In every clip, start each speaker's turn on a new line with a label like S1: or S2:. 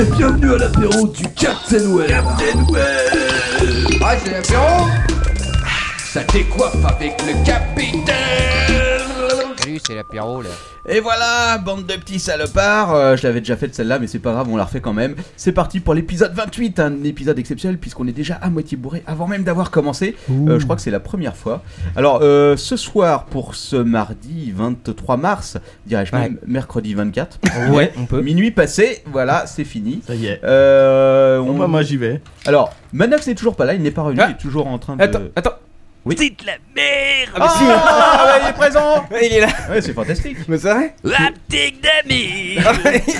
S1: et bienvenue à l'apéro du Captain Web. Captain Web
S2: Ah, c'est l'apéro
S1: Ça décoiffe avec le capitaine
S2: Salut, c'est l'apéro là.
S3: Et voilà, bande de petits salopards Euh, Je l'avais déjà faite celle-là, mais c'est pas grave, on la refait quand même. C'est parti pour l'épisode 28, un épisode exceptionnel puisqu'on est déjà à moitié bourré avant même d'avoir commencé. Euh, je crois que c'est la première fois. Alors, euh, ce soir, pour ce mardi 23 mars, dirais-je même mercredi 24,
S4: Ouais, on peut.
S3: minuit passé, voilà, c'est fini.
S5: Ça y est.
S3: Euh,
S5: Bon,
S3: on...
S5: bah, moi j'y vais.
S3: Alors, Manox n'est toujours pas là, il n'est pas revenu,
S4: Ah.
S3: il est toujours en train de...
S4: Attends, attends.
S3: Oui.
S4: Dites la
S6: Ah,
S4: merde
S6: bah,
S3: Ah, ouais, il est présent
S4: Il est là
S3: Ouais, c'est fantastique
S4: Mais c'est vrai
S1: La petite d'ami
S3: Ah,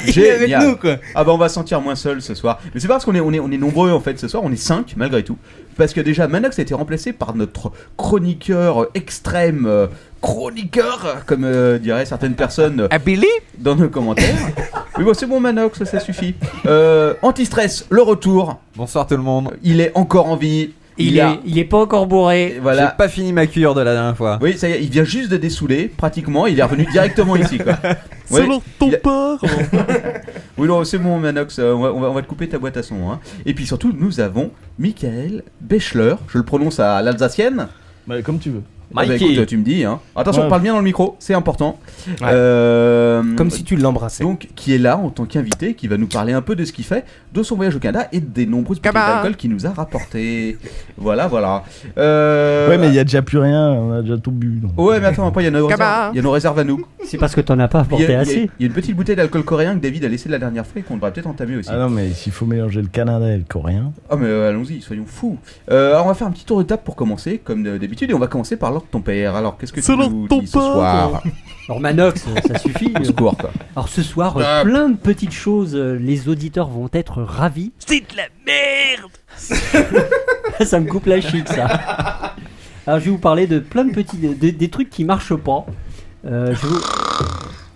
S4: Il est avec
S3: Génial.
S4: nous quoi
S3: Ah bah on va se sentir moins seul ce soir. Mais c'est parce qu'on est, on est, on est nombreux en fait ce soir, on est 5 malgré tout. Parce que déjà Manox a été remplacé par notre chroniqueur extrême, euh, chroniqueur comme euh, diraient certaines personnes euh,
S7: Eh,
S4: I believe
S3: dans nos commentaires. Oui bon c'est bon Manox, ça suffit. Euh, Anti-stress, le retour,
S8: Bonsoir tout le monde.
S3: il est encore en vie.
S7: Il,
S3: a-
S7: est, il est pas encore bourré.
S3: Voilà. Ah,
S8: J'ai pas fini ma cure de la dernière fois.
S3: Oui, ça y est, il vient juste de dessouler, pratiquement, il est revenu directement ici, quoi. Ouais.
S5: ton
S3: il a-
S5: port
S3: Oui, non, c'est bon, Manox, euh, on va, on va- on va te couper ta boîte à son. Hein. Et puis surtout, nous avons Michael Bechler, je le prononce à l'alsacienne.
S5: Comme tu veux.
S3: Ah bah, écoute, tu me dis. Hein. Attention,
S5: Ouais.
S3: parle bien dans le micro, c'est important.
S4: Ouais.
S3: Euh,
S7: Comme si tu l'embrassais.
S3: Donc, qui est là en tant qu'invité, qui va nous parler un peu de ce qu'il fait, de son voyage au Canada et des nombreuses bouteilles
S4: Cabas.
S3: d'alcool qu'il nous a rapportées. voilà, voilà. Euh,
S5: Ouais, mais il y a déjà plus rien, on a déjà tout bu. donc.
S3: Ouais, mais attends, après, il y, a nos
S4: Cabas.
S3: réserves- il y a nos réserves à nous.
S7: C'est parce que t'en as pas
S3: Il y,
S7: apporté
S3: a, il y a-
S7: assez.
S3: il y a une petite bouteille d'alcool coréen que David a laissée la dernière fois et qu'on devrait peut-être entamer aussi.
S5: Ah non, mais s'il faut mélanger le Canada et le coréen.
S3: Ah mais euh, allons-y, soyons fous. Euh, alors on va faire un petit tour de table pour commencer, comme euh, d'habitude, et on va commencer par l'ordre de ton père. Alors qu'est-ce que tu
S5: Selon
S3: nous
S5: ton
S3: dis ce
S5: père.
S3: soir
S7: Alors Manox, ça suffit.
S3: Au secours, quoi.
S7: Alors ce soir, euh,
S1: Bah,
S7: plein de petites choses. euh, Les auditeurs vont être ravis.
S1: Dites la merde
S7: ça me coupe la chic, ça. Alors je vais vous parler de plein de petits, de- des trucs qui marchent pas. Euh, je vous-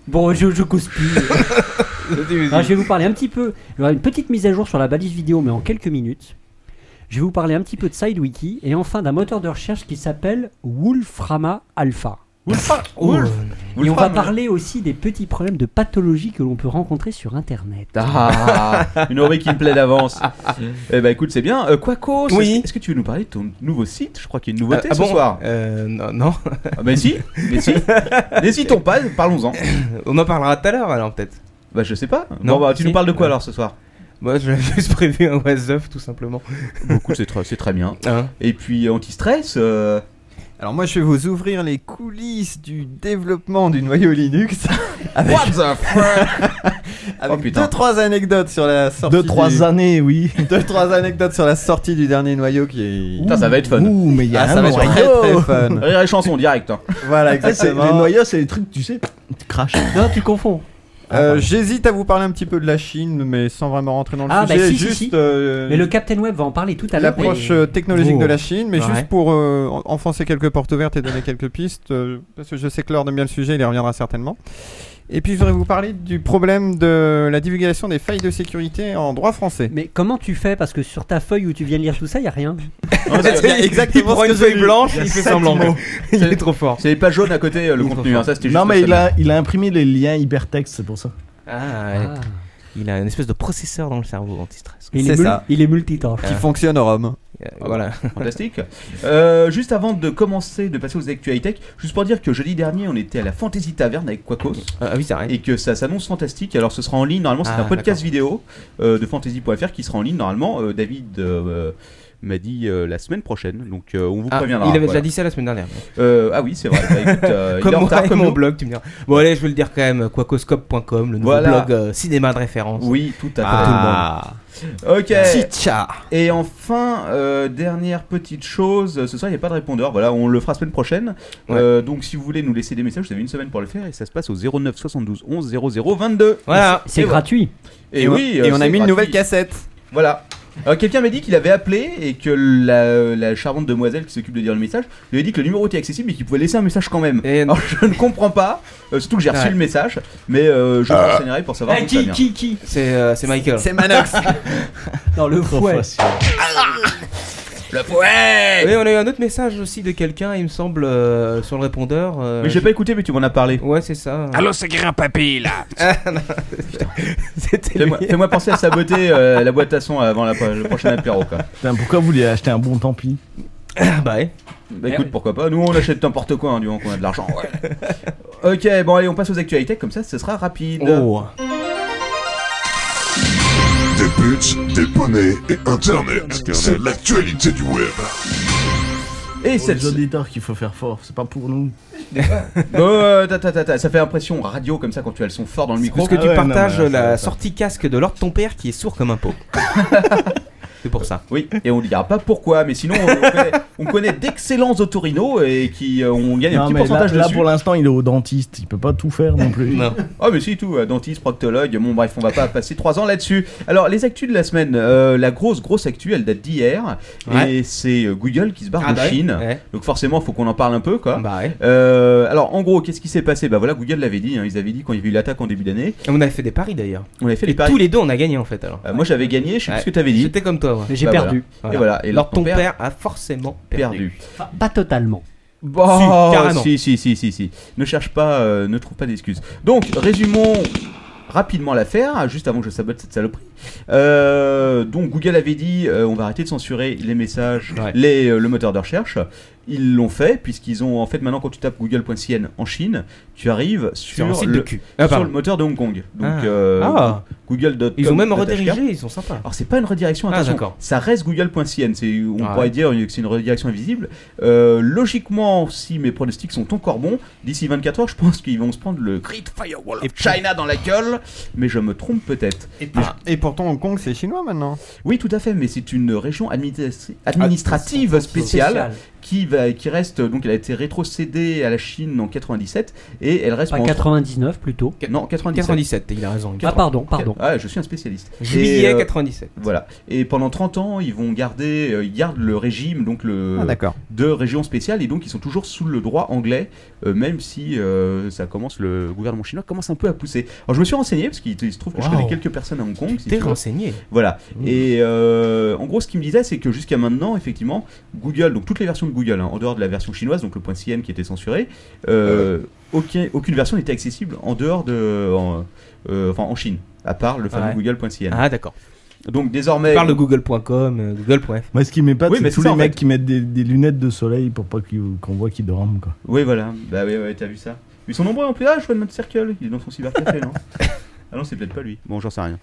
S7: Bon, je, je cause plus. Alors, je vais vous parler un petit peu. Il y aura une petite mise à jour sur la balise vidéo, mais en quelques minutes. Je vais vous parler un petit peu de SideWiki et enfin d'un moteur de recherche qui s'appelle Wolframa Alpha.
S3: Wolf. hein.
S7: Et on va
S3: Wolfram.
S7: parler aussi des petits problèmes de pathologie que l'on peut rencontrer sur Internet.
S3: Ah, une rubrique qui me plaît d'avance. eh ben écoute, c'est bien. Euh, Quaco, c'est-
S4: Oui.
S3: est-ce que tu veux nous parler de ton nouveau site Je crois qu'il y a une nouveauté
S4: Ah
S3: ce
S4: bon
S3: soir.
S4: Euh, non, non.
S3: Ah, ben si, mais si. N'hésitons pas, parlons-en.
S4: On en parlera tout à l'heure alors peut-être.
S3: Bah je sais pas.
S4: Non,
S3: bon, bah, tu
S4: si.
S3: nous parles de quoi alors ce soir
S4: Moi j'avais juste prévu un was of tout simplement.
S3: Beaucoup, c'est tr- c'est très bien.
S4: Hein
S3: Et puis euh, anti-stress, euh,
S8: Alors moi je vais vous ouvrir les coulisses du développement du noyau Linux avec,
S3: Oh,
S8: avec
S3: putain.
S8: deux trois anecdotes sur la sortie
S5: Oh, Deux, trois
S8: du...
S5: années, oui.
S8: deux trois anecdotes sur la sortie du dernier noyau qui est
S3: Putain, ça va être fun.
S5: Ouh, mais il y a
S8: Ah,
S5: un
S8: ça va être très
S5: noyau.
S8: très fun.
S3: rire et chanson direct. hein.
S8: voilà
S5: Ah, c'est- les
S8: exactement.
S5: noyaux, c'est les trucs, tu sais, tu craches.
S7: Non, tu confonds.
S5: Ah,
S8: Euh, J'hésite à vous parler un petit peu de la Chine mais sans vraiment rentrer dans le
S7: Ah, bah,
S8: sujet.
S7: si, si,
S8: juste
S7: si.
S8: euh,
S7: Mais le Captain Web va en parler tout à l'heure.
S8: L'approche euh, technologique
S4: Oh.
S8: de la Chine, mais
S4: Ouais.
S8: juste pour euh, en- enfoncer quelques portes ouvertes et donner quelques pistes, euh, parce que je sais que Laure aime bien le sujet, il y reviendra certainement. Et puis je voudrais vous parler du problème de la divulgation des failles de sécurité en droit français.
S7: Mais comment tu fais Parce que sur ta feuille où tu viens de lire tout ça, il y a rien.
S5: Ah,
S3: Non, c'est-
S8: Il y a exactement
S4: il prend
S8: ce que
S4: une
S8: j'ai
S4: feuille
S8: lu.
S4: blanche,
S8: Il y a
S4: il fait
S8: sept
S4: semblant.
S8: mots.
S4: il est trop fort.
S3: C'est les pages jaunes à côté, euh, le
S4: Outre
S3: contenu,
S4: fort.
S3: hein, ça c'était juste.
S5: Non,
S3: ça,
S5: mais il a, il a imprimé les liens hypertextes, c'est pour ça.
S4: Ah, ouais.
S7: Ah.
S4: Il a une espèce de processeur dans le cerveau anti-stress.
S7: Il, est
S8: C'est
S7: mul-
S8: ça.
S7: il est multitâche.
S3: Ah.
S8: Qui fonctionne en Rome.
S4: Euh, voilà.
S3: Fantastique. Euh, juste avant de commencer, de passer aux actus high-tech, juste pour dire que jeudi dernier, on était à la Fantasy Taverne avec Quacos
S4: Ah oui, ça rien.
S3: et que ça s'annonce fantastique. Alors, ce sera en ligne. Normalement, c'est
S4: Ah,
S3: un podcast vidéo euh, de fantasy.fr qui sera en ligne. Normalement, Euh, David. euh, m'a dit euh, la semaine prochaine, donc euh, on vous
S4: Ah, il
S3: préviendra.
S4: avait déjà
S3: voilà.
S4: dit ça la semaine dernière.
S3: Euh, ah oui, c'est vrai. Bah, écoute, euh, il est
S4: comme
S3: en
S4: moi
S3: retard
S4: et
S3: comme
S4: mon
S3: nous.
S4: blog, tu me diras. Bon, allez, je vais le dire quand même, quacoscope.com, le nouveau
S3: Voilà.
S4: blog euh, cinéma de référence.
S3: Oui, tout à fait.
S8: Ah.
S3: Ok.
S8: Chicha.
S3: Et enfin, euh, dernière petite chose, euh, ce soir il n'y a pas de répondeur, voilà, on le fera semaine prochaine.
S4: Ouais.
S3: Euh, donc si vous voulez nous laisser des messages, vous avez une semaine pour le faire et ça se passe au 09 72 11 00 22.
S4: Voilà.
S7: C'est
S3: Et
S7: gratuit.
S3: Et,
S8: on-
S3: oui,
S8: et
S3: euh,
S8: on a mis une
S3: c'est gratuit.
S8: nouvelle cassette.
S3: Voilà. Alors quelqu'un m'a dit qu'il avait appelé et que la, la charmante demoiselle qui s'occupe de dire le message lui avait dit que le numéro était accessible mais qu'il pouvait laisser un message quand même.
S4: Et-
S3: Alors je ne comprends pas, euh, surtout que j'ai reçu
S4: Ouais.
S3: le message, mais euh, je vous renseignerai pour savoir
S7: Ah,
S4: Eh,
S3: d'où ça
S7: qui,
S3: vient.
S7: qui, qui
S4: C'est euh, c'est Michael.
S8: C'est Manox.
S7: Dans le
S5: Trop
S7: fouet.
S5: facile.
S4: Oui, on a eu un autre message aussi de quelqu'un, il me semble, euh, sur le répondeur. euh,
S3: Mais j'ai pas écouté mais tu m'en as parlé.
S4: Ouais, c'est ça.
S1: Allô, c'est Grand Papy, là
S4: Ah, C'était
S3: Fais-moi fais-moi penser à saboter euh, la boîte à son avant la, le prochain apéro. Quoi.
S5: Putain, pourquoi vous voulez acheter un bon tant pis
S4: Ah bah ouais.
S3: Bah écoute, pourquoi pas. Nous, on achète n'importe quoi, hein, du moment qu'on a de l'argent. ouais. ok, bon, allez, on passe aux actualités, comme ça, ce sera rapide.
S4: Oh.
S1: Des buts, des poneys et Internet. C'est l'actualité du web.
S3: Et
S5: C'est
S3: cette.
S5: les auditeurs qu'il faut faire fort, c'est pas pour nous.
S3: Oh, ta, ta, ta, ta, ça fait impression radio, comme ça, quand tu as le son fort dans le micro.
S4: Parce que
S5: Ah
S4: tu
S5: ouais, non,
S4: partages
S5: mais là, ça va
S4: la
S5: pas.
S4: sortie casque de Lord ton père qui est sourd comme un pot. C'est pour ça.
S3: Oui, et on ne dira pas pourquoi, mais sinon, on connaît, on connaît d'excellents autorinos et qui euh, on gagne un
S5: Non,
S3: petit
S5: mais là,
S3: pourcentage
S5: là,
S3: dessus.
S5: pour l'instant, il est au dentiste, il peut pas tout faire non plus.
S4: Non.
S3: Oh mais si tout, euh, dentiste, proctologue, bon bref, on va pas passer trois ans là-dessus. Alors les actus de la semaine, euh, la grosse grosse actu, elle date d'hier et c'est euh, Google qui se barre
S4: Ah
S3: de
S4: bah ouais.
S3: Chine.
S4: Ouais.
S3: Donc forcément, faut qu'on en parle un peu quoi.
S4: Bah ouais.
S3: Euh, alors en gros, qu'est-ce qui s'est passé Bah voilà, Google l'avait dit, hein, ils avaient dit quand il y avait eu l'attaque en début d'année,
S4: Et on avait fait des paris d'ailleurs.
S3: on avait fait
S4: Et
S3: les paris.
S4: tous les deux on a gagné en fait alors.
S3: Euh, moi j'avais gagné, je sais
S4: Ouais.
S3: plus ce que t'avais dit.
S4: J'étais comme toi. ouais.
S7: Mais j'ai
S3: Bah
S7: perdu.
S3: Et voilà, et
S4: Lord
S3: alors
S4: ton père, a forcément perdu.
S3: perdu.
S7: Enfin, pas totalement.
S3: Bon,
S4: carrément.
S3: Oh, si, si, si, si, si. Ne cherche pas, euh, ne trouve pas d'excuses. Donc, résumons rapidement l'affaire, juste avant que je sabote cette saloperie. Euh, donc, Google avait dit, euh, on va arrêter de censurer les messages,
S4: Ouais.
S3: les, euh, le moteur de recherche. Ils l'ont fait, puisqu'ils ont, en fait, maintenant, quand tu tapes google.cn en Chine, tu arrives sur,
S4: un site de
S3: le,
S4: cul.
S3: sur
S4: Ah, pardon.
S3: le moteur de Hong Kong. Donc,
S4: Ah.
S3: euh,
S4: Ah.
S3: google.com.
S4: Ils ont même
S3: attache
S4: redirigé,
S3: carte.
S4: ils sont sympas.
S3: Alors c'est pas une redirection,
S4: Ah,
S3: attention,
S4: d'accord.
S3: ça reste google.cn, c'est, on
S4: Ah,
S3: pourrait
S4: ouais.
S3: dire que c'est une redirection invisible. Euh, logiquement, si mes pronostics sont encore bons, d'ici 24 heures, je pense qu'ils vont se prendre le Great Firewall of China dans la gueule, mais je me trompe peut-être.
S8: Et, pourtant, Hong Kong, c'est chinois maintenant.
S3: Oui, tout à fait, mais c'est une région administra- administrative spéciale qui, va, qui reste, donc elle a été rétrocédée à la Chine en 97, et elle reste
S7: Pas
S3: pendant-
S7: 99 plutôt.
S3: Non, 97.
S4: 97, il a raison.
S7: Ah pardon, pardon.
S3: Ah, je suis un spécialiste. Et,
S4: Juillet
S3: euh,
S4: 97.
S3: Voilà. Et pendant 30 ans, ils vont garder, euh, ils gardent le régime, donc
S4: Ah,
S3: le,
S8: Ah, d'accord.
S3: de régions spéciales et donc ils sont toujours sous le droit anglais, euh, même si euh, ça commence le gouvernement chinois commence un peu à pousser. Alors je me suis renseigné parce qu'il se trouve que je
S4: Wow.
S3: connais quelques personnes à Hong Kong. si
S4: T'es Mmh.
S3: tu veux.
S4: renseigné.
S3: Voilà. Et euh, en gros, ce qu'il me disait, c'est que jusqu'à maintenant, effectivement, Google, donc toutes les versions de Google, hein, en dehors de la version chinoise, donc le point .cn qui était censuré, euh, aucun- aucune version n'était accessible en dehors de, en, euh, enfin en Chine, à part le fameux
S4: Ouais.
S3: Google.cn.
S4: Ah d'accord.
S3: Donc désormais,
S4: Tu parles de google.com, euh, google.fr.
S5: Moi, ce qui m'épate,
S3: Oui, mais
S5: c'est
S3: c'est
S5: tous
S3: ça,
S5: les
S3: en
S5: mecs
S3: fait.
S5: qui mettent des, des lunettes de soleil pour pas qu'ils- qu'on voit qu'ils dorment. Quoi.
S3: Oui, voilà. Bah oui, ouais, t'as vu ça. Ils sont nombreux en plus. Ah, je vois le mode circle. Il est dans son cybercafé, non Ah non, c'est peut-être pas lui. Bon, j'en sais rien.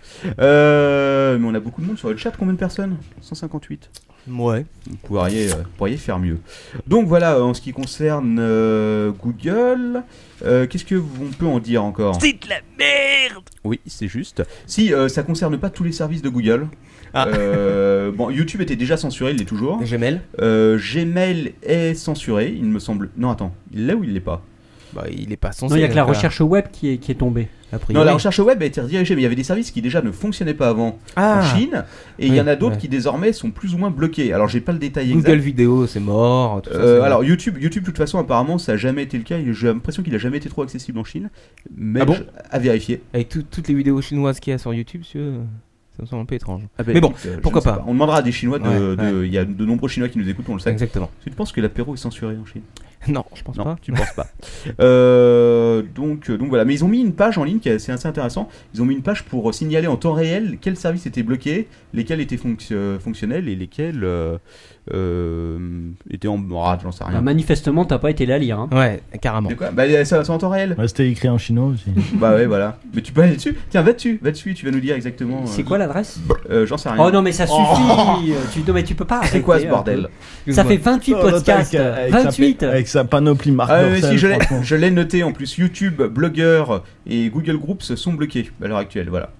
S3: Euh, mais on a beaucoup de monde sur le chat. Combien de personnes 158.
S4: Ouais.
S3: Vous pourriez, euh, pourriez faire mieux. Donc voilà, euh, en ce qui concerne euh, Google, euh, qu'est-ce que vous- on peut en dire encore C'est de la merde Oui, c'est juste. Si, euh, ça concerne pas tous les services de Google.
S4: Ah.
S3: Euh, bon, YouTube était déjà censuré, il l'est toujours.
S4: Gmail.
S3: Euh, Gmail est censuré, il me semble. Non, attends, il l'est ou il l'est pas
S4: Bah il est pas censé.
S7: Non, il y a que la
S4: donc, euh,
S7: recherche web qui est, qui est tombée.
S4: a priori.
S3: Non, la recherche web a été redirigée, mais il y avait des services qui déjà ne fonctionnaient pas avant
S4: Ah.
S3: en Chine, et il
S4: Oui,
S3: y en a d'autres
S4: ouais.
S3: qui désormais sont plus ou moins bloqués. Alors j'ai pas le détail
S4: Google
S3: exact.
S4: vidéo, c'est mort. Tout ça,
S3: Euh,
S4: c'est-
S3: alors YouTube, YouTube, de toute façon, apparemment, ça a jamais été le cas. J'ai l'impression qu'il a jamais été trop accessible en Chine, mais
S4: Ah bon
S3: je- à vérifier.
S4: avec tout- toutes les vidéos chinoises qu'il y a sur YouTube, monsieur, ça me semble un peu étrange.
S3: Ah ben,
S4: Mais bon,
S3: écoute, euh, je
S4: pourquoi
S3: ne sais
S4: pas.
S3: On demandera à des Chinois. De,
S4: Ouais,
S3: de- Il y a de nombreux Chinois qui nous écoutent, on le sait.
S4: Exactement.
S3: Tu penses que l'apéro est censuré en Chine
S4: Non, je pense
S3: Non,
S4: pas.
S3: tu ne penses pas. Euh, donc, euh, donc voilà, mais ils ont mis une page en ligne qui est assez, assez intéressant. Ils ont mis une page pour euh, signaler en temps réel quels services étaient bloqués, lesquels étaient fonc- euh, fonctionnels et lesquels euh, euh, étaient en. Ah, j'en sais
S7: Bah,
S3: rien.
S7: manifestement, t'as pas été là lire. hein.
S4: Ouais, carrément.
S3: De quoi Bah, euh, ça, c'est en temps réel.
S5: Ouais, C'était écrit en chinois aussi.
S3: bah ouais, voilà. Mais tu peux aller dessus. Tiens, va dessus, va dessus. Tu vas nous dire exactement. euh,
S7: C'est quoi l'adresse
S3: euh, J'en sais rien.
S7: Oh non, mais ça suffit Euh, tu, Non, mais tu peux pas.
S3: C'est quoi
S7: arrêter,
S3: ce
S7: euh,
S3: bordel
S7: Ça fait 28
S5: Oh, l'autre
S7: podcasts.
S5: avec- avec sa-
S7: 28
S5: Avec sa panoplie Marc
S3: Ah oui,
S5: Dorcel,
S3: si, je l'ai-
S5: franchement.
S3: je l'ai noté en plus. YouTube, Blogger et Google Groups sont bloqués à l'heure actuelle, voilà.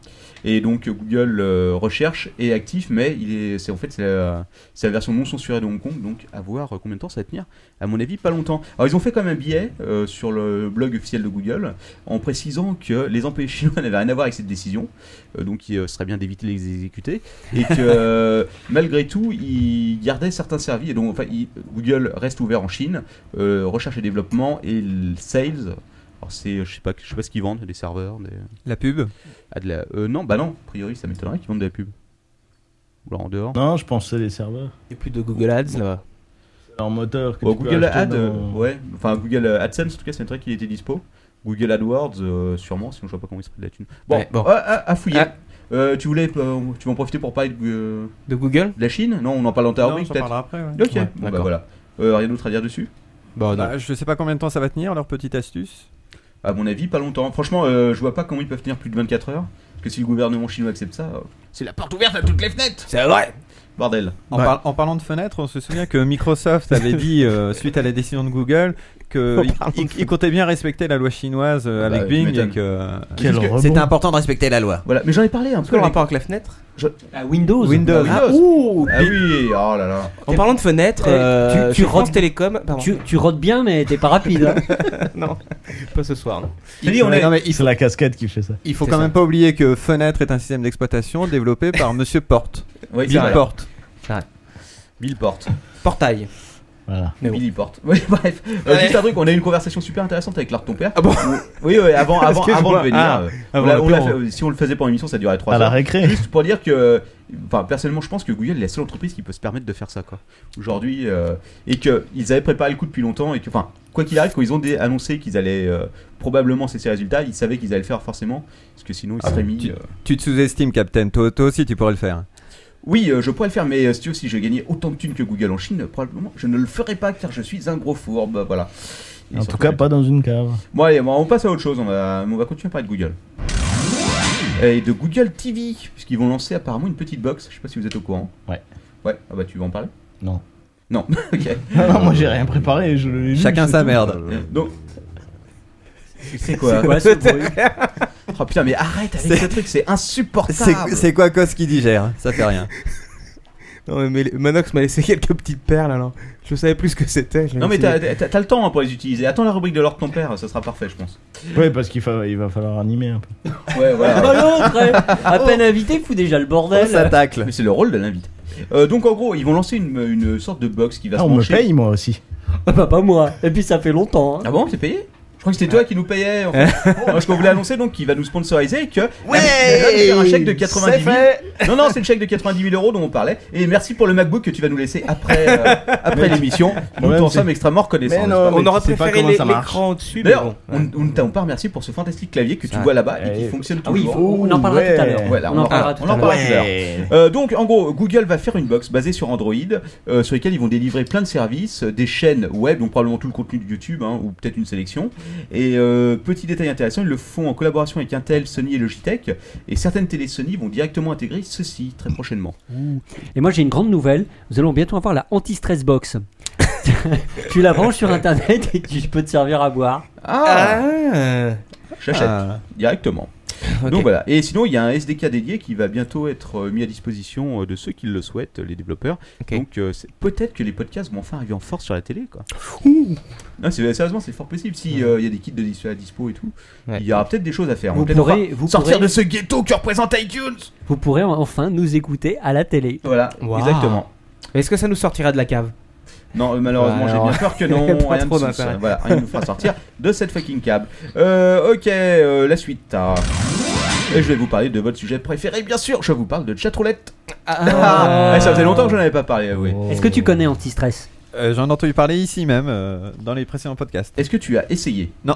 S3: Et donc euh, Google euh, Recherche est actif, mais il est, c'est en fait c'est la, c'est la version non censurée de Hong Kong, donc à voir euh, combien de temps ça va tenir. À mon avis, pas longtemps. Alors ils ont fait quand même un billet euh, sur le blog officiel de Google en précisant que les employés chinois n'avaient rien à voir avec cette décision, euh, donc il euh, serait bien d'éviter de les exécuter, et que euh, malgré tout ils gardaient certains services. Et donc enfin, ils- Google reste ouvert en Chine, euh, recherche et développement et le sales. Alors c'est, euh, je sais pas, je sais pas ce qu'ils vendent, des serveurs, des.
S8: La pub
S3: Ah, de la... euh, non, bah non, a priori ça m'étonnerait qu'ils vendent de la pub. Ou alors en dehors.
S5: Non, je pense que c'est les serveurs.
S4: Il n'y a plus de Google Ads là-bas.
S5: C'est leur moteur. Que
S3: Bon,
S5: tu peux
S3: Google
S5: acheter
S3: Ad,
S5: dans-
S3: euh, ouais, enfin Google euh, AdSense en tout cas, c'est un truc qu'il était dispo. Google AdWords, euh, sûrement, sinon je vois pas comment ils se prennent de la thune. Bon,
S4: Ouais, bon.
S3: À, à- à fouiller.
S4: Ah.
S3: Euh, tu voulais, euh, tu vas en profiter pour parler de, euh,
S4: De Google
S3: de la Chine Non, on en parle dans ta
S8: Non,
S3: rubrique
S8: j'en
S3: peut-être.
S8: parlerai après. ouais.
S3: Ok,
S4: Ouais,
S3: bon, bah
S4: d'accord.
S3: voilà. Euh, rien d'autre à dire dessus
S4: Bah non.
S8: Bah, je sais pas combien de temps ça va tenir, leur petite astuce.
S3: À mon avis, pas longtemps. Franchement, euh, je vois pas comment ils peuvent tenir plus de 24 heures. Parce que si le gouvernement chinois accepte ça, euh, c'est la porte ouverte à toutes les fenêtres
S4: C'est vrai
S3: Bordel.
S8: En,
S4: Ouais.
S8: par- en parlant de fenêtres, on se souvient que Microsoft avait dit, euh, suite à la décision de Google,
S4: En
S8: qu'il
S4: parlant de
S8: comptait bien respecter la loi chinoise euh,
S3: Ah bah,
S8: avec
S3: tu
S8: Bing.
S3: m'étonnes.
S8: Et que...
S5: Quel
S3: Parce que
S5: rebond.
S2: C'était important de respecter la loi.
S3: Voilà, mais j'en ai parlé un
S4: Est-ce que
S3: peu.
S4: le
S3: avec-
S4: rapport avec la fenêtre
S7: Ah, Windows.
S3: Windows.
S4: Ah, ouh
S3: Ah oui, oh là là.
S4: En parlant de fenêtre,
S7: Eh,
S4: euh,
S7: tu- tu
S4: sur France
S7: rentres-
S4: Télécom. Pardon.
S7: Tu, tu rodes bien, mais t'es pas rapide. hein.
S4: Non, pas ce soir. non.
S3: Je te dis, on est-
S8: Non, mais il
S5: C'est
S8: faut,
S5: la cascade qui fait ça.
S8: il faut
S4: C'est
S8: quand
S4: ça.
S8: même pas oublier que fenêtre est un système d'exploitation développé par Monsieur Porte.
S3: Oui, c'est
S8: Bill
S3: vrai.
S8: Porte.
S3: Bill Porte.
S4: Portail.
S5: Voilà.
S4: Mais bon.
S3: Billy Porte. Oui, bref. Euh, Juste un truc, on a eu une conversation super intéressante avec l'art de ton père.
S4: Ah bon
S3: Oui, oui, avant,
S4: Parce
S3: avant,
S4: que je
S3: avant de
S4: vois-
S3: venir.
S4: ah,
S3: euh,
S5: avant
S3: on l'a-
S5: le
S3: on l'a
S5: plan.
S3: fait- euh, si on le faisait pour émission, ça durait 3
S5: À la
S3: heures.
S5: récré.
S3: Juste pour dire que, enfin, personnellement, je pense que Google est la seule entreprise qui peut se permettre de faire ça, quoi. Aujourd'hui, euh, et que ils avaient préparé le coup depuis longtemps, et que, enfin, quoi qu'il arrive, quand ils ont dé- annoncé qu'ils allaient euh, probablement cesser les résultats, ils savaient qu'ils allaient le faire forcément, parce que sinon ils seraient mis. euh,
S8: Tu te sous-estimes, Captain. Toi, toi aussi, tu pourrais le faire.
S3: Oui, euh, je pourrais le faire, mais euh, si tu veux, si je gagnais autant de thunes que Google en Chine, probablement, je ne le ferais pas, car je suis un gros fourbe, voilà. Ils
S5: En
S3: sont
S5: tout cas,
S3: très-
S5: pas dans une cave.
S3: Bon allez, bon, on passe à autre chose, on va, on va continuer à parler de Google. Et de Google TV, puisqu'ils vont lancer apparemment une petite box, je sais pas si vous êtes au courant.
S5: Ouais.
S3: Ouais, ah bah tu veux en parler
S5: Non.
S3: Non, ok.
S5: Non, non, moi j'ai rien préparé. Je l'ai lu,
S8: Chacun
S5: c'est
S8: sa
S5: tout.
S8: merde.
S6: Euh,
S3: Donc... C'est quoi,
S7: C'est quoi ce bruit
S3: Oh putain, mais arrête avec ce truc, c'est
S8: C'est
S3: insupportable
S8: c'est quoi Cos qui digère Ça fait rien.
S4: Non, mais Manox m'a laissé quelques petites perles alors. Je savais plus ce que c'était. je
S3: Non mais
S4: l'ai
S3: t'as
S4: essayé.
S3: t'as- t'as le temps hein, pour les utiliser, attends la rubrique de l'ordre de ton père, ça sera parfait je pense.
S5: Ouais, parce qu'il fa- il va falloir animer un peu.
S3: Ouais,
S7: Oh,
S3: voilà.
S7: l'autre, eh. à peine invité, fout déjà le
S8: On
S7: bordel.
S8: s'attaque.
S3: Mais c'est le rôle de l'invité. Euh, donc en gros, ils vont lancer une, une sorte de box qui va
S5: Ah,
S3: se
S5: on me
S3: brancher.
S5: paye moi aussi.
S7: Ah bah pas moi. Et puis ça fait longtemps. hein.
S3: Ah bon, c'est payé Je crois que c'était toi qui nous payais. En fait. Parce qu'on voulait annoncer donc qu'il va nous sponsoriser et que
S2: Ouais
S3: il va nous faire un chèque de 90 000.
S2: C'est
S3: Non non, c'est le chèque de 90 000 euros dont on parlait. Et merci pour le MacBook que tu vas nous laisser après euh, après l'émission. Nous
S5: Ouais,
S3: t'en
S5: c'est-
S3: sommes extrêmement reconnaissants.
S5: Mais
S3: n'est-ce pas
S5: non,
S4: On
S5: mais
S4: aurait
S5: tu sais pas
S4: préféré
S5: comment
S4: l'é-
S5: ça marche.
S4: l'écran au-dessus. mais
S3: D'ailleurs,
S4: bon.
S3: on on ne t'a pas remercié pour ce fantastique clavier que tu
S4: Ça-
S3: vois là-bas et qui
S5: Eh,
S3: fonctionne
S7: Ah oui, il
S3: toujours.
S7: faut- on en parlera
S5: Ouais.
S7: tout à l'heure.
S3: Voilà,
S7: Euh, on en parlera
S3: ah,
S7: tout
S3: on
S7: à
S3: en
S7: l'heure.
S3: parlera tout à l'heure. Euh, donc, en gros, Google va faire une box basée sur Android euh, sur lesquelles ils vont délivrer plein de services, euh, des chaînes web, donc probablement tout le contenu de YouTube, hein, ou peut-être une sélection. Et euh, petit détail intéressant, ils le font en collaboration avec Intel, Sony et Logitech. Et certaines télé Sony vont directement intégrer ceci très prochainement.
S7: Et moi j'ai une grande nouvelle, nous allons bientôt avoir la anti-stress box. tu la branches sur internet et tu peux te servir à boire.
S3: Ah,
S4: Ah
S3: J'achète
S8: Ah.
S3: directement.
S4: Ok.
S3: Donc voilà. Et sinon, il y a un SDK dédié qui va bientôt être euh, mis à disposition euh, de ceux qui le souhaitent, les développeurs.
S4: Ok.
S3: Donc euh, c'est- peut-être que les podcasts vont enfin arriver en force sur la télé, quoi. Non, c'est- euh, sérieusement, c'est fort possible. Si euh, il y a des kits de dis- à dispo et tout,
S4: Ouais.
S3: il y aura peut-être des choses à faire. On
S7: Vous
S3: va peut-être
S7: pourrez,
S3: enfin
S7: vous,
S3: sortir
S7: pourrez,
S3: de ce ghetto que représente iTunes.
S7: vous pourrez enfin nous écouter à la télé.
S3: Voilà,
S4: Wow.
S3: exactement.
S4: Est-ce que ça nous sortira de la cave
S3: Non, euh, malheureusement,
S4: Ouais,
S3: j'ai
S4: Bah, alors-
S3: bien peur que non.
S4: Pas
S3: rien ne
S4: trop
S3: sous-
S4: d'intérêt.
S3: voilà, rien ne nous fera sortir de cette fucking cab. Euh, ok, euh, la suite. ah. Et je vais vous parler de votre sujet préféré, bien sûr. Je vous parle de chatroulette. Ah, ça faisait longtemps que je n'en avais pas parlé. Oui.
S4: Oh.
S7: Oh. Est-ce que
S5: Oh.
S7: tu connais anti-stress
S8: Euh, J'en ai entendu parler ici même, euh, dans les précédents podcasts.
S3: Est-ce que tu as essayé
S8: Non.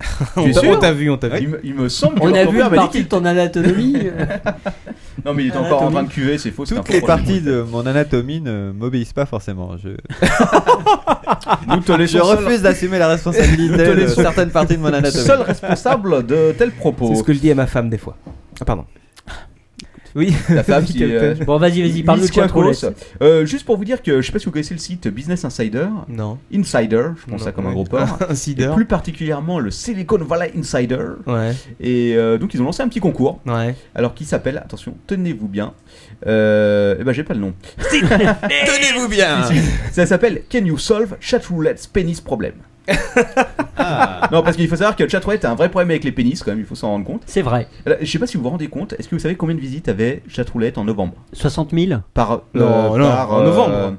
S3: Tu es
S4: On t'a-
S3: sûr
S4: on t'a vu, on t'a vu.
S3: il, me, il me semble que
S7: On a
S3: ton
S7: vu
S3: père
S7: une
S3: m'a dit
S7: partie
S3: qu'il-
S7: de ton anatomie. euh,
S3: Non, mais il est encore en train de cuver, c'est faux. c'est un
S8: Toutes
S3: faux
S8: les
S3: projet.
S8: parties de mon anatomie ne m'obéissent pas forcément. Je,
S3: Nous te
S8: je
S3: laissons seul-
S8: refuse d'assumer la responsabilité
S3: Te
S8: de
S3: laissons-
S8: certaines parties de mon anatomie.
S3: seul responsable de tels propos.
S4: C'est ce que je dis à ma femme des fois. Ah, pardon. Oui,
S3: La femme qui, euh,
S7: bon vas-y, vas-y, parle-nous
S3: Miss
S7: de chatroulette.
S3: Quacos. Euh, juste pour vous dire que je sais pas si vous connaissez le site Business Insider,
S4: Non.
S3: Insider, je pense
S4: Non,
S3: ça comme un
S4: ouais.
S3: gros port,
S4: Un
S3: et
S4: cider.
S3: plus particulièrement le Silicon Valley Insider.
S4: Ouais,
S3: Et euh, donc ils ont lancé un petit concours,
S4: ouais.
S3: alors qui s'appelle, attention, tenez-vous bien, euh, eh ben j'ai pas le nom,
S2: Tenez-vous
S4: Ah.
S2: bien
S3: ça s'appelle Can You Solve Chatroulette's Penis Problem.
S4: Ah.
S3: Non parce qu'il faut savoir que Chatroulette a un vrai problème avec les pénis quand même, il faut s'en rendre compte.
S7: C'est vrai.
S3: Alors, Je sais pas si vous vous rendez compte, est-ce que vous savez combien de visites avait Chatroulette en novembre
S7: 60 000
S3: Par euh,
S4: Non, non,
S3: par,
S4: en
S3: euh,
S4: novembre.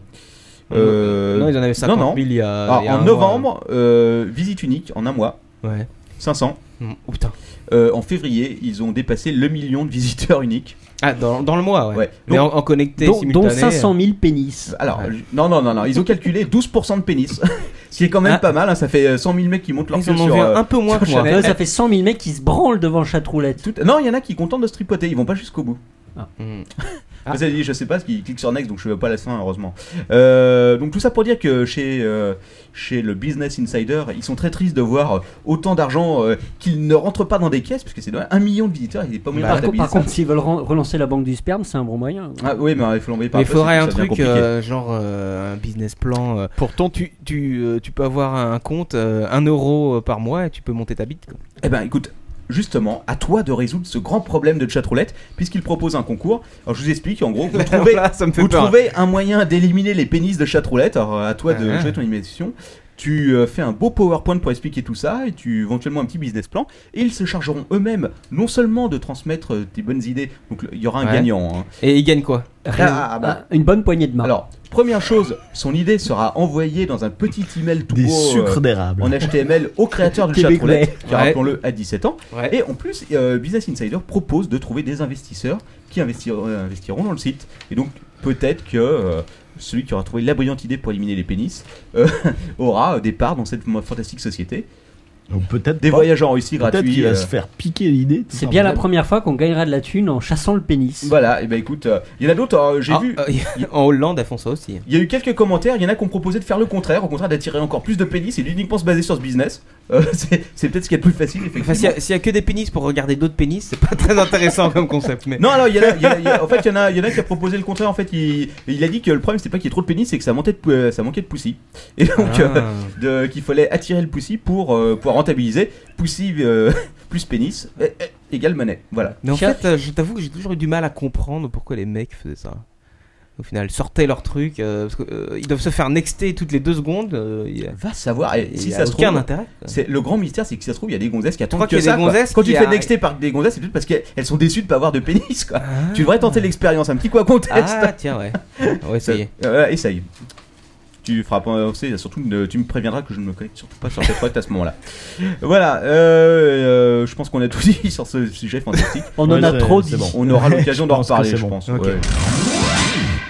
S3: euh,
S4: non, Ah, ils en avaient 50
S3: non, non.
S4: 000 il y a.
S3: Alors,
S4: il y a
S3: ah, en
S4: un
S3: novembre, euh, visite unique en un mois,
S4: mois. Ouais.
S3: 500.
S4: Mm, Oh putain.
S3: Euh, en février, ils ont dépassé le million de visiteurs uniques.
S4: Ah, dans, dans le mois, ouais.
S3: Ouais.
S4: Mais
S3: Donc-
S4: en, en connecté
S7: dont, dont
S4: simultané. Bah,
S7: 500 000 pénis.
S3: Alors, euh,
S4: Ouais.
S3: je- non, non, non, non, ils ont calculé 12% de pénis. Ce qui est quand même
S4: Ah.
S3: pas mal, hein, ça fait euh, 100 000 mecs qui montent leur
S4: Ils en
S3: queue
S4: ont
S3: sur,
S4: vu
S3: euh,
S4: un peu moins
S3: sur
S4: que moi.
S3: Chanel.
S7: Ouais, ça fait 100 000 mecs qui se branlent devant le chatroulette.
S3: Tout- Non, il y en a qui sont contents de se tripoter, ils vont pas jusqu'au bout.
S4: Mm.
S3: Vous avez dit, je sais pas, parce qu'ils cliquent sur next, donc je ne pas la fin, heureusement. Euh, donc tout ça pour dire que chez, euh, chez le Business Insider, ils sont très tristes de voir euh, autant d'argent euh, qu'ils ne rentrent pas dans des caisses, parce que c'est un million de visiteurs, il n'est pas moyen
S4: Bah,
S7: par,
S3: de
S7: co-
S3: rentabiliser
S7: par
S3: ça.
S7: contre, s'ils veulent ren- relancer la banque du sperme, c'est un bon moyen.
S3: Ah oui, mais il faut l'envoyer par
S4: Mais il
S3: poste,
S4: faudrait
S3: ça
S4: un
S3: devient
S4: truc,
S3: compliqué.
S4: euh, genre euh, un business plan. euh, pour ton, tu, tu, euh, tu peux avoir un compte, euh, un euro par mois et tu peux monter ta bite. quoi.
S3: Eh ben écoute, justement, à toi de résoudre ce grand problème de chatroulette, puisqu'il propose un concours. Alors je vous explique, en gros, vous trouvez,
S4: Là, Ah ça me fait
S3: vous
S4: peur.
S3: trouvez un moyen d'éliminer les pénis de chatroulette. Alors à toi de
S4: Ah.
S3: jouer ton animation. Tu euh, fais un beau PowerPoint pour expliquer tout ça et tu éventuellement un petit business plan. Et ils se chargeront eux-mêmes non seulement de transmettre euh, tes bonnes idées, donc le- il y aura un
S4: Ouais.
S3: gagnant. hein.
S4: Et il gagne quoi
S3: Ah, bah.
S7: Ah, Une bonne poignée de main.
S3: Alors, première chose, son idée sera envoyée dans un petit email tout
S5: Des
S3: beau, euh,
S5: sucres d'érable.
S3: en HTML au créateur du
S7: Québécois.
S3: chatroulette, qui
S4: Ouais.
S3: rappelons-le à 17 ans.
S4: Ouais.
S3: Et en plus, euh, Business Insider propose de trouver des investisseurs qui investiront, euh, investiront dans le site. Et donc, peut-être que euh, celui qui aura trouvé la brillante idée pour éliminer les pénis euh, aura euh, des parts dans cette mo- fantastique société.
S5: Donc peut-être
S3: Des
S5: pas.
S3: voyages en Russie
S5: Peut-être
S3: gratuits.
S5: qu'il va
S3: euh,
S5: se faire piquer l'idée. tout
S7: C'est bien la
S5: simplement.
S7: première fois qu'on gagnera de la thune en chassant le pénis.
S4: Bah,
S3: Voilà, et ben écoute, euh, il y en a d'autres, hein, j'ai
S4: Ah,
S3: vu.
S4: euh, en Hollande, elles font ça aussi.
S3: Il y a eu quelques commentaires, il y en a qui ont proposé de faire le contraire, au contraire d'attirer encore plus de pénis et d'uniquement se baser sur ce business. Euh, c'est c'est peut-être ce qui est le plus facile,
S4: Enfin,
S3: effectivement.
S4: s'il y, a- s'il y a que des pénis pour regarder d'autres pénis, c'est pas très intéressant comme concept. Mais
S3: Non, alors, il y en a, il y en a- il y en a- en fait, il y en a, il y en a qui a proposé le contraire. En fait, il, il a dit que le problème, c'était pas qu'il y ait trop de pénis, c'est que ça, manquait de, pou- euh, ça manquait de poussy. Et donc,
S4: Ah.
S3: euh, de- qu'il fallait attirer le poussy pour euh, pouvoir rentabiliser. Poussy euh, plus pénis euh, euh, égale monnaie. Voilà.
S4: Mais en
S7: Tiens.
S4: fait, euh, je t'avoue que j'ai toujours eu du mal à comprendre pourquoi les mecs faisaient ça. Au final, sortaient leur truc, euh, parce que, euh, ils doivent se faire nexter toutes les deux secondes. euh, il y a-
S3: Va savoir. Et
S4: il
S3: si
S4: y a
S3: ça se
S4: aucun
S3: trouve.
S4: intérêt. quoi.
S3: C'est, le grand mystère, c'est que si ça se trouve, il y a des gonzesses qui attendent
S4: crois
S3: que
S4: qu'il y a
S3: ça.
S4: des
S3: quoi.
S4: gonzesses
S3: Quand tu
S4: qui
S3: te fais
S4: a-
S3: nexter par des gonzesses, c'est peut-être parce qu'elles elles sont déçues de pas avoir de pénis. Quoi.
S4: Ah.
S3: Tu devrais tenter l'expérience, un petit quoi qu'on teste.
S4: Ah, tiens, ouais. On va
S3: Ça-
S4: essayer.
S3: euh, essaye. Tu feras penser, surtout ne- tu me préviendras que je ne me connecte surtout pas sur cette boîte à ce moment-là. Voilà, euh, euh, je pense qu'on a tout dit sur ce sujet fantastique.
S7: On en
S5: Ouais,
S7: a
S5: c'est-
S7: trop dit.
S5: c'est bon.
S3: On aura l'occasion
S5: Je
S3: d'en
S5: pense que
S3: reparler,
S5: c'est
S3: je
S5: bon.
S3: pense.
S5: Ok.
S3: ouais.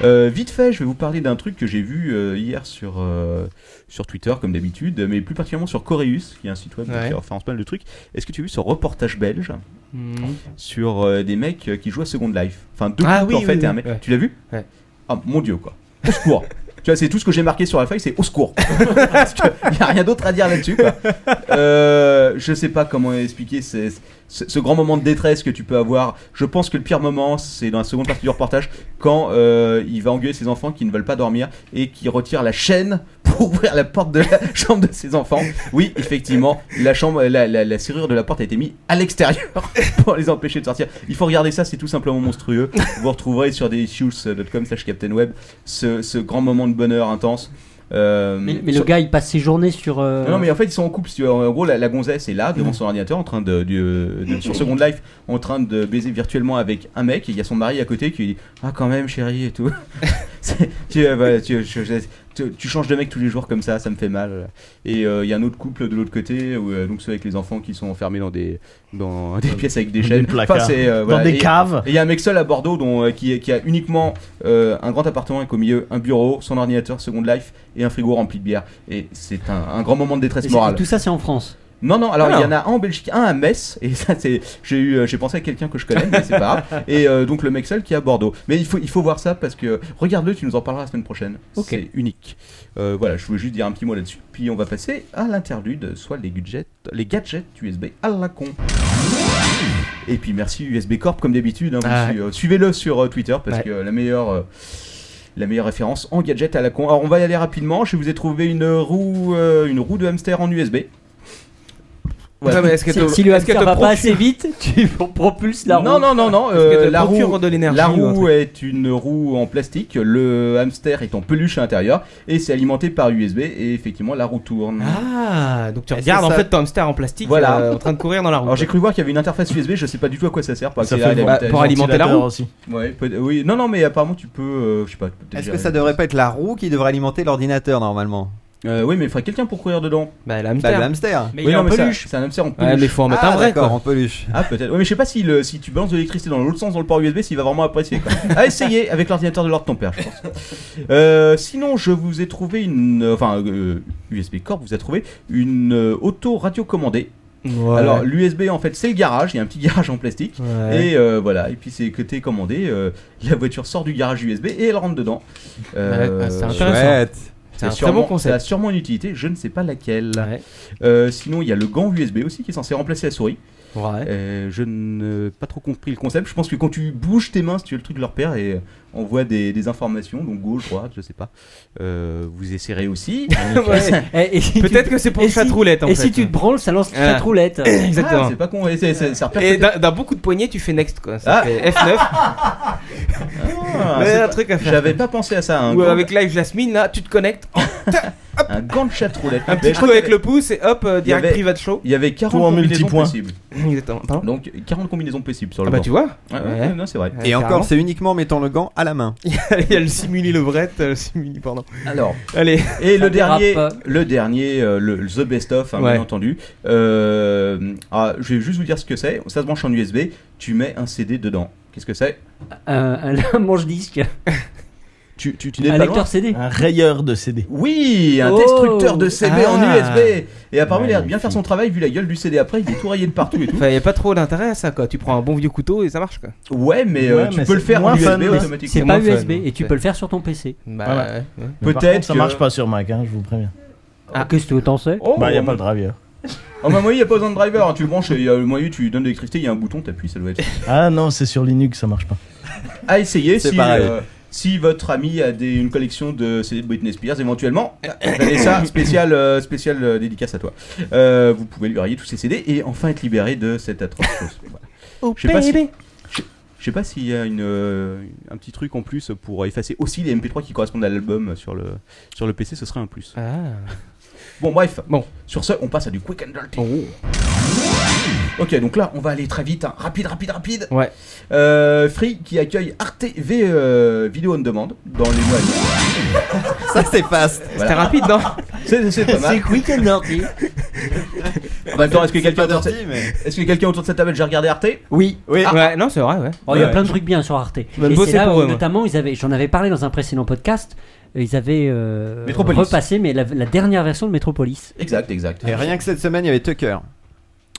S3: Euh, vite fait, je vais vous parler d'un truc que j'ai vu euh, hier sur, euh, sur Twitter, comme d'habitude, mais plus particulièrement sur Coreus, qui est un site web
S4: Ouais.
S3: qui référence pas mal de trucs. Est-ce que tu as vu ce reportage belge
S4: Hmm.
S3: sur euh, des mecs euh, qui jouent à Second Life. Enfin, deux
S4: Ah
S3: couples,
S4: oui,
S3: en fait.
S4: oui,
S3: et un
S4: oui,
S3: mec.
S4: ouais.
S3: Tu l'as vu
S4: Ouais.
S3: Ah mon dieu, quoi. Au secours. tu vois, c'est tout ce que j'ai marqué sur la feuille, c'est au secours. Parce qu'il n'y a rien d'autre à dire là-dessus, quoi. Euh, je sais pas comment expliquer ce, ce- ce grand moment de détresse que tu peux avoir. Je pense que le pire moment, c'est dans la seconde partie du reportage, quand euh, il va engueuler ses enfants qui ne veulent pas dormir et qui retire la chaîne pour ouvrir la porte de la chambre de ses enfants. Oui, effectivement, la, chambre, la, la- la serrure de la porte a été mise à l'extérieur pour les empêcher de sortir. Il faut regarder ça, c'est tout simplement monstrueux. Vous retrouverez sur des issues.com slash Captain Web ce, ce grand moment de bonheur intense. Euh,
S7: Mais, mais
S3: sur-
S7: le gars, il passe ses journées sur. euh,
S3: non, mais en fait, ils sont en couple. si tu veux. En gros, la, la gonzesse est là, devant son ordinateur, en train de, de- de- sur Second Life, en train de baiser virtuellement avec un mec. Et il y a son mari à côté qui lui dit Ah, quand même, chérie, et tout. C'est- tu, euh, bah, tu, je- je- tu- tu changes de mec tous les jours comme ça, ça me fait mal. Et euh, il y a un autre couple de l'autre côté, où, euh, donc ceux avec les enfants qui sont enfermés dans des, dans des pièces avec des
S5: Des
S3: chaînes.
S5: placards.
S3: c'est, euh,
S5: Dans
S3: voilà.
S5: des
S3: Et-
S5: caves.
S3: et il y a un mec seul à Bordeaux dont, euh, qui, qui a uniquement euh, un grand appartement avec au milieu un bureau, son ordinateur, Second Life et un frigo rempli de bière. Et c'est un, un grand moment de
S7: et
S3: détresse
S7: c'est-
S3: morale.
S7: Tout ça, c'est en France.
S3: Non, non, alors
S4: Ah.
S3: il y en a un en Belgique, un à Metz, et ça c'est. J'ai eu, euh, j'ai pensé à quelqu'un que je connais, mais c'est pas grave. Et euh, donc le mec seul qui est à Bordeaux. Mais il faut, il faut voir ça parce que. Regarde-le, tu nous en parleras la semaine prochaine.
S7: Ok.
S3: C'est unique. Euh, voilà, je voulais juste dire un petit mot là-dessus. Puis on va passer à l'interlude, soit les gadgets, les gadgets USB à la con. Et puis merci USB Corp comme d'habitude. hein, vous
S4: Ah.
S3: su- euh, Suivez-le sur euh, Twitter parce
S4: Ouais.
S3: que la meilleure. euh, la meilleure référence en gadget à la con. Alors on va y aller rapidement. Je vous ai trouvé une roue, euh, une roue de hamster en USB. Ouais.
S4: Non, mais est-ce que
S7: Si
S4: te-
S7: si le
S4: est-ce que
S7: hamster
S4: te
S7: va pas
S4: procure-
S7: assez vite, tu propulses la roue.
S3: non, non, non, non,
S4: est-ce que
S3: euh,
S4: te
S3: la
S4: procure
S3: roue,
S4: de l'énergie
S3: la
S4: ou un
S3: roue
S4: truc
S3: est une roue en plastique, le hamster est en peluche à l'intérieur et c'est alimenté par USB et effectivement la roue tourne.
S4: Ah, donc tu
S8: Et
S4: regardes
S8: c'est
S4: en
S8: ça.
S4: fait ton hamster en plastique
S3: Voilà.
S4: euh, en train de courir dans la roue.
S3: Alors j'ai cru voir qu'il y avait une interface USB, je sais pas du tout à quoi ça sert pour
S5: Ça
S3: accélérer
S5: fait
S3: la
S5: bah,
S3: vitesse.
S4: pour alimenter la
S5: Ventilateur
S4: roue.
S5: aussi.
S3: Ouais, peut- oui, non, non, mais apparemment tu peux, euh, je sais pas. peut-être
S8: Est-ce
S3: gérer
S8: que ça
S3: les-
S8: devrait pas être la roue qui devrait alimenter l'ordinateur normalement
S3: Euh, oui, mais il faudrait quelqu'un pour courir dedans.
S4: Bah, le
S2: Bah,
S4: hamster.
S2: le hamster.
S7: Mais
S3: oui,
S7: il est
S3: non,
S7: en
S3: mais c'est un-
S7: peluche.
S3: C'est un hamster en peluche.
S4: ouais, mais faut en mettre
S2: ah,
S4: un vrai,
S2: d'accord,
S4: quoi.
S2: en peluche.
S3: Ah peut-être. Oui mais je sais pas si, le, si tu balances de l'électricité dans l'autre sens dans le port USB, s'il va vraiment apprécier. Quoi. à essayer avec l'ordinateur de l'ordre de ton père, je pense. Euh, sinon, je vous ai trouvé une, euh, enfin euh, USB Corp, vous a trouvé une euh, auto radio commandée. Alors l'USB en fait c'est le garage, il y a un petit garage en plastique.
S4: Ouais.
S3: Et euh, voilà, et puis c'est côté commandé, euh, la voiture sort du garage USB et elle rentre dedans. Euh,
S4: Ouais, c'est intéressant.
S2: Chouette.
S4: c'est un
S3: ça a
S4: très bon
S3: sûrement- Ça a
S4: concept.
S3: sûrement une utilité, je ne sais pas laquelle.
S4: Ouais.
S3: Euh, sinon, il y a le gant USB aussi qui est censé remplacer la souris.
S4: Ouais.
S3: Euh, je n'ai pas trop compris le concept. Je pense que quand tu bouges tes mains, si tu as le truc de leur père et euh, on voit des, des informations, donc gauche, droite, je sais pas. Euh, vous essaierez aussi.
S4: Ouais.
S7: Eh, et si
S4: Peut-être
S7: tu-
S4: que c'est pour
S7: et
S4: une chatte
S7: si-
S4: roulette en
S7: Et
S4: fait.
S7: si tu te branles, ça lance Euh, une
S4: Ah.
S7: chatte roulette.
S3: Ah,
S4: Exactement.
S3: c'est pas con. et c'est- c'est- ça repère
S4: Et bah,
S3: peut-être-
S4: d'un d'un bon coup de poignet, tu fais next quoi.
S3: Ah.
S4: Ça fait F9.
S3: Ah,
S4: Ouais,
S3: c'est
S4: un
S3: pas-
S4: truc à faire.
S3: J'avais pas pensé à ça. Un,
S4: Ou
S3: gant,
S4: avec Live Jasmine, là, tu te connectes,
S3: un gant de chat roulette.
S4: un
S3: Mais
S4: petit
S3: je
S4: coup
S3: crois qu'il y
S4: avec
S3: avait-
S4: le pouce et hop, euh, direct
S3: avait-
S4: private show.
S3: Il y avait 40
S5: Tout en
S3: combinaisons
S5: multipoint.
S3: possibles.
S4: Exactement. Pardon
S3: Donc 40 combinaisons possibles sur
S4: Ah
S3: le
S4: bah
S3: gant.
S4: tu vois.
S3: Ouais, ouais,
S4: Ouais.
S3: non, c'est vrai.
S8: Et encore, c'est uniquement mettant le gant à la main.
S4: carrément. il y a le simili levrette, euh, le simili, pardon.
S3: Alors,
S4: Allez,
S3: Et le
S7: dérape.
S3: dernier, le dernier, euh, le, le The Best Of, hein,
S4: Ouais.
S3: bien entendu. Euh, ah, je vais juste vous dire ce que c'est. Ça se branche en USB. Tu mets un CD dedans. Qu'est-ce que c'est
S7: Un, un- un manche-disque.
S3: Tu, tu, tu n'es
S7: Un
S3: pas loin Ah,
S7: lecteur CD.
S5: Un rayeur de CD.
S3: Oui, un
S7: Oh
S3: destructeur de CD en
S4: Ah.
S3: USB. Et apparemment, il a l'air de bien
S5: Magnifique.
S3: faire son travail vu la gueule du CD après. Il est tout rayé de partout et tout.
S4: enfin, il y a pas trop d'intérêt à ça quoi. Tu prends un bon vieux couteau et ça marche quoi.
S3: Ouais, mais euh,
S5: Ouais,
S3: tu
S5: mais
S3: peux le
S5: c'est
S3: faire en
S5: moins
S3: USB
S5: fun, mais
S4: c'est
S7: C'est
S4: moins
S7: C'est pas
S4: fun,
S7: USB
S4: hein.
S7: et tu peux le faire sur ton PC.
S4: Bah
S5: Voilà.
S4: ouais, ouais.
S5: Mais par
S3: Peut-être
S5: contre, ça
S3: que-
S5: marche pas sur Mac, hein, je vous préviens.
S4: Ah.
S7: Qu'est-ce que t'en sais
S3: Oh,
S5: bah, y a pas de rayeur.
S3: oh, bah, moi, il n'y a pas besoin de driver. hein. Tu le branches, il y a le moyen, tu lui donnes de l'électricité, il y a un bouton, t'appuies, ça doit être.
S5: Ah non, c'est sur Linux, ça marche pas.
S3: À essayer
S2: C'est
S3: si,
S2: pareil.
S3: euh, si votre ami a des- une collection de CD de Britney Spears, éventuellement, vous avez ça, spécial, euh, spécial euh, dédicace à toi. Euh, vous pouvez lui rayer tous ces CD et enfin être libéré de cette atroce chose. Voilà.
S4: Oh
S3: Je sais pas si-
S4: baby.
S3: Je sais pas s'il y a une, euh, un petit truc en plus pour effacer aussi les MP3 qui correspondent à l'album sur le, sur le PC, ce serait un plus.
S4: Ah.
S3: Bon, bref.
S4: Bon.
S3: Sur ce, on passe à du quick and dirty. Ok, donc là, on va aller très vite. hein. Rapide, rapide, rapide.
S4: Ouais.
S3: Euh, Free qui accueille Arte V euh, vidéo on demande dans les mois à venir.
S2: Ça, c'est fast.
S4: C'était rapide non
S3: C'est c'est pas mal.
S7: quick and dirty.
S3: En même temps, est-ce que quelqu'un autour, de cette-
S8: dirty, mais.
S3: est-ce que quelqu'un autour de cette table a déjà regardé Arte
S7: Oui.
S2: Oui.
S4: Ouais, non, c'est vrai, ouais.
S7: Oh, il y a
S2: Ouais.
S7: plein de trucs bien sur Arte. Et
S4: vais me bosser
S7: c'est là
S4: pour
S7: où,
S4: eux, moi.
S7: notamment, ils avaient, j'en avais parlé dans un précédent podcast. euh, Ils avaient euh,
S3: Metropolis.
S7: repassé mais la, la dernière version de Metropolis.
S3: Exact, exact.
S8: Et rien que cette semaine, il y avait Tucker.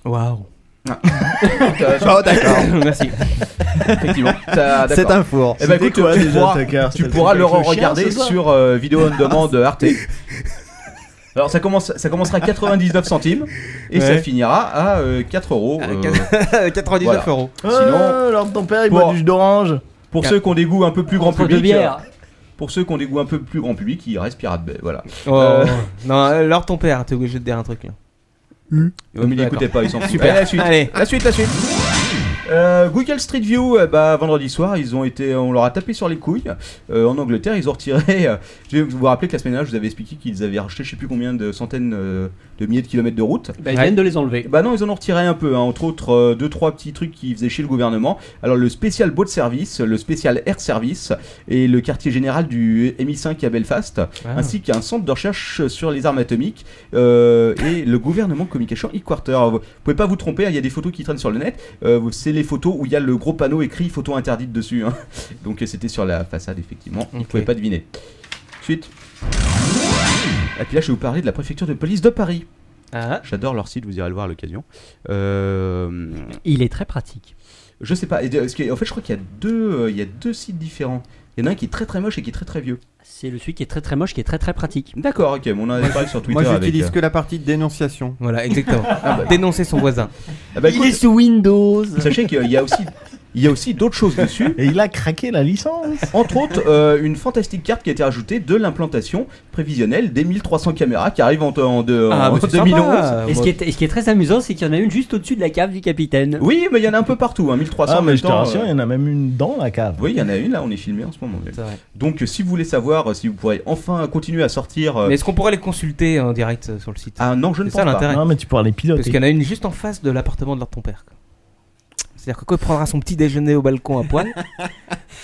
S4: Waouh.
S8: Oh, d'accord.
S4: Merci.
S3: euh, Effectivement. T'as- d'accord.
S8: C'est un four.
S3: Eh ben écoute,
S5: C'était quoi,
S3: tu
S5: déjà,
S3: pourras,
S5: Tucker
S3: tu
S5: C'était
S3: pourras
S5: le
S3: le
S5: truc avec le chien,
S3: regarder
S5: ce soir
S3: sur euh, vidéo on demande Arte. Alors ça commence, ça commencera à 99 centimes et ça
S4: Ouais.
S3: finira à euh, 4 euros. euh,
S4: 99
S3: Voilà.
S4: euros.
S5: Sinon,
S3: Ah, Sinon-
S5: Euh, alors ton père, il
S3: Pour-
S5: boit du jus d'orange.
S3: Pour ceux qui ont des goûts un peu plus grand
S7: Entre deux
S3: public, euh,
S7: bières.
S3: pour ceux qui ont des goûts un peu plus grand public, ils restent Pirate Bay. Voilà.
S4: Oh.
S3: Euh.
S4: Non, alors ton père, t'es obligé de dire un truc là.
S3: Ouais, mais ils
S4: D'accord.
S3: l'écoutaient pas, ils s'en foutent.
S4: Super.
S3: Allez, la suite.
S4: Allez.
S3: La suite, la suite. Euh, Google Street View, euh, bah, vendredi soir, ils ont été, on leur a tapé sur les couilles. Euh, en Angleterre, ils ont retiré. euh, je vais vous rappeler que la semaine dernière, je vous avais expliqué qu'ils avaient racheté je sais plus combien de centaines euh, de milliers de kilomètres de route.
S7: Bah, ils viennent de les enlever.
S3: Bah non, ils en ont retiré un peu, hein. entre autres euh, deux trois petits trucs qui faisaient chier le gouvernement. Alors le spécial boat service, le spécial air service et le quartier général du MI5 à Belfast,
S4: Ah.
S3: ainsi qu'un centre de recherche sur les armes atomiques euh, et le gouvernement communication headquarter. Alors, Vous pouvez pas vous tromper, hein, il y a des photos qui traînent sur le net. Euh, c'est les photos où il y a le gros panneau écrit photo interdite dessus. hein. Donc euh, c'était sur la façade effectivement. Vous
S4: Ok.
S3: pouvez pas deviner. Suite. Et puis là, je vais vous parler de la préfecture de police de Paris.
S4: Ah.
S3: J'adore leur site, vous irez le voir à l'occasion. Euh,
S7: Il est très pratique.
S3: je sais pas. et de- parce que, en fait, je crois qu'il y a deux, euh, il y a deux sites différents. Il y en a un qui est très très moche et qui est très très vieux.
S7: C'est le celui qui est très très moche, qui est très très pratique.
S3: D'accord, ok. mais On en avait parlé sur
S8: Moi,
S3: Twitter. avec,
S8: j'utilise
S3: euh,
S8: que la partie de dénonciation.
S4: Voilà, exactement.
S3: bah.
S4: Dénoncer son voisin.
S3: ah bah, écoute,
S7: sous Windows.
S3: Sachez qu'il y a aussi, il y a aussi d'autres choses dessus.
S5: Et il a craqué la licence.
S3: Entre autres, euh, une fantastique carte qui a été rajoutée de l'implantation prévisionnelle des 1300 caméras qui arrivent en, en, de- en
S4: bah, c'est
S3: 2011.
S4: sympa.
S7: Et ce qui, est, et ce qui est très amusant, c'est qu'il y en a une juste au-dessus de la cave du capitaine.
S3: Oui, mais il y en a un peu partout. Hein, 1300.
S5: Ah,
S3: en
S5: mais
S3: même
S5: je te
S3: temps,
S5: rassure,
S3: euh,
S5: il y en a même une dans la cave.
S3: Oui, il y en a une là. On est filmé en ce moment.
S4: C'est vrai.
S3: Donc, euh, si vous voulez savoir euh, si vous pourrez enfin continuer à sortir. euh,
S4: Mais est-ce qu'on pourrait les consulter en direct euh, sur le site
S3: Ah non, je ne
S4: C'est
S3: pense
S4: ça
S3: pas.
S4: l'intérêt.
S5: Non, mais tu pourras les piloter.
S4: Parce qu'il y en a une juste en face de l'appartement de leur ton père. quoi. C'est-à-dire que quand il prendra son petit déjeuner au balcon à poil,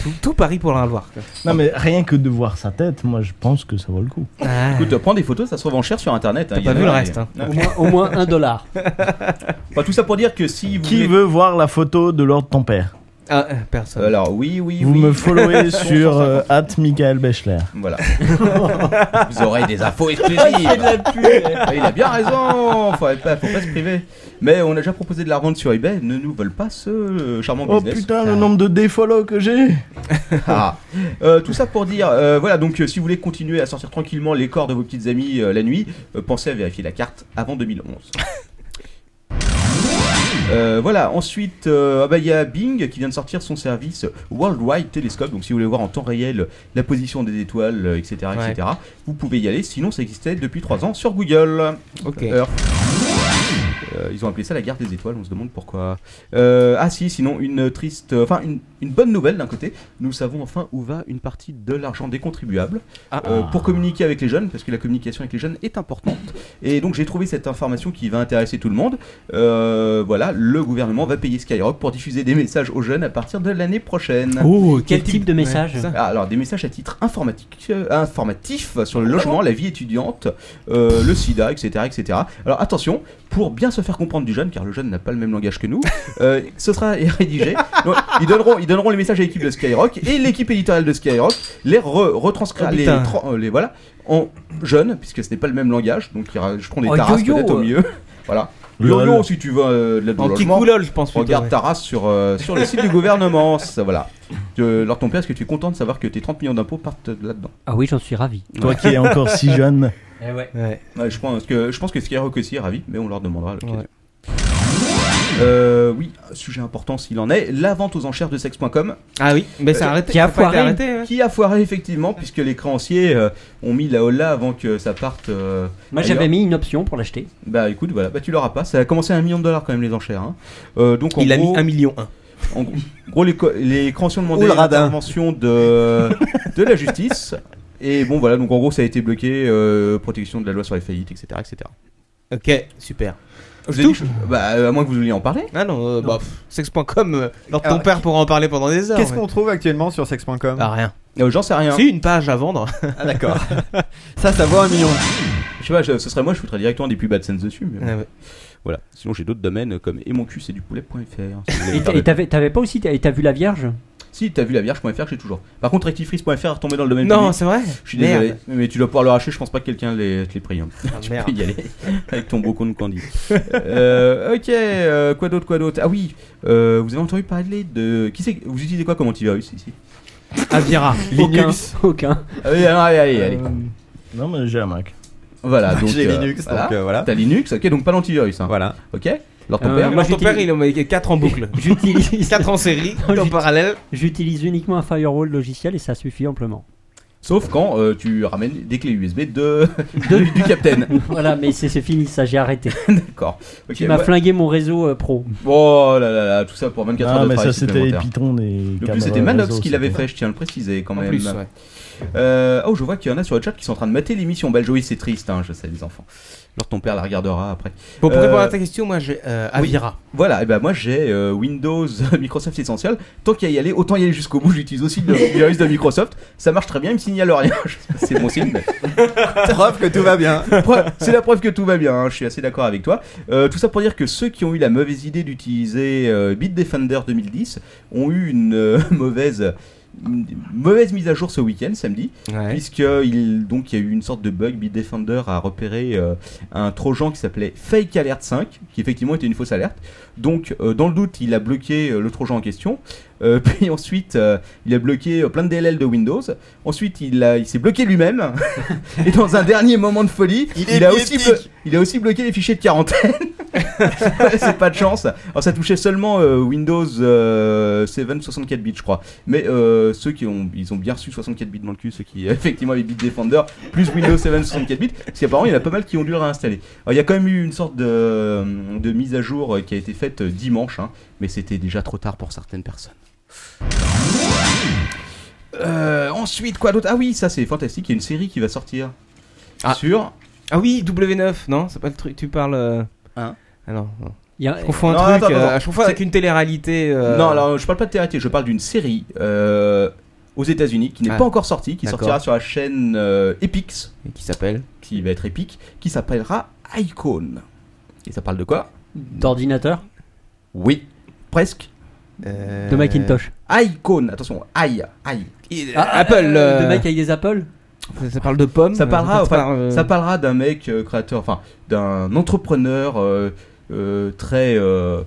S4: tout, tout Paris pourra le voir. quoi.
S5: Non, mais rien que de voir sa tête, moi je pense que ça vaut le coup.
S4: Ah,
S3: Écoute, euh, prends des photos, ça se revend cher sur internet.
S4: T'as pas vu le reste. hein.
S7: Au moins, au moins un dollar.
S3: Enfin, tout ça pour dire que si vous.
S5: Qui
S3: voulez-
S5: veut voir la photo de Lord ton père
S4: Ah, euh, personne.
S3: Alors, oui, oui,
S5: Vous
S3: oui.
S5: me followez sur euh, at Michael Bechler.
S3: Voilà. vous aurez des infos exclusives. Ah, Il a bien raison, faut pas, faut pas se priver. Mais on a déjà proposé de la rendre sur eBay, ne nous veulent pas ce euh, charmant
S5: Oh
S3: business.
S5: putain, le nombre de défollow que j'ai
S3: Ah. Euh, tout ça pour dire, euh, voilà, donc euh, si vous voulez continuer à sortir tranquillement les corps de vos petites amies euh, la nuit, euh, pensez à vérifier la carte avant 2011. Euh, voilà, ensuite, euh, ah bah, il y a Bing qui vient de sortir son service Worldwide Telescope. Donc, si vous voulez voir en temps réel la position des étoiles, euh, etc.,
S4: Ouais.
S3: etc., vous pouvez y aller. Sinon, ça existait depuis 3 ans sur Google.
S4: ok.
S3: Earth. Euh, ils ont appelé ça la guerre des étoiles, on se demande pourquoi. Euh, ah si, sinon une triste, euh, enfin une, une bonne nouvelle d'un côté, nous savons enfin où va une partie de l'argent des contribuables
S4: Ah.
S3: euh, pour communiquer avec les jeunes, parce que la communication avec les jeunes est importante. Et donc j'ai trouvé cette information qui va intéresser tout le monde. Euh, voilà, le gouvernement va payer Skyrock pour diffuser des messages aux jeunes à partir de l'année prochaine.
S7: Oh, quel type de message
S4: ça.
S3: Ah, Alors, des messages à titre informatique, euh, informatif sur le logement, la vie étudiante, euh, le sida, etc., etc. Alors, attention, pour bien se faire comprendre du jeune, car le jeune n'a pas le même langage que nous, euh, ce sera rédigé. Donc, ils, donneront, ils donneront les messages à l'équipe de Skyrock et l'équipe éditoriale de Skyrock les re- retranscrira,
S4: Oh,
S3: les,
S4: putain.
S3: tra- euh, les- voilà, en jeune, puisque ce n'est pas le même langage, donc ils rajouteront des
S7: Oh,
S3: tarasques
S7: yo-yo.
S3: peut-être au milieu. Voilà.
S5: Lol.
S3: Yo-yo, si tu veux euh, de l'aide au
S4: En petit
S3: logement.
S4: coulol, je pense. plutôt,
S3: Regarde
S4: ouais.
S3: ta race sur, euh, sur le site du gouvernement. Ça, voilà. Euh, alors, ton père, est-ce que tu es content de savoir que tes 30 millions d'impôts partent de là-dedans
S7: Ah oui, j'en suis ravi.
S5: Toi qui es encore si jeune.
S7: Eh
S4: Ouais.
S3: Ouais, je, pense que, je pense que Skyrock aussi est ravi, mais on leur demandera à l'occasion.
S4: Ouais.
S3: Euh, oui, sujet important s'il en est, la vente aux enchères de sexe.com
S4: Ah oui, mais
S3: Euh,
S4: ça a arrêté.
S7: qui a
S4: ça pas été
S7: foiré.
S4: arrêté, ouais.
S3: qui a foiré effectivement puisque les créanciers euh, ont mis la hola avant que ça parte. euh,
S7: Moi,
S3: ailleurs.
S7: j'avais mis une option pour l'acheter.
S3: Bah écoute, voilà, bah tu l'auras pas. Ça a commencé à un million de dollars quand même les enchères. hein. Euh, donc en
S4: Il a
S3: gros-
S4: mis 1 million.
S3: En gros, en gros, les, co- les créanciers ont demandé
S2: Oh, le radin.
S3: l'intervention de, de la justice. Et bon, voilà, donc en gros, ça a été bloqué, euh, protection de la loi sur les faillites, etc. etc.
S4: Ok, super.
S3: Je vous ai dit que je- bah, euh, à moins que vous vouliez en parler.
S4: Ah non, euh, bah, pff, sex.com, euh, alors ton
S8: Alors,
S4: père pourra en parler pendant des heures.
S8: Qu'est-ce
S4: mais-
S8: qu'on trouve actuellement sur sex.com
S4: Ah rien.
S3: Euh, J'en sais rien.
S4: Si, une page à vendre.
S8: Ah, d'accord. ça, ça vaut un million.
S3: Je sais pas, je- ce serait moi, je foutrais directement des pubs AdSense dessus. Mais bon.
S4: Ah Ouais, ouais.
S3: Voilà. Sinon, j'ai d'autres domaines comme et mon cul, c'est du poulet.fr. si vous voulez
S7: Et
S3: faire
S7: t-
S3: de-
S7: et t'avais t'avais pas aussi, et t'as vu la Vierge
S3: Si, t'as vu la vierge.fr, j'ai toujours. Par contre, rectifrice.fr est tombé dans le domaine
S4: Non,
S3: public.
S4: c'est vrai.
S3: Je suis
S4: Merde.
S3: désolé, mais tu dois pouvoir le racheter, je pense pas que quelqu'un les- te l'ait pris. hein.
S4: Ah,
S3: tu
S4: merde.
S3: peux y aller avec ton beau con de candy. Euh, ok, euh, quoi d'autre, quoi d'autre Ah oui, euh, vous avez entendu parler de... Qui c'est Vous utilisez quoi comme antivirus ici
S4: Avira.
S8: Linux.
S7: Aucun.
S3: Allez, allez, allez. allez.
S5: Euh, non, mais j'ai un Mac.
S3: Voilà, donc...
S8: J'ai
S3: euh,
S8: Linux,
S3: voilà.
S8: donc euh, voilà.
S3: T'as Linux, ok, donc pas l'antivirus. Hein.
S8: Voilà.
S3: Ok Alors ton
S7: Euh,
S3: père
S7: moi,
S4: ton père,
S7: j'utilise-
S4: il en met 4 en boucle.
S7: J'utilise
S4: 4 en série, en
S7: j'utilise-
S4: parallèle.
S7: J'utilise uniquement un firewall logiciel et ça suffit amplement.
S3: Sauf quand euh, tu ramènes des clés USB de... du, du Captain.
S7: voilà, mais c'est c'est fini, ça j'ai arrêté.
S3: D'accord. Ok,
S7: Tu m'as
S3: ouais.
S7: flingué mon réseau euh, pro.
S3: Oh là là là, tout ça pour 24 heures
S5: Ah,
S3: de
S5: mais
S3: travail
S5: ça c'était
S3: supplémentaire.
S5: Python et.
S3: Le plus, c'était Manox qui l'avait fait, je tiens à le préciser quand même.
S4: En plus, ouais.
S3: Euh, oh, je vois qu'il y en a sur le chat qui sont en train de mater l'émission. Bah, Joey, c'est triste, hein, je sais, les enfants. Alors, ton père la regardera après.
S4: Bon, pour
S3: Euh,
S4: répondre à ta question, moi j'ai euh,
S3: oui.
S4: Avira.
S3: Voilà, et ben moi j'ai euh, Windows, Microsoft Essential. Tant qu'il y a y aller, autant y aller jusqu'au bout. J'utilise aussi le virus de Microsoft. Ça marche très bien, il me signale rien. Je sais pas si c'est mon signe, mais
S8: Preuve que tout va bien.
S3: preuve- c'est la preuve que tout va bien. hein, Je suis assez d'accord avec toi. Euh, tout ça pour dire que ceux qui ont eu la mauvaise idée d'utiliser euh, Bitdefender 2010 ont eu une euh, mauvaise, une mauvaise mise à jour ce week-end, samedi.
S4: Ouais.
S3: puisque il, donc il y a eu une sorte de bug, Bitdefender a repéré euh, un trojan qui s'appelait Fake Alert 5, qui effectivement était une fausse alerte. Donc euh, dans le doute, il a bloqué euh, le trojan en question. Euh, puis ensuite, euh, il a bloqué euh, plein de DLL de Windows. Ensuite, il, a- il s'est bloqué lui-même. Et dans un dernier moment de folie,
S8: Il est
S3: a aussi
S8: épileptique.
S3: blo- il a aussi bloqué les fichiers de quarantaine. C'est pas de chance. Alors ça touchait seulement euh, Windows euh, 7 64 bits, je crois. Mais euh, ceux qui ont, ils ont bien reçu 64 bits dans le cul, ceux qui euh, effectivement avaient Bitdefender plus Windows 7 64 bits, parce qu'apparemment il y en a pas mal qui ont dû le réinstaller. Alors il y a quand même eu une sorte de, de mise à jour euh, qui a été faite euh, dimanche, hein, mais c'était déjà trop tard pour certaines personnes. Euh, ensuite, quoi d'autre Ah oui, ça c'est fantastique. Il y a une série qui va sortir
S4: Ah.
S3: sur
S4: Ah oui, W9, non C'est pas le truc, tu parles. euh,
S3: Hein
S4: Ah non, non.
S7: Il y a-
S4: Je confonds un
S3: Non,
S4: truc,
S3: attends,
S4: euh,
S3: attends.
S4: je confonds avec une télé-réalité. euh,
S3: Non, alors je parle pas de TRT, je parle d'une série euh, aux États-Unis qui n'est
S4: Ah.
S3: pas encore sortie, qui
S4: D'accord.
S3: sortira sur la chaîne euh, Epix,
S4: Qui s'appelle
S3: qui va être épique, qui s'appellera Icon. Et ça parle de quoi
S7: D'ordinateur
S3: Oui, presque.
S4: euh,
S7: De Macintosh.
S3: Icon, attention, I, I.
S4: il-
S7: Ah,
S4: Apple.
S7: euh, De
S4: euh,
S7: mec avec des Apple
S4: ça- Ça parle de pommes.
S3: Ça
S4: euh,
S3: parlera, enfin,
S4: parle, euh,
S3: ça parlera d'un mec euh, créateur, enfin d'un entrepreneur euh, euh, très euh,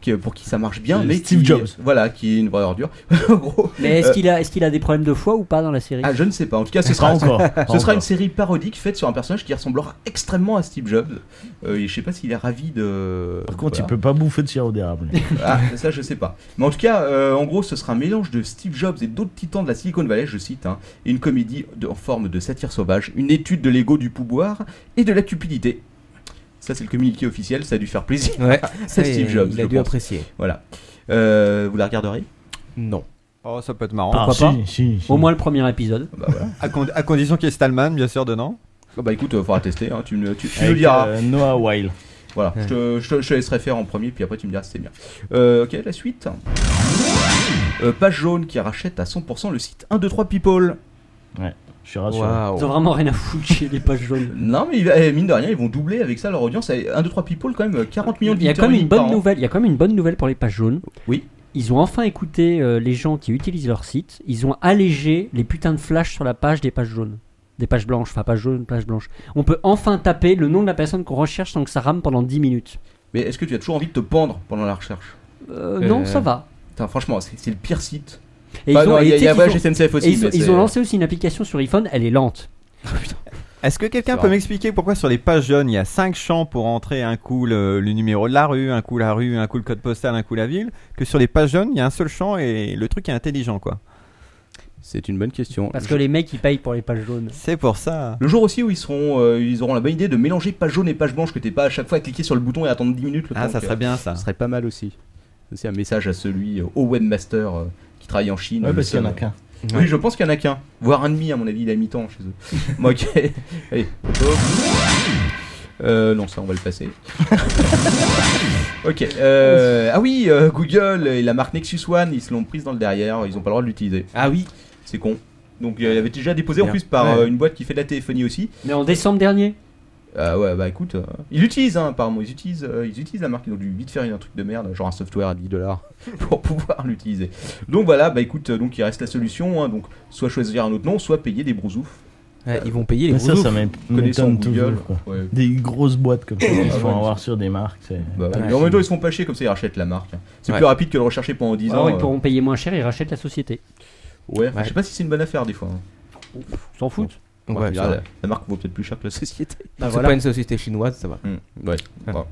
S3: qui- pour qui ça marche bien,
S5: Euh,
S3: mais
S5: Steve
S3: qui-
S5: Jobs.
S3: Voilà, qui est une vraie ordure. En gros,
S7: Mais est-ce
S3: euh,
S7: qu'il a, est qu'il a des problèmes de foie ou pas dans la série
S3: ah, je ne sais pas. En tout cas, ce
S5: Pas
S3: sera
S5: encore.
S3: Ce sera une série parodique faite sur un personnage qui ressemblera extrêmement à Steve Jobs. Euh, et je sais pas s'il est ravi de.
S5: Par contre,
S3: Voilà.
S5: il peut pas bouffer de sirop d'érable.
S3: Ah, ça, je sais pas. Mais en tout cas, euh, en gros, ce sera un mélange de Steve Jobs et d'autres titans de la Silicon Valley, je cite, hein, et une comédie de- en forme de satire sauvage, une étude de l'ego du pouvoir et de la cupidité. Ça, c'est le communiqué officiel, ça a dû faire plaisir.
S4: Ouais,
S3: c'est
S4: ça,
S3: Steve
S4: il-
S3: Jobs,
S4: Il a
S3: je
S4: dû
S3: pense.
S4: apprécier.
S3: Voilà. Euh, vous la regarderez
S4: Non.
S8: Oh, ça peut être marrant.
S5: Ah,
S7: pourquoi
S5: si, si, si.
S7: Au moins le premier épisode.
S3: Bah voilà.
S8: À, con- à condition qu'il y ait Stallman, bien sûr, dedans.
S3: Ah, bah écoute, euh, faudra tester, hein, tu me tu, tu me
S5: Avec,
S3: diras.
S5: euh, Noah Weil.
S3: Voilà, je, te, je te- je te laisserai faire en premier, puis après tu me diras si c'est bien. Euh, ok, la suite. Euh, page jaune qui rachète à 100% le site 123 People.
S5: Je suis rassuré.
S7: Ils ont
S4: Ah, Waouh.
S7: vraiment rien à foutre chez les pages jaunes.
S3: Non, mais il va- eh, mine de rien, ils vont doubler avec ça leur audience. Eh, 123 People, quand même, 40 millions de
S7: Il y a
S3: visiteurs hein.
S7: quand même une
S3: uniques par
S7: bonne
S3: an.
S7: nouvelle. Il y a quand même une bonne nouvelle pour les pages jaunes.
S3: Oui.
S7: Ils ont enfin écouté euh, les gens qui utilisent leur site. Ils ont allégé les putains de flash sur la page des pages jaunes, des pages blanches, enfin pages jaunes, pages blanches. On peut enfin taper le nom de la personne qu'on recherche sans que ça rame pendant 10 minutes.
S3: Mais est-ce que tu as toujours envie de te pendre pendant la recherche
S7: Euh,
S4: Euh.
S7: Non, ça va.
S3: Putain, Franchement, c'est c'est le pire site.
S7: Et
S3: Bah
S7: ils ont,
S3: non, il y a,
S7: et
S3: il y a
S7: tu sais
S3: Voyage
S7: qu'ils ont-
S3: SNCF aussi.
S7: et ils ont-
S3: mais
S7: ils
S3: c'est-
S7: ont lancé aussi une application sur iPhone. Elle est lente.
S8: Est-ce que quelqu'un
S3: C'est
S8: peut
S3: vrai.
S8: m'expliquer pourquoi sur les pages jaunes il y a 5 champs pour entrer un coup le, le numéro de la rue, un coup la rue, un coup le code postal, un coup la ville, que sur les pages jaunes il y a un seul champ et le truc est intelligent quoi.
S3: C'est une bonne question.
S7: Parce que les mecs ils payent pour les pages jaunes.
S8: C'est pour ça.
S3: Le jour aussi où ils, seront, euh, ils auront la bonne idée de mélanger page jaune et page blanche, que t'es pas à chaque fois à cliquer sur le bouton et attendre 10 minutes le
S8: Ah,
S3: temps
S8: ça
S3: que-
S8: serait bien ça.
S3: Ce serait pas mal aussi. C'est un message à celui euh, au webmaster euh, qui travaille en Chine.
S5: Ouais,
S3: Le
S5: parce qu'il y en a
S3: seul.
S5: qu'un.
S3: Oui, je pense qu'il y en a qu'un. Voire un demi, à mon avis, il est à mi-temps chez eux. Bon, ok. Allez. Euh, non, ça, on va le passer. ok. euh, ah oui, euh, Google et la marque Nexus One, ils se l'ont prise dans le derrière. Ils ont pas le droit de l'utiliser.
S4: Ah oui.
S3: C'est con. Donc, euh, elle avait déjà déposé en
S4: Merde.
S3: plus par
S4: Ouais.
S3: euh, une boîte qui fait de la téléphonie aussi.
S7: Mais en décembre dernier.
S3: Ah ouais, bah écoute, euh, ils l'utilisent, hein, apparemment, ils utilisent, euh, ils utilisent la marque, ils ont dû vite faire un truc de merde, genre un software à 10 dollars pour pouvoir l'utiliser. Donc voilà, bah écoute, euh, donc il reste la solution, hein, donc soit choisir un autre nom, soit payer des brousoufs.
S4: Ouais, Eh, Ils vont payer les
S5: Mais ça,
S4: gros
S5: ça m'é-
S3: Connaissant
S5: m'étonne
S3: Google,
S5: toujours. quoi.
S3: ouais.
S5: Des grosses boîtes comme ça qu'ils
S3: Ah
S5: se
S3: ouais,
S5: font avoir
S3: c'est-
S5: sur des marques. c'est-
S3: Bah,
S4: Ouais,
S3: mais en
S4: c'est-
S3: même temps, ils se font pas chier comme ça, ils rachètent la marque. C'est
S4: Ouais.
S3: plus rapide que le rechercher pendant 10 ans.
S7: Alors Ah ils
S3: euh,
S7: pourront payer moins cher. Ils rachètent la société.
S3: ouais,
S4: Ah, Ouais.
S3: je sais pas si c'est une bonne affaire des fois. hein.
S7: S'en foutent.
S4: Ouais,
S3: Enfin, tu
S4: ça
S3: verras,
S4: va.
S3: la, la marque vaut peut-être plus cher que la société.
S7: Bah
S4: C'est
S7: voilà.
S4: pas une société chinoise, ça va.
S3: Hmm, ouais.
S4: Ah.
S3: Bon.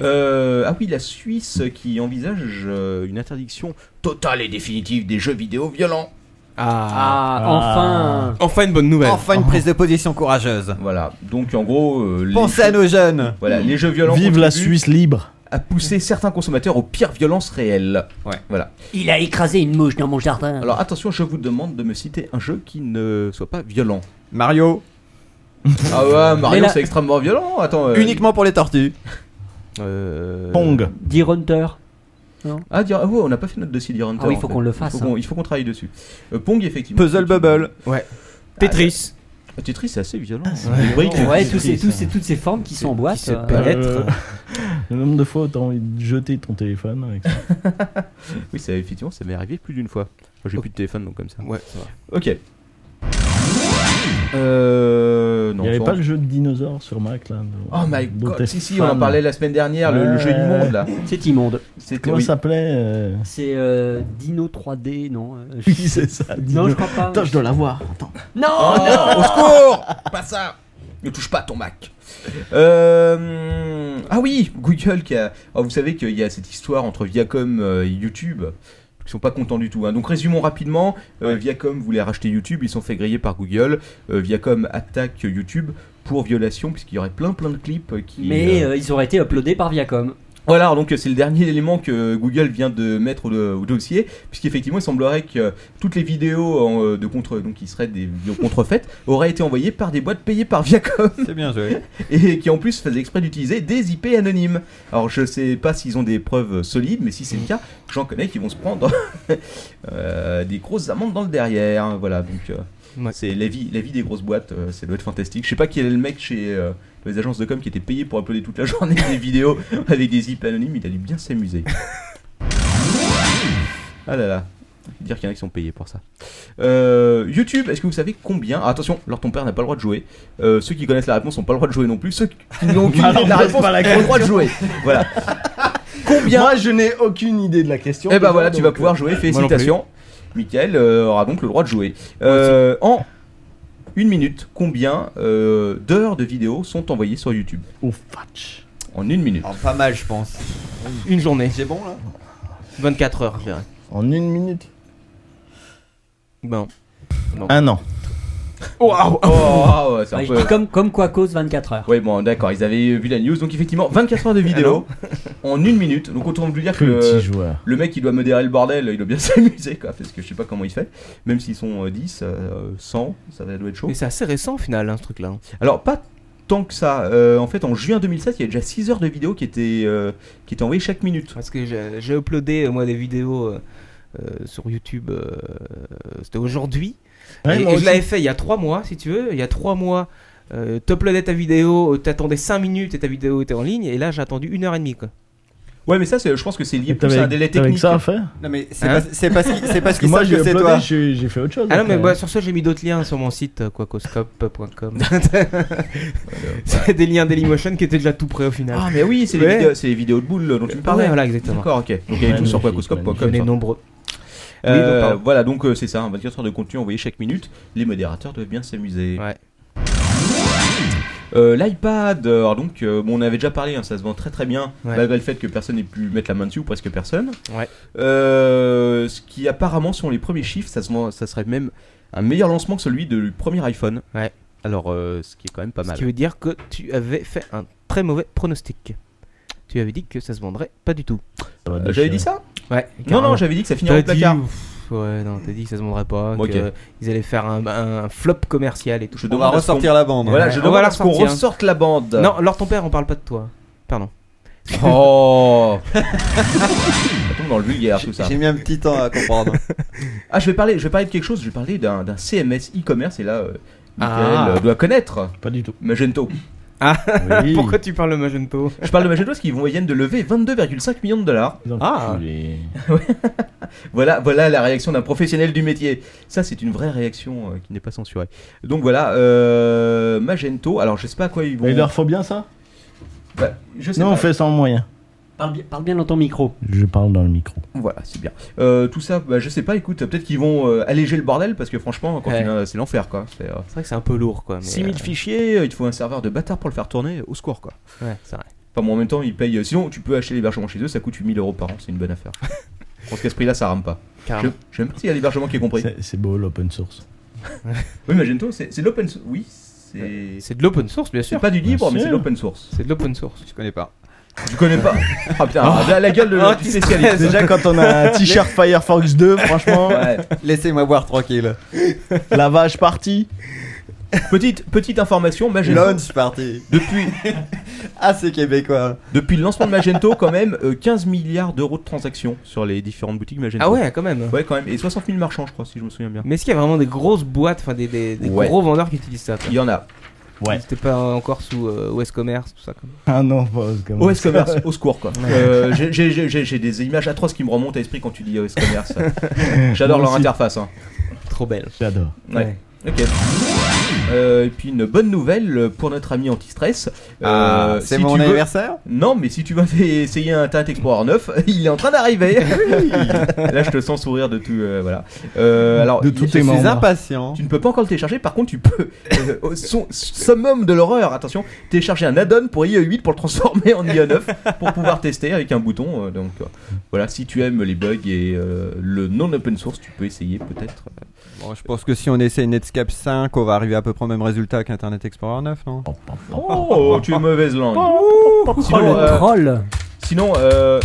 S3: Euh, ah oui, la Suisse qui envisage euh, une interdiction totale et définitive des jeux vidéo violents.
S7: Ah,
S5: Ah.
S7: enfin.
S4: Enfin une bonne nouvelle.
S8: Enfin une prise de position courageuse.
S3: Voilà, donc en gros, euh, les,
S8: Pensez à nos jeunes.
S3: voilà, les jeux violents
S5: Vive la
S3: contribuent
S5: Suisse libre.
S3: à pousser certains consommateurs aux pires violences réelles.
S8: Ouais.
S3: Voilà.
S7: Il a écrasé une mouche dans mon jardin.
S3: Alors attention, je vous demande de me citer un jeu qui ne soit pas violent.
S8: Mario,
S3: Ah ouais, Mario,
S7: là-
S3: c'est extrêmement violent. Attends. euh,
S8: uniquement pour les tortues.
S4: Euh,
S5: Pong.
S7: Deer Hunter.
S3: Ah, dire, ah ouais, on n'a pas fait notre dossier d'Iron
S7: Ah oui, faut qu'on le fasse,
S3: Il faut qu'on- il faut qu'on travaille dessus. Euh, Pong, effectivement.
S8: Puzzle Bubble.
S4: Tetris.
S3: Ah, Tetris, c'est assez violent.
S5: Ouais.
S3: Oui, que-
S7: Ouais,
S5: c'est
S7: tous ces,
S5: triste,
S7: tous
S5: ça.
S7: ces- toutes ces formes qui sont en boîte.
S4: se
S7: euh,
S4: perdent. Palette.
S5: Euh, le nombre de fois où t'as envie de jeter ton téléphone avec ça.
S3: Oui, ça, effectivement, ça m'est arrivé plus d'une fois. Moi, J'ai plus de téléphone, donc comme Oh. ça.
S4: Ouais, ça va.
S3: Ok. Euh.
S5: Il
S3: Non,
S5: n'y avait
S3: ça,
S5: pas
S3: on-
S5: le jeu de dinosaures sur Mac là.
S3: Oh my
S5: dont
S3: god,
S5: t'es
S3: si si, on
S5: fan.
S3: en parlait la semaine dernière, le, le jeu
S5: Ouais.
S3: immonde là.
S7: C'est immonde.
S3: C'était
S5: Comment
S3: oui.
S5: ça s'appelait euh,
S7: C'est euh, Dino 3D, non euh,
S5: Oui, c'est ça.
S7: Non,
S5: Dino.
S7: je crois pas.
S5: Attends, je dois l'avoir. Attends.
S7: Non
S3: Oh, Non, au secours Pas ça Ne touche pas à ton Mac. Euh, Ah oui, Google qui a. alors, vous savez qu'il y a cette histoire entre Viacom euh, et YouTube. Ils sont pas contents du tout. hein. Donc résumons rapidement. Euh, Viacom voulait racheter YouTube, ils se sont fait griller par Google. Euh, Viacom attaque YouTube pour violation puisqu'il y aurait plein plein de clips qui.
S7: Mais
S3: euh,
S7: euh, ils auraient été uploadés par Viacom.
S3: Voilà, donc euh, c'est le dernier élément que euh, Google vient de mettre au, au dossier, puisqu'effectivement, il semblerait que euh, toutes les vidéos en, euh, de contre, donc qui seraient des vidéos contrefaites, auraient été envoyées par des boîtes payées par Viacom
S8: C'est bien joué.
S3: et qui en plus faisaient exprès d'utiliser des IP anonymes. Alors je sais pas s'ils ont des preuves solides, mais si c'est le cas, j'en connais qui vont se prendre euh, des grosses amendes dans le derrière. Voilà, donc euh,
S4: Ouais.
S3: c'est la vie, la vie des grosses boîtes, euh, ça doit être fantastique. Je sais pas quel est le mec chez euh, les agences de com qui était payé pour uploader toute la journée des vidéos avec des IP anonymes, il a dû bien s'amuser. ah là là. Dire qu'il y en a qui sont payés pour ça. Euh, YouTube, est-ce que vous savez combien ah, Attention, alors ton père n'a pas le droit de jouer. Euh, ceux qui connaissent la réponse n'ont pas le droit de jouer non plus. Ceux qui n'ont aucune
S5: Ah
S3: idée de la réponse ont le droit de jouer. Voilà. Combien
S9: Moi, je n'ai aucune idée de la question.
S3: Eh ben
S9: déjà,
S3: voilà, tu
S9: donc,
S3: vas
S9: euh,
S3: pouvoir jouer.
S4: non plus.
S3: Félicitations. Michael euh, aura donc le droit de jouer. Euh, en une minute, combien euh, d'heures de vidéos sont envoyées sur YouTube
S5: Oh, fatch.
S3: En une minute.
S9: oh, pas mal, je pense.
S4: Une journée,
S9: C'est bon là
S4: 24 heures, je dirais.
S9: En une minute
S4: Bon.
S2: Un an.
S3: Waouh Oh, ouais, c'est
S7: Ouais,
S3: un
S7: je
S3: peu.
S7: dis comme, comme quoi cause 24 heures.
S3: Ouais, bon, d'accord, ils avaient vu la news. Donc, effectivement, 24 heures de vidéos en une minute. Donc, autant vous dire que. le-
S5: Petit joueur.
S3: Le mec, il doit modérer le bordel, il doit bien s'amuser, quoi, parce que je sais pas comment il fait. Même s'ils sont euh, 10, euh, 100, ça va- doit être chaud.
S4: Mais c'est assez récent au final, hein, ce truc-là. hein.
S3: Alors, pas tant que ça. Euh, en fait, en juin 2007, il y a déjà 6 heures de vidéos qui étaient, euh, qui étaient envoyées chaque minute.
S4: Parce que j'ai j'ai uploadé euh, moi des vidéos euh, euh, sur YouTube, euh, c'était aujourd'hui.
S5: Ouais,
S4: et
S5: moi
S4: et je
S5: aussi.
S4: l'avais fait il y a 3 mois, si tu veux. Il y a 3 mois, euh, t'uploadais ta vidéo, euh, t'attendais 5 minutes et ta vidéo était en ligne. Et là, j'ai attendu 1h30. Quoi.
S3: Ouais, mais ça, c'est- je pense que c'est lié
S5: Et
S3: plus à un
S5: t'avais
S3: délai
S5: t'avais que
S3: technique.
S5: ça à faire
S8: Non mais c'est
S4: Hein
S8: pas c'est parce qu'il- c'est parce
S5: Parce que
S8: qu'ils
S5: moi,
S8: savent
S5: j'ai
S8: que c'est
S5: uploadé,
S8: toi.
S5: j'ai j'ai fait autre chose.
S4: Ah non, mais
S5: après.
S4: bah, sur ce, j'ai mis d'autres liens sur mon site, euh, quacoscope.com. c'est des liens Dailymotion qui étaient déjà tout prêts au final.
S3: Ah, mais oui, c'est
S4: Ouais.
S3: les, vidéos- c'est les vidéos de boules dont tu me parlais.
S4: Ouais, voilà, exactement.
S3: D'accord, ok. Donc, il y a tout sur
S5: Magnifique,
S3: quacoscope.com.
S4: On est
S3: ça.
S4: nombreux.
S3: Euh,
S4: Oui, donc, pardon.
S3: voilà, donc euh, c'est ça, hein, 24 heures de contenu envoyé chaque minute. Les modérateurs doivent bien s'amuser.
S4: Ouais.
S3: Euh, L'iPad, euh, alors donc, euh, bon, on avait déjà parlé, hein, ça se vend très très bien,
S4: Ouais.
S3: malgré le fait que personne n'ait pu mettre la main dessus, ou presque personne.
S4: Ouais.
S3: Euh, ce qui apparemment, selon les premiers chiffres, ça, se vend- ça serait même un meilleur lancement que celui du premier iPhone.
S4: Ouais.
S3: Alors, euh, ce qui est quand même pas
S4: Ce
S3: mal.
S4: qui veut dire que tu avais fait un très mauvais pronostic. Tu avais dit que ça se vendrait pas du tout.
S5: Ça va
S3: Euh,
S5: déchirer.
S3: J'avais dit ça
S4: Ouais.
S3: Non, non, j'avais dit que ça finirait
S4: T'as
S3: au placard.
S4: dit, ouf, ouais, non, t'as dit que ça se vendrait pas,
S3: Ok.
S4: qu'ils allaient faire un, un flop commercial et tout.
S3: Je
S8: On va
S3: demande à ce qu'on-
S8: ressortir la bande.
S3: Voilà,
S4: Ouais.
S3: je
S4: On
S3: demande
S4: va la
S3: à ce qu'on
S4: ressortir.
S3: ressorte la bande.
S4: Non, alors ton père, on parle pas de toi. Pardon.
S3: Oh Ça tombe dans le vulgaire tout ça.
S8: J'ai mis un petit temps à comprendre.
S3: Ah, je vais parler, je vais parler de quelque chose. Je vais parler d'un d'un CMS e-commerce et là, euh,
S4: Ah.
S3: Michael, euh, doit connaître
S5: Pas du tout.
S3: Magento.
S5: Oui.
S4: Pourquoi tu parles de Magento
S3: Je parle de Magento parce qu'ils vont- viennent de lever 22,5 millions de dollars.
S5: Les
S4: Ah.
S5: enculés.
S3: Voilà, voilà la réaction d'un professionnel du métier. Ça, c'est une vraie réaction euh, qui n'est pas censurée. Donc voilà, euh, Magento. Alors, je sais pas à quoi ils vont.
S5: Mais Il leur faut bien ça
S3: Bah, je sais
S5: Non,
S3: pas.
S5: on fait sans moyen.
S7: Parle, bien- parle bien dans ton micro.
S5: Je parle dans le micro.
S3: Voilà, c'est bien. Euh, tout ça, bah, je sais pas. Écoute, peut-être qu'ils vont euh, alléger le bordel parce que franchement, quand
S4: Ouais.
S3: tu viens, c'est l'enfer quoi. C'est, euh,
S4: C'est vrai que c'est un peu lourd, quoi. mais,
S3: 6000 fichiers, euh, il te faut un serveur de bâtard pour le faire tourner. Au secours quoi.
S4: euh, ouais, c'est vrai.
S3: Enfin bon, en même temps, ils payent. euh, Sinon, tu peux acheter l'hébergement chez eux, ça coûte 8000 euros par an, c'est une bonne affaire. Je pense qu'à ce prix-là, ça rame pas. Je,
S4: Carrément.
S3: je sais même pas s'il y a l'hébergement qui est compris.
S5: C'est c'est beau l'open source.
S3: Oui, Magento, c'est c'est de l'open source. Oui, c'est.
S4: C'est de l'open source, bien
S3: C'est
S4: sûr.
S3: pas du libre,
S5: Bien
S3: mais c'est de
S5: sûr.
S3: l'open source.
S4: C'est de l'open source.
S8: Je connais pas.
S3: Tu connais pas Ah putain, la, la gueule de
S4: Oh,
S3: l'autre
S4: tu
S3: spécialiste.
S5: Déjà, quand on a un t-shirt Firefox 2, franchement,
S3: Ouais.
S8: Laissez-moi boire tranquille.
S5: la vache partie.
S3: Petite, petite information, Magento.
S8: Launch party.
S3: Depuis,
S8: Ah c'est québécois.
S3: depuis le lancement de Magento, quand même, euh, 15 milliards d'euros de transactions sur les différentes boutiques Magento.
S4: Ah ouais, quand même.
S3: Ouais, quand même. Et 60 000 marchands, je crois, si je me souviens bien.
S4: Mais est-ce qu'il y a vraiment des grosses boîtes, enfin des, des- des
S3: Ouais.
S4: gros vendeurs qui utilisent ça quoi
S3: Il y en a.
S5: Ouais.
S4: C'était pas encore sous euh, OS Commerce, tout ça. quoi.
S5: Ah non, pas comme
S3: OS Commerce, au secours quoi. Euh, j'ai- j'ai- J'ai j'ai- j'ai des images atroces qui me remontent à l'esprit quand tu dis OS Commerce. J'adore
S5: Moi
S3: leur
S5: aussi.
S3: interface. hein.
S4: Trop belle.
S5: J'adore.
S3: Ouais. Ok. Euh, et puis une bonne nouvelle euh, pour notre ami anti-stress. Euh,
S8: Ah, c'est
S3: si
S8: mon
S3: tu veux-
S8: anniversaire.
S3: Non, mais si tu veux essayer un Internet Explorer 9, il est en train d'arriver. Là, je te sens sourire de tout. euh, voilà. Euh, alors,
S5: De
S3: il-
S5: tous
S8: Je
S5: tes
S8: suis
S5: membres.
S8: impatient.
S3: Tu ne peux pas encore le télécharger, par contre tu peux, euh, au son- summum de l'horreur, attention, télécharger un add-on pour IE 8 pour le transformer en IE 9 pour pouvoir tester avec un bouton. euh, donc euh, voilà, si tu aimes les bugs et euh, le non-open source, tu peux essayer peut-être.
S8: Bon, je pense que si on essaie Netscape 5, on va arriver à peu près au même résultat qu'Internet Explorer 9, non
S3: Oh, tu es mauvaise langue.
S7: Oh, le
S3: euh,
S7: troll
S3: Sinon, euh,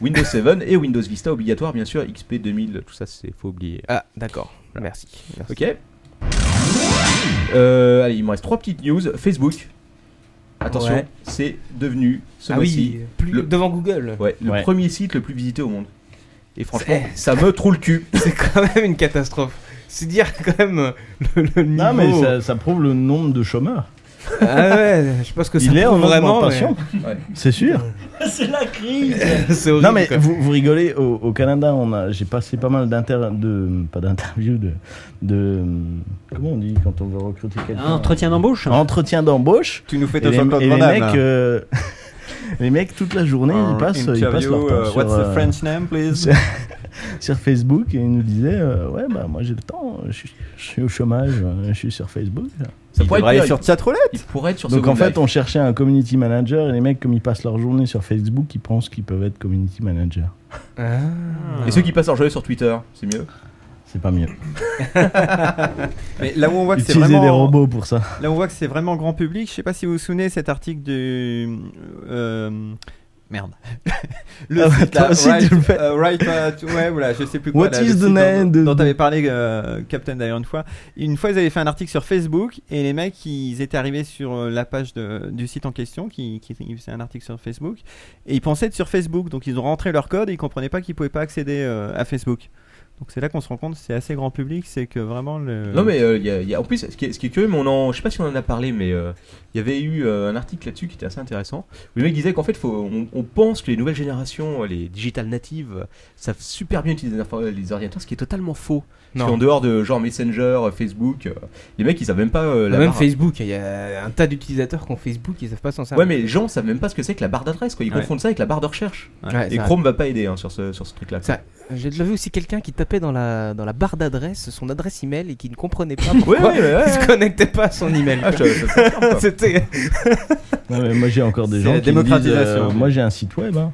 S3: Windows 7 et Windows Vista obligatoire, bien sûr. XP 2000, tout ça, c'est faut oublier.
S4: Ah, d'accord. Merci. Merci.
S3: Ok. Euh, allez, il me reste trois petites news. Facebook. Attention,
S7: Ouais.
S3: c'est devenu ce
S4: Ah
S3: mois-ci
S4: oui, plus-
S3: le-
S4: devant Google.
S3: ouais, le
S5: Ouais.
S3: premier site le plus visité au monde. Et franchement,
S4: C'est-
S3: ça me trouve le cul.
S4: C'est quand même une catastrophe. C'est dire quand même euh, le, le niveau.
S5: Non, mais ça, ça prouve le nombre de chômeurs.
S4: Ah ouais, je pense que ça
S5: Il est en
S4: prouve vraiment.
S5: augmentation.
S3: Ouais.
S5: C'est sûr.
S7: C'est la crise.
S4: mais- c'est horrible.
S5: Non, mais
S4: quoi.
S5: vous, vous rigolez. Au, au Canada, on a, j'ai passé pas mal d'inter, de, pas d'interviews, de, de, comment on dit quand on veut recruter quelqu'un.
S7: Un entretien d'embauche hein.
S5: Entretien d'embauche.
S6: Tu nous fais
S5: Et
S6: ton
S5: les,
S6: Jean-Claude
S5: et les
S6: Van Damme,
S5: mecs,
S6: là.
S5: euh, les mecs toute la journée, ils passent, ils passent leur
S6: Interview,
S5: temps
S6: euh,
S5: sur,
S6: What's the
S5: euh,
S6: French name, please
S5: sur- sur Facebook et ils nous disaient euh, ouais bah moi j'ai le temps, je suis, je suis au chômage, euh, je suis sur Facebook.
S3: Ça
S6: Il
S3: pourrait être
S6: devrait aller
S3: bien,
S6: sur
S3: il-
S6: Chatroulette.
S3: Il pourrait être sur
S5: Donc
S3: Second
S5: en fait
S3: Life.
S5: on cherchait un community manager et les mecs comme ils passent leur journée sur Facebook, ils pensent qu'ils peuvent être community manager.
S3: Ah.
S4: Ah.
S3: Et ceux qui passent leur journée sur Twitter, c'est mieux.
S5: C'est pas mieux.
S6: Mais là où on voit que c'est
S5: Utiliser des
S6: vraiment,
S5: robots pour ça.
S6: là où on voit que c'est vraiment grand public, je sais pas si vous vous souvenez cet article du euh, merde. le
S5: Ah bah,
S6: site,
S5: toi
S6: là,
S5: aussi,
S6: right,
S5: tu le fais.
S6: euh, right, euh, to- ouais, voilà, je sais plus quoi.
S5: What
S6: là,
S5: is
S6: le
S5: the
S6: site
S5: name
S6: dont,
S5: de-
S6: dont t'avais parlé, euh, Captain d'ailleurs une fois. Une fois, ils avaient fait un article sur Facebook et les mecs, ils étaient arrivés sur euh, la page de- du site en question, qui, qui qui faisait un article sur Facebook, et ils pensaient être sur Facebook, donc ils ont rentré leur code et ils comprenaient pas qu'ils pouvaient pas accéder euh, à Facebook. Donc c'est là qu'on se rend compte, c'est assez grand public, c'est que vraiment le.
S3: Non mais euh, il y a- il y a- en plus ce qui est, ce qui est curieux, mais on en, je sais pas si on en a parlé, mais euh, il y avait eu euh, un article là-dessus qui était assez intéressant. Où le mec disait qu'en fait, faut, on, on pense que les nouvelles générations, euh, les digital natives, euh, savent super bien utiliser les info- les ordinateurs, ce qui est totalement faux. Parce qu'en
S4: Non.
S3: dehors de genre Messenger, euh, Facebook, euh, les mecs ils savent même pas euh, la
S4: Même
S3: barre.
S4: Facebook, il y a un tas d'utilisateurs qui ont Facebook, ils savent pas s'en
S3: Ouais
S4: servir.
S3: mais les gens savent même pas ce que c'est que la barre d'adresse quoi. Ils
S6: Ouais.
S3: confondent ça avec la barre de recherche.
S4: Ouais, c'est
S3: Et
S4: vrai.
S3: Chrome va pas aider hein, sur ce sur ce truc là.
S4: Ça- J'ai déjà vu aussi quelqu'un qui tapait dans la, dans la barre d'adresse son adresse email et qui ne comprenait pas
S3: Ouais,
S4: pourquoi
S3: ouais, ouais, ouais.
S4: il se connectait pas à son email.
S3: Ah, je- je- ça confirme, quoi.
S4: C'était.
S5: Ouais, mais moi j'ai encore des
S6: C'est
S5: gens
S6: la
S5: qui me disent, euh,
S6: démocratisation.
S5: moi j'ai un site web. hein.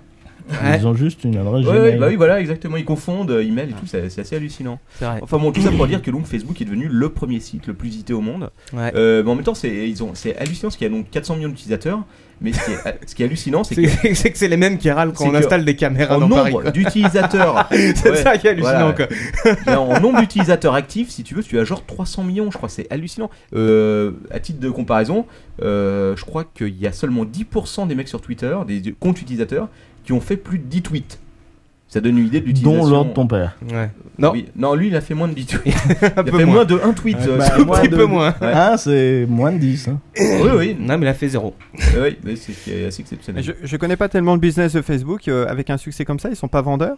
S4: Ouais.
S5: Ils ont juste une adresse
S3: Ouais, ouais,
S5: Gmail.
S3: bah oui, voilà, exactement. Ils confondent euh, email et tout, c'est c'est assez hallucinant.
S4: C'est vrai.
S3: Enfin bon, tout ça pour dire que donc Facebook est devenu le premier site le plus visité au monde.
S4: Ouais.
S3: Euh, mais en même temps, c'est ils ont- c'est hallucinant, parce qu'il y a donc 400 millions d'utilisateurs. Mais ce qui est, ce qui est hallucinant, c'est que
S4: C'est c'est que c'est les mêmes qui râlent quand
S3: C'est
S4: on
S3: que-
S4: installe des caméras
S3: en
S4: dans Paris.
S3: nombre
S4: quoi.
S3: d'utilisateurs,
S4: C'est
S3: Ouais,
S4: ça qui est
S3: voilà.
S4: hallucinant. quoi.
S3: mais en nombre d'utilisateurs actifs, si tu veux, tu as genre 300 millions, je crois, c'est hallucinant. Euh, à titre de comparaison, euh, je crois qu'il y a seulement 10% des mecs sur Twitter, des comptes utilisateurs, qui ont fait plus de 10 tweets. Ça donne une idée de l'utilisation.
S5: Dont l'ordre de ton père.
S4: Ouais. Non,
S3: Oui. non, lui, il a fait moins de 10 tweets.
S4: un
S3: Il a
S4: peu
S3: fait
S4: moins.
S3: moins de 1 tweet.
S5: Ouais,
S3: euh,
S5: bah,
S3: sur-
S5: moins
S4: Un petit
S5: de-
S4: peu moins. hein.
S3: Ouais.
S5: Ah, c'est moins de 10. hein.
S3: Oui, oui,
S4: Non, mais il a fait zéro.
S3: Eh oui, oui, mais c'est ce qui est assez exceptionnel.
S6: Je, je connais pas tellement le business de Facebook. euh, avec un succès comme ça, ils sont pas vendeurs.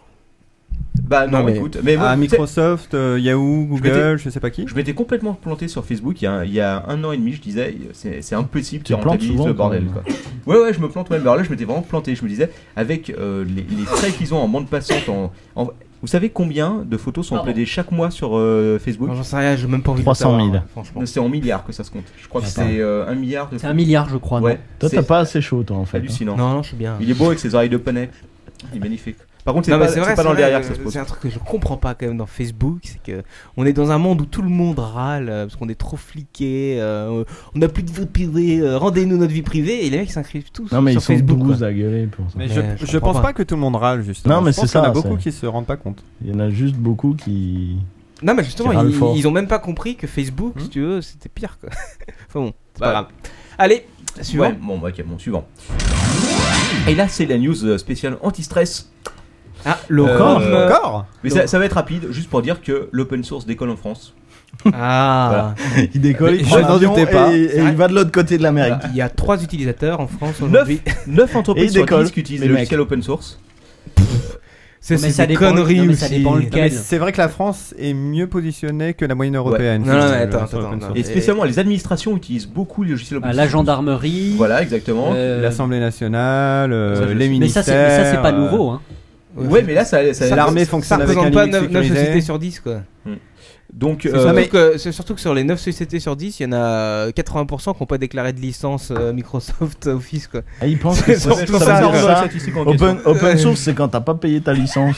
S3: Bah non,
S4: Non, mais-
S3: écoute, mais
S6: Ah,
S3: moi, tu sais,
S6: Microsoft, euh, Yahoo, Google, je sais pas qui.
S3: je m'étais complètement planté sur Facebook il y, a un, il y a un an et demi, je disais, c'est c'est impossible
S5: Tu
S3: qu'ils
S5: te plantes
S3: rentabilisent
S5: souvent,
S3: le bordel.
S5: quand
S3: Quoi. Ouais, ouais, je me plante même. Alors là, je m'étais vraiment planté, je me disais, avec euh, les, les traits qu'ils ont en bande passante, en, en- vous savez combien de photos sont
S7: Pardon.
S3: uploadées chaque mois sur euh, Facebook
S4: Non, J'en sais rien, j'ai même pas envie de
S5: 300 000.
S4: le savoir, hein, franchement.
S3: Non, C'est en milliards que ça se compte. Je crois que
S5: Attends.
S3: c'est euh, un milliard de
S7: C'est un milliard, je crois. non
S3: Ouais,
S5: Toi,
S3: c'est
S5: t'as pas assez chaud, toi, en fait. hein.
S3: hallucinant.
S4: Non, non, je suis bien.
S3: Il est beau avec ses oreilles de poney. Il est magnifique. Par contre, c'est
S4: Non, mais
S3: pas, c'est pas dans le
S4: vrai,
S3: derrière que ça se
S4: euh,
S3: pose.
S4: C'est un truc que je comprends pas quand même dans Facebook, c'est que on est dans un monde où tout le monde râle euh, parce qu'on est trop fliqué, euh, on n'a plus de vie privée, euh, rendez-nous notre vie privée et les mecs s'inscrivent tous
S5: Non, mais
S4: sur
S5: ils sont
S4: Facebook. quoi.
S5: 12 à gueuler pour ça.
S6: Mais je,
S4: Ouais,
S6: je,
S4: je comprends
S6: pense pas.
S4: pas.
S6: que tout le monde râle justement.
S5: Non, mais
S6: Je pense
S5: c'est
S6: qu'il y en
S5: ça,
S6: a beaucoup
S5: c'est-
S6: qui se rendent pas compte.
S5: Il y en a juste beaucoup qui.
S4: Non, mais justement,
S5: Qui râlent
S4: ils,
S5: fort.
S4: ils ont même pas compris que Facebook,
S6: Hmm.
S4: si tu veux, c'était pire quoi. enfin bon, c'est
S3: Bah.
S4: pas grave. Allez, suivant.
S3: Ouais, bon, bah, ok, bon, suivant. Et là, c'est la news euh, spéciale anti-stress.
S4: Ah, le
S3: Euh,
S4: rhum.
S3: Euh,
S6: Encore
S3: Mais ça, ça va être rapide, juste pour dire que l'open source décolle en France.
S4: Ah,
S5: Il décolle,
S6: Mais
S5: il prend
S6: je n'en
S5: l'avion
S6: doutais pas.
S5: et, et il va de l'autre côté de l'Amérique.
S4: il y a trois utilisateurs en France
S3: Neuf.
S4: aujourd'hui.
S3: 9
S5: Et
S3: entreprises
S5: il
S3: sur
S5: décolle,
S3: 10 qui utilisent
S5: les
S3: le
S5: mecs.
S3: logiciel open source.
S4: C'est
S7: Non, mais
S4: c'est
S7: ça
S4: des
S7: dépend-
S4: conneries
S7: non, mais ça
S4: aussi.
S7: dépend lequel.
S6: Mais C'est vrai que la France est mieux positionnée que la moyenne européenne.
S4: Ouais. Non, non,
S6: sur-
S4: mais attends,
S6: sur l'open
S4: attends,
S6: source.
S3: Et spécialement, les administrations utilisent beaucoup les logiciels open
S7: À
S3: source.
S7: Ah, la gendarmerie.
S3: Voilà, exactement.
S7: euh,
S6: L'Assemblée nationale, euh,
S3: Ça, je
S6: les
S3: sais.
S7: mais ça,
S6: ministères.
S7: c'est mais ça, c'est pas nouveau. Hein.
S3: Ouais, mais là, ça. ça-
S6: L'armée
S4: Ça
S6: fonctionne avec un
S4: représente pas
S6: Linux
S4: 9
S6: sécurisé.
S4: sociétés sur 10 quoi.
S10: Donc,
S4: C'est
S10: euh,
S4: surtout, que, c'est surtout que sur les 9 sociétés sur 10, il y en a 80% qui n'ont pas déclaré de licence euh, Microsoft Office. Quoi.
S5: Ah, ils pensent que
S4: C'est
S5: ça,
S4: surtout
S5: ça
S4: ça,
S5: veut dire
S4: le
S5: ça.
S3: statistique en question.
S5: Open, open source, c'est quand t'as pas payé ta licence.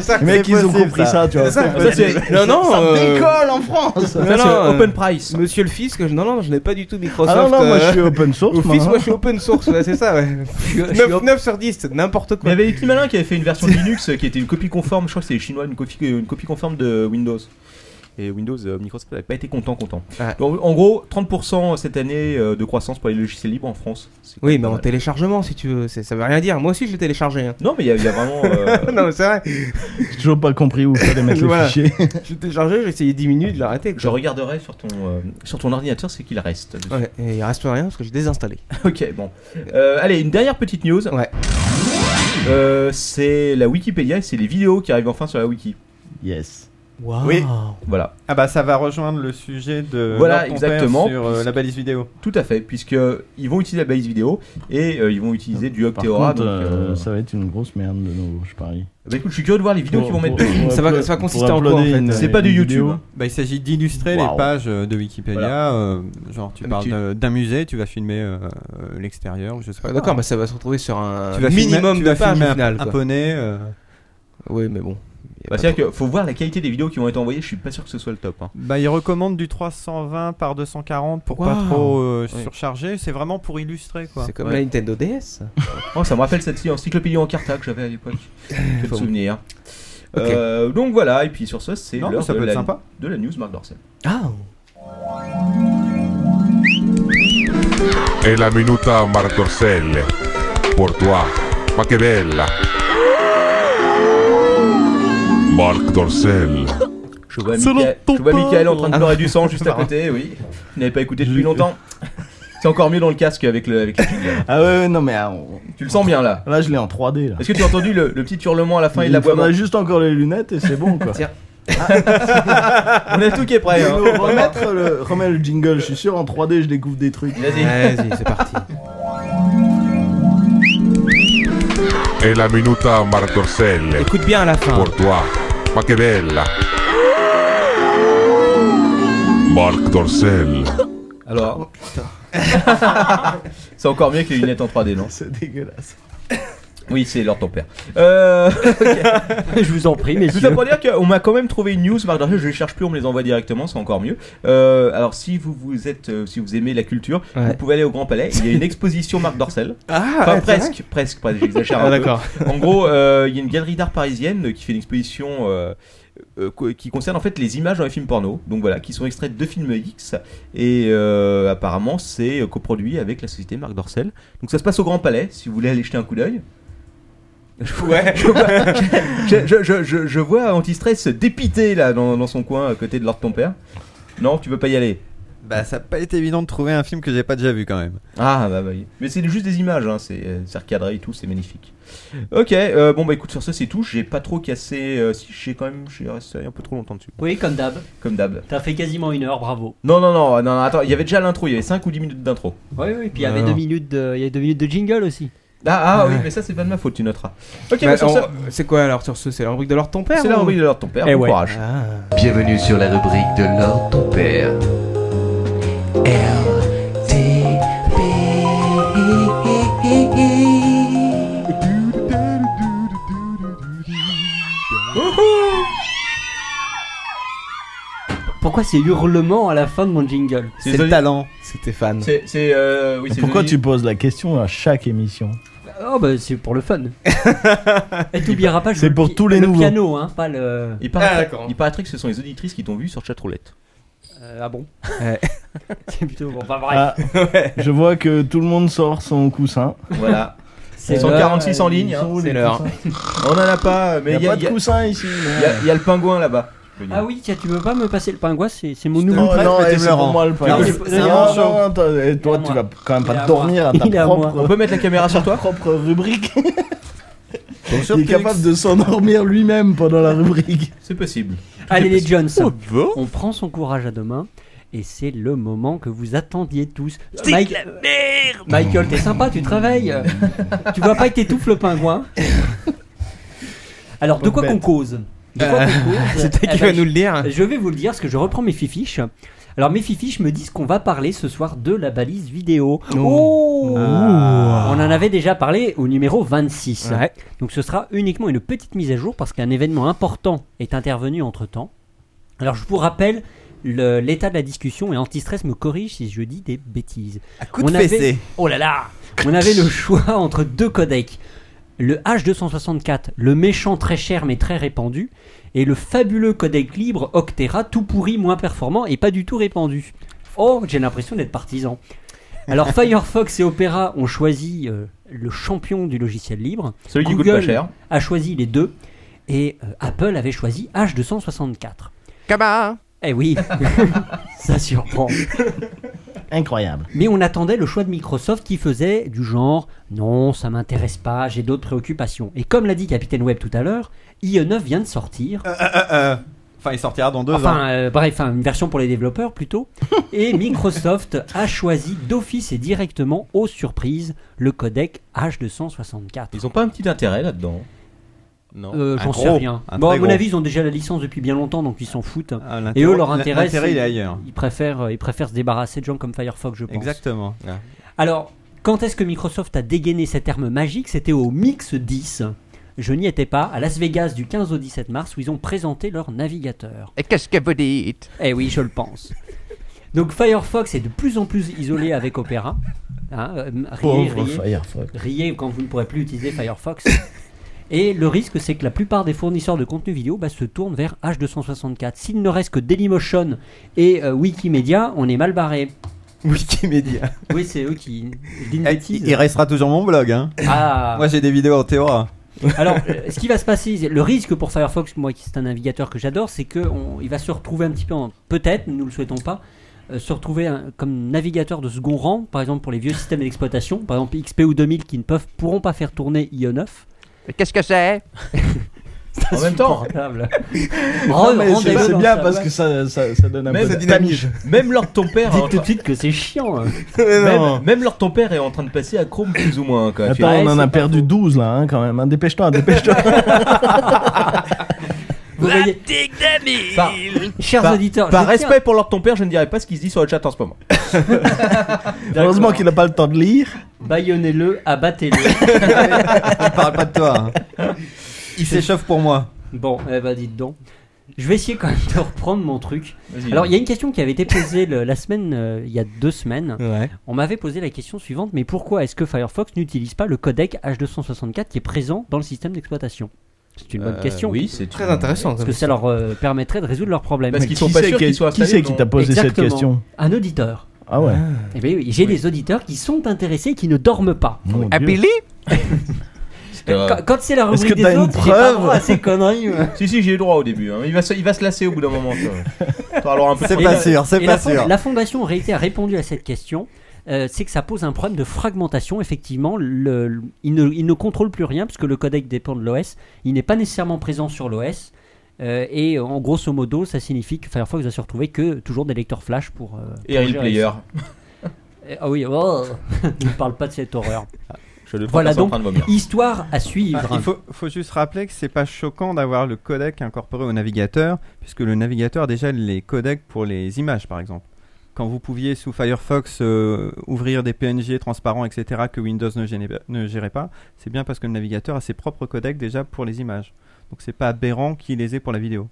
S6: ça,
S5: Les mecs,
S6: c'est
S5: ils ont
S6: possible,
S5: compris ça, Ah tu vois.
S3: ça,
S4: Ça, c'est- non, non, euh,
S5: en France
S4: non,
S3: Ça, c'est
S4: non, euh,
S3: Open Price.
S4: Monsieur le fisc, je- non, non, je n'ai pas du tout
S5: Ah
S4: Microsoft.
S5: non, non, moi
S4: euh,
S5: je suis open source. moi,
S4: Office,
S5: hein.
S4: moi je suis open source, ouais, c'est ça, ouais.
S3: je
S4: 9,
S3: suis op-
S4: 9 sur 10, c'est n'importe
S3: Il y
S4: quoi.
S3: avait Petit Malin qui avait fait une version de Linux euh, qui était une copie conforme, je crois que c'est les Chinois, une copie, une copie conforme de Windows. Et Windows, euh, Microsoft n'avait pas été content, content.
S4: Ouais.
S3: Donc, en gros, 30% cette année euh, de croissance pour les logiciels libres en France. C'est
S4: Oui,
S3: pas
S4: mais en
S3: mal.
S4: téléchargement, si tu veux, c'est- ça veut rien dire. Moi aussi, je l'ai téléchargé. hein.
S3: Non, mais il y, a- il y a vraiment. euh,
S4: non, mais c'est vrai,
S5: J'ai toujours pas compris où fallait mettre
S4: Voilà.
S5: les fichiers.
S4: je l'ai téléchargé, j'ai essayé 10 minutes de l'arrêter.
S3: je
S4: quoi.
S3: regarderai sur ton, euh, sur ton ordinateur ce qu'il reste. dessus.
S4: Ouais, et il reste rien parce que j'ai désinstallé.
S3: ok, bon. Euh, allez, une dernière petite news.
S4: Ouais.
S3: Euh, c'est la Wikipédia et c'est les vidéos qui arrivent enfin sur la Wiki.
S5: Yes.
S6: Oui.
S3: Voilà,
S6: Ah bah ça va rejoindre le sujet de
S3: Voilà,
S6: Laure Pompère
S3: exactement,
S6: sur euh,
S3: puisque-
S6: la balise vidéo.
S3: tout à fait, puisque euh, ils vont utiliser la balise vidéo et euh, ils vont utiliser du
S5: Par
S3: Octeora.
S5: contre,
S3: donc,
S5: euh,
S3: euh,
S5: ça va être une grosse merde de nouveau, je parie.
S3: bah, écoute, je suis curieux de voir les vidéos qu'ils vont mettre dessus.
S4: Ça va- ça va consister en quoi, en fait
S3: C'est pas du YouTube. hein.
S6: Bah, il s'agit d'illustrer
S5: Waouh.
S6: les pages euh, de Wikipédia. euh, genre tu
S4: Mais
S6: parles
S4: tu-
S6: de- d'un musée, tu vas filmer euh, euh, l'extérieur, je sais pas. Euh,
S4: Ouais, D'accord, mais ça va se retrouver sur un
S6: tu vas
S4: minimum
S6: filmer, tu
S4: de
S6: vas
S4: pages
S6: filmer
S4: au
S6: un-
S4: final.
S6: un,
S4: quoi.
S6: poney. euh,
S4: Oui, mais bon. Y a
S3: Bah,
S4: pas
S3: C'est-à-dire qu'il faut voir la qualité des vidéos qui vont être envoyées, je suis pas sûr que ce soit le top. hein.
S6: Bah, il recommande du 320 par 240 pour pas
S4: Waouh.
S6: trop euh,
S4: Oui.
S6: surcharger. C'est vraiment pour illustrer quoi.
S4: C'est comme
S3: Ouais.
S4: la Nintendo DS.
S3: Oh, ça me rappelle cette encyclopédie en carta que j'avais à l'époque. Quel
S4: Faut-
S3: souvenir.
S4: Ok.
S3: Euh, donc voilà, et puis sur ce, c'est
S6: Non,
S3: l'heure
S6: ça
S3: de,
S6: peut être
S3: la-
S6: sympa.
S3: de la news Marc Dorcel.
S4: Ah
S11: È la minuta Martorselle. Pour toi, ma che bella. Marc Dorcel.
S3: Je vois,
S5: C'est
S3: Michael,
S5: dans ton
S3: je vois
S5: pain.
S3: Michael en train de
S4: Ah.
S3: pleurer du sang juste à côté, oui. Vous n'avez pas écouté depuis longtemps. C'est encore mieux dans le casque avec le, avec le jingle.
S5: Ah ouais, ouais, non, mais ah, on-
S3: Tu le sens bien là.
S5: là, je l'ai en 3D. Là.
S3: Est-ce que tu as entendu le, le petit hurlement à la fin et
S5: Il
S3: l'aboiement
S5: faudra juste encore les lunettes et c'est bon quoi.
S4: Tiens.
S3: On a tout qui est prêt. hein.
S5: Remettre remettre le, remets le jingle, je suis sûr en 3D je découvre des trucs.
S3: Vas-y.
S4: Vas-y, c'est parti.
S11: È la minuta Martorselle.
S4: Écoute bien à la fin.
S11: Pour toi, ma che bella. Marc Dorcel.
S3: Alors. c'est encore mieux que les lunettes en 3D, non
S5: C'est dégueulasse.
S3: Oui, c'est l'heure de ton père. Euh,
S7: hein. Je vous en prie,
S3: tout ça
S7: messieurs.
S3: pour dire qu'on m'a quand même trouvé une news, Marc Dorcel, je les cherche plus, on me les envoie directement, c'est encore mieux. Euh, alors si vous, vous êtes, euh, si vous aimez la culture,
S4: Ouais.
S3: vous pouvez aller au Grand Palais, il y a une exposition Marc Dorcel.
S4: Ah,
S3: Enfin
S4: ouais, c'est vrai
S3: presque, presque, pas j'exagère un
S4: Ah,
S3: peu.
S4: d'accord.
S3: En gros, euh, il y a une galerie d'art parisienne qui fait une exposition euh, euh, co- qui concerne en fait les images dans les films porno. Donc voilà, qui sont extraites de films X et euh, apparemment c'est euh, coproduit avec la société Marc Dorcel. Donc ça se passe au Grand Palais. Si vous voulez aller jeter un coup d'œil. Ouais. je, vois, je, je- je- je- je vois Antistress se dépiter là dans, dans son coin à côté de l'ordre de ton père. Non, tu veux pas y aller.
S6: Bah, ça n'a pas été évident de trouver un film que j'ai pas déjà vu quand même.
S3: Ah bah oui. Mais c'est juste des images, hein. c'est euh, c'est recadré et tout, c'est magnifique. Ok, euh, bon bah écoute, sur ça c'est tout. J'ai pas trop cassé. euh, si j'ai quand même, j'ai resté un peu trop longtemps dessus,
S7: Oui, comme d'hab.
S3: comme d'hab.
S7: T'as fait quasiment une heure, bravo.
S3: Non, non, non, non, non, attends, il y avait déjà l'intro, il y avait 5 ou 10 minutes d'intro.
S7: Oui, oui, puis il y avait
S4: Alors.
S7: deux minutes de, il y avait deux minutes de jingle aussi.
S3: Ah, ah oui, mais ça c'est pas de ma faute, tu noteras. Ok,
S4: Bah,
S3: bah, sur
S4: on-
S3: ça,
S4: C'est quoi alors sur ce C'est la rubrique de leur ton père
S3: c'est la
S4: ou-
S3: rubrique de l'heure de ton père,
S7: Eh
S3: bon
S7: ouais.
S3: courage.
S4: Ah.
S12: Bienvenue sur la rubrique de l'ordre ton père.
S7: Pourquoi ces hurlements à la fin de mon jingle
S3: C'est
S6: C'est le
S3: Zoli-
S6: talent.
S4: C'était fan.
S3: C'est, c'est, euh, oui, c'est
S5: Pourquoi
S3: Zoli.
S5: tu poses la question à chaque émission
S7: Oh bah c'est pour le fun. Et t'oublieras pas, je
S5: C'est
S7: joue
S5: pour
S7: le pi-
S5: tous les
S7: le
S5: nouveaux.
S7: piano, hein, pas le.
S3: Il paraît,
S4: Ah, d'accord.
S3: il paraîtrait que ce sont les auditrices qui t'ont vu sur chatroulette.
S7: Euh, ah bon
S4: Ouais.
S7: C'est plutôt bon. Enfin bref.
S5: Ah, Je vois que tout le monde sort son coussin.
S3: Voilà.
S7: c'est
S3: sont
S7: là-
S3: 46 en ligne, hein.
S4: C'est l'heure.
S3: On en a pas, euh, mais
S5: Il
S3: il
S5: n'y
S3: y,
S5: a
S3: a-
S5: pas
S3: il y
S5: de
S3: a-
S5: coussin ici.
S3: il y a- il y a le pingouin là-bas. je peux dire.
S7: Ah oui, tiens, tu veux pas me passer le pingouin C'est c'est mon
S5: Non,
S7: nouveau.
S6: prête,
S5: non,
S6: mais
S5: eh,
S6: tu me
S5: c'est
S6: le
S5: pour
S6: rends.
S5: moi le pingouin.
S7: Non, il est- c'est
S5: Non,
S7: vraiment
S5: non,
S7: chaud.
S5: attends, eh, toi,
S7: Il est à
S5: tu
S7: moi.
S5: vas quand même
S7: Il est
S5: pas
S7: à
S5: dormir à ta
S7: Il est à moi.
S5: propre,
S3: On peut mettre la caméra sur toi
S5: propre rubrique. Il est
S6: Pix.
S5: capable de s'endormir lui-même pendant la rubrique.
S3: C'est possible.
S7: Allez les Jones,
S6: bon
S7: on prend son courage à deux mains. Et c'est le moment que vous attendiez tous. Mike- Michael, t'es sympa, tu travailles. tu vois pas que t'étouffes le pingouin. Alors, de quoi qu'on cause de quoi
S12: Euh,
S7: qu'on cause
S12: c'est toi
S7: Eh
S12: qui
S7: ben,
S12: vas nous le dire.
S7: Je vais vous le dire parce que je reprends mes fifiches. Alors mes fifiches me disent qu'on va parler ce soir de la balise vidéo. Oh
S12: Ah.
S7: On en avait déjà parlé au numéro 26.
S12: Ouais.
S7: Donc ce sera uniquement une petite mise à jour parce qu'un événement important est intervenu entre-temps. Alors je vous rappelle le- l'état de la discussion et Antistress me corrige si je dis des bêtises.
S6: coup de
S7: on avait,
S6: fessée.
S7: oh là là, on avait le choix entre deux codecs. Le H264, le méchant très cher mais très répandu, et le fabuleux codec libre Octera, tout pourri, moins performant et pas du tout répandu. Oh, j'ai l'impression d'être partisan. Alors Firefox et Opera ont choisi euh, le champion du logiciel libre.
S4: Celui qui
S7: Google
S4: coûte pas cher.
S7: a choisi les deux. Et euh, Apple avait choisi H264.
S12: Kaba
S7: Eh oui, ça surprend.
S5: Incroyable.
S7: Mais on attendait le choix de Microsoft qui faisait du genre non, ça m'intéresse pas, j'ai d'autres préoccupations. Et comme l'a dit Capitaine Web tout à l'heure, IE9 vient de sortir.
S6: Euh, Enfin, il sortira dans deux ans.
S7: Enfin, euh, bref, enfin, une version pour les développeurs plutôt. Et Microsoft a choisi d'office et directement, aux surprises, le codec H264.
S3: Ils ont pas un petit intérêt là-dedans
S6: Non.
S7: Euh,
S6: Un
S7: J'en sais
S6: gros,
S7: rien.
S6: un
S7: Bon, à
S6: très
S7: mon
S6: gros.
S7: avis, ils ont déjà la licence depuis bien longtemps, donc ils s'en foutent.
S6: Ah,
S7: Et
S6: l'intérêt-
S7: eux, leur intérêt,
S6: l'intérêt,
S7: c'est-
S6: il est ailleurs.
S7: Ils préfèrent, ils préfèrent se débarrasser de gens comme Firefox, je pense.
S6: Exactement.
S7: Alors, quand est-ce que Microsoft a dégainé ces termes magiques C'était au Mix 10. Je n'y étais pas, à Las Vegas du 15 au 17 mars, où ils ont présenté leur navigateur.
S12: Et qu'est-ce que vous dites
S7: Eh oui, je le pense. Donc Firefox est de plus en plus isolé avec Opera. Hein, euh, riez,
S5: Pauvre
S7: riez.
S5: Firefox.
S7: Riez quand vous ne pourrez plus utiliser Firefox. Et le risque, c'est que la plupart des fournisseurs de contenu vidéo bah, se tournent vers H264. S'il ne reste que Dailymotion et euh, Wikimedia, on est mal barré.
S6: Wikimedia.
S7: Oui, c'est eux qui. je dis une
S6: Eh,
S7: bêtise.
S6: Il il restera toujours mon blog. Hein.
S7: Ah.
S6: Moi, j'ai des vidéos en hein. théorie.
S7: Alors, euh, ce qui va se passer, c'est- le risque pour Firefox, moi qui c'est un navigateur que j'adore, c'est qu'il va se retrouver un petit peu, en- peut-être, nous ne le souhaitons pas, euh, se retrouver un- comme navigateur de second rang, par exemple pour les vieux systèmes d'exploitation, par exemple XP ou 2000 qui ne peuvent, pourront pas faire tourner IE9.
S12: Et qu'est-ce que c'est
S4: En même temps,
S7: Portable.
S5: Non, mais
S7: Rendez-vous
S5: c'est c'est
S7: dans
S5: bien
S7: ça,
S5: parce
S7: ouais.
S5: que ça, ça, ça donne un
S3: Même-
S5: peu
S3: ça
S5: de-
S3: dynamise. Même Lord ton père, est en
S7: Dites tout
S3: train-
S7: de suite que c'est chiant. hein.
S3: même, même Lord ton père est en train de passer à Chrome plus ou moins. Quoi.
S5: Attends,
S7: Ouais,
S5: on en
S7: c'est
S5: a
S7: pas
S5: perdu 12 là hein, quand même. hein. Dépêche-toi, dépêche-toi.
S7: Vous voyez,
S3: Par,
S7: chers
S3: par-
S7: auditeurs,
S3: par
S7: je tiens-
S3: respect pour Lord ton père, je ne dirai pas ce qu'il se dit sur le chat en ce moment.
S5: Heureusement qu'il n'a pas le temps de lire.
S7: baillonnez-le, abattez-le.
S6: Il parle pas de toi. hein. Il s'échauffe pour moi.
S7: Bon, eh ben dites donc. Je vais essayer quand même de reprendre mon truc.
S3: Vas-y.
S7: Alors, il y a une question qui avait été posée le- la semaine, euh, il y a deux semaines.
S12: Ouais.
S7: On m'avait posé la question suivante, mais pourquoi est-ce que Firefox n'utilise pas le codec H264 qui est présent dans le système d'exploitation C'est une bonne
S3: Euh,
S7: question.
S3: Oui, c'est
S12: Très
S3: une-
S12: intéressant.
S7: Parce que ça leur euh, permettrait de résoudre leurs problèmes.
S3: Parce
S7: Oui.
S3: qu'ils sont pas
S5: c'est
S3: sûrs
S5: qui-
S3: qu'ils soient
S5: Qui c'est
S3: installés
S5: qui
S3: dans-
S5: t'a posé cette
S7: Exactement.
S5: question
S7: Un auditeur.
S5: Ah ouais.
S7: Eh bien, oui, j'ai des auditeurs qui sont intéressés et qui ne dorment pas.
S5: Mon
S12: Ah,
S5: Dieu.
S12: Billy
S3: Euh,
S7: Quand, quand c'est la
S5: Est-ce
S7: rubrique
S5: que
S7: des
S5: t'as une
S7: autres, j'ai pas
S5: preuve
S7: droit à ces conneries. moi.
S3: Si, si, j'ai eu droit au début. hein. Il, va se, il va se lasser au bout d'un moment. ça. Toi, alors, un peu
S6: C'est
S3: de-
S6: pas
S7: la-
S6: sûr, c'est
S7: Et
S6: pas
S7: la, fond-
S6: sûr.
S7: la fondation en réalité a répondu à cette question. euh, c'est que ça pose un problème de fragmentation. Effectivement, le, le- il, ne, il ne contrôle plus rien puisque le codec dépend de l'OS. Il n'est pas nécessairement présent sur l'OS. euh, et euh, en grosso modo, ça signifie que Firefox va se retrouver que toujours des lecteurs flash pour. euh,
S3: Et Real Player.
S7: Eh, Ah oui, oh, ne parle pas de cette horreur.
S3: Je le prends
S7: Voilà
S3: parce qu'on est
S7: donc,
S3: en train de vomir.
S7: histoire à
S6: Ah,
S7: suivre.
S6: il faut, faut juste rappeler que c'est pas choquant d'avoir le codec incorporé au navigateur, puisque le navigateur a déjà les codecs pour les images, par exemple. Quand vous pouviez sous Firefox euh, ouvrir des PNG transparents, etc., que Windows ne génait- ne gérait, pas, c'est bien parce que le navigateur a ses propres codecs déjà pour les images. Donc c'est pas aberrant qu'il les ait pour la vidéo.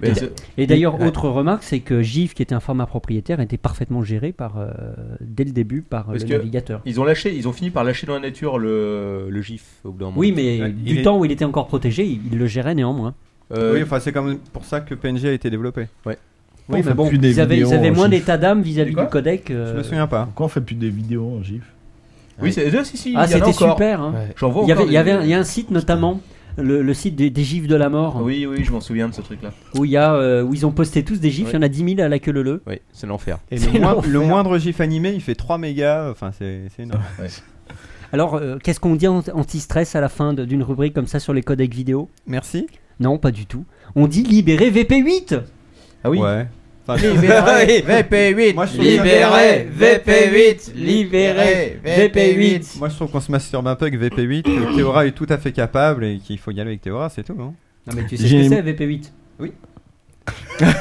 S3: Mais c'est-
S7: Et d'ailleurs,
S6: Ouais.
S7: autre remarque, c'est que GIF, qui était un format propriétaire, était parfaitement géré par, euh, dès le début par euh,
S3: Parce
S7: le
S3: que-
S7: navigateur.
S3: Ils ont lâché, ils ont fini par lâcher dans la nature le, le GIF au bout d'un moment.
S7: Oui, mais
S6: Ouais, il
S7: du
S6: est-
S7: temps où il était encore protégé, il, il le gérait néanmoins.
S3: Euh,
S6: Oui, enfin c'est comme pour ça que PNG a été développé.
S5: Oui, mais bon,
S7: ils avaient, ils
S5: hein,
S7: avaient moins d'état d'âme vis-à-vis
S3: C'est quoi
S7: du codec. euh,
S6: Je me souviens pas.
S5: Pourquoi on fait plus des vidéos en GIF
S3: oui, c'est eux, si, si.
S7: Ah,
S3: il y en a
S7: c'était
S3: encore.
S7: super. hein.
S3: J'en vois
S7: Il y avait,
S3: encore
S7: il y
S3: des-
S7: avait un, il y a un site notamment. Le, le site des, des gifs de la mort
S3: Oui, oui, je m'en souviens de ce truc-là.
S7: où, il y a, euh, où ils ont posté tous des gifs, il y en a 10 000 à la queue le le.
S3: Oui, c'est l'enfer.
S6: Et
S7: C'est
S6: le, moin-
S7: l'enfer.
S6: le moindre GIF animé, il fait 3 mégas, enfin c'est c'est énorme.
S7: Alors euh, qu'est-ce qu'on dit en- anti-stress à la fin de- d'une rubrique comme ça sur les codecs vidéo
S6: Merci.
S7: Non, pas du tout. On dit libérer VP8
S3: Ah oui.
S6: Ouais. Enfin, je-
S4: VP8
S6: Moi, je trouve
S4: Libéré VP8
S7: Libéré,
S4: VP8
S6: Moi, je trouve qu'on se masturbe un peu avec VP8, que Théora est tout à fait capable et qu'il faut y aller avec Théora, c'est tout. Hein
S7: Non, mais tu sais ce
S5: J'ai-
S7: que c'est, VP8
S8: Oui.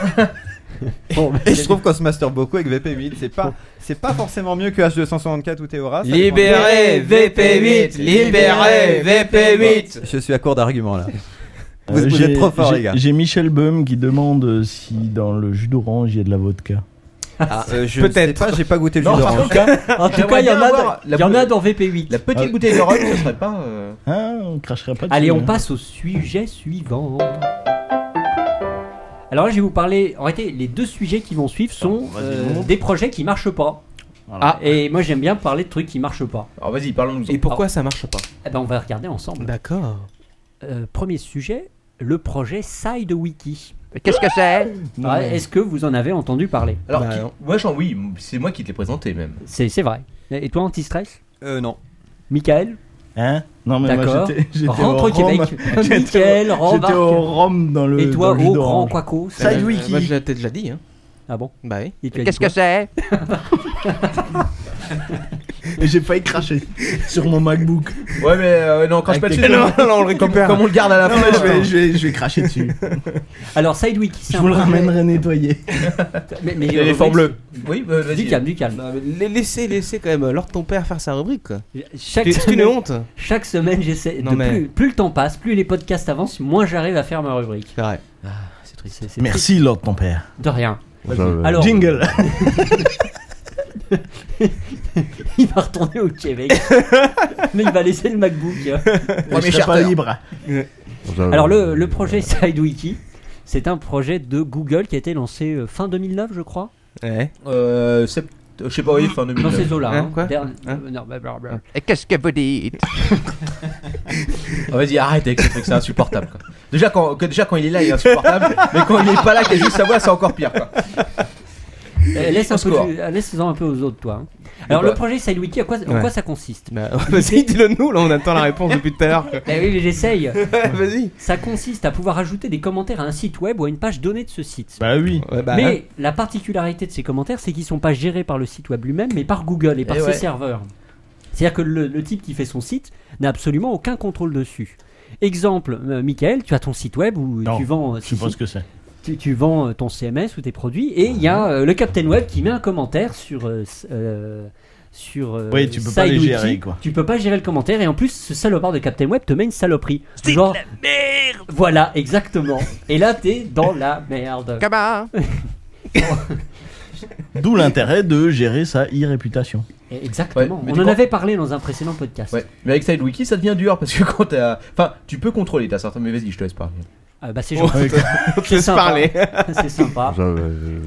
S7: Bon,
S8: Et je trouve qu'on se masturbe beaucoup avec VP8. C'est pas, c'est pas forcément mieux que H264 ou Théora. ça dépend.
S4: Libérez VP8 Libérez VP8
S8: Je suis à court d'arguments là. Vous,
S5: Euh,
S8: vous
S5: j'ai-
S8: êtes trop fort,
S5: j'ai-
S8: les gars.
S5: J'ai Michel Beum qui demande si dans le jus d'orange il y a de la vodka.
S8: Euh, je ne sais
S4: peut-être.
S8: pas, j'ai pas goûté le jus
S7: En
S8: d'orange.
S7: tout cas, en tout cas, il y en a dans- il y en a dans VP8.
S3: La petite bouteille de rhum, ce serait pas. euh,
S5: Hein, on cracherait pas dessus.
S7: Allez, on
S5: hein.
S7: passe au sujet suivant. Alors là, je vais vous parler. En réalité, les deux sujets qui vont suivre sont euh, des projets qui marchent pas.
S5: Voilà.
S7: Ah, et moi j'aime bien parler de trucs qui marchent pas.
S3: Alors vas-y, parlons-nous.
S4: Et pourquoi ça marche pas
S7: Eh ben, on va regarder ensemble.
S5: Bah.
S4: D'accord.
S7: Euh, premier sujet, le projet SideWiki.
S12: Qu'est-ce que c'est
S5: Non,
S7: Ah,
S5: mais-
S7: Est-ce que vous en avez entendu parler
S3: Alors,
S4: Bah,
S3: qui-
S4: non.
S3: moi, j'en, oui, c'est moi qui te l'ai présenté même.
S7: C'est c'est vrai. Et toi, anti-stress
S8: Euh, non.
S7: Michael
S5: Hein Non, mais moi
S7: D'accord.
S5: j'étais j'étais au
S7: Rentre au
S5: Rhum.
S7: Québec.
S5: J'étais
S7: Michael,
S5: au- J'étais au
S7: rembarque.
S5: Rome dans le.
S7: Et toi,
S5: dans le jus
S7: au grand
S5: d'orange.
S7: Quaco
S5: Sidewiki.
S4: Moi, je l'ai déjà dit. Hein.
S7: Ah bon
S4: Bah oui.
S7: Et tu as dit
S12: Qu'est-ce
S7: quoi
S12: que c'est
S5: Et j'ai failli cracher sur mon MacBook.
S3: Ouais, mais euh, non, quand je
S5: Avec
S3: pas
S5: tes-
S3: dessus,
S5: Non, non,
S3: on le
S5: récupère.
S3: Comme on le garde à la
S5: Non,
S3: fin.
S5: je vais, je vais- je vais cracher dessus.
S7: Alors, SideWiki, c'est
S5: Je
S7: un
S5: vous le
S7: projet-
S5: ramènerai nettoyé.
S7: Mais, euh, mais-
S3: L'éléphant bleu. Oui, bah,
S7: Du
S3: vas-y.
S7: calme, du calme.
S4: Laissez, laissez quand même euh, Lord ton père faire sa rubrique. quoi.
S7: Chaque
S4: C'est c'est une
S7: semaine,
S4: honte.
S7: chaque semaine, j'essaie.
S4: Non,
S7: de
S4: mais-
S7: plus, plus le temps passe, plus les podcasts avancent, moins j'arrive à faire ma rubrique.
S4: C'est vrai.
S5: Ah,
S7: C'est triste. c'est
S5: Merci, Lord ton père.
S7: triste. De rien. Alors-
S11: Euh,
S5: Alors, Jingle.
S7: Il va retourner au Québec. mais il va laisser le MacBook.
S5: Je serai pas libre.
S7: Alors, le, le projet SideWiki, c'est un projet de Google qui a été lancé euh, fin 2009, je crois.
S4: Ouais.
S3: Euh, sept- Je sais pas, oui, fin
S7: Dans
S3: 2009.
S7: ces eaux-là.
S4: Hein,
S7: hein.
S4: quoi
S7: Dern-
S4: Hein
S7: euh, non, bah, blablabla.
S12: Et qu'est-ce que vous dites
S3: Ah, vas-y, arrête avec ce truc, c'est insupportable. Quoi. Déjà, quand, que- déjà, quand il est là, il est insupportable. mais quand il est pas là, qu'il y a juste sa voix, c'est encore pire. Quoi.
S7: Eh, Laisse un
S3: Au
S7: peu,
S3: score.
S7: de- laisse-en un peu aux autres, toi. hein. Alors,
S3: bah-
S7: le projet SideWiki, à quoi, en
S4: Ouais.
S7: quoi ça consiste
S4: Bah, vas-y, dis-le nous. Là, on attend la réponse depuis tout à l'heure. quoi.
S7: Bah oui, mais j'essaye.
S4: vas-y.
S7: Ça consiste à pouvoir ajouter des commentaires à un site web ou à une page donnée de ce site.
S5: Bah oui.
S4: Ouais, bah,
S7: mais la particularité de ces commentaires, c'est qu'ils sont pas gérés par le site web lui-même, mais par Google et par
S3: Eh
S7: ses
S3: ouais.
S7: serveurs. C'est-à-dire que le, le type qui fait son site n'a absolument aucun contrôle dessus. Exemple, euh, Michael, tu as ton site web où
S5: Non,
S7: tu vends, euh,
S5: Je
S7: si,
S5: sais pas
S7: si,
S5: ce que c'est.
S7: tu, tu vends euh, ton CMS ou tes produits, et il y
S5: Mhm.
S7: a euh, le Captain Web qui met un commentaire sur euh, s- euh, sur euh,
S5: Oui, tu peux pas les
S7: SideWiki.
S5: gérer, quoi.
S7: Tu peux pas gérer le commentaire, et en plus, ce salopard de Captain Web te met une saloperie. Genre, merde Voilà, exactement. Et là, t'es dans la merde.
S12: Comment
S5: D'où l'intérêt de gérer sa e-réputation.
S7: Exactement.
S3: Ouais, mais
S7: On
S3: tu
S7: en
S3: crois-
S7: avait parlé dans un précédent podcast.
S3: Ouais. Mais avec SideWiki, ça devient dur parce que quand t'as. Enfin, tu peux contrôler, t'as certains. Mais vas-y, je te laisse parler.
S7: Ah, bah, c'est gentil.
S4: on te
S7: C'est
S4: laisse
S7: sympa.
S4: parler.
S7: c'est sympa.
S5: euh,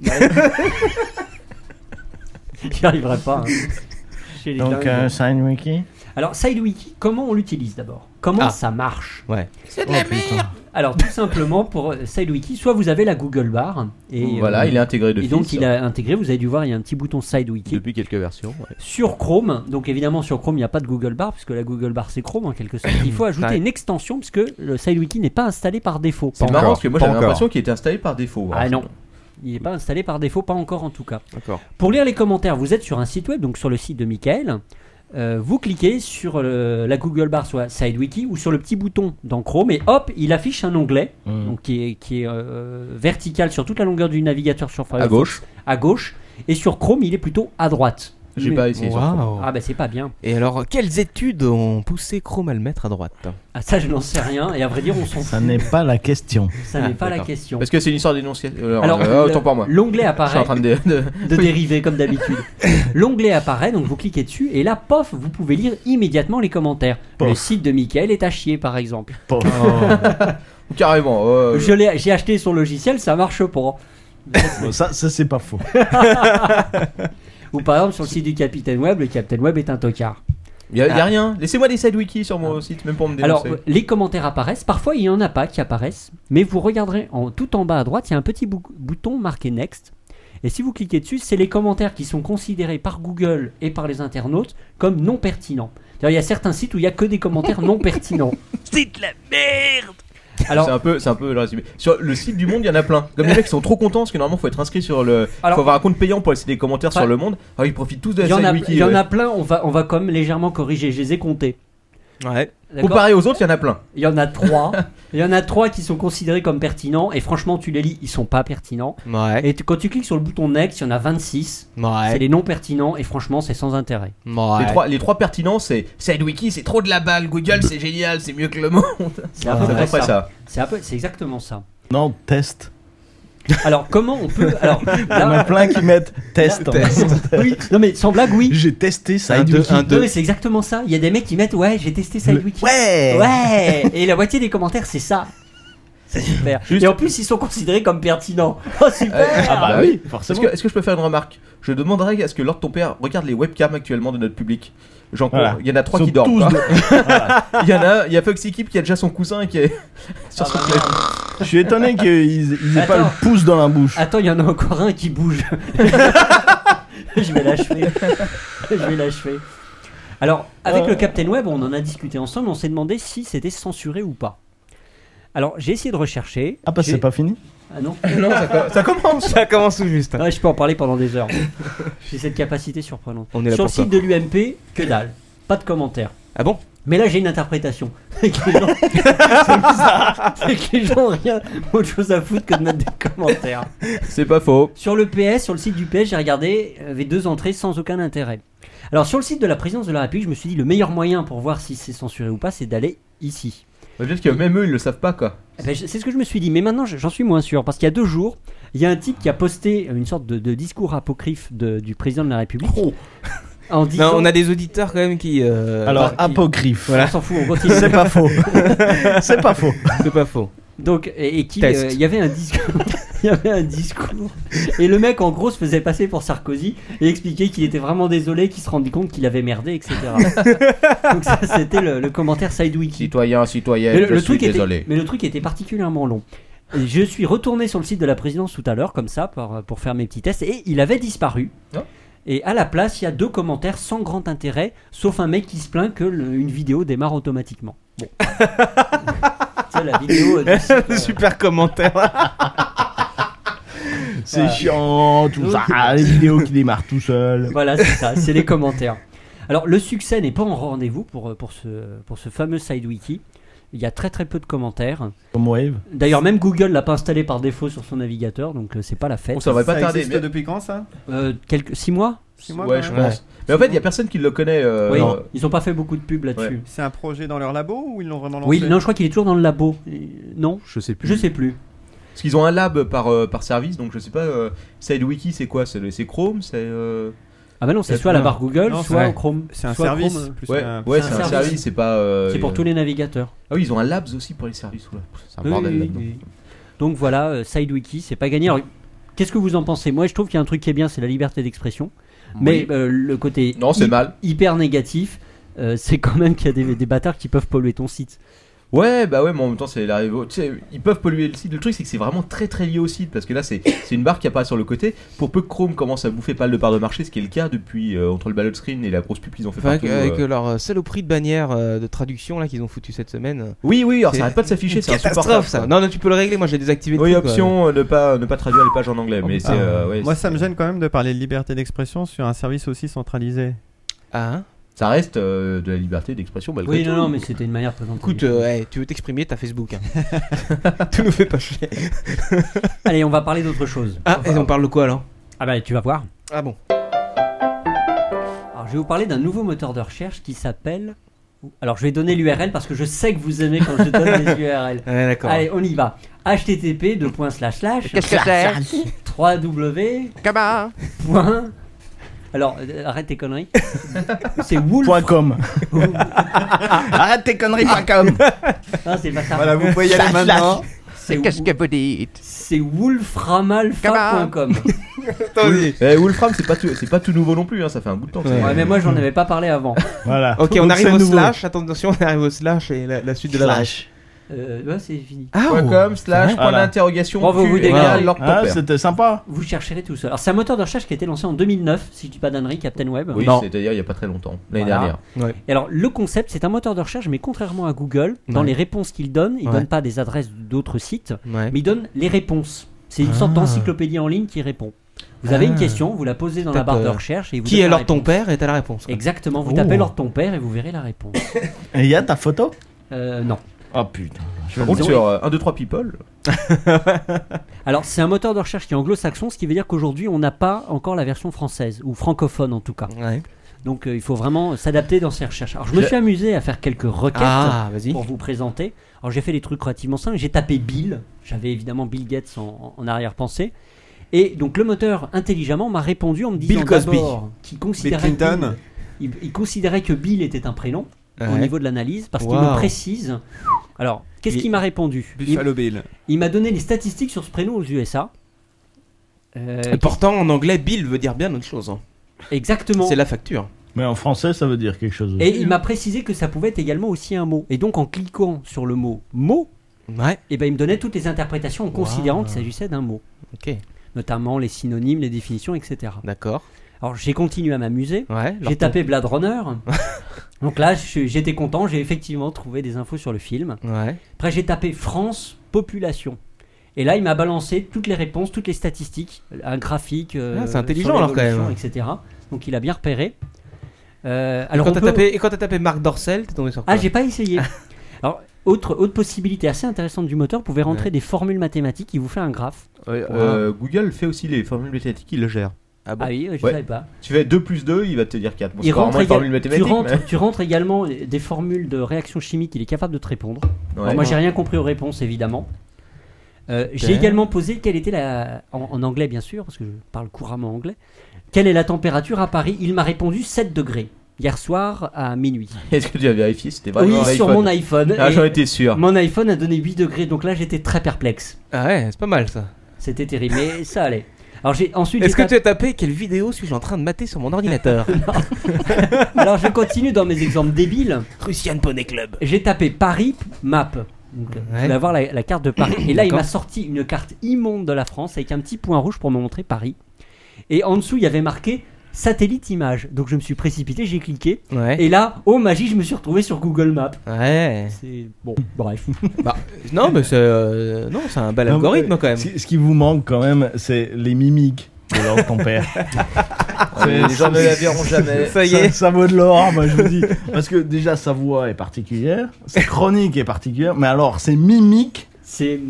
S7: J'y arriverai pas. hein. Chez les
S5: Donc,
S7: dingues.
S5: euh, SignWiki
S7: Alors, SideWiki, comment on l'utilise d'abord Comment
S4: Ah.
S7: ça marche
S4: Ouais.
S5: Oh, putain.
S7: Alors, tout simplement, pour euh, SideWiki, soit vous avez la Google Bar. Et,
S3: voilà,
S7: euh,
S3: il est intégré
S7: et
S3: depuis.
S7: donc, il a intégré, vous avez dû voir, il y a un petit bouton SideWiki.
S13: Depuis quelques versions. ouais.
S7: Sur Chrome, donc évidemment sur Chrome, il n'y a pas de Google Bar, puisque la Google Bar c'est Chrome en quelque sorte. Il faut ajouter
S4: Ouais.
S7: une extension, puisque le SideWiki n'est pas installé par défaut.
S3: C'est marrant parce que moi
S8: pas
S3: j'avais
S8: encore.
S3: l'impression qu'il était installé par défaut. hein.
S7: Ah non. Il n'est pas installé par défaut, pas encore en tout cas.
S4: D'accord.
S7: Pour lire les commentaires, vous êtes sur un site web, donc sur le site de Michael. Euh, vous cliquez sur euh, la Google Bar, soit SideWiki, ou sur le petit bouton dans Chrome, et hop, il affiche un onglet
S5: Mm.
S7: donc qui est, qui est, euh, vertical sur toute la longueur du navigateur sur
S3: À
S7: Firefox.
S3: gauche,
S7: À gauche. Et sur Chrome, il est plutôt à droite.
S3: j'ai
S7: Mais-
S3: pas essayé. sur Chrome.
S4: Waouh.
S7: Ah bah c'est pas bien.
S4: Et alors, quelles études ont poussé Chrome à le mettre à droite
S7: Ah, ça, je n'en sais rien, et à vrai dire, on s'en
S5: Ça
S7: fout.
S5: n'est pas la question.
S7: Ça n'est
S4: Ah,
S7: pas la
S4: d'accord.
S7: question.
S3: Parce que Bah, c'est une histoire d'énonciation. Euh,
S7: Alors,
S3: euh,
S7: le-
S3: autant pour moi.
S7: L'onglet
S3: Je suis
S7: apparaît.
S3: en train de. de-
S7: de dériver comme d'habitude. L'onglet apparaît, donc vous cliquez dessus et là, pof, vous pouvez lire immédiatement les commentaires.
S5: Pof.
S7: Le site de Michael est à chier, par exemple.
S5: Pauvre.
S3: Carrément. euh,
S7: Je l'ai- J'ai acheté son logiciel, ça marche pas.
S5: Ça, ça c'est pas faux.
S7: Ou par exemple sur le site du Capitaine Web, le Capitaine Web est un tocard.
S3: Y a, y a rien. Laissez-moi des sidewiki sur mon site, même pour me
S7: Ah. Alors
S3: dénoncer.
S7: les commentaires apparaissent, parfois il n'y en a pas qui apparaissent, mais vous regarderez en, tout en bas à droite, il y a un petit bou- bouton marqué Next. Et si vous cliquez dessus, c'est les commentaires qui sont considérés par Google et par les internautes comme non pertinents. D'ailleurs, il y a certains sites où il n'y a que des commentaires non pertinents.
S12: C'est de la merde
S7: Alors,
S3: c'est un peu, c'est un peu le résumé. Sur le site du Monde, il y en a plein. Comme les mecs sont trop contents parce que normalement, faut être inscrit sur le,
S7: Alors-
S3: faut avoir un compte payant pour laisser des commentaires
S7: Enfin-
S3: sur le Monde. Alors ils profitent tous de la
S7: Il y en a,
S3: sidewiki.
S7: il y en
S3: ouais.
S7: a plein, on va, on va quand même légèrement corriger, je les ai comptés.
S4: Ouais.
S7: D'accord
S3: Comparé aux autres, il y en a plein.
S7: Il y en a trois. Il y en a trois qui sont considérés comme pertinents. Et franchement, tu les lis, ils sont pas pertinents.
S4: Ouais.
S7: Et tu- quand tu cliques sur le bouton Next, il y en a 26. C'est les non pertinents. Et franchement, c'est sans intérêt.
S3: Les, trois, les trois pertinents, c'est SideWiki, c'est trop de la balle, Google, c'est génial, c'est mieux que le monde.
S7: Ah, C'est à peu
S3: C'est à
S7: près
S3: peu près ça.
S7: C'est un peu- c'est exactement ça.
S5: Non, test.
S7: Alors, comment on peut. Alors,
S5: Il y en a
S7: là-
S5: plein qui mettent test. en fait.
S7: oui, non mais sans blague, oui.
S5: J'ai testé ça.
S4: Un, deux,
S7: Non,
S4: un, deux.
S7: mais c'est exactement ça. Il y a des mecs qui mettent Ouais, j'ai testé SideWiki.
S4: Ouais.
S7: Ouais Et la moitié des commentaires, c'est ça. C'est super. Et en plus, ils sont considérés comme pertinents. Oh, super
S3: bah oui,
S5: Ah forcément.
S3: Est-ce que, est-ce que je peux faire une remarque Je demanderais à ce que l'ordre de ton père regarde les webcams actuellement de notre public. J'en cours.
S5: Voilà.
S3: Il y en a trois
S5: Ils
S3: qui
S5: sont tous
S3: dorment. il y en a, il y a Foxy Keep qui a déjà son cousin et qui est sur
S7: Ah,
S3: son clavier.
S5: Je suis étonné qu'ils ils aient pas
S7: Attends. Ah,
S5: le pouce dans la bouche.
S7: Attends, il y en a encore un qui bouge. Je vais l'achever. Je vais l'achever. Alors, avec le Captain Web, on en a discuté ensemble. On s'est demandé si c'était censuré ou pas. Alors, j'ai essayé de rechercher.
S5: Ah, parce que
S7: J'ai-
S5: c'est pas fini
S7: Ah non
S3: Non, ça, co- ça commence.
S4: Ça commence tout juste.
S7: Ouais, je peux en parler pendant des heures. J'ai cette capacité surprenante.
S4: On est là
S7: Sur le
S4: pour ça.
S7: site de l'UMP, que dalle. Pas de commentaires.
S4: Ah bon
S7: Mais là, j'ai une interprétation. C'est que les gens, c'est bizarre. C'est que les gens ont rien autre chose à foutre que de mettre des commentaires.
S3: C'est pas faux.
S7: Sur le PS, sur le site du PS, j'ai regardé, il y avait deux entrées sans aucun intérêt. Alors, sur le site de la présidence de la République, je me suis dit, le meilleur moyen pour voir si c'est censuré ou pas, c'est d'aller ici.
S3: Peut-être que même eux ils le savent pas quoi.
S7: Eh ben, je- c'est ce que je me suis dit, mais maintenant je- j'en suis moins sûr. Parce qu'il y a deux jours, il y a un type qui a posté une sorte de, de discours apocryphe de- du président de la République. En disant.
S4: Non, on a des auditeurs quand même qui. euh,
S5: Alors,
S7: qui-
S5: apocryphe.
S7: on s'en fout, on continue.
S5: C'est pas faux. c'est pas faux.
S4: C'est pas faux.
S7: Donc, et, et qui. euh,
S4: Test.
S7: Il y avait un discours. Il y avait un discours. Et le mec, en gros, se faisait passer pour Sarkozy et expliquait qu'il était vraiment désolé, qu'il se rendait compte qu'il avait merdé, etc. Donc, ça, c'était le, le commentaire Sidewiki.
S3: Citoyen, citoyenne,
S7: Mais le, le truc était, mais le truc était particulièrement long. Et Je suis retourné sur le site de la présidence tout à l'heure, comme ça, pour, euh, pour faire mes petits tests, et il avait disparu.
S3: Oh.
S7: Et à la place, il y a deux commentaires sans grand intérêt, sauf un mec qui se plaint que le- une vidéo démarre automatiquement. Bon. tu sais, la vidéo. euh, du site, euh,
S4: Super commentaire.
S5: C'est chiant, tout ça. Ah, les vidéos qui démarrent tout seul.
S7: Voilà, c'est ça, c'est les commentaires. Alors, le succès n'est pas en rendez-vous pour, euh, pour, ce, pour ce fameux sidewiki. Il y a très très peu de commentaires.
S5: Comme Wave.
S7: D'ailleurs, même Google l'a pas installé par défaut sur son navigateur, donc euh, c'est pas la fête.
S3: On s'en va pas
S8: ça
S3: tarder.
S8: existe
S3: mais-
S8: depuis quand ça
S7: Euh, quelques, six mois
S8: Six mois,
S3: Ouais,
S8: quand
S3: je
S8: même.
S3: pense. Mais en fait, il y a personne qui le connaît. euh,
S7: Oui,
S3: euh,
S7: ils ont pas fait beaucoup de pubs là-dessus.
S8: C'est un projet dans leur labo ou ils l'ont vraiment lancé
S7: Oui, non, je crois qu'il est toujours dans le labo. Euh, Non,
S3: Je sais plus.
S7: je sais plus.
S3: Parce qu'ils ont un lab par, euh, par service, donc je sais pas. Euh, SideWiki, c'est quoi C'est le- c'est Chrome C'est. euh,
S7: Ah bah non, c'est
S3: Peut-être
S7: soit la
S3: pas.
S7: barre Google,
S8: Non,
S7: soit
S8: c'est-
S7: au Chrome.
S8: C'est un
S7: soit
S8: service
S7: Chrome, euh,
S8: plus
S3: Ouais,
S8: qu'un-
S3: ouais
S7: c'est un
S3: c'est un
S7: service.
S3: service, c'est pas. euh,
S7: C'est pour
S3: euh,
S7: tous les navigateurs.
S3: Ah oui, ils ont un labs aussi pour les services. oula. C'est un
S7: Oui,
S3: bordel
S7: oui,
S3: là-dedans.
S7: oui. Donc voilà, euh, SideWiki, c'est pas gagné. Alors, qu'est-ce que vous en pensez Moi, je trouve qu'il y a un truc qui est bien, c'est la liberté d'expression. Mais euh, le côté
S3: Non, c'est
S7: hy-
S3: mal.
S7: hyper négatif, euh, c'est quand même qu'il y a des, des bâtards qui peuvent polluer ton site.
S3: Ouais, bah ouais, mais en même temps, c'est la révo- Tu sais, ils peuvent polluer le site. Le truc, c'est que c'est vraiment très très lié au site parce que là, c'est c'est une barre qui apparaît sur le côté. Pour peu que Chrome commence à bouffer pas mal de parts de marché, ce qui est le cas depuis euh, entre le ballot screen et la grosse pub qu'ils ont fait
S4: Enfin, avec,
S3: partout.
S4: avec
S3: euh.
S4: leur euh, saloperie de bannière euh, de traduction là qu'ils ont foutu cette semaine. euh,
S3: Oui, oui, alors
S4: c'est-
S3: ça arrête pas de s'afficher, c'est
S4: Catastrophe
S3: insupportable,
S4: ça.
S3: quoi.
S4: Non, non, tu peux le régler. Moi, j'ai désactivé. le
S3: Oui,
S4: truc, quoi.
S3: option euh, ne pas ne pas traduire les pages en anglais, mais
S6: ah.
S3: c'est euh, ouais,
S8: Ah. Moi,
S3: c'est-
S8: ça me gêne quand même de parler de liberté d'expression sur un service aussi centralisé.
S4: Ah. hein.
S3: Ça reste euh, de la liberté d'expression malgré
S7: Oui,
S3: tout.
S7: non, non, mais c'était une manière de présenter.
S4: Écoute, euh, ouais, tu veux t'exprimer, t'as Facebook. hein. tu nous fais pas chier.
S7: euh, Allez, on va parler d'autre chose.
S4: Ah, et on parle de quoi alors
S7: Ah bah, tu vas voir.
S4: Ah bon.
S7: Alors, je vais vous parler d'un nouveau moteur de recherche qui s'appelle. Alors, je vais donner l'URL parce que je sais que vous aimez quand je donne les URL.
S4: Ouais, Ah, d'accord.
S7: Allez, on y va. http deux points slash slash
S12: Qu'est-ce que c'est
S7: 3w
S12: Comment
S7: point. Alors, euh, arrête tes conneries. C'est Wolf.
S5: Point com.
S9: Arrête tes conneries, pas comme.
S7: Non, hein, c'est pas ça.
S8: Voilà, vous pouvez y aller maintenant.
S7: C'est
S12: Qu'est-ce que vous dites
S7: c'est wolframalfa.com.
S3: Wolf- Eh, Wolfram, c'est pas tout, c'est pas tout nouveau non plus, hein, ça fait un bout de temps. que ça-
S7: Ouais, mais moi j'en avais pas parlé avant.
S5: Voilà.
S4: Ok, on
S5: Donc,
S4: arrive
S5: c'est
S4: au
S5: nouveau.
S4: slash. Attention, on arrive au slash et la, la suite de la
S5: Slash.
S7: Euh, ouais, c'est fini.
S4: Ah,
S3: Point
S4: oh.
S3: com slash point
S5: Voilà.
S3: d'interrogation
S7: Bravo,
S3: Q
S7: vous
S3: égale
S7: dégagez.
S3: Lord ton
S5: Ah,
S3: père.
S5: c'était sympa.
S7: Vous chercherez tout ça. Alors, c'est un moteur de recherche qui a été lancé en 2009, si je dis pas d'annerie, Captain Web.
S3: Oui,
S4: Non.
S3: c'est-à-dire il y a pas très longtemps, l'année
S7: Voilà.
S3: dernière.
S7: Et alors, le concept, c'est un moteur de recherche, mais contrairement à Google, dans
S4: Ouais.
S7: les réponses qu'il donne, il
S4: Ouais.
S7: donne pas des adresses d'autres sites,
S4: Ouais.
S7: mais il donne les réponses. C'est une sorte
S4: Ah.
S7: d'encyclopédie en ligne qui répond. Vous avez une question, vous la posez dans la
S4: Tape,
S7: barre de
S4: euh,
S7: recherche et vous
S4: Qui
S7: donnez
S4: est
S7: la
S4: alors ton
S7: réponse.
S4: père Et t'as la réponse. quoi.
S7: Exactement, vous
S4: Oh.
S7: tapez leur ton père et vous verrez la réponse.
S5: Et il y a ta photo
S7: Euh, non.
S5: Oh putain.
S7: Je vais le dire.
S3: 1, 2, 3 people.
S7: Alors, c'est un moteur de recherche qui est anglo-saxon, ce qui veut dire qu'aujourd'hui, on n'a pas encore la version française, ou francophone en tout cas. Donc, euh, il faut vraiment s'adapter dans ces recherches. Alors, je me
S4: Je-
S7: suis amusé à faire quelques requêtes
S4: Ah, vas-y.
S7: pour vous présenter. Alors, j'ai fait des trucs relativement simples. J'ai tapé Bill. J'avais évidemment Bill Gates en, en arrière-pensée. Et donc, le moteur, intelligemment, m'a répondu en me disant
S8: Bill Cosby.
S7: d'abord qu'il considérait,
S8: Bill Clinton.
S7: Bill- il, il considérait que Bill était un prénom au
S8: Ouais.
S7: niveau de l'analyse, parce qu'il
S8: Wow.
S7: me précise. Alors, qu'est-ce
S8: Il-
S7: qu'il m'a répondu Il-
S8: Buffalo Bill.
S7: il m'a donné les statistiques sur ce prénom aux USA. Euh,
S4: Et pourtant, en anglais, Bill veut dire bien autre chose. hein.
S7: Exactement.
S4: C'est la facture.
S5: Mais en français, ça veut dire quelque chose.
S7: Et il m'a précisé que ça pouvait être également aussi un mot. Et donc en cliquant sur le mot mot, et ben, il me donnait toutes les interprétations en considérant qu'il s'agissait d'un mot.
S4: Ok.
S7: Notamment les synonymes, les définitions, etc.
S4: D'accord.
S7: Alors j'ai continué à m'amuser.
S4: Ouais, leur
S7: j'ai tapé
S4: ton-
S7: Blade Runner. donc là, je- j'étais content, j'ai effectivement trouvé des infos sur le film.
S4: Ouais.
S7: Après, j'ai tapé France population. Et là, il m'a balancé toutes les réponses, toutes les statistiques, un graphique. euh,
S4: Ah, c'est intelligent,
S7: sur
S4: alors, quand
S7: l'évolution,
S4: même.
S7: Etc. Donc il a bien repéré. Euh,
S4: Alors
S7: alors
S4: quand
S7: on
S4: t'as
S7: peut-
S4: tapé, et quand t'as tapé Marc Dorcel, t'es tombé sur quoi
S7: Ah, j'ai pas essayé. alors, autre, autre possibilité assez intéressante du moteur, vous pouvez rentrer
S3: Ouais.
S7: des formules mathématiques, il vous fait un graphe.
S3: Euh, Google fait aussi les formules mathématiques, il le gère.
S4: Ah,
S7: bon Ah oui, je savais pas.
S3: Tu fais 2 plus 2, il va te dire 4. Bon, c'est
S7: Il
S3: pas
S7: rentre
S3: vraiment
S7: éga-
S3: une formule
S7: tu,
S3: mathématique.
S7: rentres,
S3: mais-
S7: tu rentres également des formules de réaction chimique, il est capable de te répondre. Alors,
S3: Ouais.
S7: Oh, moi, j'ai rien compris aux réponses, évidemment. Euh, J'ai
S3: Ok.
S7: également posé quelle était la. En, en anglais, bien sûr, parce que je parle couramment anglais. Quelle est la température à Paris Il m'a répondu 7 degrés, hier soir à minuit.
S3: Est-ce que tu as vérifié si c'était vraiment
S7: Oui,
S3: un
S7: sur mon iPhone.
S3: Bah, Ah,
S7: Et
S3: j'en étais sûr.
S7: Mon iPhone a donné 8 degrés, donc là, j'étais très perplexe.
S4: Ah ouais, c'est pas mal ça.
S7: C'était terrible, mais ça allait. Alors, j'ai ensuite.
S4: Est-ce que
S7: j'ai
S4: tu as tapé quelle vidéo suis-je en train de mater sur mon ordinateur
S7: Alors je continue dans mes exemples débiles.
S4: Russian Poney Club.
S7: J'ai tapé Paris Map. Donc, Je voulais avoir la, la carte de Paris. Et là, il
S4: D'accord.
S7: m'a sorti une carte immonde de la France avec un petit point rouge pour me montrer Paris. Et en dessous, il y avait marqué satellite image. Donc je me suis précipité, j'ai cliqué.
S4: Ouais.
S7: Et là, oh magie, je me suis retrouvé sur Google Maps.
S4: Ouais.
S7: C'est bon, bref.
S4: Bah, non, mais c'est euh, non, c'est un bel
S5: Non,
S4: algorithme
S5: mais
S4: quand même.
S5: Ce, ce qui vous manque quand même, c'est les mimiques de l'or de ton père.
S7: Ah,
S3: mais les gens ne la verront jamais. Ça y est.
S5: Ça, ça vaut de l'or, moi je vous dis. Parce que déjà, sa voix est particulière, sa chronique est particulière, mais alors, ses mimiques.
S7: C'est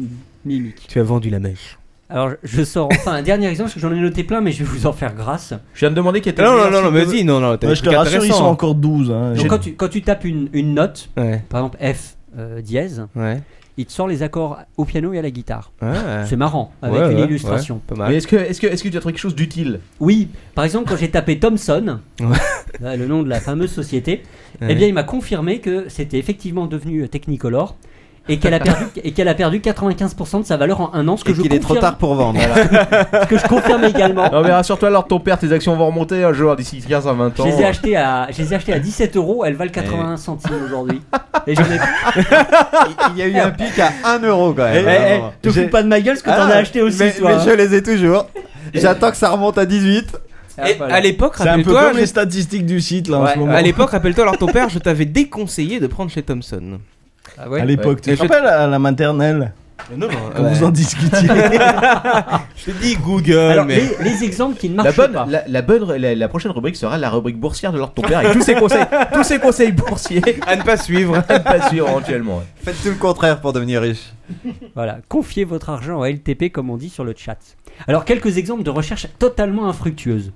S7: mimique.
S4: Tu as vendu la mèche.
S7: Alors je- je sors enfin un dernier exemple parce que j'en ai noté plein, mais je vais vous en faire grâce.
S4: Euh,
S3: Je viens de demander qui était
S4: Non,
S3: le
S4: non,
S3: meilleur
S4: non, non,
S3: film
S4: mais
S3: de-
S4: dis, non, non, t'as
S5: Ouais,
S4: des
S5: Bah, je te
S4: trucs
S5: rassure, ils
S4: intéressants.
S5: sont encore 12. hein.
S7: Donc
S5: J'ai-
S7: quand tu, quand tu tapes une, une note,
S4: Ouais.
S7: par exemple F euh, dièse,
S4: Ouais.
S7: il te sort les accords au piano et à la guitare.
S4: Ouais.
S7: C'est marrant, avec
S4: Ouais,
S7: une
S4: ouais,
S7: illustration.
S4: ouais, pas mal.
S3: Mais est-ce que, est-ce que, est-ce que tu as trouvé quelque chose d'utile
S7: Oui, par exemple quand j'ai tapé Thomson, là, le nom de la fameuse société, eh
S4: Ouais.
S7: bien il m'a confirmé que c'était effectivement devenu euh, Technicolor. Et qu'elle a perdu, et qu'elle a perdu 95% de sa valeur en un an, ce que
S8: Et
S7: je
S8: qu'il est trop
S7: confirme-
S8: tard pour vendre.
S7: ce que je confirme également.
S3: Non, mais rassure-toi, alors ton père, tes actions vont remonter un jour d'ici 15 à 20
S7: Je
S3: ans. euh,
S7: les ai achetées à, je les ai achetées à 17 euros, elles valent 81 centimes aujourd'hui. Et j'en ai.
S8: Il y a eu un pic à 1 euro quand
S7: Eh,
S8: même.
S7: eh,
S8: Vraiment.
S7: te fous pas de ma gueule, ce que t'en
S8: Ah,
S7: as acheté aussi,
S8: mais,
S7: toi.
S8: mais
S7: hein.
S8: je les ai toujours. J'attends que ça remonte à 18.
S7: Ah,
S4: Et
S7: voilà.
S4: à l'époque,
S5: C'est un peu
S4: rappelle-toi,
S5: comme
S4: je-
S5: les statistiques du site là en
S7: Ouais.
S5: ce moment.
S4: à l'époque, rappelle-toi, alors ton père, je t'avais déconseillé de prendre chez Thomson.
S7: Ah ouais.
S5: À l'époque, tu
S4: Mais
S5: te
S4: je-
S5: rappelles à la maternelle
S4: Non, non,
S5: quand vous en discutiez
S4: Je te dis Google,
S7: Alors,
S4: mais.
S7: les, les exemples qui ne
S3: La
S7: marchent
S3: bonne,
S7: pas.
S3: la, la bonne, la, la prochaine rubrique sera la rubrique boursière de l'ordre de ton père avec tous ses conseils, tous ses conseils boursiers
S4: À ne pas suivre.
S3: à ne pas suivre éventuellement. ouais.
S8: Faites tout le contraire pour devenir riche.
S7: Voilà, confiez votre argent à LTP comme on dit sur le chat. Alors quelques exemples de recherches totalement infructueuses.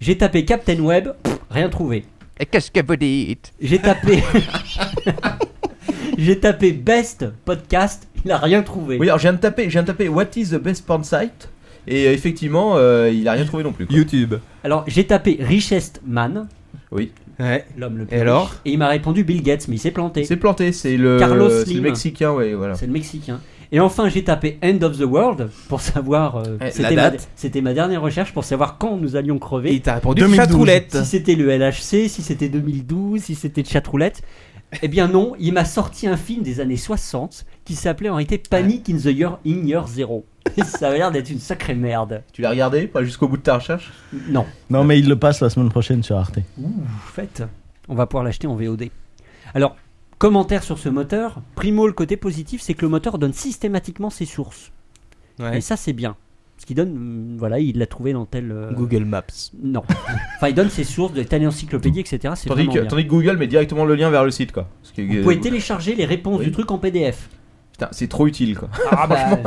S7: J'ai tapé Captain Web, pff, rien trouvé.
S12: Et qu'est-ce que vous dites
S7: J'ai tapé J'ai tapé Best Podcast, il n'a rien trouvé.
S3: Oui, alors je viens de taper, je viens de taper What is the best porn site et euh, effectivement, euh, il a rien trouvé non plus. quoi.
S8: YouTube.
S7: Alors j'ai tapé Richest Man,
S3: Oui,
S4: Ouais.
S7: l'homme le plus
S4: Et
S7: riche,
S4: alors
S7: et il m'a répondu Bill Gates, mais il s'est planté.
S3: c'est planté, c'est le,
S7: Carlos
S3: c'est le
S7: Slim.
S3: mexicain, ouais, voilà.
S7: C'est le Mexicain. Et enfin j'ai tapé End of the World pour savoir. euh,
S3: Eh, la
S7: c'était ma-
S8: date.
S7: C'était ma, dernière recherche pour savoir quand nous allions crever.
S4: Et il t'a répondu
S5: 2012.
S4: chatroulette.
S7: Si c'était le LHC, si c'était 2012, si c'était Chatroulette. Eh bien non, il m'a sorti un film des années 60 qui s'appelait en réalité Panic in the Year in Year Zero. Et ça avait l'air d'être une sacrée merde.
S3: Tu l'as regardé, pas jusqu'au bout de ta recherche
S7: Non,
S5: Non, mais il le passe la semaine prochaine sur Arte.
S7: en fait, on va pouvoir l'acheter en VOD. Alors, commentaire sur ce moteur. Primo, le côté positif, c'est que le moteur donne systématiquement ses sources.
S4: Ouais.
S7: Et ça, c'est bien. Ce qui donne, hum, voilà, il l'a trouvé dans tel. euh,
S4: Google Maps.
S7: Non. enfin, il donne ses sources de telle encyclopédie, etc. C'est
S3: Tandis
S7: vraiment
S3: que,
S7: bien.
S3: tandis que Google met directement le lien vers le site, quoi. Ce qui est-
S7: Vous pouvez télécharger les réponses du truc en PDF.
S3: Putain, c'est trop utile, quoi.
S7: Ah, bah,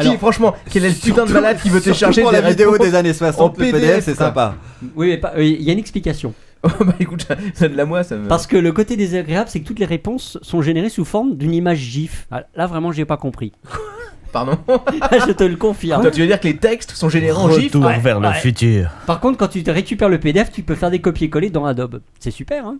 S3: Qui, franchement, quel est le putain de malade qui veut télécharger
S13: pour
S3: des
S13: la vidéo
S3: réponses
S13: des années
S3: en
S13: 60, le
S3: PDF,
S13: PDF, c'est
S3: quoi.
S13: sympa.
S7: Oui, mais pas- euh, il y a une explication.
S3: bah écoute, donne-la moi, ça me.
S7: Parce que le côté désagréable, c'est que toutes les réponses sont générées sous forme d'une image GIF. Ah, Là, vraiment, j'ai pas compris.
S3: Pardon
S7: Ah Je te le confirme.
S3: Toi, tu veux dire que les textes sont générés en GIF Ah
S5: Retour
S7: Ouais,
S5: vers le
S7: ouais.
S5: futur.
S7: Par contre, quand tu te récupères le PDF, tu peux faire des copier-coller dans Adobe. C'est super, hein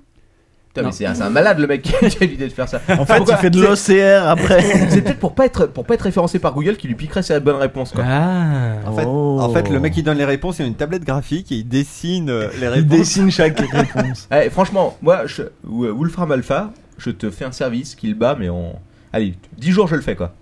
S3: Putain,
S7: Non.
S3: mais c'est un, c'est un malade le mec qui a eu l'idée de faire ça.
S5: En fait, il
S3: Pourquoi
S5: fait de l'OCR après.
S3: C'est peut-être pour pas être pour pas être référencé par Google qui lui piquerait sa bonne réponse quoi.
S4: Ah.
S8: En fait,
S5: Oh.
S8: en fait, le mec qui donne les réponses, il a une tablette graphique et il dessine euh, les
S5: Il
S8: réponses.
S5: dessine chaque réponse.
S3: Eh, franchement, moi je ou- euh, Wolfram Alpha, je te fais un service qu'il bat mais on allez, 10 jours je le fais quoi.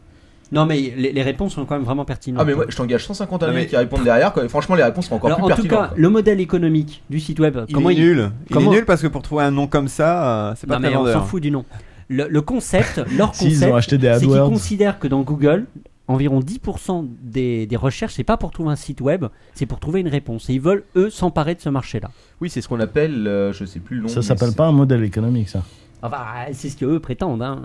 S7: Non, mais les, les réponses sont quand même vraiment pertinentes.
S3: Ah mais moi je t'engage 150 années
S8: Non, mais-
S3: qui répondent derrière quoi. Et franchement les réponses sont encore
S7: Alors,
S3: plus
S7: en tout cas,
S3: pertinentes.
S7: le modèle économique du site web,
S8: Il
S7: comment
S8: est
S7: il
S8: nul.
S7: comment-
S8: Il est nul parce que pour trouver un nom comme ça, euh, c'est pas
S7: Non, mais
S8: très
S7: on s'en
S8: vendeur.
S7: fout du nom. Le, le concept, leur
S5: hein. S'ils ont
S7: concept,
S5: acheté des
S7: c'est qu'ils
S5: AdWords.
S7: considèrent que dans Google, environ 10% des, des recherches, c'est pas pour trouver un site web, c'est pour trouver une réponse. Et ils veulent, eux, s'emparer de ce marché-là.
S3: Oui, c'est ce qu'on appelle euh, je sais plus le nom.
S5: Ça
S3: mais
S5: s'appelle
S3: c'est-
S5: pas un modèle économique, ça.
S7: Enfin, c'est ce qu'eux prétendent. hein.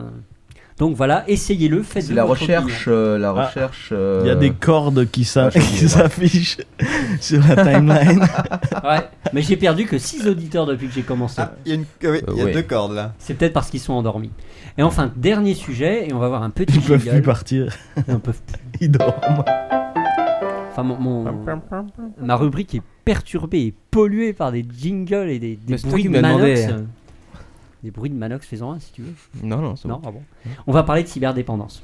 S7: Donc voilà, essayez-le, faites
S3: C'est la
S7: hein.
S3: recherche euh, la
S5: Ah.
S3: recherche
S5: Il y a
S3: euh,
S5: des cordes qui s'a-
S3: Ah, je comprends.
S5: qui s'affichent sur la timeline.
S7: Mais j'ai perdu que 6 auditeurs depuis que j'ai commencé.
S8: Ah, il y a, une- ah oui, il y a
S3: Euh, ouais.
S8: deux cordes là.
S7: C'est peut-être parce qu'ils sont endormis. Et enfin, dernier sujet, et on va voir un petit
S5: Ils peuvent plus
S7: jingle.
S5: partir.
S7: Ils peuvent plus.
S5: Ils dorment.
S7: Enfin, mon- mon- ma rubrique est perturbée et polluée par des jingles et des, des
S4: Mais c'est toi
S7: bruits
S4: qui
S7: de
S4: m'as demandé. hein.
S7: Manox. Des bruits de Manox, faisant un si tu veux.
S4: Non, non, c'est bon.
S7: Non, ah bon. On va parler de cyberdépendance.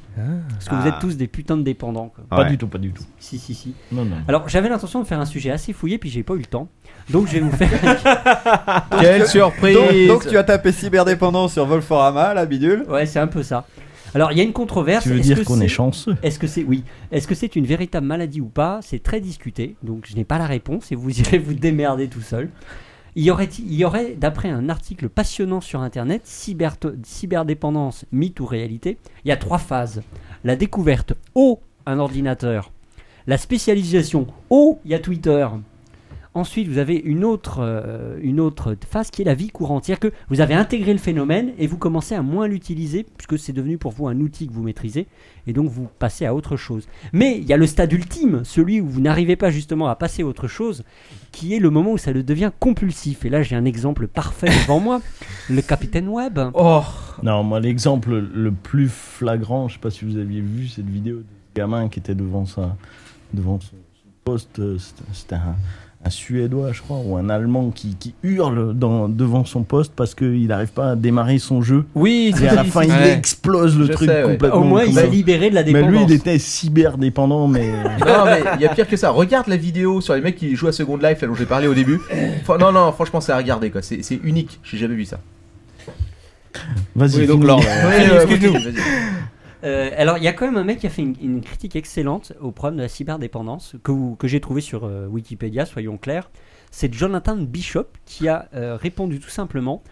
S7: Parce que vous
S8: Ah.
S7: êtes tous des putains de dépendants. quoi.
S5: Pas
S8: Ouais.
S5: du tout, pas du tout.
S7: Si, si, si.
S5: Non, non.
S7: Alors, j'avais l'intention de faire un sujet assez fouillé, puis j'ai pas eu le temps. Donc, je vais vous faire.
S3: Quelle surprise
S8: Donc, donc tu as tapé cyberdépendant sur Volforama, la bidule.
S7: ouais, c'est un peu ça. Alors, il y a une controverse.
S5: Tu veux
S7: Est-ce
S5: dire
S7: que
S5: qu'on est
S7: c'est-
S5: chanceux
S7: Est-ce que c'est oui Est-ce que c'est une véritable maladie ou pas C'est très discuté, donc je n'ai pas la réponse et vous irez vous démerder tout seul. Il y aurait, il y aurait d'après un article passionnant sur Internet, cyber, cyberdépendance, mythe ou réalité, il y a trois phases. La découverte, oh, un ordinateur. La spécialisation, oh, il y a Twitter. Ensuite, vous avez une autre, euh, une autre phase qui est la vie courante. C'est-à-dire que vous avez intégré le phénomène et vous commencez à moins l'utiliser puisque c'est devenu pour vous un outil que vous maîtrisez et donc vous passez à autre chose. Mais il y a le stade ultime, celui où vous n'arrivez pas justement à passer à autre chose, qui est le moment où ça le devient compulsif. Et là, j'ai un exemple parfait devant moi, le capitaine Web.
S3: Oh,
S5: Non, moi, l'exemple le plus flagrant, je sais pas si vous aviez vu cette vidéo de gamin qui était devant ça, devant son poste. euh, C'était c'était un, un Suédois, je crois, ou un Allemand qui, qui hurle dans, devant son poste parce qu'il n'arrive pas à démarrer son jeu.
S3: oui,
S5: Et à la fin, il
S4: Ouais.
S5: explose le
S3: Je
S5: truc
S3: sais, ouais.
S5: complètement.
S7: Au moins, il
S5: comme
S7: s'est
S5: ça.
S7: libéré de la
S5: Oh, Mais
S7: dépendance.
S5: lui, il était cyberdépendant, mais.
S3: Non mais il y a pire que ça. Regarde la vidéo sur les mecs qui jouent à Second Life, là dont j'ai parlé au début. Enfin, non non, franchement c'est à regarder quoi. C'est c'est unique. J'ai jamais vu ça.
S5: Vas-y.
S4: Oui, donc
S5: finis.
S4: Laure.
S3: Ouais,
S4: Vas-y,
S3: euh,
S4: excuse-nous.
S3: continue, vas-y.
S7: Euh, alors, il y a quand même un mec qui a fait une, une critique excellente au problème de la cyberdépendance, que, vous- que j'ai trouvé sur euh, Wikipédia, soyons clairs. C'est Jonathan Bishop qui a euh, répondu tout simplement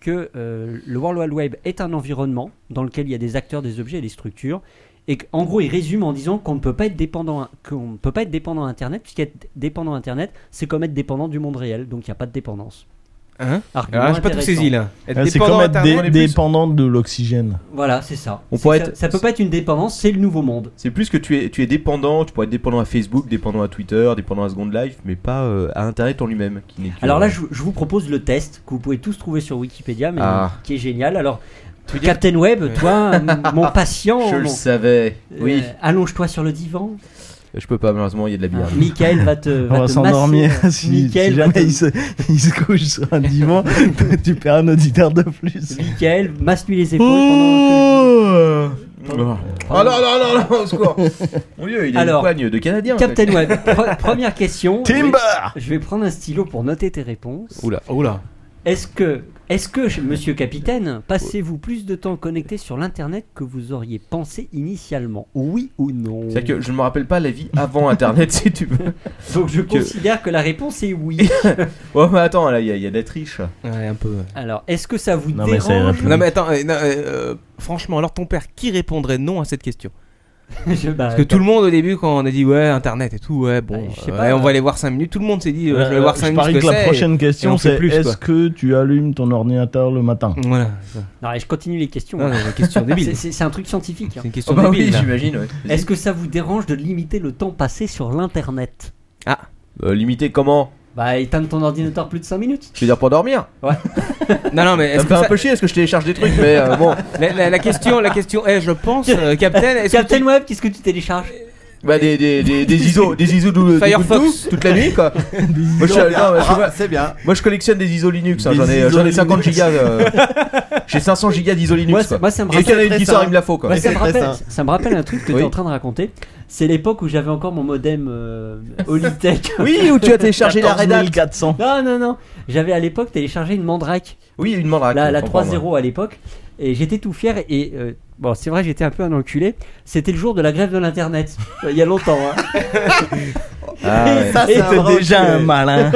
S7: que euh, le World Wide Web est un environnement dans lequel il y a des acteurs, des objets et des structures. Et qu'en gros, il résume en disant qu'on ne peut pas être dépendant, à- qu'on ne peut pas être dépendant à Internet, puisqu'être dépendant à Internet, c'est comme être dépendant du monde réel, donc il n'y a pas de dépendance.
S4: Hein
S7: Argument
S4: Ah, j'ai pas tout
S7: intéressant.
S4: saisi là. Être
S5: Ah, C'est
S4: dépendant
S5: comme être
S4: Internet,
S5: dé-
S4: on est plus-
S5: dépendant de l'oxygène.
S7: Voilà, c'est ça.
S3: On
S7: C'est
S3: pourrait
S7: que ça-
S3: être-
S7: ça peut pas être une dépendance, c'est le nouveau monde.
S3: C'est plus que tu es tu es dépendant. Tu pourrais être dépendant à Facebook, dépendant à Twitter, dépendant à Second Life, mais pas euh, à Internet en lui-même. qui n'est que-
S7: Alors
S5: euh,
S7: là, je, je vous propose le test que vous pouvez tous trouver sur Wikipédia, mais
S3: Ah.
S7: euh, qui est génial. Alors, Captain Web, toi, m-
S5: Ah,
S7: mon patient,
S3: Je le
S7: mon-
S3: savais.
S7: euh,
S3: Oui,
S7: allonge-toi sur le divan. Ah,
S3: je peux pas malheureusement. Il y a de la bière.
S7: Michael va te, va
S5: On va
S7: te
S5: s'endormir
S4: Bah,
S7: masser.
S5: si,
S7: Michael
S5: si
S7: va te-
S5: jamais il se, il se couche sur un divan, tu- tu perds un auditeur de plus.
S7: Michael, masse-lui les épaules pendant que-
S3: Oh Ah là là là là, au secours. Mon dieu, il a
S7: Alors,
S3: une poigne de Canadien.
S7: Captain Web, pre- première question.
S5: Oh. Timber
S7: Je vais prendre un stylo pour noter tes réponses.
S3: Oula.
S4: Oula.
S7: Est-ce que, est-ce que, monsieur capitaine, passez-vous plus de temps connecté sur l'internet que vous auriez pensé initialement Oui ou non
S3: C'est que je ne me rappelle pas la vie avant Internet, si tu veux.
S7: Donc je
S3: que-
S7: considère que la réponse est oui.
S3: Oh, mais attends, là, il y, a- il y a de la triche.
S4: Ouais, un peu.
S7: Alors, est-ce que ça vous
S5: Non, mais ça ira
S7: dérange
S5: plus.
S4: Non mais attends, euh, non, euh, euh, franchement, alors ton père, qui répondrait non à cette question
S7: Je- bah,
S4: Parce que tout le monde au début quand on a dit ouais internet et tout ouais bon
S7: je sais
S4: euh,
S7: pas,
S4: ouais, on
S7: euh,
S4: va aller voir 5 minutes tout le monde s'est dit euh, je vais
S5: Euh,
S4: voir 5
S5: je
S4: minutes
S5: parie
S4: ce
S5: que la
S4: c'est, et-
S5: prochaine
S4: et on
S5: question
S4: fait
S5: c'est
S4: plus, quoi.
S5: est-ce que tu allumes ton ordinateur le matin
S4: Voilà.
S7: Non, et je continue les questions.
S4: Non, non, une question débile.
S7: C'est- C'est c'est un truc scientifique. hein.
S4: C'est une question
S14: Ah bah oui,
S4: débile. là.
S14: j'imagine, ouais.
S7: Est-ce que ça vous dérange de limiter le temps passé sur l'internet
S3: Euh, limité comment
S7: Bah, éteindre ton ordinateur plus de 5 minutes.
S3: Je veux dire pour dormir
S4: Non non mais
S3: Ça me
S4: est-ce que
S3: fait un
S4: ça-
S3: peu chier parce que je télécharge des trucs, mais euh, bon.
S4: la, la- la question la question est je pense euh, Captain est-ce que
S7: Captain
S4: tu-
S7: Web, qu'est-ce que tu télécharges
S3: Bah des, des, des, des ISO, des ISO de, de
S4: Firefox.
S3: Ubuntu toute la nuit quoi. moi, je, suis- non, mais je-
S15: Ah, c'est bien.
S3: moi, je collectionne des ISO Linux, hein,
S5: Des
S3: j'en ai,
S5: ISO
S3: j'en ai 50
S5: Linux.
S3: gigas. euh, J'ai 500 gigas d'ISO
S7: Moi,
S3: Linux
S7: c'est-
S3: quoi.
S7: moi, ça me
S3: Et
S7: rappelle-
S3: qu'il y en a une qui
S15: ça,
S3: sort,
S15: hein.
S3: il me la faut quoi.
S7: Bah, ça, me
S15: c'est très
S7: rappelle, ça me rappelle un truc que tu
S3: Oui.
S7: es en train de raconter. C'est l'époque où j'avais encore mon modem euh, Holitech.
S3: Oui, où tu as téléchargé la
S5: 14
S3: Red Hat.
S5: 400.
S7: Non, non, non. J'avais à l'époque téléchargé une Mandrake,
S3: Oui, il demandera.
S7: la, la 3.0 à l'époque. Et j'étais tout fier. Et euh, bon, c'est vrai, j'étais un peu un enculé. C'était le jour de la grève de l'internet. Il y a longtemps. hein.
S5: Ça,
S7: Et
S3: Ah,
S5: c'est
S7: t'es
S5: déjà un malin.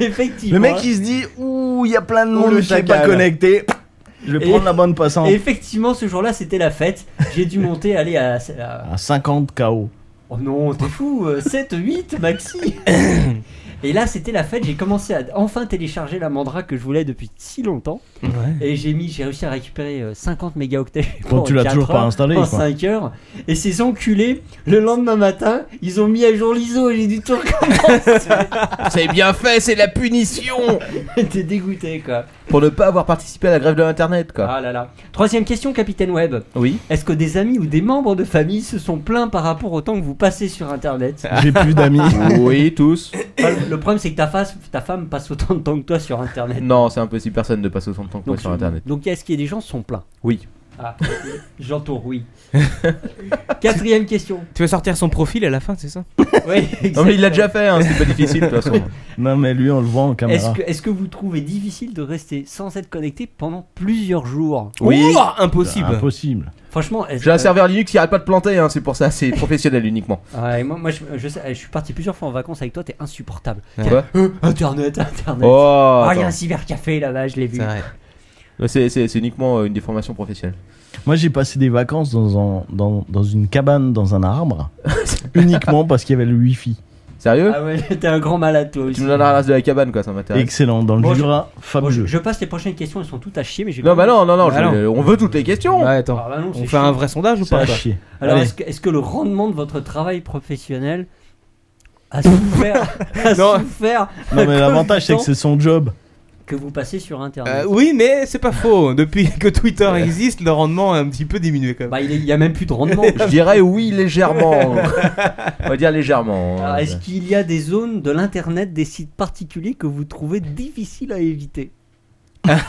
S7: Effectivement.
S5: Le mec, il se dit Ouh, il y a plein de
S15: Ouh,
S5: monde
S15: le
S5: qui n'est
S15: chacal.
S5: pas connecté. Je vais
S7: Et-
S5: prendre la bande passante.
S7: Et effectivement, ce jour-là, c'était la fête. J'ai dû monter, aller à, à-
S5: À 50 KO.
S7: Oh non, t'es fou, euh, 7, 8, maxi Et là, c'était la fête, j'ai commencé à enfin télécharger la mandra que je voulais depuis si longtemps. Et j'ai mis, j'ai réussi à récupérer euh, 50 mégaoctets.
S5: Bon, tu l'as toujours pas installé,
S7: En
S5: quoi.
S7: 5 heures. Et ces enculés, le lendemain matin, ils ont mis à jour l'ISO et j'ai dû tout
S3: C'est bien fait, c'est la punition
S7: T'es dégoûté, quoi.
S3: Pour ne pas avoir participé à la grève de l'internet quoi.
S7: Ah là là. Troisième question, Capitaine Web.
S3: Oui.
S7: Est-ce que des amis ou des membres de famille se sont plaints par rapport au temps que vous passez sur Internet
S5: J'ai plus d'amis.
S3: Oui, tous.
S7: Enfin, Le le problème, c'est que ta, face- ta femme passe autant de temps que toi sur Internet.
S3: Non, c'est impossible, personne ne passe autant de temps que moi
S7: Donc, euh,
S3: sur internet.
S7: donc est-ce qu'il y a des gens qui sont pleins
S3: Oui.
S7: Ah, j'entends oui. Quatrième question.
S4: tu vas sortir son profil à la fin c'est ça
S7: Oui,
S3: Non mais il l'a déjà fait, hein, c'est pas difficile de toute façon.
S5: Non, mais lui, on le voit en
S7: Est-ce
S5: caméra.
S7: que, est-ce que vous trouvez difficile de rester sans être connecté pendant plusieurs jours
S4: Ouah,
S5: C'est
S4: impossible
S5: Bah, Impossible.
S7: Franchement, est-ce-
S3: J'ai un serveur Linux qui arrête pas de planter, hein, c'est pour ça, c'est professionnel uniquement.
S7: Ouais, moi, moi, je, je sais- je suis parti plusieurs fois en vacances avec toi, t'es insupportable.
S4: Ouais.
S7: Tiens, euh, internet, internet.
S3: Oh,
S7: Ah, il y a
S3: attends.
S7: un cybercafé là-bas, je l'ai vu.
S4: C'est vrai.
S3: c'est c'est- c'est uniquement euh, une déformation professionnelle.
S5: Moi, j'ai passé des vacances dans, un- dans, dans une cabane, dans un arbre, uniquement parce qu'il y avait le wifi.
S3: Sérieux
S7: Ah ouais, t'es un grand malade toi aussi.
S3: Tu nous donnes la race de la cabane quoi, ça m'intéresse.
S5: Excellent. Dans le
S7: Bon, je-
S5: Jura,
S7: Bon,
S5: fabuleux.
S7: je, je passe les prochaines questions, elles sont toutes à chier, mais j'ai.
S3: Non bah non, non, non,
S4: Bah
S3: je-
S4: non.
S3: euh, on veut toutes les questions.
S4: Ouais, attends
S7: Ah bah non, c'est
S4: on fait
S7: chiant.
S4: un vrai sondage ou
S5: C'est
S4: pas
S5: à
S4: quoi
S5: chier.
S7: Alors,
S4: Allez.
S7: est-ce que, est-ce que le rendement de votre travail professionnel a souffert, a
S4: Non.
S7: souffert
S5: Non, mais
S7: à
S5: l'avantage, c'est que
S7: cause du
S5: c'est son job.
S7: temps que vous passez sur Internet
S4: Euh, oui mais c'est pas faux depuis que Twitter existe le rendement a un petit peu diminué quand même
S7: Bah, il est- il y a même plus de rendement.
S3: Je dirais oui légèrement. on va dire légèrement. hein.
S7: Alors, est-ce qu'il y a des zones de l'internet, des sites particuliers que vous trouvez difficiles à éviter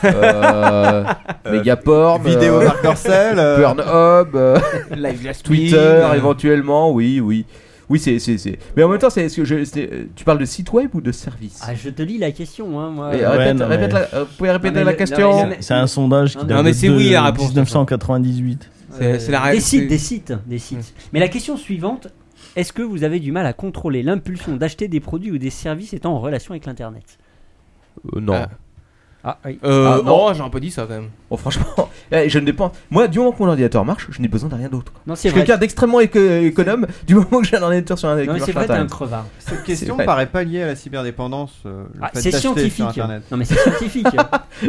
S3: Euh, Megaporn,
S15: Vidéo
S3: euh,
S15: Marc Dorcel. euh,
S3: Pornhub, euh,
S4: Live last
S3: Twitter
S4: week, euh,
S3: éventuellement, oui, oui. Oui, c'est c'est c'est. Mais en même temps, c'est est-ce que je- c'est- euh, tu parles de site web ou de service
S7: Ah, je te lis la question, hein, moi.
S3: Et,
S5: Ouais,
S3: répète,
S5: non, mais-
S3: répète la- euh, vous pouvez répéter
S7: Non, mais
S3: la
S7: le-
S3: question
S7: non, mais-
S5: C'est un sondage qui
S7: Non,
S5: date
S4: mais
S5: de-
S4: c'est oui,
S5: de
S4: la réponse.
S5: 1998.
S4: C'est- c'est la
S7: des
S4: ré-
S7: sites,
S4: c'est-
S7: des sites, des sites. Mais la question suivante est-ce que vous avez du mal à contrôler l'impulsion d'acheter des produits ou des services étant en relation avec l'internet
S3: Euh, Non.
S4: Ah.
S7: Ah oui.
S4: Euh,
S3: Ah, non.
S4: oh, j'aurais pas dit ça quand même.
S3: Bon, franchement, eh, je ne dépends. Moi, du moment que mon ordinateur marche, je n'ai besoin de rien d'autre.
S7: Non, c'est
S3: Je suis
S7: vrai.
S3: quelqu'un d'extrêmement éco- économe du moment que j'ai un ordinateur sur un qui
S7: Non, mais
S3: marche
S7: c'est vrai,
S3: sur
S7: t'es un
S3: Internet.
S7: crevard.
S6: Cette question
S3: vrai.
S6: paraît pas liée à la cyberdépendance. euh, le
S7: Ah,
S6: fait
S7: c'est
S6: d'acheter
S7: scientifique.
S6: Sur
S3: hein.
S6: Internet.
S7: Non, mais c'est scientifique.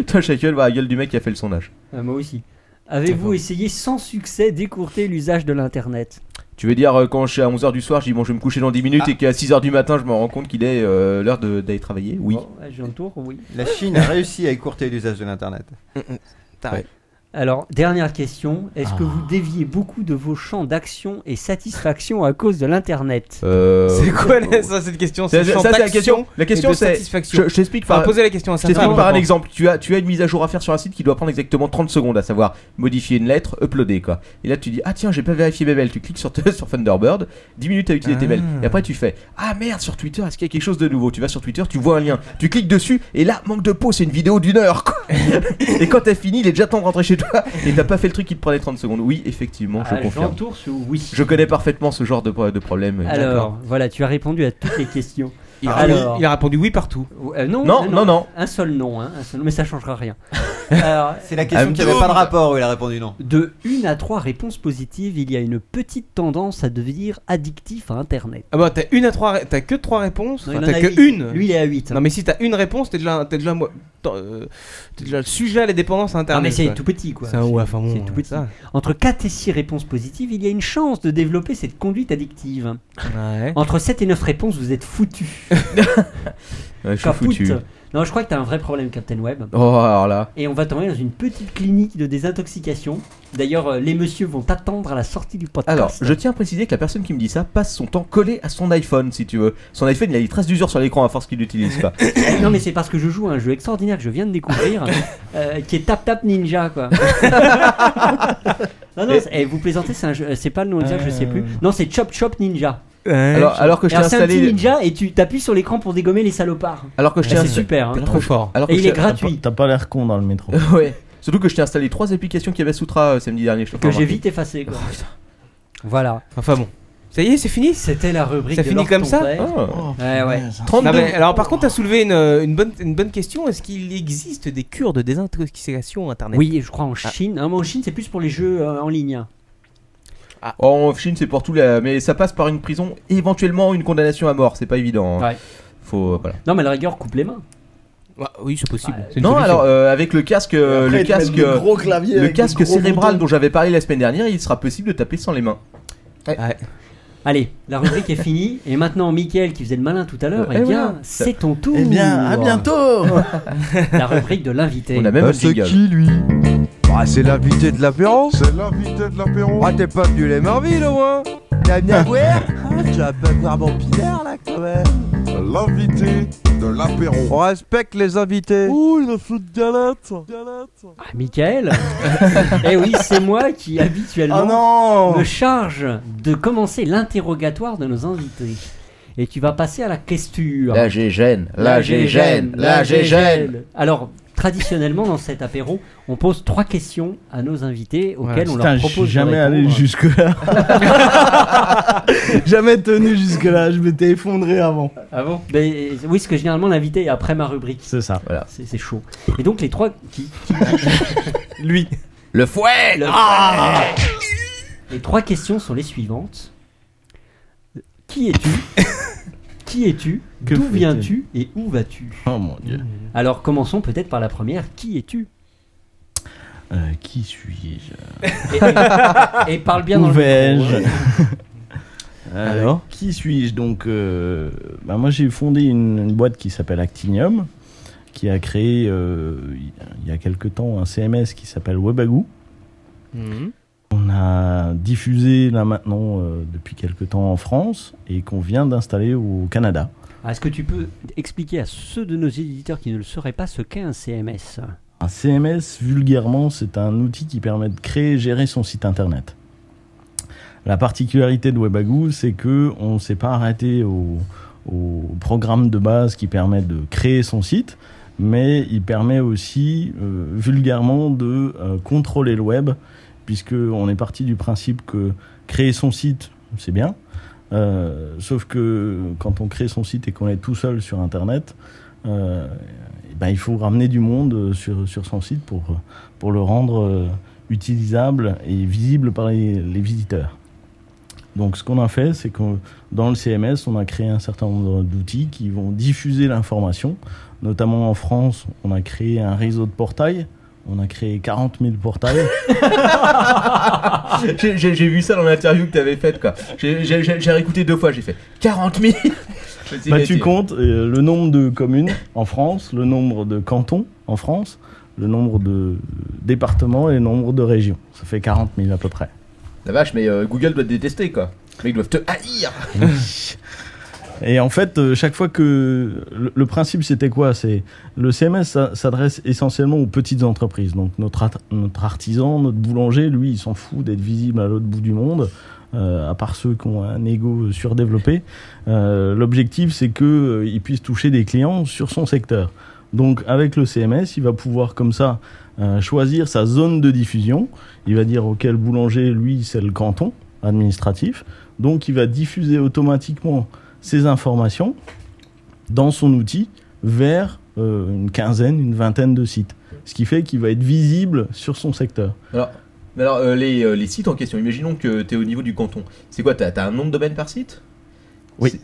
S3: Toi, Shaquille, voir bah, la gueule du mec qui a fait le sondage.
S7: Ah, moi aussi. Avez-vous essayé sans succès d'écourter l'usage de l'internet
S3: Tu veux dire, euh, quand je suis à 11h du soir, je dis bon, je vais me coucher dans 10 minutes et qu'à 6h du matin, je me rends compte qu'il est euh, l'heure de- d'aller travailler Oui.
S7: Bon, ouais, j'ai un tour, oui.
S6: La Chine a réussi à écourter l'usage de l'Internet.
S7: Alors, dernière question. Est-ce que vous déviez beaucoup de vos champs d'action et satisfaction à cause de l'internet
S3: Euh,
S4: c'est quoi là, ça cette question
S3: Ça,
S4: C'est
S3: ça,
S4: champ
S3: c'est la
S4: d'action
S3: question. La question,
S4: et de
S3: c'est.
S4: satisfaction.
S3: Je, je t'explique
S4: Enfin,
S3: par,
S4: poser la question à
S3: je
S4: sa
S3: t'explique
S4: femme,
S3: par un
S4: je pense.
S3: exemple. Tu as, tu as une mise à jour à faire sur un site qui doit prendre exactement 30 secondes, à savoir modifier une lettre, uploader quoi. Et là, tu dis Ah tiens, j'ai pas vérifié mes mails. Tu cliques sur, te- sur Thunderbird, 10 minutes à utiliser tes
S4: Ah.
S3: mails. Et après, tu fais Ah merde, sur Twitter, est-ce qu'il y a quelque chose de nouveau Tu vas sur Twitter, tu vois un lien, tu cliques dessus, et là, manque de peau, c'est une vidéo d'une heure quoi. et quand t'as fini, il est déjà temps de rentrer chez toi, et t'as pas fait le truc qui te prenait 30 secondes. Oui, effectivement, je
S7: Ah,
S3: confirme.
S7: J'entoure ce oui.
S3: Je connais parfaitement ce genre de, pro- de problème.
S7: Alors, voilà, tu as répondu à toutes les questions.
S4: Il a, répondu- il a répondu oui partout.
S7: Euh, non,
S4: Non,
S7: euh,
S4: non, non.
S7: Un seul non, hein, un seul- mais ça changera rien. Alors,
S6: C'est la question qui avait pas de rapport où il a répondu non.
S7: De une à trois réponses positives, il y a une petite tendance à devenir addictif à Internet.
S4: Ah bah t'as une à trois, ré- t'as que trois réponses,
S7: Non,
S4: Enfin,
S7: il en
S4: t'as
S7: a
S4: que
S7: huit.
S4: une.
S7: Lui, il est à huit. hein.
S4: Non mais si t'as une réponse, t'es déjà, t'es déjà, moi- t'en- euh, t'es déjà sujet à la dépendance à internet.
S7: Ah, mais c'est
S4: quoi.
S7: tout petit quoi.
S4: C'est un- ouais, enfin bon,
S7: C'est tout petit.
S4: ça.
S7: Entre 4 et 6 réponses positives, il y a une chance de développer cette conduite addictive. Entre 7 et 9 réponses, vous êtes foutu.
S3: Euh, je suis foutu.
S7: Non, je crois que t'as un vrai problème, Captain Web.
S3: Oh, alors là.
S7: Et on va t'envoyer dans une petite clinique de désintoxication. D'ailleurs, euh, les messieurs vont t'attendre à la sortie du podcast.
S3: Alors, je tiens à préciser que la personne qui me dit ça passe son temps collé à son iPhone, si tu veux. Son iPhone, il a des traces d'usure sur l'écran à force qu'il l'utilise pas.
S7: Non mais c'est parce que je joue à un jeu extraordinaire que je viens de découvrir, euh, qui est Tap Tap Ninja quoi. non non, c'est- eh, vous plaisantez, c'est un jeu, euh, c'est pas le nom exact, je sais plus. Non, c'est Chop Chop Ninja.
S3: Ouais. Alors- alors que je t'ai
S7: c'est un petit
S3: installé-
S7: ninja et tu t'appuies sur l'écran pour dégommer les salopards.
S3: Alors que je
S7: Eh,
S3: tiens
S7: c'est super. hein.
S3: Alors
S7: et
S3: que
S7: il
S3: je
S7: est
S3: tiens-
S7: gratuit.
S5: T'as pas l'air con dans le métro.
S3: ouais. Surtout que je t'ai installé trois applications qu'il y avait Soutra euh, samedi dernier. Je te fais
S7: Que j'ai
S3: remarquer.
S7: vite effacé. quoi. Voilà.
S4: Enfin bon. Ça y est, c'est fini
S7: C'était la rubrique.
S4: Ça
S7: de
S4: finit
S7: Laure
S4: comme ça
S3: Ah.
S7: Tonton.
S3: Oh,
S5: Oh,
S7: Ouais ouais.
S4: Non, mais alors par contre, t'as soulevé une, euh, une bonne, une bonne question. Est-ce qu'il existe des cures de désintoxication internet
S7: Oui, je crois en Chine. Non, mais en Chine, c'est plus pour les jeux euh, en ligne. hein.
S3: Oh, en Chine, c'est pour tout. la- Mais ça passe par une prison, éventuellement une condamnation à mort. C'est pas évident. hein. Faut. Voilà.
S7: Non, mais à la rigueur, coupe les mains.
S4: oui, c'est possible.
S3: Non, alors euh, avec le casque, euh,
S5: après,
S3: le
S5: ils te mettent
S3: casque,
S5: des
S3: euh,
S5: gros claviers
S3: le
S5: avec des
S3: casque
S5: gros
S3: cérébral
S5: boutons.
S3: dont j'avais parlé la semaine dernière, il sera possible de taper sans les mains.
S7: Allez, la rubrique est finie. Et maintenant, Mickaël qui faisait le malin tout à l'heure,
S3: Euh,
S7: eh
S3: eh
S7: bien,
S3: voilà.
S7: c'est ton tour.
S5: Eh bien,
S7: Oh.
S5: à bientôt
S7: La rubrique de l'invité.
S3: On a même un jingle.
S16: Ah, lui Bah, c'est l'invité de l'apéro. C'est l'invité de l'apéro. Ah, t'es pas venu les Marvilles au moins T'as bien boire Ah, Tu vas pas boire mon pinard là quand même. L'invité de l'apéro. On respecte les invités. Ouh, le foot de galette.
S7: Ah, Mickaël Eh oui, c'est moi qui
S8: Ah
S6: Ah
S7: habituellement
S5: Oh non
S7: me charge de commencer l'interrogatoire de nos invités. Et tu vas passer à la question.
S3: Là, j'ai gêne. Là, j'ai gêne. Là, j'ai gêne.
S7: Alors, traditionnellement, dans cet apéro, on pose trois questions à nos invités auxquelles on
S5: Putain,
S7: leur
S5: je suis
S7: propose. de
S5: jamais allé
S7: répondre.
S5: jusque-là. jamais tenu jusque-là, je m'étais effondré avant.
S7: Ah bon Ben, Oui, parce que généralement l'invité est après ma rubrique.
S5: C'est ça.
S3: Voilà.
S7: C'est c'est chaud. Et donc les trois qui, qui-
S4: lui.
S3: Le fouet.
S7: Le
S3: Ah
S7: Les trois questions sont les suivantes. Qui es-tu Qui es-tu
S5: Que
S7: D'où
S5: fait-il
S7: viens-tu et où vas-tu
S5: Oh mon dieu.
S7: Alors commençons peut-être par la première. Qui es-tu
S5: Euh, qui suis-je
S7: et, et parle bien
S5: Où
S7: dans le
S5: vais-je
S7: micro, hein.
S5: Euh,
S4: Alors
S5: Qui suis-je donc euh, bah, Moi j'ai fondé une, une boîte qui s'appelle Actinium, qui a créé euh, il y a quelque temps un CMS qui s'appelle Webagoo.
S4: Mhm.
S5: On a diffusé là maintenant euh, depuis quelque temps en France et qu'on vient d'installer au Canada.
S7: Ah, Est-ce que tu peux expliquer à ceux de nos éditeurs qui ne le sauraient pas ce qu'est un CMS
S5: Un CMS, vulgairement, c'est un outil qui permet de créer et gérer son site internet. La particularité de Webagoo, c'est que on s'est pas arrêté au, au programme de base qui permet de créer son site, mais il permet aussi euh, vulgairement de euh, contrôler le web, puisque on est parti du principe que créer son site, c'est bien, euh, sauf que quand on crée son site et qu'on est tout seul sur Internet, euh, eh ben, il faut ramener du monde euh, sur, sur son site pour, euh, pour le rendre euh, utilisable et visible par les, les visiteurs. Donc ce qu'on a fait, c'est que dans le CMS, on a créé un certain nombre d'outils qui vont diffuser l'information. Notamment en France, on a créé un réseau de portails. On a créé 40 000 portails.
S3: J'ai j'ai- j'ai vu ça dans l'interview que t'avais faite quoi. J'ai- J'ai j'ai- j'ai réécouté deux fois. J'ai fait 40 000.
S5: Bah, tu comptes euh, le nombre de communes en France, le nombre de cantons en France, le nombre de départements et le nombre de régions. Ça fait 40 000 à peu près.
S3: La vache, mais euh, Google doit te détester quoi. Mais ils doivent te haïr.
S5: Et en fait, euh, chaque fois que le, le principe c'était quoi C'est le CMS ça- s'adresse essentiellement aux petites entreprises. Donc notre art- notre artisan, notre boulanger, lui, il s'en fout d'être visible à l'autre bout du monde. euh, à part ceux qui ont un ego surdéveloppé, Euh, l'objectif c'est que euh, il puisse toucher des clients sur son secteur. Donc avec le CMS, il va pouvoir comme ça euh, choisir sa zone de diffusion. Il va dire auquel boulanger, lui, c'est le canton administratif. Donc il va diffuser automatiquement ces informations dans son outil vers euh, une quinzaine, une vingtaine de sites. Ce qui fait qu'il va être visible sur son secteur.
S3: Alors, mais alors euh, les, euh, les sites en question, imaginons que tu es au niveau du canton. C'est quoi T'as t'as un nom de domaine par site
S5: Oui.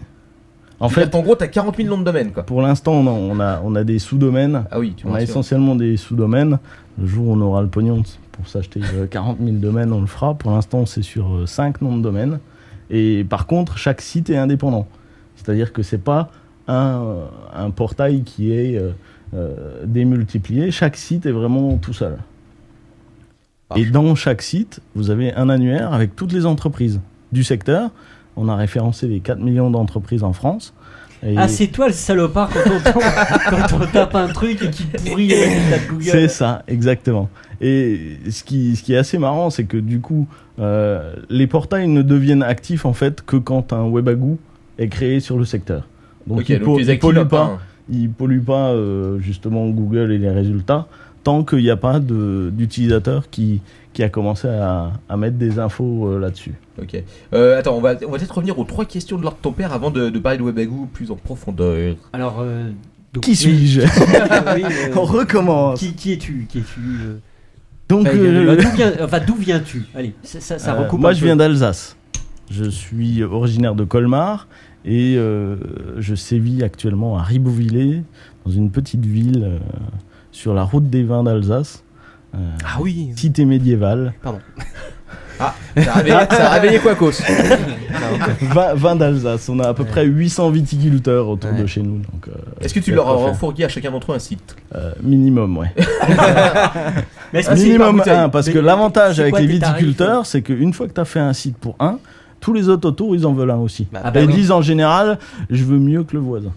S3: En fait, en gros, t'as 40 000 noms de domaine, quoi.
S5: Pour l'instant, non, on a, on a des sous-domaines.
S3: Ah oui, tu
S5: On
S3: m'en
S5: a
S3: tires.
S5: essentiellement des sous-domaines. Le jour où on aura le pognon de- pour s'acheter euh, 40 000 domaines, on le fera. Pour l'instant, c'est sur 5 noms de domaines. Et par contre, chaque site est indépendant. C'est-à-dire que c'est pas un, euh, un portail qui est euh, euh, démultiplié. Chaque site est vraiment tout seul. Et dans chaque site, vous avez un annuaire avec toutes les entreprises du secteur. On a référencé les 4 millions d'entreprises en France. Et-
S7: Ah, c'est toi le salopard quand on, quand on tape un truc et qui pourrit le résultat de Google.
S5: C'est ça, exactement. Et ce qui, ce qui est assez marrant, c'est que du coup, euh, les portails ne deviennent actifs en fait que quand un webagoo est créé sur le secteur. Donc,
S3: Ok,
S5: ils,
S3: donc
S5: po-
S3: tu les
S5: ils
S3: actives
S5: polluent
S3: pas, hein.
S5: pas, ils polluent pas euh, justement Google et les résultats tant qu'il n'y a pas de- d'utilisateur qui, qui a commencé à, à mettre des infos euh, là-dessus.
S3: Ok. Euh, attends, on va, on va peut-être revenir aux trois questions de l'ordre de ton père avant de, de parler de Webagoo plus en profondeur.
S7: Alors, euh, donc-
S5: Qui suis-je
S7: Oui, euh,
S5: On recommence.
S7: Qui, qui es-tu Qui es-tu euh,
S5: Donc,
S7: enfin,
S5: euh,
S7: d'où viens- enfin, d'où viens-tu Allez, ça, ça, ça
S5: Euh,
S7: recoupe.
S5: Moi,
S7: un
S5: je
S7: peu.
S5: viens d'Alsace. Je suis originaire de Colmar et euh, je sévis actuellement à Ribeauvillé, dans une petite ville euh, sur la route des vins d'Alsace. euh,
S4: ah oui
S5: Cité médiévale.
S4: Pardon.
S3: Ah, ça a réveillé, ça a réveillé Quacos.
S7: Ah.
S5: Vin, vin d'Alsace. On a à peu près 800 viticulteurs autour de chez nous. donc, euh,
S3: Est-ce que tu
S5: y a
S3: leur
S5: de quoi
S3: as
S5: faire.
S3: refourgué à chacun d'entre eux un site
S5: Euh, Minimum, ouais.
S7: Mais est-ce que c'est
S5: Minimum
S7: par bouteille
S5: 1, parce
S7: Mais
S5: que l'avantage
S7: c'est
S5: avec
S7: quoi
S5: les
S7: tes tarifs
S5: viticulteurs, c'est qu'une fois que tu as fait un site pour un, tous les autres autour, ils en veulent un aussi.
S7: Ah bah
S5: Et ils
S7: oui.
S5: disent en général, je veux mieux que le voisin.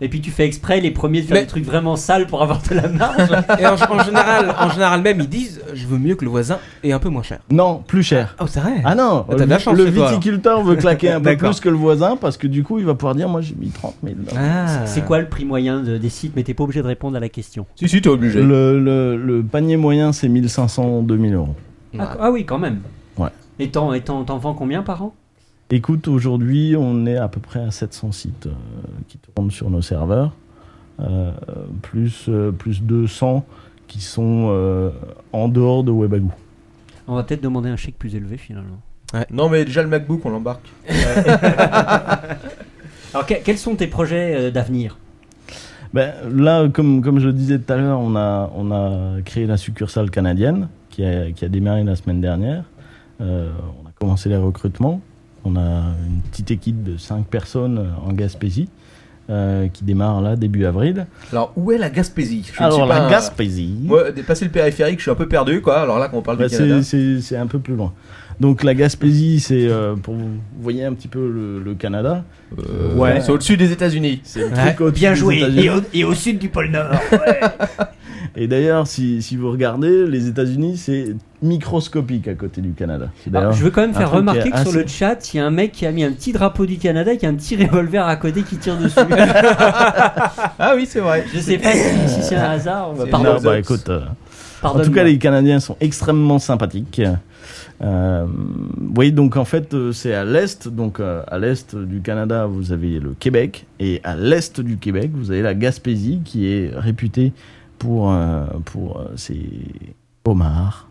S7: Et puis tu fais exprès les premiers de faire des trucs vraiment sales pour avoir de la marge.
S4: Et en, en général, en général même, ils disent je veux mieux que le voisin et un peu moins cher.
S5: Non, plus cher.
S4: Oh, c'est vrai
S5: Ah non,
S4: Ah, t'as de la
S5: le-
S4: chance
S5: le
S4: chez toi, alors.
S5: viticulteur veut claquer un peu
S4: D'accord. Ah,
S5: plus que le voisin parce que du coup, il va pouvoir dire moi j'ai mis 30 000. Ah.
S7: C'est- C'est quoi le prix moyen de- des sites Mais t'es pas obligé de répondre à la question.
S3: Si, si, t'es obligé.
S5: le, le- le panier moyen, c'est 1500, 2000 euros.
S7: Ah, ah oui, quand même.
S5: Ouais.
S7: Et t'en et t'en- t'en vends combien par an
S5: Écoute, aujourd'hui, on est à peu près à 700 sites euh, qui tournent sur nos serveurs, euh, plus, euh, plus 200 qui sont euh, en dehors de Webagoo.
S7: On va peut-être demander un chèque plus élevé finalement.
S3: Non, mais déjà le MacBook, on l'embarque.
S7: Alors que- quels sont tes projets euh, d'avenir
S5: Ben, là, comme, comme je le disais tout à l'heure, on a, on a créé la succursale canadienne qui a, qui a démarré la semaine dernière. Euh, on a commencé les recrutements. On a une petite équipe de 5 personnes euh, en Gaspésie euh, qui démarre là début avril.
S3: Alors, où est la Gaspésie Je ne
S5: Alors,
S3: sais pas,
S5: la
S3: euh,
S5: Gaspésie.
S3: Moi, dépasser le périphérique, je suis un peu perdu, quoi. Alors là, quand on parle
S5: Bah,
S3: du
S5: c'est-
S3: Canada.
S5: c'est c'est un peu plus loin. Donc la Gaspésie, c'est euh, pour vous voyez un petit peu le, le Canada.
S3: Euh, ouais. C'est au-dessus des États-Unis.
S5: C'est le truc au-dessus
S9: Bien
S5: des
S9: joué.
S5: États-Unis.
S9: Et au, et au sud du pôle Nord.
S5: Et d'ailleurs, si, si vous regardez, les États-Unis, c'est microscopique à côté du Canada. C'est
S7: Alors,
S5: d'ailleurs
S7: Ah, Je veux quand même
S5: un
S7: faire
S5: truc qui est
S7: remarquer que sur
S5: assez-
S7: le chat, il y a un mec qui a mis un petit drapeau du Canada et qui a un petit revolver à côté qui tire dessus.
S3: Ah oui, c'est vrai.
S7: Je sais pas si, si c'est un hasard.
S5: C'est-
S7: Pardon.
S5: Non, bah, écoute, euh, en
S7: Pardonne-moi.
S5: tout cas, les Canadiens sont extrêmement sympathiques. Euh, vous voyez, donc en fait, euh, c'est à l'est. Donc euh, à l'est du Canada, vous avez le Québec. Et à l'est du Québec, vous avez la Gaspésie qui est réputée pour, euh, pour euh, ses homards,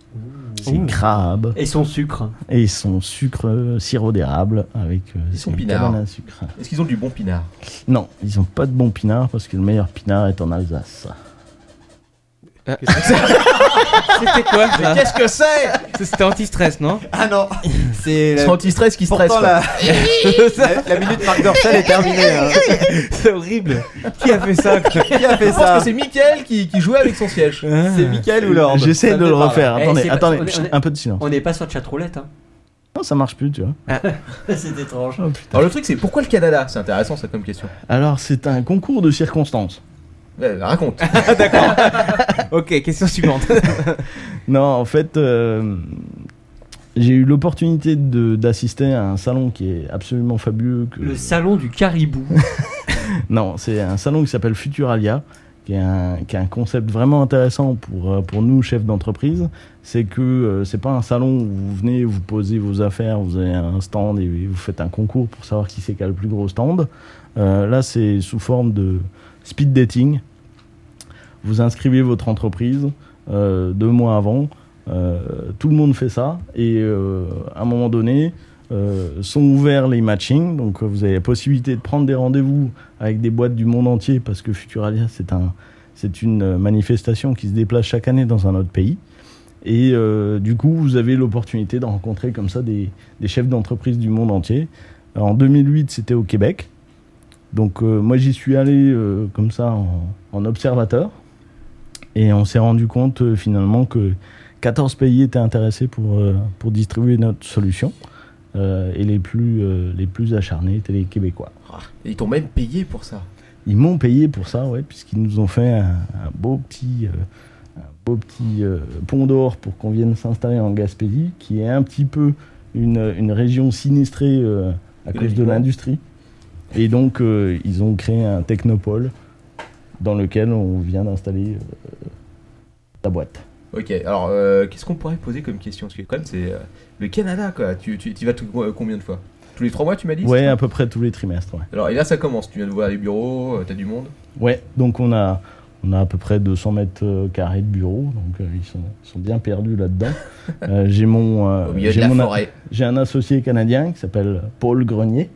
S5: ses
S7: Ouh.
S5: crabes.
S7: Et son sucre.
S5: Et son sucre, euh, sirop d'érable avec euh,
S3: son
S5: ses
S3: pinard.
S5: cabanes à sucre.
S3: Est-ce qu'ils ont du bon pinard
S5: Non, ils ont pas de bon pinard parce que le meilleur pinard est en Alsace.
S4: C'était quoi ça
S3: Qu'est-ce que c'est
S4: Ça, C'était anti-stress, non
S6: Ah non C'est
S3: C'est
S6: la-
S3: anti-stress qui stresse.
S6: Pourtant, la...
S3: quoi.
S6: la... la minute Marc Dorcel est terminée. hein.
S4: C'est horrible. Qui a fait ça quoi
S6: Qui a fait
S3: Je pense
S6: ça
S3: que c'est Mickaël qui, qui jouait avec son siège.
S6: C'est Mickaël ou Lord
S5: J'essaie
S6: Ça
S5: de
S6: me
S5: le
S6: parle.
S5: refaire.
S7: Eh,
S5: attendez,
S7: c'est pas-
S5: attendez,
S7: on est-
S5: chut,
S7: on est-
S5: un peu de silence.
S7: On n'est pas sur chat roulette. Hein.
S5: Non, ça marche plus, tu vois.
S7: c'est étrange.
S3: Alors le truc, c'est pourquoi le Canada C'est intéressant, ça, comme question.
S5: Alors, c'est un concours de circonstances.
S3: Ouais, raconte.
S4: Ok, question suivante.
S5: Non, en fait, euh, j'ai eu l'opportunité de- d'assister à un salon qui est absolument fabuleux. que-
S7: Le salon du caribou.
S5: Non, c'est un salon qui s'appelle Futuralia, qui est un, qui est un concept vraiment intéressant pour, euh, pour nous, chefs d'entreprise. C'est que euh, c'est pas un salon où vous venez, vous posez vos affaires, vous avez un stand et vous faites un concours pour savoir qui c'est qui a le plus gros stand. Euh, là, c'est sous forme de speed dating. Vous inscrivez votre entreprise euh, deux mois avant. Euh, tout le monde fait ça. Et euh, à un moment donné, euh, sont ouverts les matchings. Donc euh, vous avez la possibilité de prendre des rendez-vous avec des boîtes du monde entier parce que Futuralia, c'est un, c'est une euh, manifestation qui se déplace chaque année dans un autre pays. Et euh, du coup, vous avez l'opportunité de rencontrer comme ça des, des chefs d'entreprise du monde entier. Alors, en 2008, c'était au Québec. Donc euh, moi, j'y suis allé euh, comme ça en- en observateur. Et on s'est rendu compte euh, finalement que 14 pays étaient intéressés pour, euh, pour distribuer notre solution. Euh, et les plus, euh, les plus acharnés étaient les Québécois.
S3: Ah,
S13: Ils t'ont même payé pour ça.
S5: Ils m'ont payé pour ça, ouais, puisqu'ils nous ont fait un, un beau petit, euh, un beau petit euh, pont d'or pour qu'on vienne s'installer en Gaspésie, qui est un petit peu une, une région sinistrée euh, à cause de
S13: Économiquement.
S5: l'industrie. Et donc, euh, ils ont créé un technopole dans lequel on vient d'installer euh, la boîte.
S13: Ok, alors euh, qu'est-ce qu'on pourrait poser comme question Parce que quand même, c'est euh, le Canada, quoi. Tu, tu, tu y vas tout- euh, combien de fois Tous les trois mois, tu m'as dit c'est
S5: Ouais,
S13: ça
S5: à peu près tous les trimestres. Ouais,
S13: Alors, et là, ça commence. Tu viens de voir les bureaux, euh, t'as du monde.
S5: ouais donc on a, on a à peu près 200 mètres euh, carrés de bureau, donc euh, ils, sont, ils sont bien perdus là-dedans. Euh, j'ai mon, euh,
S13: Au milieu de
S5: j'ai
S13: la
S5: mon a-
S13: forêt.
S5: j'ai un associé canadien qui s'appelle Paul Grenier.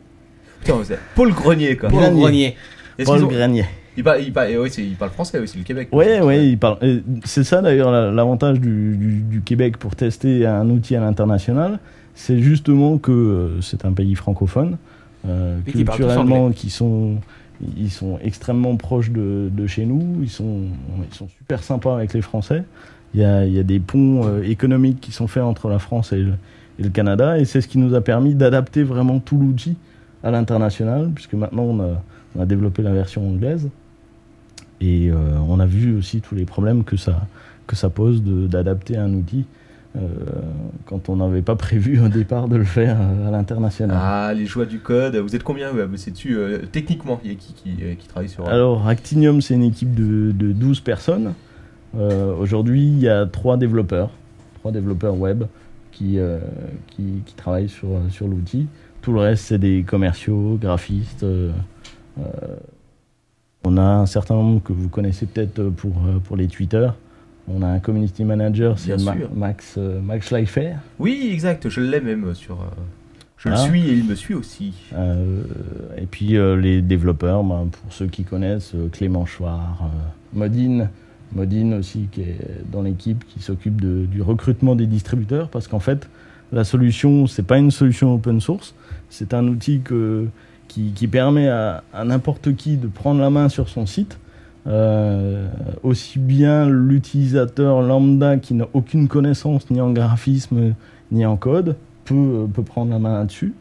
S13: Putain, vous êtes- Paul Grenier, quoi.
S5: Paul Grenier.
S13: Est-ce
S5: Paul
S13: qu'ils ont-
S5: Grenier.
S13: Il parle, il, parle, eh oui, c'est- il parle français, oui, c'est le Québec.
S5: Ouais, ouais, il parle. euh, C'est ça d'ailleurs la- l'avantage du, du- du Québec pour tester un outil à l'international, c'est justement que euh, c'est un pays francophone, euh,
S4: Et qui parle tous
S5: culturellement qui sont ils sont extrêmement proches de, de chez nous, ils sont ils sont super sympas avec les Français. Il y a, il y a des ponts euh, économiques qui sont faits entre la France et le, et le Canada et c'est ce qui nous a permis d'adapter vraiment tout l'outil à l'international puisque maintenant on a- on a développé la version anglaise. Et euh, on a vu aussi tous les problèmes que ça, que ça pose de- d'adapter un outil euh, quand on n'avait pas prévu au départ de le faire euh, à l'international.
S13: Ah, les joies du code. Vous êtes combien ouais, C'est tu euh, techniquement, il y a qui qui, euh, qui travaille sur.
S5: Alors, Actinium, c'est une équipe de, de 12 personnes. Euh, Aujourd'hui, il y a trois développeurs, trois développeurs web qui, euh, qui, qui travaillent sur, sur l'outil. Tout le reste, c'est des commerciaux, graphistes. euh, euh, on a un certain nombre que vous connaissez peut-être pour, euh, pour les Twitter. On a un community manager, c'est
S13: Bien
S5: Ma-
S13: sûr.
S5: Max, euh, Max Schleifer.
S13: Oui, exact. Je l'ai même euh, sur. euh, Je le
S5: Ah.
S13: suis et il me suit aussi.
S5: Euh, et puis euh, les développeurs, ben, pour ceux qui connaissent, euh, Clément Chouard, euh, Modine, Modine aussi qui est dans l'équipe qui s'occupe de- du recrutement des distributeurs parce qu'en fait la solution c'est pas une solution open source, c'est un outil que, qui, qui permet à, à n'importe qui de prendre la main sur son site. Euh, aussi bien l'utilisateur lambda qui n'a aucune connaissance ni en graphisme ni en code peut, euh, peut prendre la main là-dessus.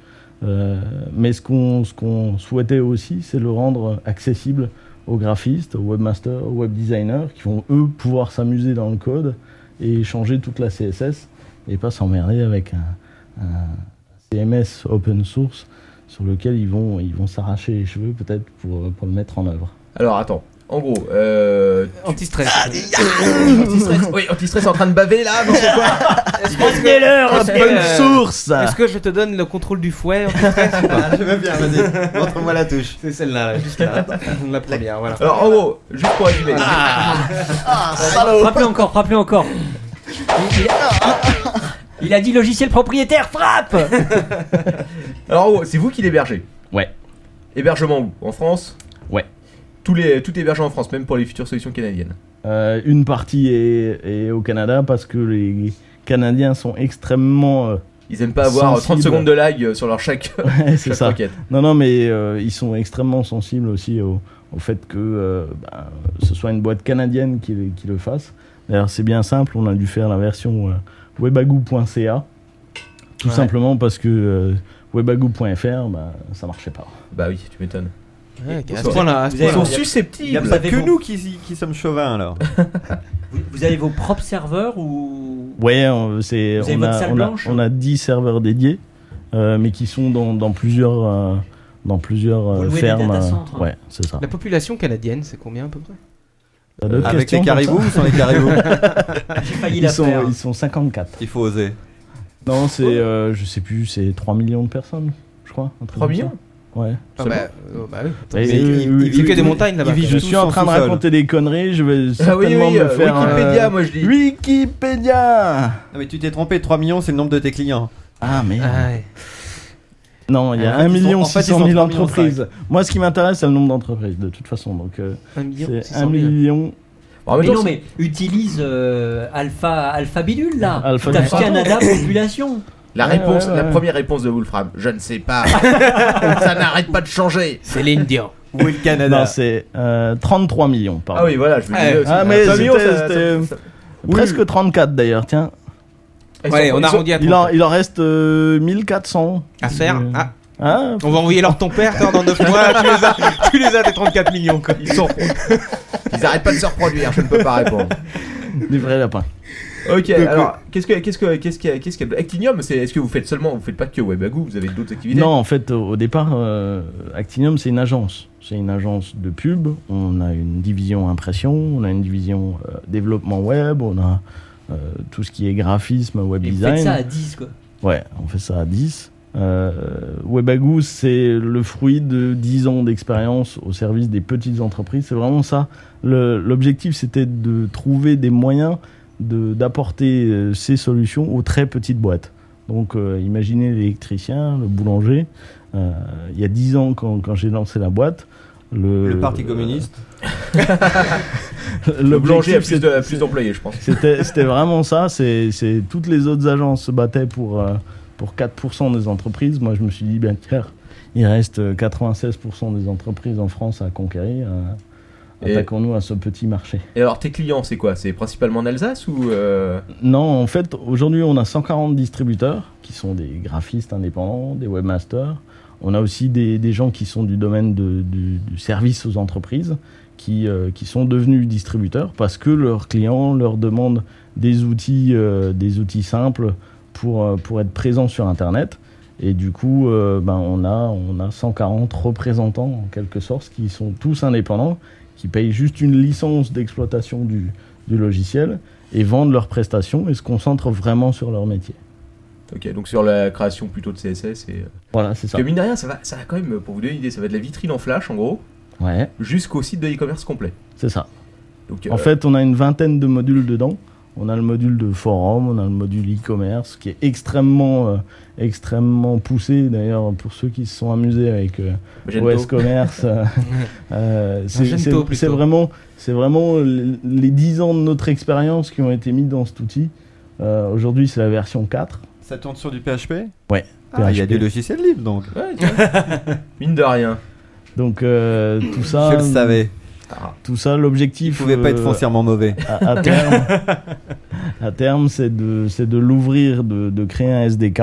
S5: Euh, mais ce qu'on ce qu'on souhaitait aussi, c'est le rendre accessible aux graphistes, aux webmasters, aux webdesigners, qui vont eux pouvoir s'amuser dans le code et changer toute la CSS et pas s'emmerder avec un, un CMS open source sur lequel ils vont ils vont s'arracher les cheveux peut-être pour, pour le mettre en œuvre.
S13: Alors attends, en gros, euh,
S4: Anti-stress.
S13: anti-stress. Oui, anti-stress en train de baver là, non c'est quoi
S4: Est-ce que-
S5: Open
S7: euh,
S5: source.
S4: Euh, Est-ce que je te donne le contrôle du fouet
S6: Je veux bien, vas-y. Montre-moi la touche.
S4: C'est celle-là, là, juste là. La première, voilà.
S13: Alors en gros, juste pour résumer.
S5: Ah. oh.
S7: Frappez encore, frappez encore. Il- il a- Il a dit logiciel propriétaire, frappe
S13: Alors en gros, c'est vous qui l'hébergez.
S5: Ouais.
S13: Hébergement où En France
S5: Ouais.
S13: Tous les, tout est hébergé en France, même pour les futures solutions canadiennes.
S5: Euh, une partie est, est au Canada parce que les Canadiens sont extrêmement euh,
S13: Ils aiment pas avoir euh, 30
S5: sensibles.
S13: secondes de lag euh, sur leur chaque,
S5: Ouais, c'est
S13: chaque
S5: ça.
S13: requête.
S5: Non, non, mais euh, ils sont extrêmement sensibles aussi au, au fait que euh, bah, ce soit une boîte canadienne qui, le- qui le fasse. D'ailleurs, c'est bien simple, on a dû faire la version euh, webagoo.ca, tout
S13: Ouais.
S5: simplement parce que euh, webagoo.fr, bah, ça marchait pas.
S13: Bah oui, tu m'étonnes.
S4: Ouais,
S13: Ils
S4: à ce
S13: sont-
S4: point-là, à ce
S13: Ils sont
S4: point-là.
S13: susceptibles.
S8: Il n'y a pas
S7: Vous
S8: que
S7: avez-
S8: nous qui, qui sommes chauvins alors.
S7: Vous avez vos propres serveurs ou
S5: Ouais, on, c'est,
S7: Vous avez
S5: on,
S7: votre
S5: a,
S7: salle
S5: on, a,
S7: blanche
S5: on a 10 serveurs dédiés, euh, mais qui sont dans, dans plusieurs, euh, dans plusieurs euh,
S4: louez des
S5: fermes.
S4: data
S5: euh,
S4: centres, hein.
S5: ouais, c'est ça.
S4: La population canadienne, c'est combien à peu près
S5: T'as d'autres
S6: Avec
S5: questions
S6: les caribous
S5: comme ça
S6: ou sans les caribous
S7: J'ai failli
S5: ils
S7: la
S5: sont,
S7: faire.
S5: Ils sont 54.
S6: Il faut oser.
S5: Non,
S3: Oh.
S5: c'est. euh, je sais plus, c'est 3 millions de personnes, je crois. un truc
S3: 3
S5: comme
S3: millions
S5: ça. Ouais.
S3: Ah
S5: C'est
S3: bah,
S5: bon.
S4: Oh,
S3: euh, bah oui.
S5: Et-
S3: Mais
S5: et-
S3: il- il vit
S5: et-
S3: que des
S5: et-
S3: montagnes, là-bas.
S5: il vit-
S3: Tout
S5: Je suis
S3: en
S5: en train de
S3: sous-sol.
S5: raconter des conneries, je vais
S3: Ah oui,
S5: certainement
S3: oui,
S5: me
S3: euh,
S5: faire. un-
S3: Wikipédia, moi je dis.
S5: Wikipédia
S8: Non, mais tu t'es trompé, 3 millions, c'est le nombre de tes clients.
S5: Ah, merde. Non, il y a
S8: En
S3: Ah,
S8: fait, ils
S5: 1
S8: sont-
S5: million
S8: en fait, ils
S5: 600
S8: sont
S5: 000
S8: 3 millions
S5: entreprises.
S8: cinq.
S5: Moi, ce qui m'intéresse, c'est le nombre d'entreprises, de toute façon. Donc, euh,
S4: 1 million
S5: c'est
S4: 600
S5: 1
S4: 000.
S5: million.
S7: mais non, mais utilise euh, Alpha, Alpha Bidule là.
S5: Alpha
S7: T'as
S5: Bidule.
S7: Canada population.
S3: La
S5: Ouais,
S3: réponse,
S5: ouais,
S3: la
S5: ouais.
S3: première réponse de Wolfram, je ne sais pas. ça n'arrête pas de changer.
S4: C'est l'Indien.
S8: Où est le Canada
S5: Non, c'est euh, 33 millions, pardon.
S3: Ah oui, voilà, je me disais aussi.
S5: Ah, mais
S3: Ça,
S5: c'était-
S3: ça, ça,
S5: c'était
S3: ça-
S5: presque 34 d'ailleurs, tiens.
S3: Ils
S4: Ouais,
S3: sont-
S4: on
S3: ils
S4: a
S3: sont-
S4: arrondi à
S5: Il en,
S4: 30.
S5: il en reste euh, 1400.
S4: À faire.
S5: Euh,
S4: Ah,
S5: hein,
S4: on va envoyer leur ton père toi, dans 9 mois. Tu les as, tu les as tes 34 millions. Quoi.
S3: Ils sont- Ils arrêtent pas de se reproduire, je ne peux pas répondre.
S5: des vrais lapins.
S3: Ok,
S5: euh,
S3: alors qu'est-ce que qu'est-ce que qu'est-ce qu'il y a qu'est-ce qu'il y a de- Actinium, c'est est-ce que vous faites seulement vous faites pas que Webagoo, vous avez d'autres activités
S5: Non, en fait, au au départ, euh, Actinium, c'est une agence. C'est une agence de pub. On a une division impression, on a une division euh, développement web, on a euh, tout ce qui est graphisme, web
S7: Et vous
S5: design.
S7: faites ça à 10 quoi.
S5: Ouais, on fait ça à 10. Euh, Webagoo, c'est le fruit de 10 ans d'expérience au service des petites entreprises. C'est vraiment ça. Le- L'objectif, c'était de trouver des moyens de- d'apporter euh, ces solutions aux très petites boîtes. Donc, euh, imaginez l'électricien, le boulanger. Euh, il y a 10 ans, quand, quand j'ai lancé la boîte, le,
S8: Le
S3: euh,
S8: Parti communiste.
S5: le
S3: Le boulanger a
S5: l'objectif,
S3: plus
S5: c'était-
S3: de- plus d'employés, je pense.
S5: c'était c'était vraiment ça. C'est c'est- toutes les autres agences se battaient pour, euh, pour 4% des entreprises. Moi, je me suis dit, bien tiens, il reste euh, 96% des entreprises en France à conquérir. euh,
S3: Et-
S5: Attaquons-nous à ce petit marché.
S3: Et alors tes clients, c'est quoi C'est principalement en Alsace ou euh,
S5: Non, en fait, aujourd'hui, on a 140 distributeurs qui sont des graphistes indépendants, des webmasters. On a aussi des, des gens qui sont du domaine de- du, du service aux entreprises, qui, euh, qui sont devenus distributeurs parce que leurs clients leur demandent des outils, euh, des outils simples pour, euh, pour être présents sur Internet. Et du coup, euh, ben, on, a, on a 140 représentants, en quelque sorte, qui sont tous indépendants, qui payent juste une licence d'exploitation du, du logiciel et vendent leurs prestations et se concentrent vraiment sur leur métier.
S3: Ok, donc sur la création plutôt de CSS et euh,
S5: Voilà, c'est ça.
S3: parce que mine de rien, ça va ça va quand même euh, pour vous donner une idée, ça va de la vitrine en flash en gros
S5: Ouais,
S3: jusqu'au site de e-commerce complet.
S5: c'est ça.
S3: Donc euh,
S5: En fait, on a une vingtaine de modules dedans. On a le module de forum, on a le module e-commerce qui est extrêmement, euh, extrêmement poussé. D'ailleurs, pour ceux qui se sont amusés avec euh,
S3: Magento.
S5: OS Commerce, euh, euh, c'est
S4: Magento
S5: c'est-
S4: plutôt.
S5: c'est vraiment, c'est vraiment les les 10 ans de notre expérience qui ont été mis dans cet outil. Euh, Aujourd'hui, c'est la version 4.
S8: Ça tourne sur du PHP
S5: Ouais.
S8: Ah, il y a
S5: PHP.
S8: du logiciel libre donc.
S3: mine de rien.
S5: Donc euh, tout ça,
S8: Je le savais.
S5: tout ça,
S8: Il
S5: l'objectif.
S8: pouvait pas être
S5: euh,
S8: foncièrement mauvais.
S5: à, à terme, à terme, c'est de, c'est de l'ouvrir, de, de créer un SDK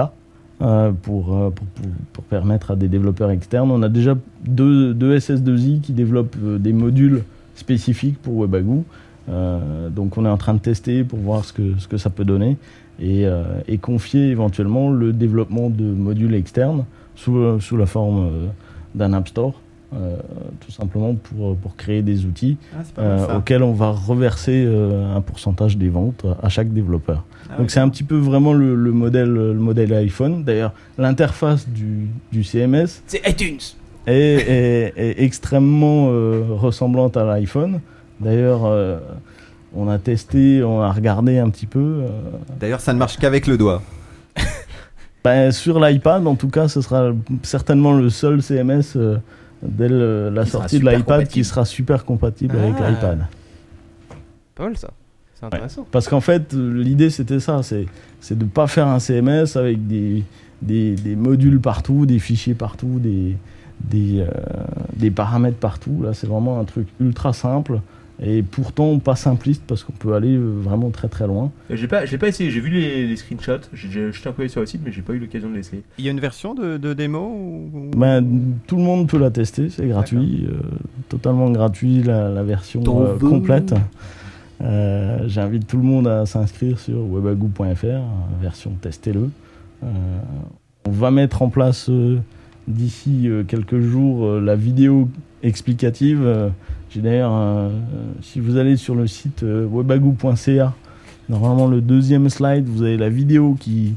S5: euh, pour, euh, pour, pour- pour permettre à des développeurs externes. On a déjà deux, deux SS2I qui développent euh, des modules spécifiques pour Webagoo. Euh, donc on est en train de tester pour voir ce que, ce que ça peut donner et, euh, et confier éventuellement le développement de modules externes sous, sous la forme euh, d'un App Store, euh, tout simplement pour, pour créer des outils
S8: Ah, c'est pas mal,
S5: euh,
S8: ça.
S5: auquel on va reverser euh, un pourcentage des ventes à chaque développeur.
S8: Ah,
S5: Donc
S8: oui.
S5: c'est un petit peu vraiment le, le modèle, le modèle iPhone. D'ailleurs, l'interface du, du CMS
S4: C'est iTunes.
S5: est, est- est extrêmement euh, ressemblante à l'iPhone. D'ailleurs, euh, on a testé, on a regardé un petit peu. euh,
S8: D'ailleurs, ça ne marche qu'avec le doigt.
S5: ben, sur l'iPad, en tout cas, ce sera certainement le seul CMS euh, dès le- la
S3: Qui sera
S5: sortie de
S3: super
S5: l'iPad qui
S3: compatible.
S5: sera super compatible avec
S4: Ah.
S5: l'iPad.
S4: Pas mal ça. C'est intéressant.
S5: Parce qu'en fait, euh, l'idée c'était ça, c'est c'est de ne pas faire un CMS avec des, des, des modules partout, des fichiers partout, des, des, euh, des paramètres partout. Là, c'est vraiment un truc ultra simple et pourtant pas simpliste parce qu'on peut aller euh, vraiment très très loin.
S3: Euh, J'ai pas, j'ai pas essayé, j'ai vu les, les screenshots, j'ai- j'ai jeté un coup d'œil sur le site, mais j'ai pas eu l'occasion de l'essayer.
S8: Il y a une version de, de démo ou...
S5: Ben, tout le monde peut la tester, c'est gratuit, euh, totalement gratuit la, la version
S7: T'en
S5: euh,
S7: veux
S5: complète. Euh, J'invite tout le monde à s'inscrire sur webagoo.fr, euh, version testez-le. Euh, on va mettre en place euh, d'ici euh, quelques jours euh, la vidéo explicative. Euh, J'ai d'ailleurs, euh, si vous allez sur le site euh, webagoo.ca, normalement le deuxième slide, vous avez la vidéo qui,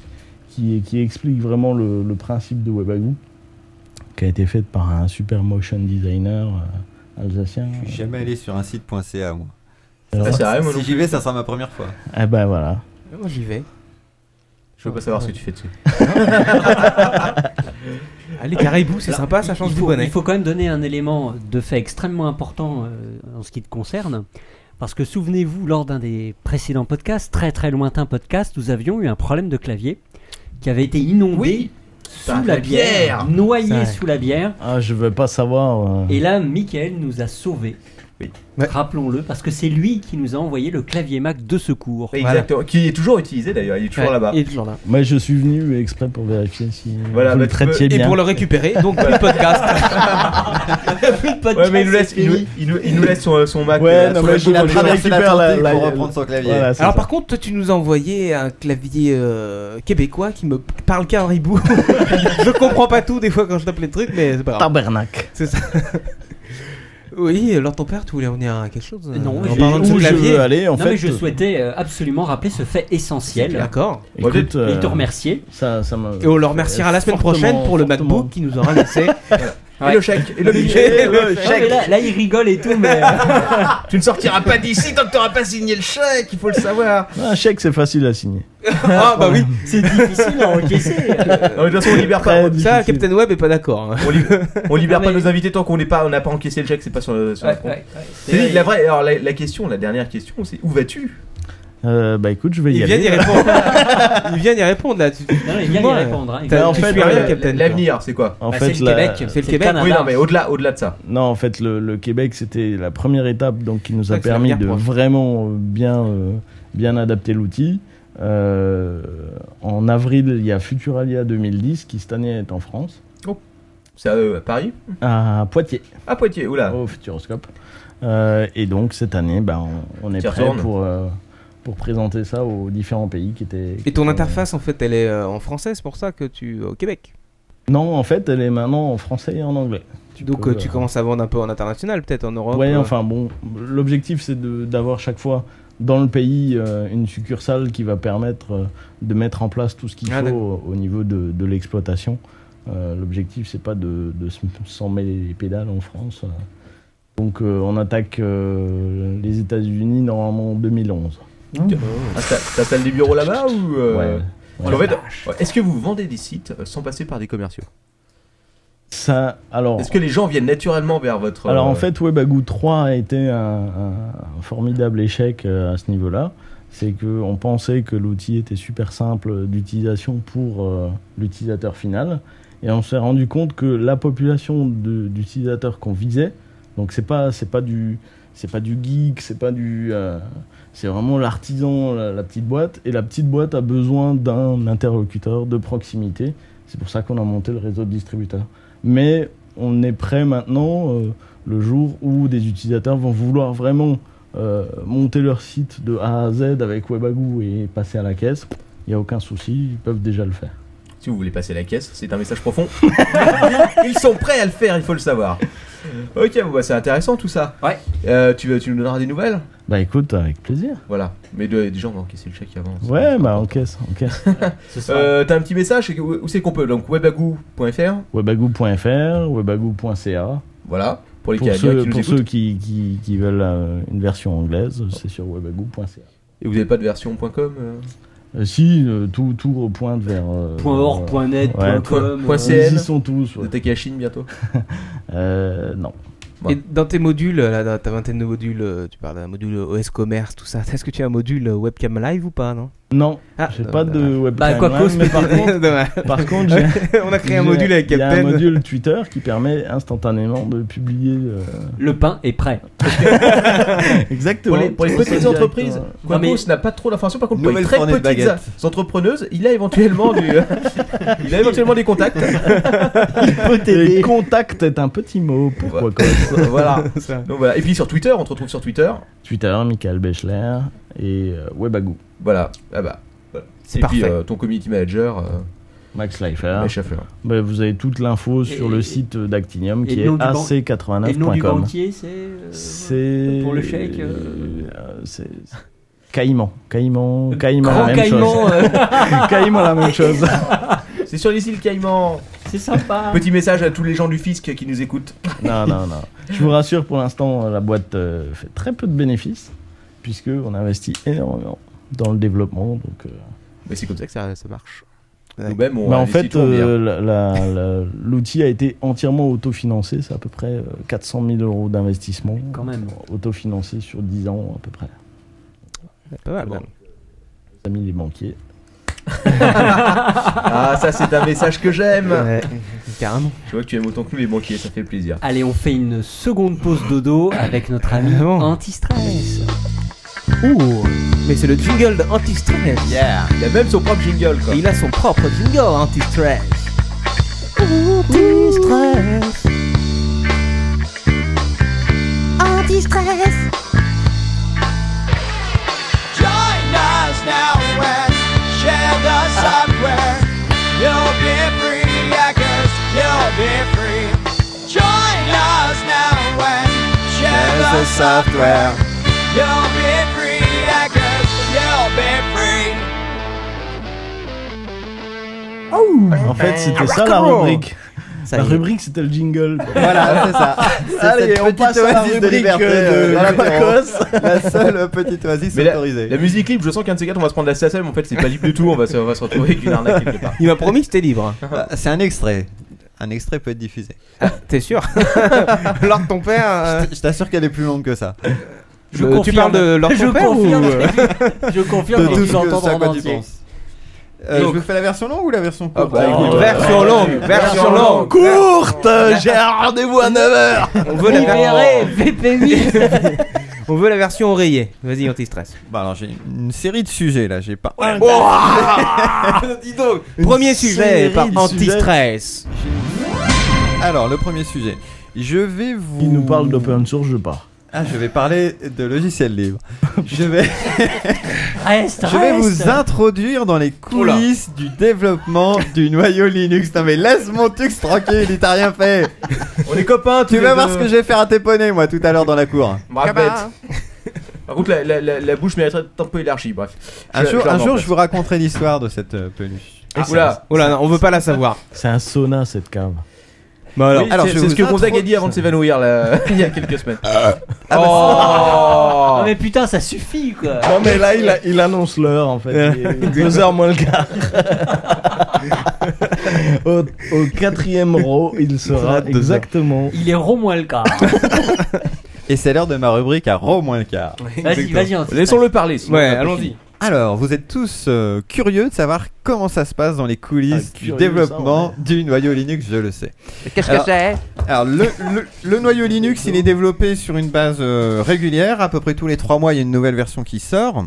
S5: qui, qui explique vraiment le, le principe de Webagoo, qui a été faite par un super motion designer euh, alsacien.
S8: Je suis jamais allé sur un site.ca, moi.
S5: Alors,
S8: Ah,
S5: c'est vrai, moi non
S8: si j'y
S5: plus.
S8: vais, ça sera ma première fois.
S5: Ah ben voilà.
S4: Moi j'y vais.
S3: Je veux pas savoir ce que tu fais dessus.
S4: Allez, caribou, c'est sympa, Ah, ça change
S7: il
S4: du
S7: faut,
S4: bonnet.
S7: Il faut quand même donner un élément de fait extrêmement important euh, en ce qui te concerne. Parce que souvenez-vous, lors d'un des précédents podcasts, très très lointain podcast, nous avions eu un problème de clavier qui avait été inondé sous
S5: par
S7: la
S5: la
S7: bière,
S5: bière. C'est
S7: noyé
S5: vrai.
S7: sous la bière.
S5: Ah, je veux pas savoir. euh,
S7: Et là, Michael nous a sauvés. Rappelons-le, parce que c'est lui qui nous a envoyé le clavier Mac de secours.
S3: Exactement. Qui est toujours utilisé d'ailleurs, il est toujours là-bas.
S5: Moi, je suis venu exprès pour vérifier si
S3: Voilà,
S5: vous
S3: bah,
S5: le
S3: tu
S5: traitiez
S3: peux- et
S5: bien.
S3: pour le récupérer, donc,
S5: Voilà.
S3: plus de podcast. Ouais, mais il nous laisse, il nous, il nous- il nous laisse son, son Mac.
S5: Ouais,
S3: euh,
S5: non,
S3: sur
S5: mais
S3: le
S5: je
S3: bout,
S5: la
S3: on est-
S5: traverse la Atlantique pour
S8: reprendre son clavier.
S5: Voilà, c'est
S4: Alors
S5: ça.
S4: par contre, toi tu nous as envoyé un clavier euh, québécois qui me parle caribou. je comprends pas tout des fois quand je tape les trucs, mais c'est pas grave.
S5: Tabernacle.
S4: C'est ça. oui, alors ton père, tu voulais revenir à quelque chose euh,
S7: Non,
S4: en
S7: je-
S4: parlant de ce
S7: où je
S4: clavier
S7: veux aller, en Non, mais fait- je souhaitais euh, absolument rappeler ce fait essentiel.
S4: D'accord.
S7: Écoute, Et te remercier.
S5: euh, Ça, ça me-
S4: Et on le remerciera la semaine
S5: Fortement,
S4: prochaine pour le
S5: fortement.
S4: MacBook qui nous aura laissé.
S3: Et le chèque, et le
S4: Et
S3: Euh,
S4: le
S7: Non, mais là, là, il rigole et tout, mais. euh,
S3: tu ne sortiras pas d'ici tant que t'auras pas signé le chèque, il faut le savoir.
S5: Un chèque, c'est facile à signer.
S4: ah bah oui,
S7: c'est difficile hein, à encaisser.
S3: Non, mais de toute façon, on libère pas.
S4: Ça, Captain Web est pas d'accord. hein.
S3: On, li- on libère pas nos invités tant qu'on n'est pas, on n'a pas encaissé le chèque, c'est pas sur le. Sur
S4: Ouais,
S3: le front.
S4: ouais, ouais.
S3: C'est dit, la vraie. Alors la, la question, la dernière question, c'est où vas-tu
S5: Euh, bah écoute, je vais y
S4: Il vient
S5: aller.
S4: d'y répondre. il vient d'y répondre là. Tu...
S7: il
S4: tu
S7: vient d'y
S4: vois,
S7: répondre, hein.
S4: t'as-
S5: Mais en
S4: tu
S5: fait,
S4: suis rien,
S5: euh,
S4: Captain.
S3: L'avenir, c'est quoi
S5: En Bah, fait, c'est le la- Québec,
S4: c'est le Québec.
S7: Ah,
S3: Oui, non, mais au-delà, au-delà de ça.
S5: Non, en fait, le, le Québec, c'était la première étape donc, qui nous a
S3: Ouais, c'est la
S5: permis
S3: première
S5: de
S3: proche.
S5: vraiment euh, bien, euh, bien adapter l'outil. Euh, en avril, il y a Futuralia 2010 qui cette année est en France,
S3: C'est à, euh, à Paris
S5: à Poitiers.
S3: À Poitiers, oula.
S5: Au Futuroscope. Euh, et donc cette année, ben, on, on est
S3: T'y
S5: prêt
S3: retournes.
S5: pour, euh, pour présenter ça aux différents pays qui étaient.
S4: euh, Et ton interface en fait, elle est euh, en français, c'est pour ça que tu au Québec.
S5: Non, en fait, elle est maintenant en français et en anglais.
S4: Donc
S5: peux,
S4: euh, tu
S5: euh,
S4: commences à vendre un peu en international, peut-être en Europe.
S5: Ouais,
S4: euh.
S5: enfin bon, l'objectif c'est de- d'avoir chaque fois dans le pays euh, une succursale qui va permettre euh, de mettre en place tout ce qu'il
S4: Ah,
S5: faut
S4: d'accord.
S5: au, au niveau de, de l'exploitation. Euh, l'objectif c'est pas de, de se- s'en mêler les pédales en France. euh. Donc euh, on attaque euh, les États-Unis normalement en 2011.
S3: Ah, t'as- T'as t'as des bureaux là-bas ou euh,
S5: Ouais.
S3: parce qu'en fait, ouais, Est-ce que vous vendez des sites euh, sans passer par des commerciaux
S5: Ça, alors.
S3: Est-ce que les gens viennent naturellement vers votre
S5: Oh. Alors en
S3: euh,
S5: fait, Webagoo 3 a été un, un- un formidable échec euh, à ce niveau-là. C'est qu'on pensait que l'outil était super simple d'utilisation pour euh, l'utilisateur final. Et on s'est rendu compte que la population de- d'utilisateurs qu'on visait, donc c'est pas, c'est pas du. C'est pas du geek, c'est pas du. euh, c'est vraiment l'artisan, la, la petite boîte. Et la petite boîte a besoin d'un interlocuteur de proximité. C'est pour ça qu'on a monté le réseau de distributeurs. Mais on est prêt maintenant, euh, le jour où des utilisateurs vont vouloir vraiment euh, monter leur site de A à Z avec Webagoo et passer à la caisse. Il n'y a aucun souci, ils peuvent déjà le faire.
S3: Si vous voulez passer la caisse, c'est un message profond. Ils sont prêts à le faire, il faut le savoir. Ok, bon, bah, c'est intéressant tout ça. Euh,
S7: Ouais.
S3: tu, veux- tu nous donneras des nouvelles
S5: Bah écoute, avec plaisir.
S3: Voilà. Mais de- déjà, on va encaisser le chèque avant.
S5: Ouais, bah encaisse, encaisse.
S3: Euh, T'as un petit message c'est que- Où où c'est qu'on peut Donc, webagoo.fr.
S5: Webagoo.fr, webagoo.ca.
S3: Voilà. Pour les
S5: Pour
S3: Canadiens
S5: ceux,
S3: qui nous
S5: pour
S3: écoutent. Oh.
S5: ceux qui, qui- qui veulent euh, une version anglaise, c'est sur webagoo.ca.
S3: Et vous n'avez pas de version.com
S5: Euh, si, euh, tout, tout repointe vers. euh,
S3: Point org,
S5: euh,
S3: point net, point
S5: ouais,
S3: com,
S5: tout-
S3: point
S5: Ils
S3: CN.
S5: y sont tous.
S3: Vous
S5: ouais.
S3: êtes à Chine bientôt
S5: Euh, non.
S4: Et dans tes modules, là, dans ta vingtaine de modules, euh, tu parles d'un module OS Commerce, tout ça. Est-ce que tu as un module euh, Webcam Live ou pas non
S5: Non,
S4: Ah,
S5: j'ai
S4: non,
S5: pas de
S4: dommage.
S5: webcam.
S4: Bah, quoi
S5: live,
S4: cause
S5: mais par
S4: PTT. Dommage.
S5: contre, par contre, j'ai-
S4: On a créé un
S5: j'ai-
S4: module
S5: il
S4: avec
S5: y a
S4: Captain.
S5: un module Twitter qui permet instantanément de publier. euh,
S7: Le pain est prêt.
S5: Exactement.
S3: Pour les, pour les petites
S5: Directement.
S3: entreprises,
S7: Non, mais-
S3: Quacos n'a pas trop d'informations. Par contre, pour les
S5: Nouvelle
S3: très
S5: fournée de
S3: petites
S5: baguettes.
S3: a- entrepreneuses, il a éventuellement du, euh, il a éventuellement des contacts.
S5: Et contact est un petit mot. Pourquoi quoi
S3: voilà. Donc voilà. Et puis sur Twitter, on te retrouve sur Twitter.
S5: Twitter, Michael Bechler et euh, Webagoo.
S3: Voilà. Ah bah. voilà.
S5: C'est
S3: Et puis
S5: parfait.
S3: euh, ton community manager. euh,
S5: Max Leifert.
S3: Et Schaeffer.
S5: Bah, vous avez toute l'info sur le site d'Actinium
S7: et
S5: qui
S7: le
S5: est
S7: nom du ban- et le nom du
S5: ac89.com.
S7: banquier, c'est. euh,
S5: C'est.
S7: Pour le chèque, euh,
S5: euh, c'est- Caïman. Caïman. Caïman,
S7: grand
S5: la même
S7: Caïman,
S5: chose.
S7: euh.
S5: Caïman, la même chose.
S3: C'est sur les îles Caïmans.
S7: C'est sympa.
S3: Petit message à tous les gens du fisc qui nous écoutent.
S5: Non, non, non. Je vous rassure, pour l'instant, la boîte euh, fait très peu de bénéfices, puisqu'on investit énormément dans le développement. Donc, euh,
S3: Mais c'est comme ça que ça, ça marche. Nous-mêmes, on
S5: Bah, en
S3: investit
S5: fait,
S3: toujours bien.
S5: euh, la- la- la- l'outil a été entièrement autofinancé. C'est à peu près euh, 400 000 euros d'investissement.
S7: Quand même.
S5: Autofinancé sur 10 ans, à peu près.
S4: Pas mal,
S5: Les amis des banquiers.
S3: ah, ça, c'est un message que j'aime.
S4: Ouais, carrément.
S3: Je vois que tu aimes autant que nous les banquiers, ça fait plaisir.
S7: Allez, on fait une seconde pause dodo avec notre ami
S6: Ah
S7: anti-stress.
S4: Ouh, mais c'est le jingle de Anti-Stress.
S3: Yeah, il a même son propre jingle quoi.
S4: Et il a son propre jingle Anti-Stress.
S17: Anti-stress. Anti-stress.
S18: Join us now and share the software. You'll be free, hackers, you'll be free. Join us now and share the software. You'll be free, hackers, you'll be free.
S5: En fait, c'était
S18: Ah,
S5: ça la
S18: rock'n'roll.
S5: rubrique.
S18: Ça
S5: la
S18: y est.
S5: rubrique, c'était le jingle.
S6: Voilà, c'est ça. C'est
S5: Allez,
S6: cette
S5: on
S6: petite
S5: passe à la
S6: oasis de
S5: rubrique
S6: liberté,
S5: euh, de
S6: euh, dans la
S5: Pacos.
S6: Pacos. La seule, euh, petite oasis
S3: Mais la-
S6: autorisée.
S3: La, musique libre, je sens qu'un de ces quatre, on va se prendre la SACEM. En fait, c'est pas libre du tout. On va se, on va se retrouver avec une arnaque quelque part.
S4: Il m'a promis que c'était libre.
S6: Ah, C'est un extrait. Un extrait peut être diffusé.
S4: T'es sûr Lors de ton père. euh,
S6: Je t'assure qu'elle est plus longue que ça.
S4: Je Euh, tu confirme. parles de Lord Je Ton Père confirme. ou- Je confirme
S6: euh, De
S4: qu'ils
S6: tout ce que-
S4: entendront
S6: ce à quoi
S4: en
S6: tu
S4: entier.
S6: penses. Euh,
S4: Donc-
S6: je vous fais la version longue ou la version courte
S4: bah, écoute, version longue, version longue.
S6: Courte J'ai un rendez-vous à 9h
S4: On veut la On veut la version oreillée. Vas-y, anti-stress.
S6: Bah alors j'ai une série de sujets là, j'ai pas.
S4: Dis donc, premier sujet par anti-stress.
S6: Alors le premier sujet, je vais vous.
S5: Il nous parle d'open source, je pars.
S6: Ah, je vais parler de logiciels libres. je vais.
S7: Reste,
S6: Je vais
S7: reste.
S6: vous introduire dans les coulisses du développement du noyau Linux. Non mais laisse mon tux tranquille, il t'a rien fait.
S3: On est copains. tous
S6: Tu
S3: les
S6: vas voir
S3: deux.
S6: ce que j'ai fait à tes poneys moi tout à l'heure dans la cour.
S3: Brave Bah, bête. Par contre, la, la- la- la bouche mériterait d'être un peu élargie. Bref.
S6: Un
S3: Je-
S6: jour, un
S3: leur
S6: jour,
S3: demande.
S6: je vous raconterai l'histoire de cette euh, peluche.
S3: Ah, oula.
S4: Oula, non, on veut pas la savoir.
S5: C'est un sauna cette cave.
S3: Oui, c'est- c'est ce que Gonzague a dit avant de s'évanouir là, il y a quelques semaines. Ah, bah,
S7: Oh.
S3: oh
S7: mais putain, ça suffit quoi.
S5: Non mais là il, a- il annonce l'heure en fait. Il est Deux heures moins le quart. au, au quatrième row il sera
S6: Deux heures.
S5: exactement.
S7: Il est rond moins le quart.
S6: Et c'est l'heure de ma rubrique à Rome moins le quart.
S7: Vas-y, vas-y, anti-stress.
S3: parler.
S7: sinon Ouais, on va pas allons-y. finir.
S6: Alors, vous êtes tous euh, curieux de savoir comment ça se passe dans les coulisses
S8: Ah,
S6: du
S8: curieux,
S6: développement du noyau Linux, je le sais.
S12: Qu'est-ce que
S6: Alors-
S12: c'est
S6: Alors, le, le- le noyau Linux, il est développé sur une base euh, régulière. À peu près tous les trois mois, il y a une nouvelle version qui sort.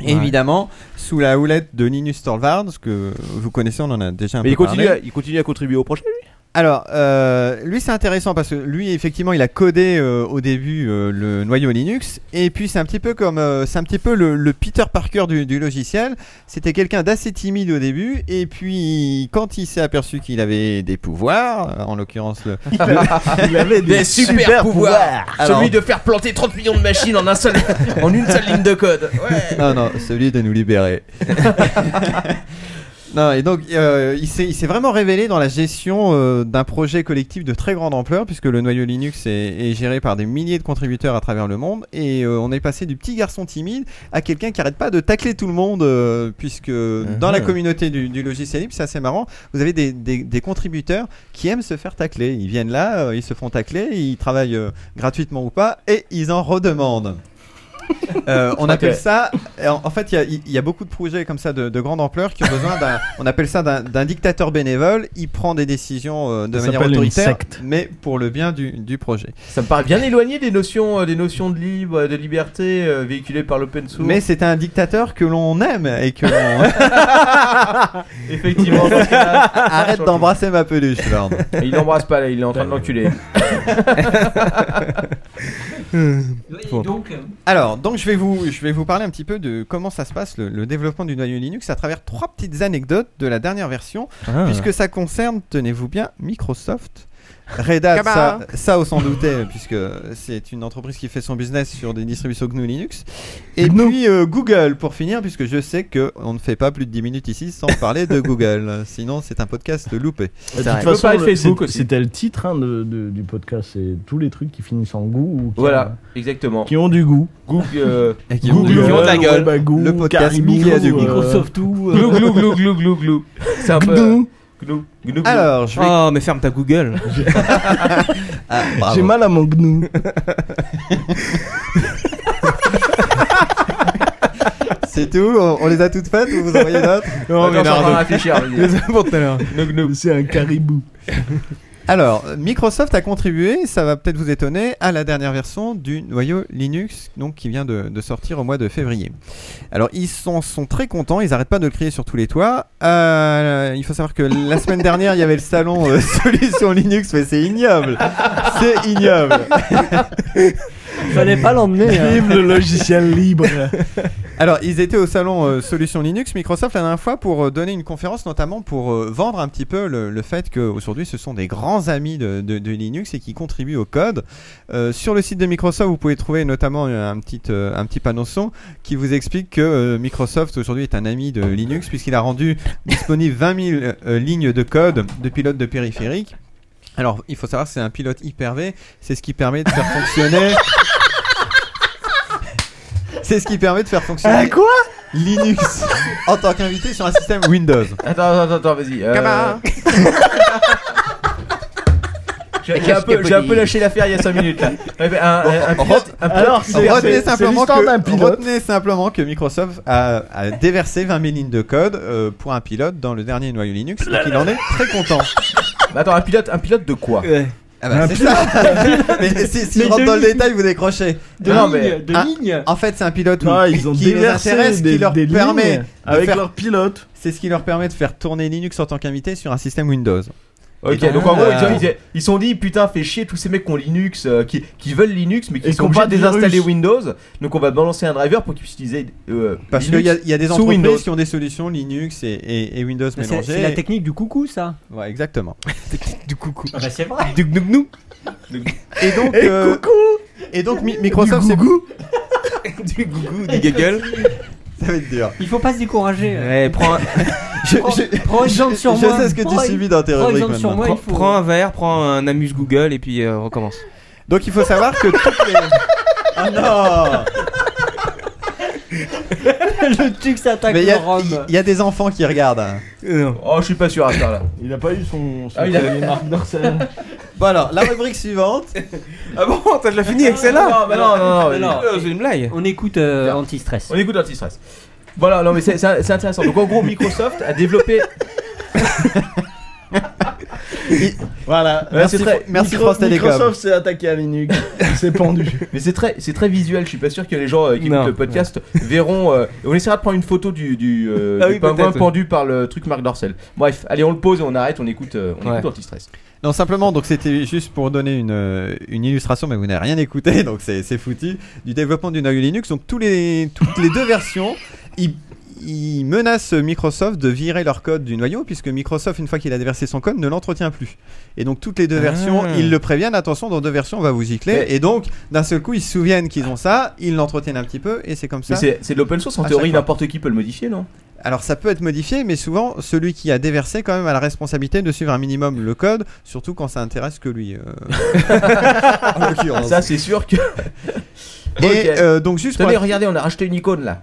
S6: Et
S3: Ouais.
S6: Évidemment, sous la houlette de Linus Torvalds, que vous connaissez, on en a déjà un
S3: Mais
S6: peu
S3: il continue,
S6: parlé.
S3: à, il continue à contribuer au projet, lui
S6: Alors, euh, lui, c'est intéressant parce que lui, effectivement, il a codé euh, au début euh, le noyau Linux. Et puis, c'est un petit peu comme, euh, c'est un petit peu le, le Peter Parker du, du logiciel. C'était quelqu'un d'assez timide au début. Et puis, quand il s'est aperçu qu'il avait des pouvoirs, euh, en l'occurrence le,
S5: Il avait
S3: des, super, pouvoirs.
S6: Alors-
S3: Celui de faire planter 30 millions de machines en, un seul, en une seule ligne de code. Ouais.
S6: non, non, celui de nous libérer. non, et donc euh, il s'est il s'est vraiment révélé dans la gestion euh, d'un projet collectif de très grande ampleur, puisque le noyau Linux est, est géré par des milliers de contributeurs à travers le monde, et euh, on est passé du petit garçon timide à quelqu'un qui arrête pas de tacler tout le monde, euh, puisque dans la communauté du, du logiciel libre, c'est assez marrant, vous avez des, des- des contributeurs qui aiment se faire tacler. Ils viennent là, euh, ils se font tacler, ils travaillent euh, gratuitement ou pas, et ils en redemandent. Euh, on
S3: Ok.
S6: appelle ça. En, en fait, il y a- il y, a beaucoup de projets comme ça de, de grande ampleur qui ont besoin d'un. On appelle ça d'un d'un dictateur bénévole. Il prend des décisions euh, de
S5: Ça
S6: manière
S5: s'appelle une
S6: autoritaire,
S5: secte.
S6: mais pour le bien du, du projet.
S3: Ça me paraît bien éloigné des notions, euh, des notions de libre, euh, de liberté euh, véhiculées par l'open source.
S6: Mais c'est un dictateur que l'on aime et que l'on.
S3: Effectivement, dans ce cas-là,
S6: Arrête
S3: Sur-
S6: d'embrasser ma peluche, Lord.
S3: Il l'embrasse pas là, il est en train de l'enculer.
S6: Faut-
S7: donc, euh,
S6: Alors, donc je vais vous, je vais vous parler un petit peu de comment ça se passe le, le développement du noyau Linux à travers trois petites anecdotes de la dernière version,
S5: Ah.
S6: puisque ça concerne, tenez-vous bien, Microsoft. Red Hat, ça,
S5: Cabara.
S6: ça on s'en doutait, puisque c'est une entreprise qui fait son business sur des distributions GNU Linux. Et puis euh, Google, pour finir, puisque je sais que on ne fait pas plus de 10 minutes ici sans parler de Google. Sinon, c'est un podcast loupé.
S5: De toute façon, le- c'est- c'était le titre hein, de- de- du podcast. C'est tous les trucs qui finissent en goût. Ou qui-
S3: Voilà, exactement.
S5: Qui ont du goût.
S3: Google, euh,
S5: Et qui
S3: Google,
S5: ont du-
S3: qui ont de la
S5: ouais,
S3: gueule.
S5: bah, Goo,
S3: Le podcast
S5: Caribou,
S3: qui a du goût.
S6: Euh,
S5: Microsoft,
S7: tout,
S3: Glou, glou, glou, glou, glou, glou. C'est un peu.
S5: Gnou.
S3: Glou, glou, glou.
S6: Alors, je vais-
S4: Oh, mais ferme ta Google.
S6: bravo.
S5: J'ai mal à mon gnou.
S6: C'est tout on, on les a toutes faites ou vous envoyez d'autres
S3: Non, Oh, mais on est en train de réfléchir, vas-y.
S6: Les avons pour tout à l'heure.
S5: C'est un caribou.
S6: Alors, Microsoft a contribué, ça va peut-être vous étonner, à la dernière version du noyau Linux, donc qui vient de, de sortir au mois de février. Alors, ils sont, sont très contents, ils n'arrêtent pas de le crier sur tous les toits. Euh, il faut savoir que la semaine dernière, il y avait le salon euh, Solutions Linux, mais c'est ignoble. C'est ignoble.
S7: Fallait pas l'emmener. hein.
S5: Vive le logiciel libre.
S6: Alors, ils étaient au salon euh, Solutions Linux Microsoft la dernière fois pour euh, donner une conférence, notamment pour euh, vendre un petit peu le, le fait qu'aujourd'hui, ce sont des grands amis de, de- de Linux et qui contribuent au code. Euh, sur le site de Microsoft, vous pouvez trouver notamment euh, un petit, euh, un petit panneau son qui vous explique que euh, Microsoft aujourd'hui est un ami de Linux puisqu'il a rendu disponible 20 000 euh, lignes de code de pilotes de périphériques. Alors, il faut savoir que c'est un pilote hyper V, c'est ce qui permet de faire fonctionner. C'est ce qui permet de faire fonctionner.
S3: Hein, quoi
S6: Linux en tant qu'invité sur un système Windows.
S3: Attends, attends, attends, vas-y. euh,
S6: Cabara.
S3: J'ai j'ai un, peu- j'ai un peu lâché l'affaire il y a 5 minutes là. Ouais, bah, Un, un- un pilote- un pilote
S6: Alors,
S3: qui s'est versé.
S6: retenez simplement, que, retenez simplement que Microsoft a, a déversé 20 000 lignes de code euh, pour un pilote dans le dernier noyau Linux et qu'il en est très content.
S3: attends, un pilote, un pilote de quoi
S6: Ah bah,
S3: Un
S6: c'est
S3: pilote-
S6: ça Mais
S3: Mais
S6: si, si
S3: de
S6: je rentre dans le
S3: ligne.
S6: détail, vous décrochez.
S3: De
S6: Non,
S3: ligne,
S6: mais-
S3: de
S6: Ah,
S3: ligne.
S6: En fait, c'est un pilote
S5: Ah,
S6: qui-
S5: ils ont
S6: qui les
S5: déversé
S6: intéresse,
S5: des-
S6: qui leur
S5: des
S6: permet.
S5: lignes
S6: de
S5: avec
S6: faire-
S5: leur pilote.
S6: C'est ce qui leur permet de faire tourner Linux en tant qu'invité sur un système Windows.
S3: Ok,
S6: Et
S3: donc en gros,
S6: euh,
S3: ils, ils- ils sont dit putain, fait chier tous ces mecs qui ont Linux, euh, qui, qui veulent Linux, mais qui
S5: Et
S3: sont
S5: qui
S3: obligés
S5: ont pas
S3: de
S5: de
S3: désinstaller
S5: virus.
S3: Windows. Donc on va balancer un driver pour qu'ils puissent utiliser. euh,
S6: Parce qu'il
S3: Linux
S6: y, a- il y a des
S3: sous
S6: entreprises
S3: Windows.
S6: qui ont des solutions Linux et, et- et Windows
S7: Mais c'est-
S6: mélangées.
S7: c'est la technique du coucou, ça.
S6: Ouais, exactement. du coucou.
S7: Ah bah c'est vrai.
S6: Du gnou Et donc, euh,
S7: Et
S6: et donc Mi- Microsoft, c'est
S4: du gougou, du gaggle.
S6: Ça va être dur.
S7: Il faut pas se décourager.
S4: Ouais, prends un...
S7: Prends- prends exemple sur
S6: je
S7: moi.
S6: sais ce que tu
S7: Prends-
S6: subis dans tes
S7: prends
S6: rubriques
S7: exemple sur
S6: maintenant.
S7: moi, il faut-
S4: Prends un verre, prends un amuse Google et puis euh, recommence.
S6: Donc il faut savoir que toutes les... Oh non
S7: le tuc s'attaque
S6: Mais il y,
S7: le
S6: a-
S7: rhum.
S6: il y a des enfants qui regardent.
S4: Euh,
S3: Oh, je suis pas sûr à ça là.
S5: Il a pas eu son. son
S3: Ah, il a-
S5: premier Marc Dorcel.
S6: Bon alors, la rubrique suivante.
S4: Ah bon, t'as déjà fini avec celle-là
S3: Non, bah non, non, non,
S7: Mais non.
S4: Euh, C'est une blague.
S7: On écoute euh, anti-stress.
S3: On écoute anti-stress. Voilà, non mais c'est c'est- c'est intéressant. Donc en gros, Microsoft a développé.
S5: Voilà.
S3: Ouais, c'est très-
S6: merci
S5: Micro-
S6: France Télécom.
S5: Microsoft s'est attaqué à Linux. C'est pendu.
S3: Mais c'est très, c'est très visuel. Je suis pas sûr que les gens euh, qui
S4: Non.
S3: écoutent le podcast verront. euh, on essaiera de prendre une photo du, du, euh,
S4: Ah
S3: du
S4: oui,
S3: pingouin
S4: peut-être.
S3: pendu par le truc Marc Dorcel. Bref, allez, on le pose et on arrête. On écoute, euh, on
S4: Ouais.
S3: écoute anti-stress.
S6: Non, simplement, donc c'était juste pour donner une, euh, une illustration, mais vous n'avez rien écouté, donc c'est c'est foutu, du développement du noyau Linux. Donc tous les, toutes les deux versions, ils, ils menacent Microsoft de virer leur code du noyau, puisque Microsoft, une fois qu'il a déversé son code, ne l'entretient plus. Et donc toutes les deux
S4: Ah.
S6: versions, ils le préviennent, attention, dans deux versions, on va vous gicler.
S3: Mais-
S6: Et donc, d'un seul coup, ils se souviennent qu'ils ont ça, ils l'entretiennent un petit peu, et c'est comme
S3: Mais
S6: ça.
S3: c'est c'est de l'open source. En
S6: À
S3: théorie,
S6: chaque fois.
S3: n'importe qui peut le modifier, non
S6: Alors ça peut être modifié, mais souvent celui qui a déversé quand même a la responsabilité de suivre un minimum le code, surtout quand ça intéresse que lui. euh. en l'occurrence.
S3: Ça, c'est sûr que.
S6: Et
S3: Ok.
S6: euh, donc juste pour,
S3: Tenez,
S6: la,
S3: regardez, on a racheté une icône là.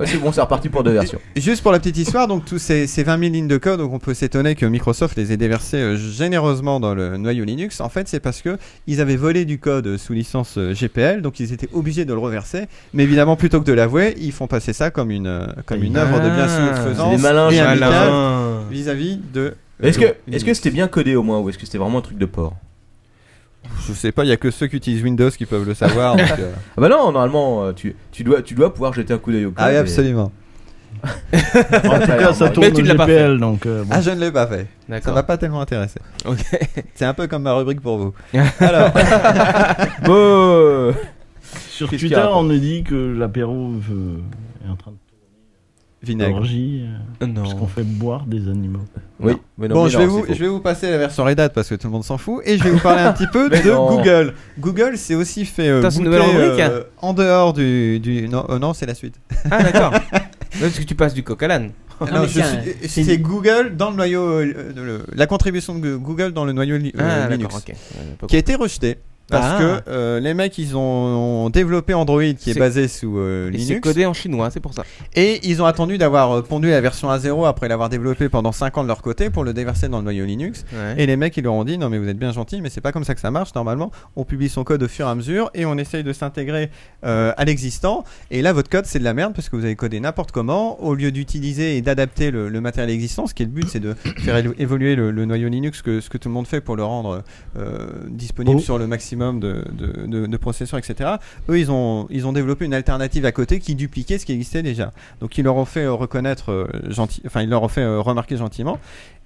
S3: Ouais, c'est bon, c'est reparti pour deux versions.
S6: juste pour la petite histoire, donc tous ces, ces 20 000 lignes de code, donc on peut s'étonner que Microsoft les ait déversées euh, généreusement dans le noyau Linux. En fait, c'est parce que ils avaient volé du code euh, sous licence euh, GPL, donc ils étaient obligés de le reverser. Mais évidemment, plutôt que de l'avouer, ils font passer ça comme une euh, comme une œuvre de bien
S4: Ah.
S3: c'est des malins,
S6: soufaisance et
S3: ces
S6: amicale
S4: malins.
S6: vis-à-vis de.
S3: Est-ce
S6: euh,
S3: que est-ce que c'était bien codé au moins ou est-ce que c'était vraiment un truc de porc
S6: Je sais pas, il y a que ceux qui utilisent Windows qui peuvent le savoir. donc, euh.
S3: Ah bah non, normalement euh, tu, tu dois tu dois pouvoir jeter un coup d'œil au code.
S6: Ah oui,
S3: et-
S6: absolument.
S5: En tout cas, ça
S3: Mais
S5: tourne
S4: tu
S5: au
S4: l'as pas fait.
S5: GPL, donc. euh, bon.
S6: Ah, je ne l'ai pas fait. Ça
S4: D'accord.
S6: m'a pas tellement intéressé.
S4: Ok.
S6: C'est un peu comme ma rubrique pour vous. Alors,
S3: Bon.
S5: Sur
S19: Qu'est-ce qu'il
S5: Twitter,
S19: raconte
S5: on nous dit que l'apéro euh, est en train de
S6: Vinaigre.
S5: orgie, euh, puisqu'on fait boire des animaux.
S6: Oui. bon, je, vais vous, je vais vous passer la version Red Hat parce que tout le monde s'en fout et je vais vous parler un petit peu
S5: Mais
S6: de
S5: non.
S6: Google. Google s'est aussi fait euh,
S4: Putain, c'est une
S6: bouter,
S4: nouvelle rubrique, hein.
S6: euh, en dehors du. du- non, euh, non, c'est la suite.
S4: Ah, d'accord. parce que tu passes du coq à l'âne.
S6: Non, je suis- c'est Google dans le noyau, euh, de le- la contribution de Google dans le noyau li- euh,
S4: Ah,
S6: Linux,
S4: d'accord, ok. Ouais, pas
S6: qui a été rejetée parce
S4: Ah.
S6: que euh, les mecs ils ont, ont développé Android qui est,
S4: C'est-
S6: basé sous euh,
S4: Et
S6: Linux.
S4: c'est codé en chinois, c'est pour ça.
S6: Et ils ont attendu d'avoir euh, pondu la version à 0 après l'avoir développée pendant 5 ans de leur côté pour le déverser dans le noyau Linux.
S4: Ouais.
S6: Et les mecs, ils leur ont dit Non, mais vous êtes bien gentils, mais c'est pas comme ça que ça marche. Normalement, on publie son code au fur et à mesure et on essaye de s'intégrer euh, à l'existant. Et là, votre code, c'est de la merde parce que vous avez codé n'importe comment au lieu d'utiliser et d'adapter le, le matériel existant. Ce qui est le but, c'est de faire élo- évoluer le, le noyau Linux, que, ce que tout le monde fait pour le rendre euh, disponible
S5: Beau.
S6: sur le maximum de, de- de- de processeurs, etc. Eux, ils ont, ils ont développé une alternative à côté qui dupliquait ce qui existait déjà. Donc, ils leur ont fait euh, reconnaître, euh, gentil, enfin, ils leur ont fait euh, remarquer gentiment.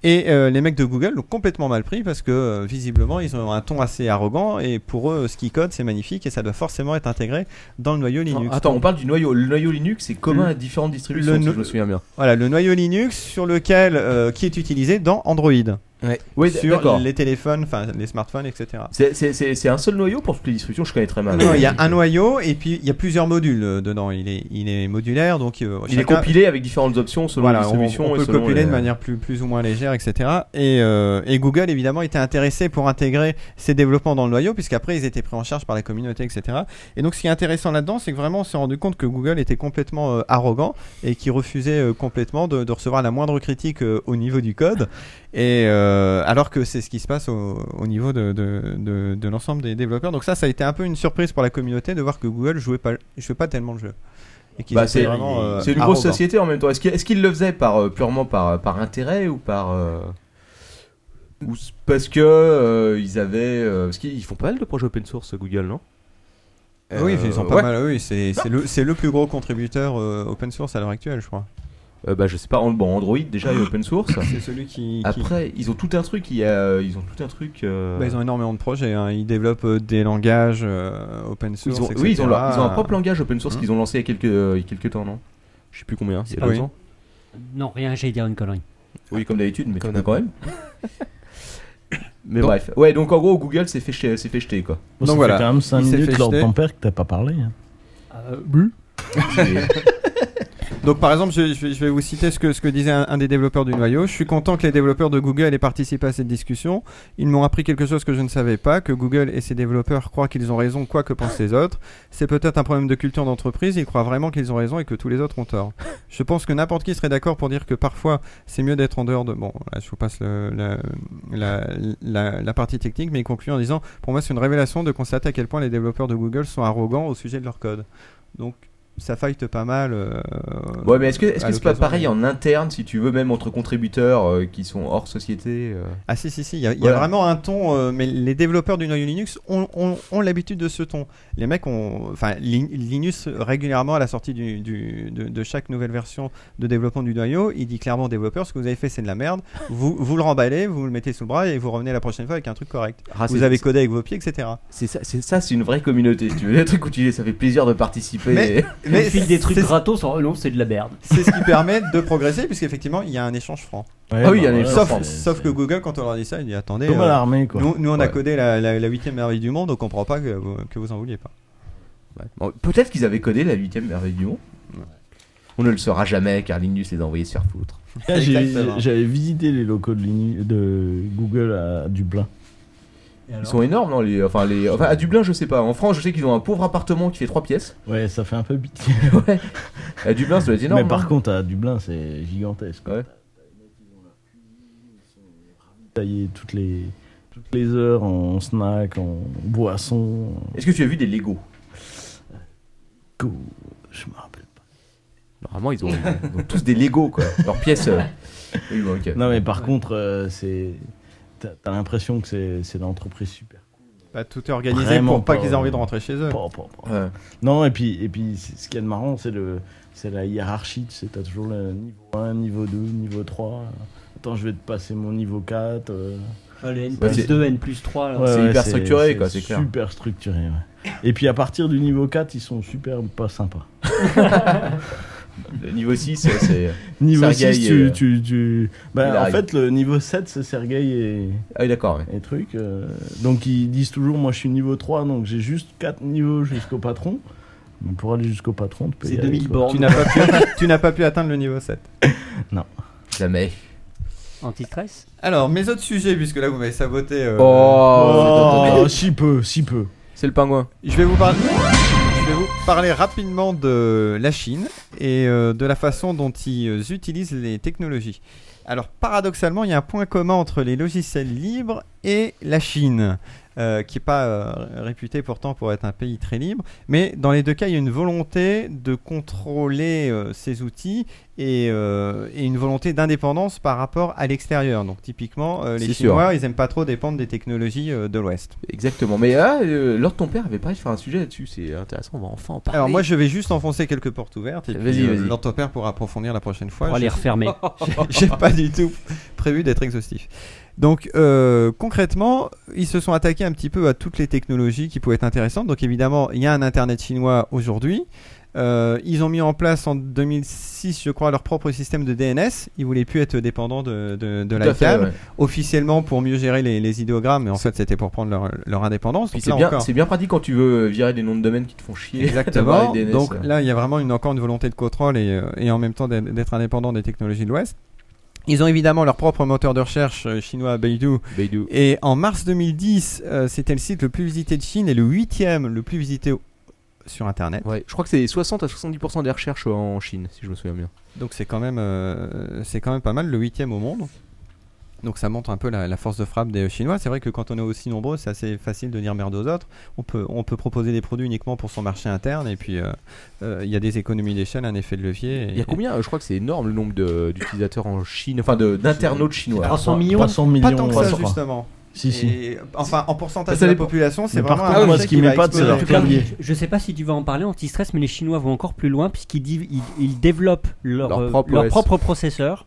S6: Et euh, les mecs de Google l'ont complètement mal pris parce que euh, visiblement ils ont un ton assez arrogant et pour eux ce qu'ils codent c'est magnifique et ça doit forcément être intégré dans le noyau Linux.
S3: Attends, on parle du noyau. Le noyau Linux est commun
S6: Le-
S3: à différentes distributions, si
S6: no-
S3: je me souviens bien.
S6: Voilà, le noyau Linux sur lequel euh, qui est utilisé dans Android.
S3: Oui, d-
S6: sur
S3: d'accord.
S6: les téléphones, enfin les smartphones, etc.
S3: C'est- C'est c'est- c'est un seul noyau pour toutes les distributions, je connais très mal.
S6: Non, il y a un noyau et puis il y a plusieurs modules euh, dedans. Il est, il est modulaire, donc euh,
S3: Il est
S6: chacun-
S3: compilé avec différentes options selon
S6: Voilà,
S3: les
S6: on,
S3: distributions.
S6: on
S3: et
S6: peut le
S3: selon
S6: compiler
S3: les-
S6: de manière plus, plus ou moins légère, etc. Et, euh, et Google, évidemment, était intéressé pour intégrer ces développements dans le noyau, puisqu'après, ils étaient pris en charge par la communauté, etc. Et donc, ce qui est intéressant là-dedans, c'est que vraiment, on s'est rendu compte que Google était complètement euh, arrogant et qui refusait euh, complètement de, de recevoir la moindre critique euh, au niveau du code. Et euh, alors que c'est ce qui se passe au, au niveau de, de- de- de l'ensemble des développeurs. Donc ça, ça a été un peu une surprise pour la communauté de voir que Google jouait pas, jouait pas tellement le jeu. Et qu'ils
S3: Bah,
S6: étaient
S3: c'est
S6: vraiment, euh,
S3: c'est une grosse
S6: arrogants.
S3: société en même temps. Est-ce qu'il est-ce qu'il le faisait par, euh, purement par, par intérêt ou par. euh, ou s- parce que euh, ils avaient. euh, parce qu'ils font pas mal de projets open source, Google, non
S6: oui,
S3: Euh,
S6: ils sont pas
S3: ouais.
S6: mal. Oui, c'est c'est le, c'est le plus gros contributeur euh, open source à l'heure actuelle, je crois.
S3: Euh, bah, je sais pas, en- bon, Android déjà est open source.
S6: C'est celui qui- qui-
S3: Après, ils ont tout un truc. il y a- ils ont tout un truc. euh,
S6: Bah, ils ont énormément de projets. hein. Ils développent euh, des langages euh, open source.
S3: ils ont-
S6: etc.
S3: oui, ils ont, leur- ils ont un propre
S6: Euh,
S3: langage open source
S6: Hmm.
S3: qu'ils ont lancé il y a quelques, euh, il y a quelques temps, non Je sais plus combien, c'est
S6: Ah oui.
S3: deux ans
S7: Non, rien, j'ai dit une connerie.
S3: Oui, comme d'habitude, mais
S7: Comme
S3: tu peux quand même. mais bref. Ouais, donc en gros, Google s'est fait, jeter- s'est fait jeter, quoi.
S5: Bon, ça fait quand même 5
S6: il s'est
S5: minutes
S6: fait
S5: lors de
S6: jeter.
S5: ton père que t'as pas parlé. hein.
S6: Euh, Donc par exemple, je, je vais- je vais vous citer ce que, ce que disait un, un des développeurs du noyau. Je suis content que les développeurs de Google aient participé à cette discussion. Ils m'ont appris quelque chose que je ne savais pas, que Google et ses développeurs croient qu'ils ont raison quoi que pensent les autres. C'est peut-être un problème de culture d'entreprise, ils croient vraiment qu'ils ont raison et que tous les autres ont tort. Je pense que n'importe qui serait d'accord pour dire que parfois c'est mieux d'être en dehors de... Bon, là je vous passe le- la, la- la- la partie technique, mais il conclut en disant, pour moi c'est une révélation de constater à quel point les développeurs de Google sont arrogants au sujet de leur code. Donc ça fight pas mal. euh,
S3: Ouais, mais est-ce que est-ce
S6: à
S3: que c'est pas
S6: l'occasion,
S3: pareil
S6: mais-
S3: en interne, si tu veux, même entre contributeurs euh, qui sont hors société euh,
S6: Ah si si si, il y a, il y a
S3: Voilà.
S6: vraiment un ton, euh, mais les développeurs du noyau Linux ont, ont- ont l'habitude de ce ton. Les mecs ont, enfin Lin- Linus régulièrement à la sortie du, du- de, de chaque nouvelle version de développement du noyau, il dit clairement aux développeurs ce que vous avez fait c'est de la merde. Vous, vous le remballez, vous le mettez sous le bras et vous revenez la prochaine fois avec un truc correct.
S3: Ah,
S6: vous
S3: c'est-
S6: avez codé avec vos pieds, etc.
S3: C'est ça, c'est ça, c'est une vraie communauté. Si tu veux, des trucs où tu dis, ça fait plaisir de participer.
S6: Mais-
S7: Mais file des trucs
S6: c'est-
S7: gratos, oh non, c'est de la merde.
S6: C'est ce qui permet de progresser puisqu'effectivement il y a un échange franc.
S3: Ouais, Ah oui, il y a bah un voilà, échange
S6: sauf,
S3: franc.
S6: sauf que Google quand on leur dit ça, il dit attendez. euh,
S5: Comme à l'armée, quoi.
S6: Nous, nous, on a
S3: Ouais.
S6: codé la la- la huitième merveille du monde, on comprend pas que vous, que vous en vouliez pas.
S3: Ouais. Bon, Peut-être qu'ils avaient codé la huitième merveille du monde. On ne le saura jamais car Linus les a envoyés se faire foutre.
S5: Là, j'ai-
S3: Exactement.
S5: J'avais visité les locaux de, Linu- de Google à Dublin.
S3: Ils sont énormes, non les, enfin, les, enfin, à Dublin, je sais pas. En France, je sais qu'ils ont un pauvre appartement qui fait trois pièces.
S5: Ouais, ça fait un peu pitié.
S3: ouais. À Dublin, ça doit être énorme.
S5: Mais par
S3: non
S5: contre, à Dublin, c'est gigantesque.
S3: Ouais.
S5: Taillé toutes les, toutes les heures en snack, en boisson.
S3: Est-ce que tu as vu des Lego
S5: Go- Je me rappelle
S3: Normalement, ils ont, ils ont tous des Lego, quoi. Leurs pièces. euh, oui, bon, ok.
S5: Non, mais par contre, euh, c'est. T'as t'as l'impression que c'est c'est l'entreprise super.
S6: Bah, tout est organisé
S5: Vraiment
S6: pour pas,
S5: pas,
S6: qu'ils aient envie de
S5: euh,
S6: rentrer chez eux.
S5: pas, pas, Non, et puis, et puis c'est- ce qu'il y a de marrant, c'est le c'est la hiérarchie. Tu sais, t'as toujours le niveau 1, niveau 2, niveau 3. Attends, je vais te passer mon niveau 4. euh.
S7: Ouais, le N
S5: Ouais,
S7: plus
S5: c'est-
S7: 2, N plus 3.
S5: Ouais, ouais,
S7: clair.
S5: Super structuré, ouais. Et puis à partir du niveau 4, ils sont super pas sympas.
S3: Le niveau 6, euh, c'est.
S5: Niveau
S3: Sergueï
S5: 6,
S3: et, euh,
S5: tu. tu, tu- bah,
S3: il
S5: en
S3: arrive.
S5: fait, le niveau 7, c'est Sergueï et.
S3: Ah oui, d'accord.
S5: Et truc. euh, donc, ils disent toujours Moi, je suis niveau 3, donc j'ai juste 4 niveaux jusqu'au patron. Mais pour aller jusqu'au patron, tu peux y
S6: C'est
S5: aller,
S6: 2000
S5: quoi.
S6: bornes. Tu n'as pas pu- tu n'as pas pu atteindre le niveau 7.
S5: Non.
S3: Jamais.
S7: Anti-stress
S6: Alors, mes autres sujets, puisque là vous m'avez saboté. euh,
S5: Oh, si peu, si peu.
S6: C'est le pingouin. Je vais vous parler. Je vais vous parler rapidement de la Chine et euh, de la façon dont ils euh, utilisent les technologies. Alors paradoxalement, il y a un point commun entre les logiciels libres et la Chine, euh, qui n'est pas euh, réputée pourtant pour être un pays très libre, mais dans les deux cas, il y a une volonté de contrôler euh, ces outils et, euh, et une volonté d'indépendance par rapport à l'extérieur. Donc typiquement, euh, les
S3: C'est sûr.
S6: Chinois, ils n'aiment pas trop dépendre des technologies euh, de l'Ouest.
S3: Exactement. Mais ah, euh, Lord ton père avait parlé de faire un sujet là-dessus, c'est intéressant, on va enfin en parler.
S6: Alors moi je vais juste enfoncer quelques portes ouvertes et
S3: Vas-y,
S6: puis euh,
S3: vas-y.
S6: dans ton père pour approfondir la prochaine fois.
S7: On va les
S6: J'ai-
S7: refermer.
S6: J'ai- J'ai pas du tout prévu d'être exhaustif. Donc euh, concrètement, ils se sont attaqués un petit peu à toutes les technologies qui pouvaient être intéressantes. Donc évidemment, il y a un internet chinois aujourd'hui. Euh, ils ont mis en place en 2006, je crois, leur propre système de DNS. Ils voulaient plus être dépendants de, de, de
S3: Tout à fait,
S6: l'ICANN.
S3: ouais.
S6: officiellement pour mieux gérer les, les idéogrammes, mais en fait c'était pour prendre leur, leur indépendance.
S3: Puis
S6: Donc
S3: c'est
S6: là
S3: bien,
S6: encore-
S3: c'est bien pratique quand tu veux virer des noms de domaine qui te font chier.
S6: Exactement.
S3: d'avoir les DNS,
S6: Donc
S3: euh.
S6: là, il y a vraiment une, encore une volonté de contrôle et, euh, et en même temps d'être d'être indépendant des technologies de l'Ouest. Ils ont évidemment leur propre moteur de recherche euh, chinois Baidu.
S3: Baidu.
S6: Et en mars 2010, euh, c'était le site le plus visité de Chine et le huitième le plus visité au- sur Internet.
S20: Ouais, je crois que c'est 60 à 70% des recherches en Chine, si je me souviens bien.
S6: Donc c'est quand même, euh, c'est quand même pas mal, le huitième au monde. Donc ça montre un peu la, la force de frappe des Chinois. C'est vrai que quand on est aussi nombreux, c'est assez facile de dire merde aux autres. On peut, on peut proposer des produits uniquement pour son marché interne et puis euh, euh, il y a des économies d'échelle, un effet de levier.
S20: Il y a combien Je crois que c'est énorme le nombre de- d'utilisateurs en Chine, enfin de- d'internautes chinois.
S6: 300 millions Pas tant que ça, justement.
S20: Si, si.
S6: Et, enfin, en pourcentage
S20: Bah, ça
S6: de la
S20: dépend.
S6: population, c'est
S20: Mais par
S6: vraiment
S20: contre,
S6: un
S20: moi,
S6: marché
S20: ce qui
S6: qui va
S20: m'épate, c'est
S7: oh,
S6: exploser.
S20: leur clavier.
S7: Je sais pas si tu vas en parler anti-stress, mais les Chinois vont encore plus loin puisqu'ils div- ils, ils développent leur,
S20: Leur
S7: euh,
S20: propre
S7: leur
S20: OS.
S7: propre processeur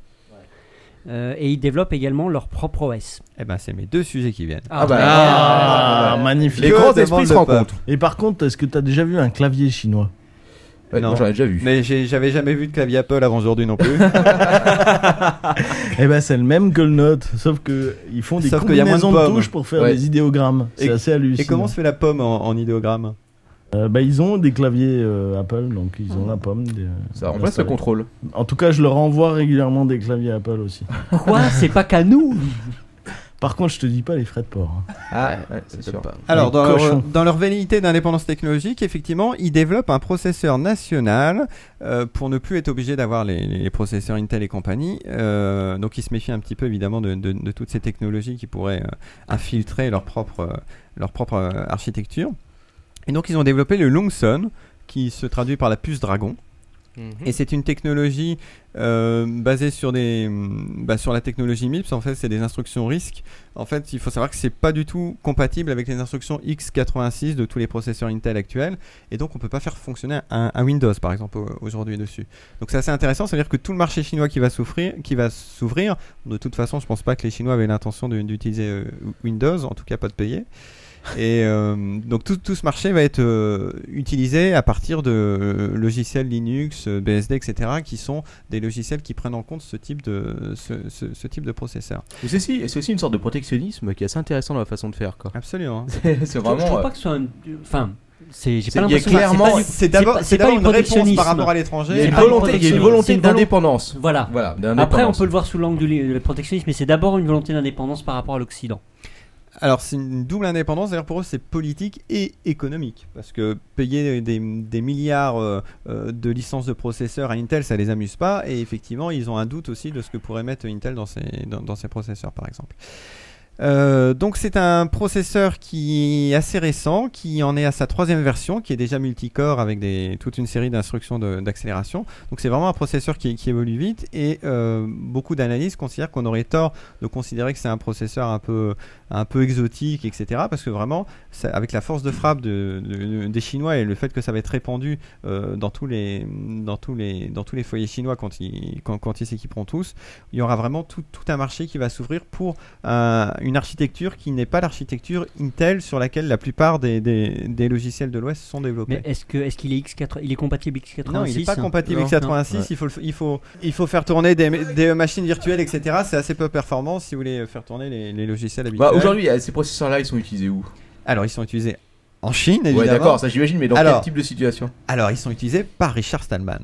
S7: euh, et ils développent également leur propre OS.
S6: Eh ben, c'est mes deux sujets qui viennent.
S7: Ah bah,
S5: Ah,
S7: ouais.
S5: magnifique.
S7: Les grands esprits se rencontrent.
S5: Et par contre, est-ce que t'as déjà vu un clavier chinois
S6: Non. Mais j'ai- j'avais jamais vu de clavier Apple avant aujourd'hui non plus.
S5: Eh ben, c'est le même que le Note, sauf que ils font des
S6: Sauf qu'il y a moins de
S5: combinaisons de
S6: pommes.
S5: touches pour faire
S6: Ouais.
S5: des idéogrammes. C'est
S6: Et-
S5: assez hallucinant.
S6: et comment se fait la pomme en, en idéogramme
S5: Euh, bah, ils ont des claviers euh, Apple, donc ils ont la pomme. des-
S3: Ça remplace le
S5: installés.
S3: contrôle.
S5: En tout cas, je leur envoie régulièrement des claviers Apple aussi.
S7: Quoi C'est pas qu'à nous
S5: Par contre, je te dis pas les frais de port. hein.
S3: Ah, ouais, c'est sûr.
S6: Alors, dans
S5: cochons.
S6: leur, dans leur velléité d'indépendance technologique, effectivement, ils développent un processeur national euh, pour ne plus être obligés d'avoir les, les processeurs Intel et compagnie. Euh, donc, ils se méfient un petit peu, évidemment, de, de- de toutes ces technologies qui pourraient euh, infiltrer leur propre, euh, leur propre euh, architecture. Et donc, ils ont développé le Longsun, qui se traduit par la puce Dragon.
S20: Mhm.
S6: Et c'est une technologie euh, basée sur, des, mm, bah, sur la technologie MIPS. En fait, c'est des instructions RISC. En fait, il faut savoir que c'est pas du tout compatible avec les instructions x86 de tous les processeurs Intel actuels. Et donc, on peut pas faire fonctionner un, un Windows, par exemple, au- aujourd'hui dessus. Donc, c'est assez intéressant. C'est-à-dire que tout le marché chinois qui va souffrir, qui va s'ouvrir, de toute façon, je pense pas que les Chinois avaient l'intention de- d'utiliser euh, Windows, en tout cas pas de payer. Et euh, donc tout, tout ce marché va être euh, utilisé à partir de euh, logiciels Linux, euh, BSD, etc., qui sont des logiciels qui prennent en compte ce type de, ce, ce- ce type de processeur.
S20: Mais c'est aussi, c'est aussi une sorte de protectionnisme qui est assez intéressant dans la façon de faire. Quoi.
S7: hein.
S6: Absolument.
S20: c'est
S7: Je- je
S20: vraiment.
S7: crois
S20: euh,
S7: pas que ce soit un. Enfin, c'est. J'ai
S20: C'est-
S7: pas
S20: il y a
S7: l'impression. enfin,
S20: clairement-
S7: pas du-
S20: c'est
S7: pas-
S20: d'abord-
S7: c'est
S20: c'est
S7: pas
S20: d'abord
S7: du
S20: une réponse par
S7: protectionnisme.
S20: rapport à l'étranger. Il y a
S7: C'est
S20: une
S7: pas du
S20: volonté- il y a une
S7: protectionnisme,
S20: volonté
S7: c'est une volo-
S20: d'indépendance.
S7: Voilà.
S20: Voilà,
S7: Après, on
S20: d'indépendance.
S7: peut le voir sous l'angle du le protectionnisme, mais c'est d'abord une volonté d'indépendance par rapport à l'Occident.
S6: Alors c'est une double indépendance, d'ailleurs pour eux c'est politique et économique, parce que payer des, des milliards euh, euh, de licences de processeurs à Intel ça les amuse pas, et effectivement ils ont un doute aussi de ce que pourrait mettre Intel dans ses, dans, dans ses processeurs par exemple. Euh, donc c'est un processeur qui est assez récent, qui en est à sa troisième version, qui est déjà multicore avec des, toute une série d'instructions de- d'accélération. Donc c'est vraiment un processeur qui, qui évolue vite et euh, beaucoup d'analyses considèrent qu'on aurait tort de considérer que c'est un processeur un peu, un peu exotique, etc. Parce que vraiment, ça- avec la force de frappe de- de- des Chinois et le fait que ça va être répandu euh, dans, tous les, dans, tous les, dans tous les foyers chinois quand ils quand- quand ils s'équiperont tous, il y aura vraiment tout, tout un marché qui va s'ouvrir pour un- une architecture qui n'est pas l'architecture Intel sur laquelle la plupart des, des- des logiciels de l'Ouest sont développés.
S7: Mais est-ce que est-ce qu'il est X4 Il est compatible X86
S6: Non, il n'est pas
S7: hein
S6: compatible
S7: Non,
S6: x86.
S7: non.
S6: Il, faut, le f- il, faut, il faut faire tourner des, des machines virtuelles, etc. C'est assez peu performant si vous voulez faire tourner les, les logiciels habituels.
S3: Bah, Aujourd'hui, euh, ces processeurs-là, ils sont utilisés où
S6: Alors, ils sont utilisés en Chine, évidemment.
S3: Ouais, d'accord, ça j'imagine, mais dans
S6: Alors-
S3: quel type de situation
S6: Alors, ils sont utilisés par Richard Stallman.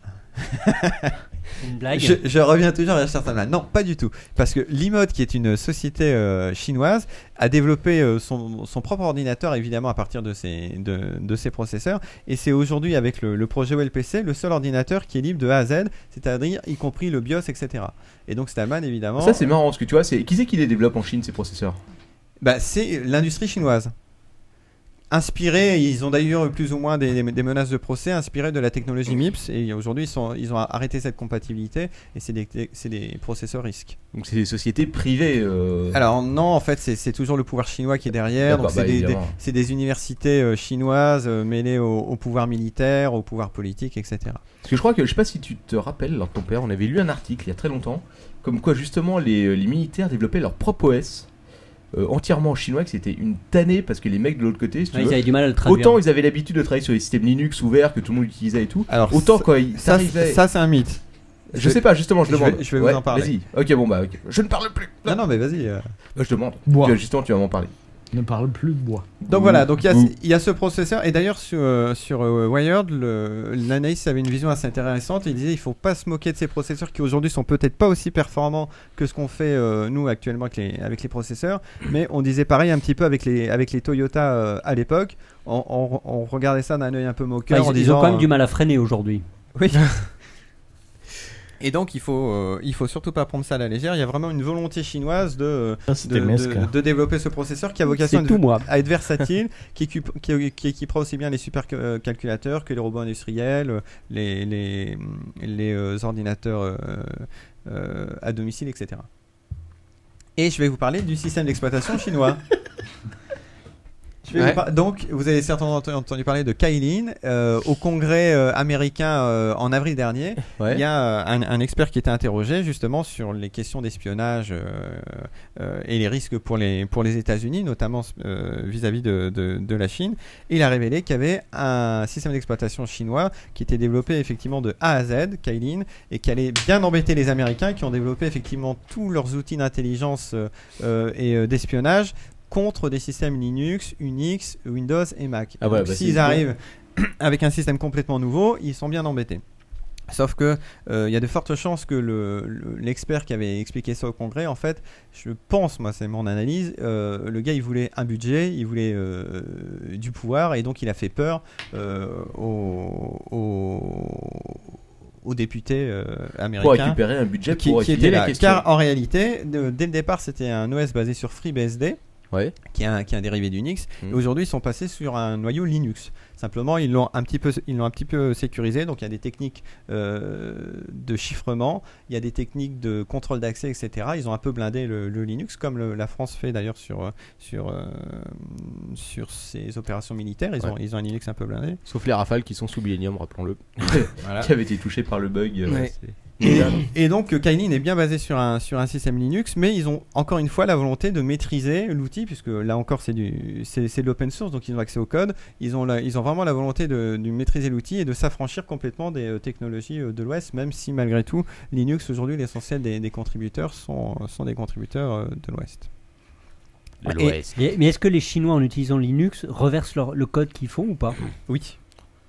S7: Une blague.
S6: Je, je reviens toujours à Richard Stallman. Non, pas du tout. Parce que Limod, qui est une société euh, chinoise, a développé euh, son, son propre ordinateur, évidemment, à partir de ses, de, de ses processeurs. Et c'est aujourd'hui, avec le, le projet OLPC, le seul ordinateur qui est libre de A à Z, c'est-à-dire y compris le BIOS, etc. Et donc Stallman, évidemment.
S3: Ça, c'est marrant, parce que tu vois, c'est qui c'est qui les développe en Chine, ces processeurs
S6: Bah, c'est l'industrie chinoise. Inspirée, ils ont d'ailleurs eu plus ou moins des, des menaces de procès inspirées de la technologie MIPS et aujourd'hui ils, sont- ils ont arrêté cette compatibilité et c'est des, c'est des processeurs RISC.
S3: Donc, c'est des sociétés privées. euh,
S6: Alors non, en fait c'est c'est toujours le pouvoir chinois qui est derrière,
S3: D'accord,
S6: donc c'est
S3: bah,
S6: des, des-
S3: évidemment.
S6: c'est des universités euh, chinoises euh, mêlées au, au pouvoir militaire, au pouvoir politique, etc.
S3: Parce que je crois que, je sais pas si tu te rappelles, lors de ton père, on avait lu un article il y a très longtemps, comme quoi justement les, les militaires développaient leur propre OS. euh, entièrement en chinois, que c'était une tannée parce que les mecs de l'autre côté, si tu
S7: Ouais, ils
S3: veux,
S7: avaient du mal à le traduire.
S3: autant ils avaient l'habitude de travailler sur les systèmes Linux ouverts que tout le monde utilisait et tout,
S6: Alors,
S3: autant
S6: ça-
S3: quand ils
S6: ça,
S3: arrivaient-
S6: c'est- ça, c'est un mythe.
S3: Je sais pas, justement, je
S6: vais-
S3: demande.
S6: je vais vous
S3: Ouais,
S6: en parler.
S3: Vas-y, ok, bon bah, ok. je ne parle plus.
S6: Non, non, mais vas-y. euh.
S3: Euh, je demande.
S5: Bois.
S3: Tu- Justement, tu vas m'en parler.
S5: Ne parle plus de bois.
S6: Donc voilà, donc il y a-
S5: Ouh.
S6: il y, a ce processeur. Et d'ailleurs, sur, euh, sur euh, Wired, le- l'analyste avait une vision assez intéressante. Il disait il faut pas se moquer de ces processeurs qui aujourd'hui sont peut-être pas aussi performants que ce qu'on fait euh, nous actuellement avec les, avec les processeurs. Mais on disait pareil un petit peu avec les, avec les Toyota euh, à l'époque. On, on- on regardait ça d'un œil un peu
S7: Ouais,
S6: moqueur.
S7: ils,
S6: en
S7: ils ont
S6: disant,
S7: quand même
S6: euh,
S7: du mal à freiner aujourd'hui.
S6: Oui. Et donc il faut euh, il faut surtout pas prendre ça à la légère. Il y a vraiment une volonté chinoise de
S5: Ah, c'était
S6: de, de-
S5: mesquin.
S6: de développer ce processeur qui a vocation
S7: C'est
S6: à,
S7: tout, moi.
S6: à être versatile, qui, équipe- qui- qui équipera aussi bien les supercalculateurs que les robots industriels, euh, les les les euh, ordinateurs euh, euh, à domicile, etc. Et je vais vous parler du système d'exploitation chinois. Je vais
S4: Ouais.
S6: vous par- Donc, vous avez certainement ent- entendu parler de Kailin. Euh, au congrès euh, américain euh, en avril dernier,
S4: Ouais.
S6: il y a euh, un, un expert qui était interrogé justement sur les questions d'espionnage euh, euh, et les risques pour les, pour les États-Unis, notamment euh, vis-à-vis de, de- de la Chine. Et il a révélé qu'il y avait un système d'exploitation chinois qui était développé effectivement de A à Z, Kailin, et qui allait bien embêter les Américains qui ont développé effectivement tous leurs outils d'intelligence euh, euh, et euh, d'espionnage contre des systèmes Linux, Unix, Windows et Mac.
S21: Ah ouais,
S6: Donc,
S21: bah, c'est
S6: S'ils
S21: bien.
S6: arrivent avec un système complètement nouveau, ils sont bien embêtés. Sauf que euh, il y a de fortes chances que le- le- l'expert qui avait expliqué ça au congrès, en fait, je pense, moi c'est mon analyse, euh, le gars il voulait un budget, il voulait euh, du pouvoir et donc il a fait peur euh, aux, aux- aux députés euh, américains.
S3: récupérer un budget
S6: qui,
S3: pour
S6: qui
S3: étudier
S6: était
S3: la
S6: là.
S3: question.
S6: Car en réalité, de- dès le départ, c'était un OS basé sur FreeBSD.
S21: Ouais.
S6: Qui, est un, qui est un dérivé d'Unix.
S21: Mm.
S6: Et aujourd'hui, ils sont passés sur un noyau Linux. Simplement, ils l'ont un petit peu, ils l'ont un petit peu sécurisé. Donc, il y a des techniques euh, de chiffrement, il y a des techniques de contrôle d'accès, etc. Ils ont un peu blindé le, le Linux, comme le- la France fait d'ailleurs sur euh, sur euh, sur ses opérations militaires. Ils ont
S21: Ouais.
S6: ils ont un Linux un peu blindé.
S21: Sauf les rafales qui sont sous Millennium, rappelons-le.
S3: Qui avait été touché par le bug. euh,
S6: Ouais.
S3: c'est-
S6: Et,
S7: Mmh.
S6: et donc euh, Kylin est bien basé sur un, sur un système Linux, mais ils ont encore une fois la volonté de maîtriser l'outil, puisque là encore c'est du- c'est c'est de l'open source, donc ils ont accès au code, ils ont, la- ils ont vraiment la volonté de, de maîtriser l'outil et de s'affranchir complètement des euh, technologies euh, de l'Ouest, même si malgré tout Linux aujourd'hui l'essentiel des, des contributeurs sont, sont des contributeurs euh, de l'Ouest.
S7: Ouais,
S6: Et-
S7: et- et- mais est-ce que les Chinois, en utilisant Linux, reversent leur- le code qu'ils font ou pas
S6: Oui.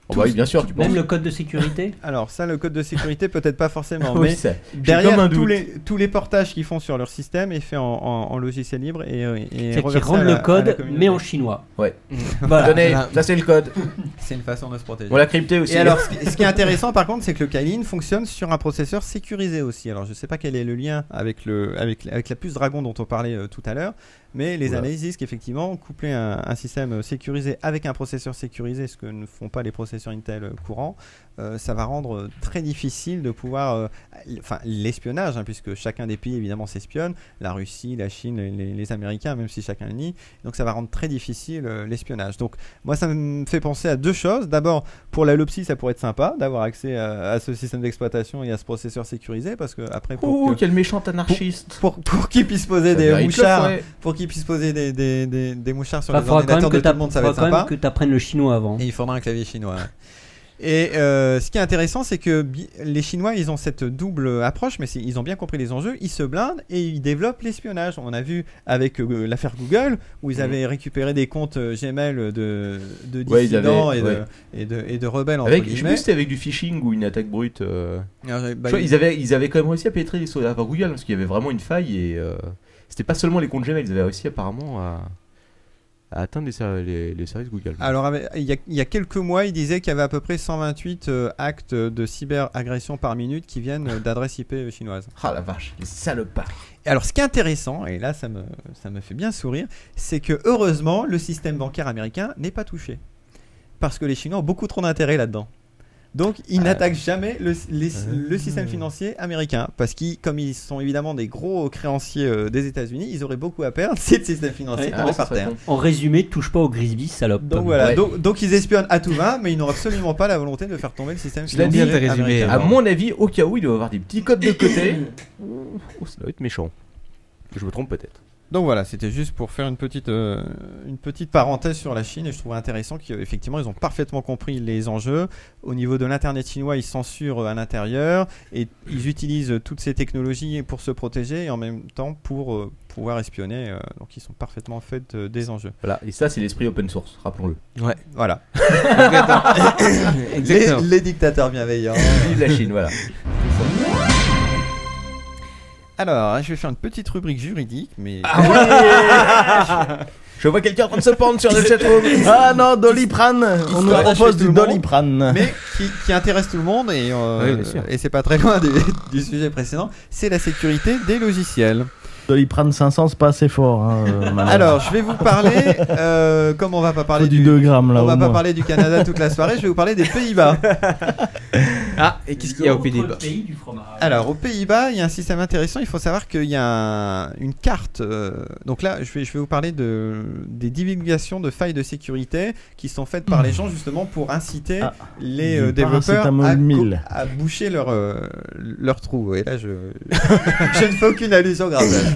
S3: Oh bah oui, bien sûr, tu
S7: Même
S3: penses.
S7: le code de sécurité
S6: Alors ça, le code de sécurité peut-être pas forcément,
S3: Oui,
S6: mais
S3: ça- j'ai
S6: derrière
S3: comme un
S6: tous
S3: doute.
S6: les tous les portages qu'ils font sur leur système est fait en, en- en logiciel libre et, euh, et
S7: C'est qu'ils
S6: reversé
S7: rendent
S6: à
S7: le
S6: la- à la
S7: code,
S6: communauté.
S7: mais en chinois.
S3: Ouais.
S7: Voilà.
S3: Tenez, ça c'est le code.
S6: C'est une façon de se protéger.
S3: On l'a crypté aussi. hein.
S6: Et alors, ce qui, ce qui est intéressant par contre, c'est que le Kylin fonctionne sur un processeur sécurisé aussi. Alors, je sais pas quel est le lien avec, le, avec, avec la puce Dragon dont on parlait euh, tout à l'heure, mais les
S4: Oula.
S6: analyses disent qu'effectivement, coupler un, un système euh, sécurisé avec un processeur sécurisé, ce que ne font pas les processeurs Intel euh, courants, euh, ça va rendre euh, très difficile de pouvoir. euh, l- Enfin, l'espionnage, hein, puisque chacun des pays évidemment s'espionne, la Russie, la Chine, les, les- les Américains, même si chacun le nie. Donc, ça va rendre très difficile euh, l'espionnage. Donc, moi, ça me fait penser à deux choses. D'abord, pour la Lopsy, ça pourrait être sympa d'avoir accès à, à ce système d'exploitation et à ce processeur sécurisé, parce que après, pour
S3: Oh,
S6: que-
S3: quel méchant anarchiste
S6: pour, pour qu'ils puissent poser
S3: Ça
S6: des
S3: mérite hein. le
S6: mouchards,
S3: fouet.
S6: pour qu'ils qu'ils puissent poser des, des, des, des mouchards sur
S7: Bah,
S6: les
S7: faudra quand même
S6: ordinateurs
S7: que
S6: de tout le monde, ça va être
S7: faudra quand
S6: sympa.
S7: même que t'apprennes le chinois avant.
S6: Et il faudra un clavier chinois. ouais. Et euh, ce qui est intéressant, c'est que bi- les Chinois, ils ont cette double approche, mais c'est- ils ont bien compris les enjeux, ils se blindent et ils développent l'espionnage. On a vu avec euh, l'affaire Google, où
S3: Mhm.
S6: ils avaient récupéré des comptes euh, Gmail de, de
S3: Ouais, ils avaient-
S6: dissidents et, de,
S3: ouais.
S6: et, de, et de rebelles, entre
S3: Avec, je sais
S6: guillemets.
S3: plus si c'était avec du phishing ou une attaque brute. euh,
S6: Ah, j'avais- bah,
S3: je crois
S6: il-
S3: ils, avaient, ils avaient quand même réussi à pénétrer les serveurs Google parce qu'il y avait vraiment une faille et euh, c'était pas seulement les comptes Gmail, ils avaient réussi apparemment à, à atteindre les, ser- les- les services Google.
S6: Alors, avec- il y, a, il y a quelques mois, il disait qu'il y avait à peu près 128 euh, actes de cyberagression par minute qui viennent euh, d'adresses IP chinoises.
S3: Ah la vache, les salopards.
S6: Et Alors, ce qui est intéressant, et là, ça me, ça me fait bien sourire, c'est que heureusement, le système bancaire américain n'est pas touché. Parce que les Chinois ont beaucoup trop d'intérêt là-dedans. Donc, ils
S3: Ah.
S6: n'attaquent jamais le, les- le système financier américain. Parce qu'ils, comme ils sont évidemment des gros créanciers euh, des États-Unis, ils auraient beaucoup à perdre si le système
S7: Ouais,
S6: financier tombait
S7: ah,
S6: par
S7: ça serait
S6: terre.
S7: con. En résumé, touche pas au Grisby, salope.
S6: Donc voilà, donc, donc ils espionnent à tout va, mais ils n'ont absolument pas la volonté de faire tomber le système
S3: Je l'ai dit,
S6: financier américain.
S3: à mon avis, au cas où, il doit avoir des petits codes de côté.
S20: Oh, ça doit être méchant. Je me trompe peut-être.
S6: Donc voilà, c'était juste pour faire une petite, euh, une petite parenthèse sur la Chine et je trouvais intéressant qu'effectivement ils ont parfaitement compris les enjeux. Au niveau de l'internet chinois, ils censurent euh, à l'intérieur et ils utilisent toutes ces technologies pour se protéger et en même temps pour euh, pouvoir espionner. euh, donc ils sont parfaitement faits euh, des enjeux.
S3: Voilà, et ça, c'est l'esprit open source, rappelons-le.
S6: Ouais. Voilà. les,
S3: Exactement.
S6: les dictateurs bienveillants.
S3: Vive la Chine, voilà.
S6: Alors, je vais faire une petite rubrique juridique, mais.
S5: Ah
S3: Je vois quelqu'un en train de se pendre sur le chatroom.
S5: Ah non, Doliprane On nous propose du Doliprane.
S6: Mais qui, qui intéresse tout le monde et, euh,
S5: Oui, bien sûr.
S6: et c'est pas très loin du, du sujet précédent, c'est la sécurité des logiciels.
S5: Doliprane 500, c'est pas assez fort. hein, euh, madame.
S6: Alors, je vais vous parler, euh, comme on va pas parler
S5: Faut du
S6: du,
S5: 2 grammes, là,
S6: on va
S5: au
S6: pas
S5: moins.
S6: parler du Canada toute la soirée, je vais vous parler des Pays-Bas.
S4: Ah, et qu'est-ce qu'il y a aux Pays-Bas
S6: Alors, aux Pays-Bas, il y a un système intéressant. Il faut savoir qu'il y a un- une carte. euh, donc là, je vais, je vais vous parler de, des divulgations de failles de sécurité qui sont faites par les gens justement pour inciter les
S5: du
S6: euh, développeurs à,
S5: paracétamol
S6: co-
S5: 1000.
S6: à boucher leur, euh, leur trou. Et là, je, je ne fais aucune allusion grave.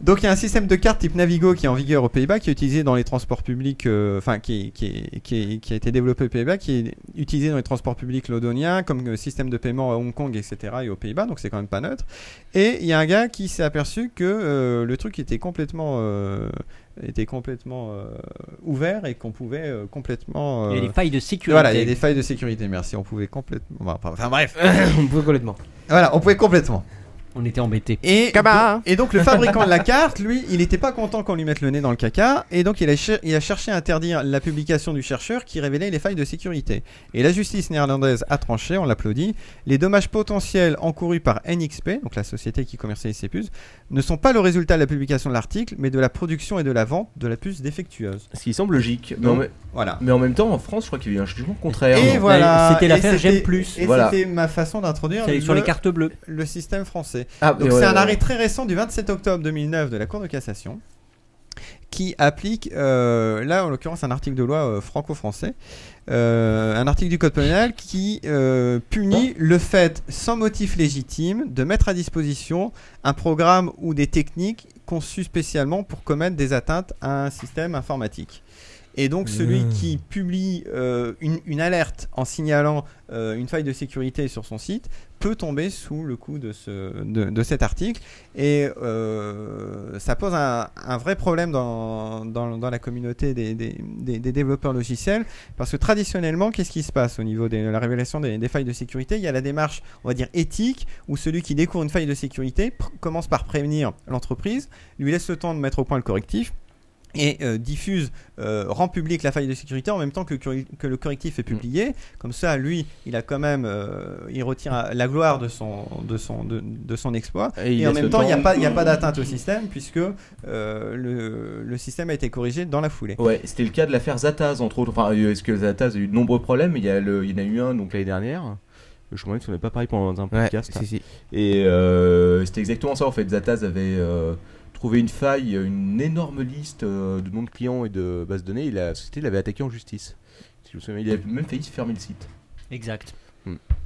S6: Donc il y a un système de cartes type Navigo qui est en vigueur aux Pays-Bas, qui est utilisé dans les transports publics, euh, enfin qui, qui, qui, qui a été développé aux Pays-Bas, qui est utilisé dans les transports publics londoniens comme euh, système de paiement à Hong Kong, etc. et aux Pays-Bas, donc c'est quand même pas neutre. Et il y a un gars qui s'est aperçu que euh, le truc était complètement, euh, était complètement euh, ouvert et qu'on pouvait euh, complètement... euh,
S7: Il y a des failles de sécurité.
S6: Voilà, il y a des failles de sécurité, merci. On pouvait complètement... Enfin, Enfin bref.
S4: On pouvait complètement.
S6: Voilà, on pouvait complètement.
S7: On était embêtés.
S6: Et, do- et donc le fabricant de la carte, lui, il n'était pas content qu'on lui mette le nez dans le caca, et donc il a, cher- il a cherché à interdire la publication du chercheur qui révélait les failles de sécurité. Et la justice néerlandaise a tranché, on l'applaudit, les dommages potentiels encourus par NXP, donc la société qui commercialise ces puces, ne sont pas le résultat de la publication de l'article, mais de la production et de la vente de la puce défectueuse.
S3: Ce qui semble logique. Mais,
S6: Donc,
S3: en, me-
S6: voilà.
S3: mais en même temps, en France, je crois qu'il y a eu un jugement contraire.
S6: Et
S3: Non.
S6: voilà.
S7: c'était l'affaire
S6: Et c'était-
S7: J'aime plus.
S6: Et
S3: Voilà.
S6: c'était ma façon d'introduire
S7: C'est sur
S6: le-
S7: les cartes bleues.
S6: le système français.
S3: Ah,
S6: Donc
S3: ouais,
S6: c'est
S3: ouais,
S6: un
S3: ouais.
S6: arrêt très récent du 27 octobre 2009 de la Cour de cassation qui applique, euh, là en l'occurrence, un article de loi euh, franco-français, euh, un article du Code pénal qui euh, punit le fait, sans motif légitime, de mettre à disposition un programme ou des techniques conçues spécialement pour commettre des atteintes à un système informatique. Et donc celui
S5: Mmh.
S6: qui publie euh, une, une alerte en signalant euh, une faille de sécurité sur son site peut tomber sous le coup de, ce, de, de cet article. Et euh, ça pose un, un vrai problème dans, dans, dans la communauté des, des- des- des développeurs logiciels, parce que traditionnellement, qu'est-ce qui se passe au niveau des- de la révélation des, des failles de sécurité Il y a la démarche, on va dire, éthique, où celui qui découvre une faille de sécurité pr- commence par prévenir l'entreprise, lui laisse le temps de mettre au point le correctif et euh, diffuse, euh, rend public la faille de sécurité en même temps que, le curri- que le correctif est publié. Comme ça, lui, il a quand même, euh, il retire euh, la gloire de son, de son, de, de son exploit.
S3: Et
S6: Et,
S3: il
S6: en
S3: laisse
S6: même
S3: le
S6: temps, il n'y a
S3: temps.
S6: pas, il y a pas d'atteinte au système puisque euh, le, le système a été corrigé dans la foulée.
S3: Ouais, c'était le cas de l'affaire Zataz, entre autres. Enfin, euh, est-ce que Zataz a eu de nombreux problèmes Il y, a le- il y en a eu un donc l'année dernière. Euh, Je me demande si on n'est pas parlé pendant un
S20: Ouais,
S3: podcast.
S20: si, si.
S3: Et euh, c'était exactement ça en fait. Zataz avait euh, trouvé une faille, une énorme liste euh, de noms de clients et de bases de données. Et la société l'avait attaqué en justice. Si je me souviens, il avait même failli fermer le site.
S7: Exact.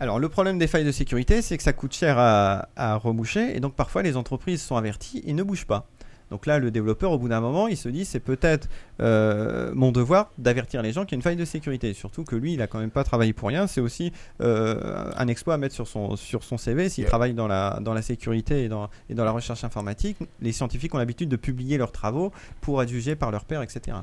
S6: Alors le problème des failles de sécurité, c'est que ça coûte cher à, à reboucher et donc parfois les entreprises sont averties et ne bougent pas. Donc là, le développeur, au bout d'un moment, il se dit c'est peut-être euh, mon devoir d'avertir les gens qu'il y a une faille de sécurité. Surtout que lui, il a quand même pas travaillé pour rien. C'est aussi euh, un exploit à mettre sur son, sur son CV. S'il travaille dans la, dans la sécurité et dans, et dans la recherche informatique, les scientifiques ont l'habitude de publier leurs travaux pour être jugés par leurs pairs, etc.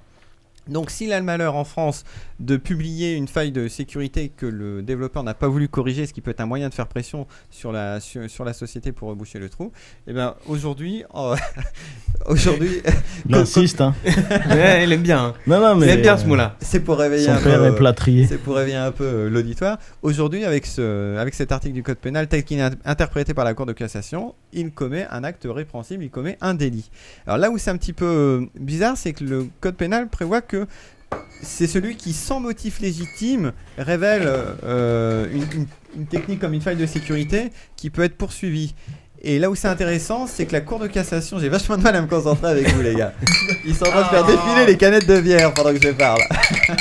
S6: Donc s'il a le malheur en France de publier une faille de sécurité que le développeur n'a pas voulu corriger, ce qui peut être un moyen de faire pression sur la, sur, sur la société pour boucher le trou, eh bien aujourd'hui... euh, aujourd'hui...
S5: Il insiste, hein.
S4: Ouais, il aime bien, hein.
S5: Non, non, mais... euh,
S4: Il aime bien, ce mot-là.
S6: C'est pour réveiller
S5: Son
S6: un
S5: père
S6: peu... euh,
S5: est plâtrier.
S6: C'est pour réveiller un peu euh, l'auditoire. Aujourd'hui, avec, ce, avec cet article du Code pénal tel qu'il est int- interprété par la Cour de cassation, il commet un acte répréhensible, il commet un délit. Alors là où c'est un petit peu euh, bizarre, c'est que le Code pénal prévoit que c'est celui qui, sans motif légitime, révèle euh, une, une- une technique comme une faille de sécurité qui peut être poursuivie. Et là où c'est intéressant, c'est que la Cour de cassation, j'ai vachement de mal à me concentrer avec vous les gars. Ils sont en train de faire défiler les canettes de bière pendant que je parle.
S7: Euh,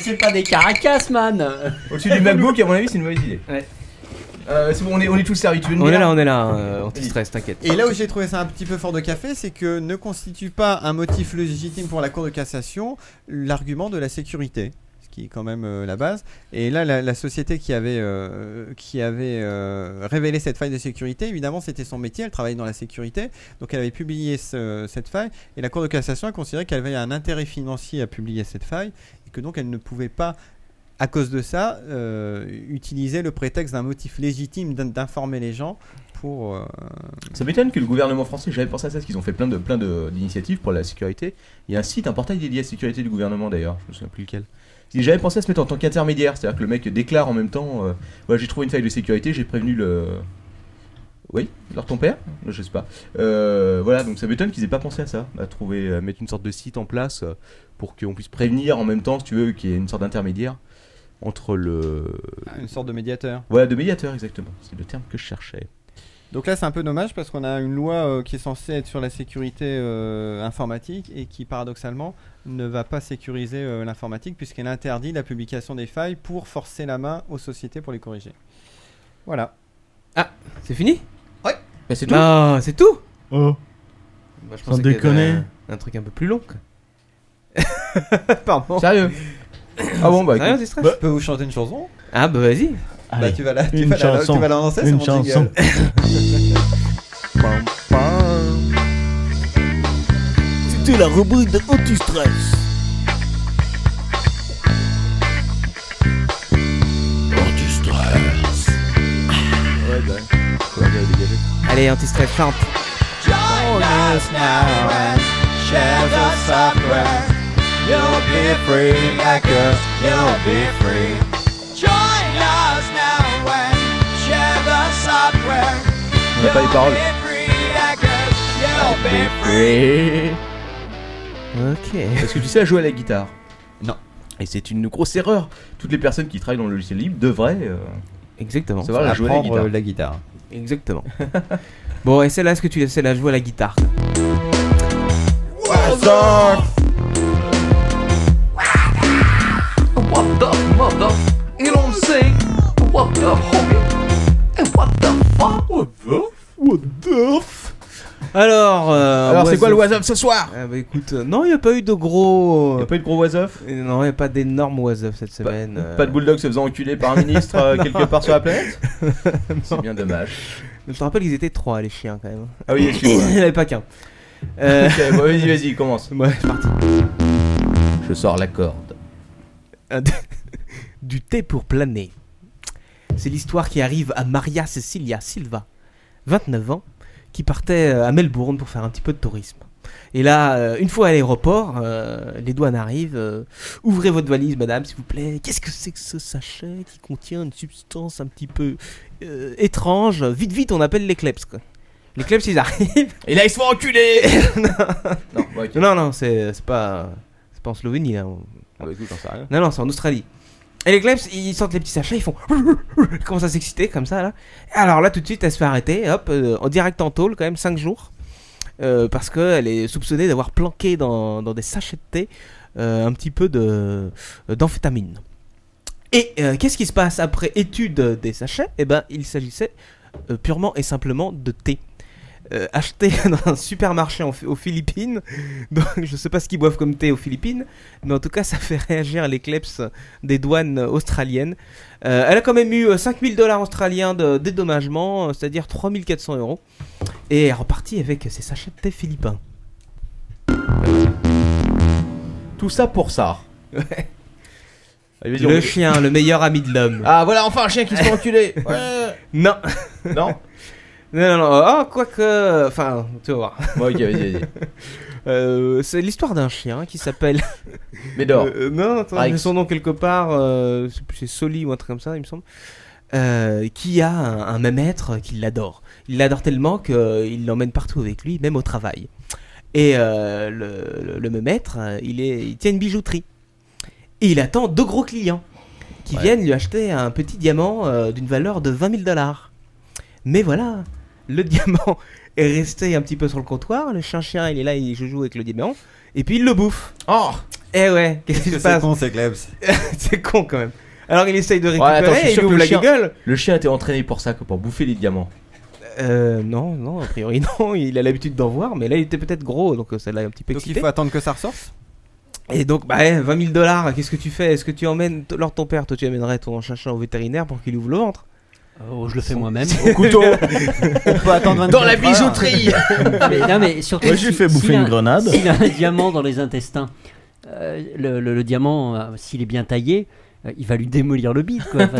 S7: C'est pas des caracas, man
S3: Au-dessus du MacBook, à mon avis, c'est une mauvaise idée. Euh, c'est bon, on est, on est tous servis. Tu veux une
S4: On est
S3: bière
S4: là, on est là, euh, anti-stress, t'inquiète.
S6: Et là où j'ai trouvé ça un petit peu fort de café, c'est que ne constitue pas un motif légitime pour la Cour de cassation l'argument de la sécurité, ce qui est quand même euh, la base. Et là, la, la société qui avait, euh, qui avait euh, révélé cette faille de sécurité, évidemment, c'était son métier, elle travaillait dans la sécurité, donc elle avait publié ce- cette faille, et la Cour de cassation a considéré qu'elle avait un intérêt financier à publier cette faille, et que donc elle ne pouvait pas à cause de ça, euh, utiliser le prétexte d'un motif légitime d'in- d'informer les gens pour. euh,
S3: Ça m'étonne que le gouvernement français, j'avais pensé à ça, parce qu'ils ont fait plein de plein de- d'initiatives pour la sécurité. Il y a un site, un portail dédié à la sécurité du gouvernement d'ailleurs, je me souviens plus lequel. Si j'avais pensé à se mettre en tant qu'intermédiaire, c'est-à-dire que le mec déclare en même temps, euh, voilà, j'ai trouvé une faille de sécurité, j'ai prévenu le. Oui, alors ton père Je sais pas. Euh, voilà, donc ça m'étonne qu'ils aient pas pensé à ça, à trouver, à mettre une sorte de site en place euh, pour qu'on puisse prévenir en même temps, si tu veux, qu'il y ait une sorte d'intermédiaire entre le.
S6: Ah, Une sorte de médiateur.
S3: Voilà, de médiateur, exactement. C'est le terme que je cherchais.
S6: Donc là, c'est un peu dommage parce qu'on a une loi euh, qui est censée être sur la sécurité euh, informatique et qui, paradoxalement, ne va pas sécuriser euh, l'informatique puisqu'elle interdit la publication des failles pour forcer la main aux sociétés pour les corriger. Voilà.
S4: Ah, c'est fini
S6: Ouais.
S4: Bah, c'est tout. Non, c'est tout
S5: Oh.
S4: Moi, Bah, je
S5: Sans
S4: pensais qu'il y avait
S5: déconner.
S4: Un, un truc un peu plus long. quoi. Pardon.
S3: Sérieux
S6: Ah bon, bah,
S4: Sérieux,
S6: écoute.
S4: anti-stress
S6: Bah, je peux vous chanter une chanson
S4: Ah bah vas-y.
S6: Allez, Bah, tu vas la- tu une vas la- chanson, tu vas la lancer, c'est une mon chanson.
S22: C'était la rubrique de Antistress. Antistress.
S3: Ouais, bah, ouais, dégagez.
S4: Allez, anti-stress, chante.
S22: Join us now and share the software. You'll be free, hacker. You'll be free. Join us now and share the software.
S3: On n'a pas les paroles.
S22: Be free, hackers. You'll be
S4: Ok.
S3: Est-ce que tu sais jouer à la guitare
S6: Non.
S3: Et c'est une grosse erreur. Toutes les personnes qui travaillent dans le logiciel libre devraient euh,
S4: Exactement.
S3: savoir jouer à la guitare.
S6: guitare.
S4: Exactement. bon, et celle-là, est-ce que tu sais la jouer à la guitare
S22: What's up? What the mother? You don't say what the homie and what the fuck? What the? What the?
S4: Alors, euh,
S3: Alors, c'est
S4: What's
S3: quoi le
S4: Up
S3: was-up ce soir
S4: Ah bah écoute, euh, non, il n'y a pas eu de gros. Il
S3: n'y a pas eu de gros was-off
S4: Non, il n'y a pas d'énorme was-off cette semaine. euh.
S3: Pas de bulldog se faisant enculer par un ministre euh,
S4: Non.
S3: quelque part sur la planète C'est
S4: Non.
S3: bien dommage.
S4: Je te rappelle qu'ils étaient trois, les chiens, quand même.
S3: Ah oui,
S4: il
S3: excuse-moi.
S4: n'y en avait pas qu'un. Euh,
S3: Ok, bon, vas-y, vas-y, commence.
S4: Ouais, c'est parti.
S3: Je sors la corde.
S4: du thé pour planer. C'est l'histoire qui arrive à Maria Cecilia Silva, 29 ans, qui partait euh, à Melbourne pour faire un petit peu de tourisme. Et là, euh, une fois à l'aéroport, euh, les douanes arrivent. euh, ouvrez votre valise, madame, s'il vous plaît. Qu'est-ce que c'est que ce sachet qui contient une substance un petit peu euh, étrange Vite, vite, on appelle les kleps. quoi. Les kleps, ils arrivent.
S3: Et là, ils se font enculer Non, bah, ok.
S4: non, non, c'est c'est pas, c'est pas en Slovénie. Là.
S3: Ah bah écoute, j'en sais rien.
S4: Non, non, c'est en Australie. Et les Klebs, ils sortent les petits sachets, ils font. Ils commencent à s'exciter comme ça, là. Alors là, tout de suite, elle se fait arrêter, hop, euh, en direct en tôle, quand même, 5 jours. Euh, parce qu'elle est soupçonnée d'avoir planqué dans, dans des sachets de thé euh, un petit peu de- euh, d'amphétamine. Et euh, qu'est-ce qui se passe après étude des sachets Eh ben, il s'agissait euh, purement et simplement de thé. euh, acheté dans un supermarché en- aux Philippines. Donc, je sais pas ce qu'ils boivent comme thé aux Philippines, mais en tout cas, ça fait réagir les kleps des douanes australiennes. Euh, elle a quand même eu 5000 dollars australiens de dédommagement, euh, c'est-à-dire 3400 euros. Et elle est repartie avec ses sachets de thé philippins.
S3: Tout ça pour ça.
S4: Le chien, le meilleur ami de l'homme.
S3: Ah voilà, enfin un chien qui se fait enculer.
S4: Non.
S3: Non.
S4: Non, non, non. Ah, quoique. Enfin, tu vas voir.
S3: Bon, ok, vas-y, vas-y.
S4: Euh, c'est l'histoire d'un chien qui s'appelle.
S3: Médor.
S4: Euh, euh, non, attends,
S3: Rex.
S4: j'ai son nom quelque part. euh, je sais plus, c'est Soli ou un truc comme ça, il me semble. Euh, qui a un, un même être qui l'adore. Il l'adore tellement qu'il l'emmène partout avec lui, même au travail. Et euh, le, le, le même être, euh, il, est, il tient une bijouterie. Et il attend deux gros clients qui viennent lui acheter un petit diamant euh, d'une valeur de 20 000 dollars. Mais voilà, le diamant est resté un petit peu sur le comptoir, le chien-chien il est là, il joue avec le diamant, et puis il le bouffe. Oh Eh ouais, qu'est-ce qui se passe
S6: c'est Klebs.
S4: C'est con quand même. Alors il essaye de
S3: Ouais,
S4: récupérer,
S3: attends, je suis
S4: il
S3: sûr que
S4: ouvre
S3: le
S4: la
S3: chien,
S4: gueule.
S3: le chien était entraîné pour ça, que pour bouffer les diamants.
S4: Euh, non, non, a priori non, il a l'habitude d'en voir, mais là il était peut-être gros, donc euh, ça l'a un petit peu
S8: Donc il
S4: excité.
S8: faut attendre que ça ressorte
S4: Et donc, bah, eh, 20 000 dollars, qu'est-ce que tu fais Est-ce que tu emmènes, t- lors ton père, toi tu amènerais ton chien au vétérinaire pour qu'il ouvre le ventre
S23: Oh, je le fais moi-même.
S4: Au couteau.
S23: On peut attendre
S4: Dans la
S23: 24 heures.
S4: bijouterie.
S7: mais, non, mais surtout.
S5: Moi, je lui
S7: si-
S5: fais bouffer
S7: s'il a-
S5: une grenade.
S7: S'il a un diamant dans les intestins, euh, le, le- le diamant, euh, s'il est bien taillé, euh, il va lui démolir le bide, quoi. Enfin,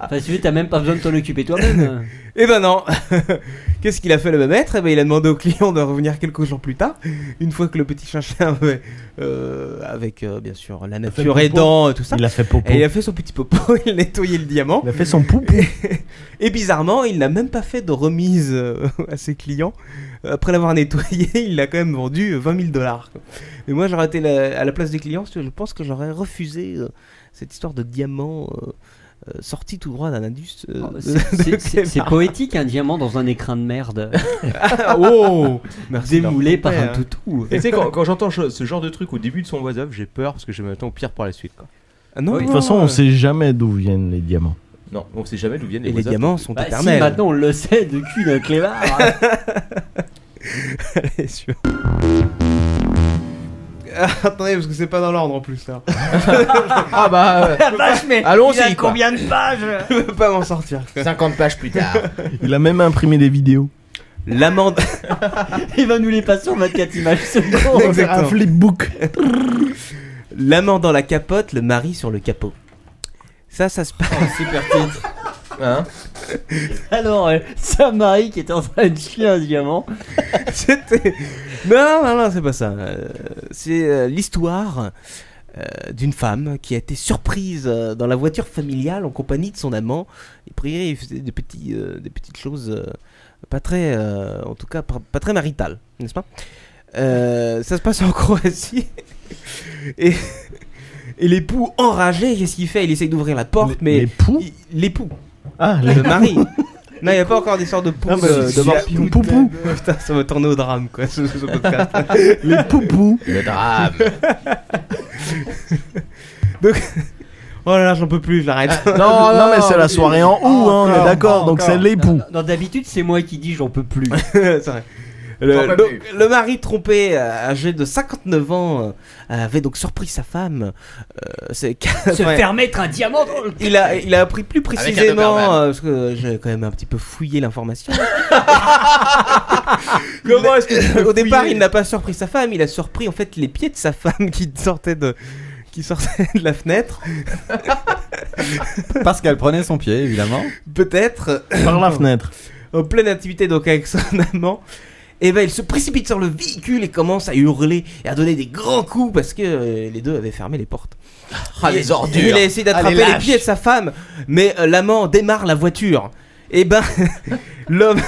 S7: enfin, si tu veux, t'as même pas besoin de t'en occuper toi-même.
S4: Eh ben non Qu'est-ce qu'il a fait le même maître Eh ben il a demandé au client de revenir quelques jours plus tard, une fois que le petit chien-chien avait, euh, avec euh, bien sûr la
S5: fait
S4: nature
S5: popo.
S4: aidant et tout ça.
S5: Il a fait popo.
S4: Et il a fait son petit popo, il a nettoyé le diamant. Il a fait son poupou. Et, bizarrement, il n'a même pas fait de remise euh, à ses clients. Après l'avoir nettoyé, il l'a quand même vendu euh, 20 000 dollars. Mais moi j'aurais été la- à la place des clients, je pense que j'aurais refusé euh, cette histoire de diamant. euh, euh, sorti tout droit d'un indus. euh,
S7: Oh,
S4: de-
S7: c'est-
S4: de
S7: C'est c'est- c'est
S4: Kevlar.
S7: poétique un diamant dans un écrin de merde.
S4: oh
S7: Démoulé par un toutou.
S20: Et tu sais, quand, quand j'entends ce ce genre de truc au début de son voice j'ai peur parce que je m'attends au pire par la suite. Quoi.
S4: Ah
S5: De toute
S4: euh,
S5: façon, on sait jamais d'où viennent les diamants.
S20: Non, on sait jamais d'où viennent les
S4: Et les
S20: voisins.
S4: diamants sont
S7: Bah, si
S4: éternels.
S7: maintenant on le sait de cul d'un clébard.
S4: Allez, sûr. attendez, parce que c'est pas dans l'ordre en plus là.
S3: Ah bah, euh,
S4: vache, mais
S3: allons-y,
S4: il a
S3: quoi.
S4: combien de pages Je peux pas m'en sortir.
S3: 50 pages plus tard.
S5: Il a même imprimé des vidéos.
S4: L'amende.
S7: Il va nous les passer en 24 images secondes.
S5: Un flipbook.
S4: L'amant dans la capote, le mari sur le capot. Ça, ça se passe.
S8: super titre.
S4: Hein
S7: Alors, euh, sa Marie qui était en train de chier un diamant.
S4: C'était. Non, non, non, c'est pas ça. Euh, c'est euh, l'histoire euh, d'une femme qui a été surprise euh, dans la voiture familiale en compagnie de son amant. Et a priori, il faisait des, petits, euh, des petites choses euh, pas très. euh, en tout cas, pas, pas très maritales, n'est-ce pas Euh, Ça se passe en Croatie. Et. Et l'époux enragé, qu'est-ce qu'il fait Il essaye d'ouvrir la porte, mais. L'époux L'époux.
S5: Ah,
S4: le mari. Non, il n'y a pas encore des sortes de poux
S5: Ah, bah,
S4: euh,
S5: c'est
S4: de
S5: la
S4: morpion.
S5: poupou.
S4: Putain, ça va tourner au drame, quoi, ce, ce podcast.
S5: Les poupous.
S4: Le drame. Donc. Oh là là, j'en peux plus, j'arrête.
S7: Ah.
S5: Non, non, mais c'est la soirée en août, hein, on est d'accord, donc c'est l'époux.
S7: Non, d'habitude, c'est moi qui dis j'en peux plus.
S4: c'est vrai.
S7: J'en
S4: Le,
S7: peux
S4: donc,
S7: plus.
S4: le mari trompé, euh, âgé de 59 ans, euh, avait donc surpris sa femme. euh, c'est-
S7: Se
S4: Ouais.
S7: faire mettre un diamant dans le
S4: Il a, il a appris plus
S7: Avec un
S4: précisément,
S7: Doberman.
S4: euh, parce que j'ai quand même un petit peu fouillé l'information. Comment est-ce que au départ il n'a pas surpris sa femme, il a surpris en fait les pieds de sa femme qui sortaient de, qui sortaient de la fenêtre.
S6: Parce qu'elle prenait son pied, évidemment.
S4: Peut-être. euh,
S5: Par la fenêtre.
S4: En pleine activité donc avec son amant. Et ben il se précipite sur le véhicule et commence à hurler et à donner des grands coups parce que euh, les deux avaient fermé les portes.
S3: Ah,
S4: Il-
S3: les ordures.
S4: Il a essayé
S3: Ah,
S4: d'attraper
S3: les
S4: les
S3: lâches.
S4: pieds de sa femme, mais euh, l'amant démarre la voiture. Et ben l'homme,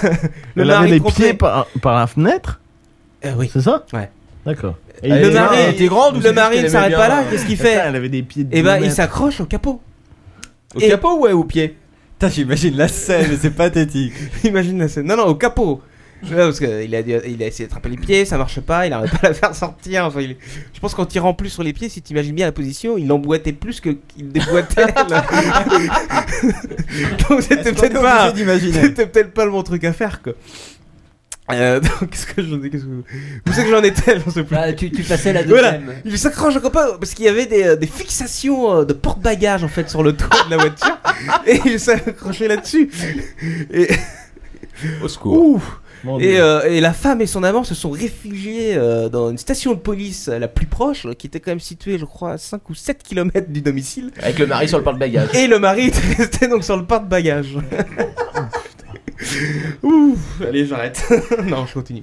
S4: le
S5: Elle avait
S4: mari
S5: les
S4: trompé-
S5: pieds par, par la fenêtre
S4: Oui.
S5: C'est ça
S4: Ouais.
S5: D'accord. Et
S4: Le
S5: il-
S4: mari,
S5: elle était grande ou
S4: le
S5: c'est
S4: mari
S5: juste
S4: ne
S5: qu'elle
S4: s'arrête
S5: aimait
S4: pas
S5: bien,
S4: là,
S5: euh,
S4: qu'est-ce qu'il
S5: Putain,
S4: fait
S5: elle avait des pieds de
S4: Et ben
S5: deux
S4: il
S5: mètres.
S4: s'accroche au capot.
S8: Au
S4: capot ouais au pied
S8: Putain, j'imagine la scène, mais c'est pathétique.
S4: Imagine la scène. Non, non, au capot. Je- Parce qu'il a, dû- il a essayé d'attraper les pieds, ça marche pas, il n'arrive pas à la faire sortir. Enfin, il- je pense qu'en tirant plus sur les pieds, si tu imagines bien la position, il emboîtait plus que qu'il déboîtait. là. Donc c'était
S8: Est-ce qu'on est
S4: peut-être pas,
S8: obligé d'imaginer
S4: c'était peut-être pas le bon truc à faire. Quoi. Euh, donc, qu'est-ce que j'en ai qu'est-ce que vous... vous savez que j'en étais dans ce plan
S7: Bah, tu, tu passais la
S4: Voilà,
S7: deuxième.
S4: il s'accroche encore pas parce qu'il y avait des, euh, des fixations euh, de porte-bagages en fait sur le toit de la voiture et il s'est accroché là-dessus. Et...
S20: Au secours.
S4: Ouh. Et, euh, et la femme et son amant se sont réfugiés euh, dans une station de police euh, la plus proche, euh, qui était quand même située, je crois, à 5 ou 7 km du domicile.
S20: Avec le mari sur le porte-bagages.
S4: Et le mari était resté donc sur le porte-bagages. Ouh, allez, j'arrête. non, je continue.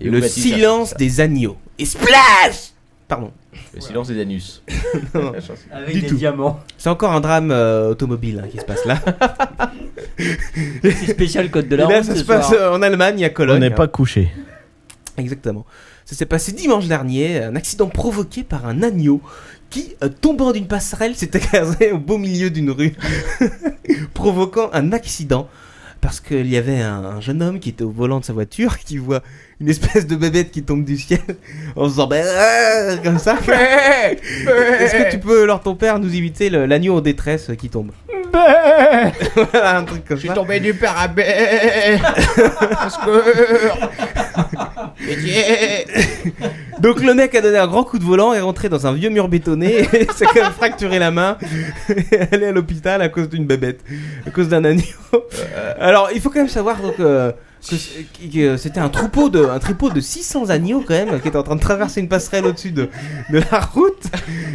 S20: Et
S4: le
S20: vous, Baptiste,
S4: silence des agneaux. Et splash Pardon.
S20: Le silence des anus.
S4: Non,
S7: Avec
S4: du
S7: des
S4: tout.
S7: diamants.
S4: C'est encore un drame euh, automobile hein, qui se passe là.
S7: C'est spécial code de la
S4: Et là,
S7: honte
S4: ça
S7: ce
S4: se passe
S7: soir.
S4: euh, en Allemagne, à Cologne.
S5: On n'est pas
S4: hein.
S5: couché.
S4: Exactement. Ça s'est passé dimanche dernier, un accident provoqué par un agneau qui, euh, tombant d'une passerelle, s'est écrasé au beau milieu d'une rue, provoquant un accident. Parce qu'il y avait un, un jeune homme qui était au volant de sa voiture, qui voit une espèce de bébête qui tombe du ciel en se disant bah, euh, comme ça. Est-ce que tu peux, alors ton père, nous imiter le- l'agneau en détresse qui tombe Voilà, un truc comme ça.
S9: tombé du parapet. Au secours. Pitié.
S4: Donc le mec a donné un grand coup de volant, est rentré dans un vieux mur bétonné, et s'est quand même fracturé la main, et allé à l'hôpital à cause d'une babette, à cause d'un agneau. Alors il faut quand même savoir donc, euh, que c- que c'était un troupeau de un troupeau de 600 agneaux quand même qui était en train de traverser une passerelle au-dessus de, de la route.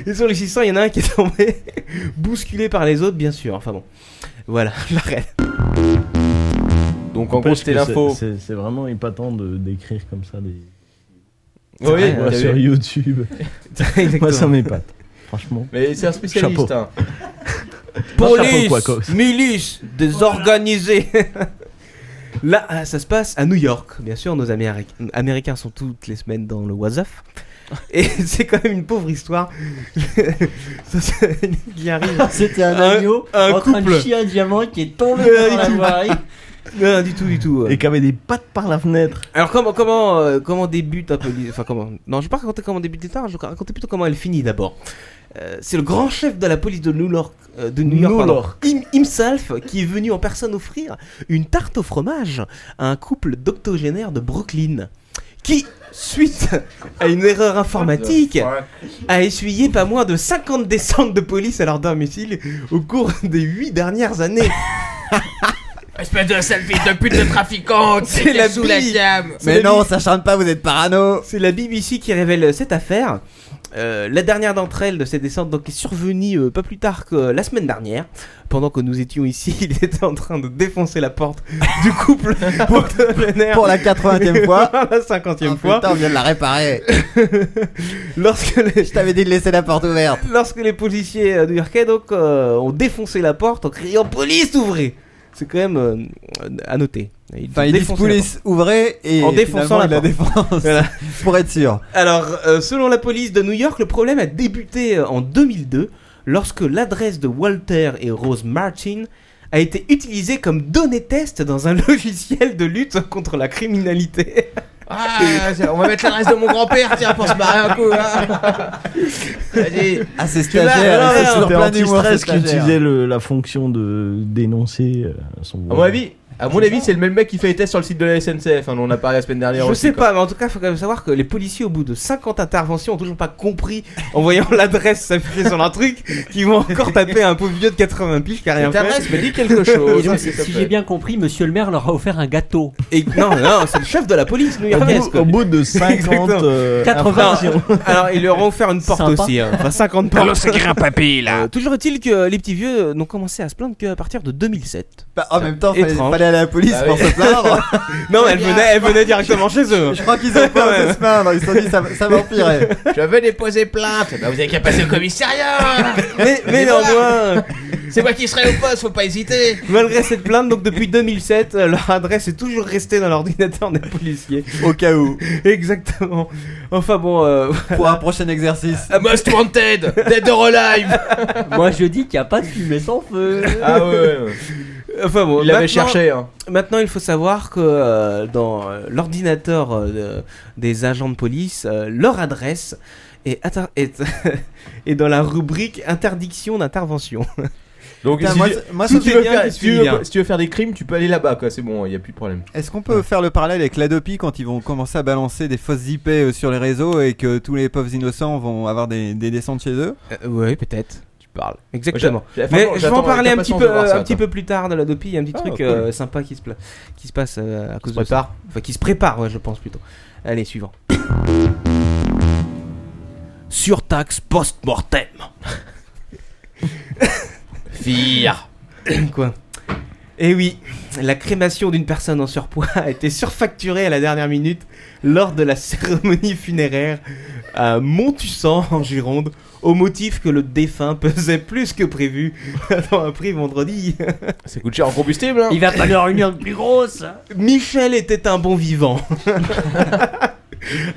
S4: Et sur les 600, il y en a un qui est tombé, bousculé par les autres bien sûr. Enfin bon, voilà, j'arrête.
S20: Donc
S5: en
S20: en gros,
S5: plus
S20: c'était l'info.
S5: C'est c'est vraiment épatant de d'écrire comme ça des.
S20: Oui,
S5: Ouais,
S3: bah,
S4: euh,
S20: t'as
S5: sur
S20: vu.
S5: YouTube. Moi, ça m'épate. Franchement.
S20: Mais c'est un spécialiste.
S5: Chapeau.
S20: hein.
S4: Police,
S5: quoi, quoi.
S4: milice, désorganisée. Là, euh, ça se passe à New York. Bien sûr, nos Améri- Américains sont toutes les semaines dans le WhatsApp. Et c'est quand même une pauvre histoire. Ça, c'est- qui arrive.
S7: C'était un agneau
S4: euh, un
S7: en train de
S4: couple.
S7: chier un diamant qui est tombé
S4: Euh,
S7: dans la
S4: du tout.
S7: voirie.
S4: Non, du tout, du tout. euh.
S5: Et qui avait des pattes par la fenêtre.
S4: Alors comment comment euh, comment débute un peu l'hi- enfin comment non je vais pas raconter comment débute l'histoire je vais raconter plutôt comment elle finit d'abord Euh, c'est le grand chef de la police de New York euh, de New York,
S5: New
S4: pardon,
S5: York.
S4: him- himself qui est venu en personne offrir une tarte au fromage à un couple d'octogénaires de Brooklyn qui suite à une erreur informatique a essuyé pas moins de 50 descentes de police à leur domicile au cours des 8 dernières années
S9: Espèce de selfie de pute de trafiquante.
S4: C'est
S9: C'était
S4: la
S9: sous la
S4: bille.
S9: gamme.
S4: C'est la bi-
S6: ça chante pas, vous êtes parano.
S4: C'est la BBC qui révèle euh, cette affaire. Euh, la dernière d'entre elles de ces descentes donc, est survenue euh, pas plus tard que euh, la semaine dernière. Pendant que nous étions ici, il était en train de défoncer la porte du couple octogénaire.
S6: Pour la 80e fois.
S4: Pour la 50e
S6: Putain,
S4: fois.
S6: on vient de la réparer.
S4: Lorsque les,
S6: Je t'avais dit de laisser la porte ouverte.
S4: lorsque les policiers euh, new-yorkais donc, euh, ont défoncé la porte en criant Police, ouvrez C'est quand même euh, à noter. Ils
S6: Enfin,
S4: ont
S6: ils disent
S4: défoncé la
S6: police, ouvrez et
S4: En défonçant
S6: finalement,
S4: la
S6: il la défense.
S4: Voilà.
S6: Pour être sûr.
S4: Alors, euh, selon la police de New York, le problème a débuté euh, en 2002 lorsque l'adresse de Walter et Rose Martin a été utilisée comme donnée test dans un logiciel de lutte contre la criminalité.
S9: Ah, c'est- on va mettre l'adresse de mon grand-père, tiens, pour se barrer un coup. hein. Vas-y.
S6: Ah, c'est
S9: Tu l'as,
S6: stagiaire.
S9: non,
S6: c'est
S9: non,
S6: sur
S5: C'était
S6: plein d'humour,
S5: anti-stress
S6: ce
S5: qui
S6: stagiaire.
S5: utilisait le- la fonction de dénoncer euh, son.
S20: À mon avis, à mon avis, c'est le même mec qui fait les tests sur le site de la SNCF. hein, dont on a parlé la semaine dernière.
S4: Je
S20: aussi,
S4: sais
S20: quoi.
S4: pas, mais en tout cas, il faut quand même savoir que les policiers, au bout de 50 interventions, ont toujours pas compris, en voyant l'adresse s'afficher sur leur truc, qu'ils vont encore taper un pauvre vieux de 80 piges qui a rien
S20: Cette adresse me
S4: fait.
S20: dit quelque
S7: Et
S4: Oh,
S20: chose.
S7: donc,
S20: s'il te
S7: si
S20: plaît.
S7: j'ai bien compris, monsieur le maire leur a offert un gâteau.
S4: Et non, non, c'est le chef de la police
S5: Au
S4: new-yorkaise.
S5: bout,
S4: quoi.
S5: au bout de 50
S4: Exactement.
S5: euh,
S7: 80.
S5: infractions.
S4: Alors, ils leur ont offert une porte
S7: Sympa.
S4: aussi, hein. enfin 50 portes.
S12: Alors c'est papy là.
S4: Euh, toujours est-il que les petits vieux euh, n'ont commencé à se plaindre qu'à partir de 2007.
S6: Bah, en même temps, fallait,
S4: Étrange.
S6: fallait aller à la police
S20: Bah
S6: pour
S20: oui.
S6: se plaindre.
S4: Non, elle venait, elle venait directement chez eux.
S6: Je crois qu'ils ont peur de se plaindre. Ils se sont dit, ça, ça va empirer.
S20: Je veux déposer plainte.
S9: Bah, vous avez qu'à passer au commissariat.
S4: Mais, mais néanmoins,
S9: C'est moi qui serai au poste, faut pas hésiter.
S4: malgré cette plainte, donc depuis 2007, euh, leur adresse est toujours restée dans l'ordinateur des policiers.
S6: Au cas où.
S4: Exactement. Enfin bon, euh,
S6: Pour un prochain exercice.
S4: Ah,
S9: Most wanted, dead or alive.
S7: Moi, je dis qu'il n'y a pas de fumée sans feu.
S20: Ah ouais, ouais. ouais.
S4: enfin bon.
S20: Il l'avait
S4: maintenant-
S20: cherché. Hein.
S4: Maintenant, il faut savoir que euh, dans euh, l'ordinateur euh, de- des agents de police, euh, leur adresse est, atta- est- est dans la rubrique interdiction d'intervention.
S3: Donc,
S6: Putain,
S3: si,
S6: moi,
S3: tu-
S6: c'est- moi,
S3: si
S6: ça
S3: tu
S6: fait
S3: veux
S6: bien,
S3: faire,
S6: il
S3: si
S6: finit
S3: tu veux-
S4: hein.
S6: bien.
S3: si tu veux faire des crimes, tu peux aller là-bas, quoi. C'est bon, il n'y a plus de problème.
S6: hein. Est-ce qu'on peut faire le parallèle avec l'Adopi quand ils vont commencer à balancer des fausses IP euh, sur les réseaux et que tous les pauvres innocents vont avoir des, des descentes chez eux
S4: Oui, peut-être.
S6: Euh, Tu parles.
S4: Exactement. Mais je vais en parler un petit peu, euh, un petit peu plus tard de la Dopi. Il y a un petit
S6: Ah,
S4: truc
S6: cool.
S4: euh, sympa qui se, pla- qui se passe euh, à cause de
S3: prépare.
S4: ça. Enfin, qui se prépare, ouais, je pense plutôt. Allez, suivant. Surtaxe post-mortem. Fire. Quoi Eh oui, la crémation d'une personne en surpoids a été surfacturée à la dernière minute lors de la cérémonie funéraire à Montussan en Gironde au motif que le défunt pesait plus que prévu dans un prix vendredi. Ça coûte cher en combustible. hein.
S7: Il va pas leur une urne plus grosse.
S4: Michel était un bon vivant.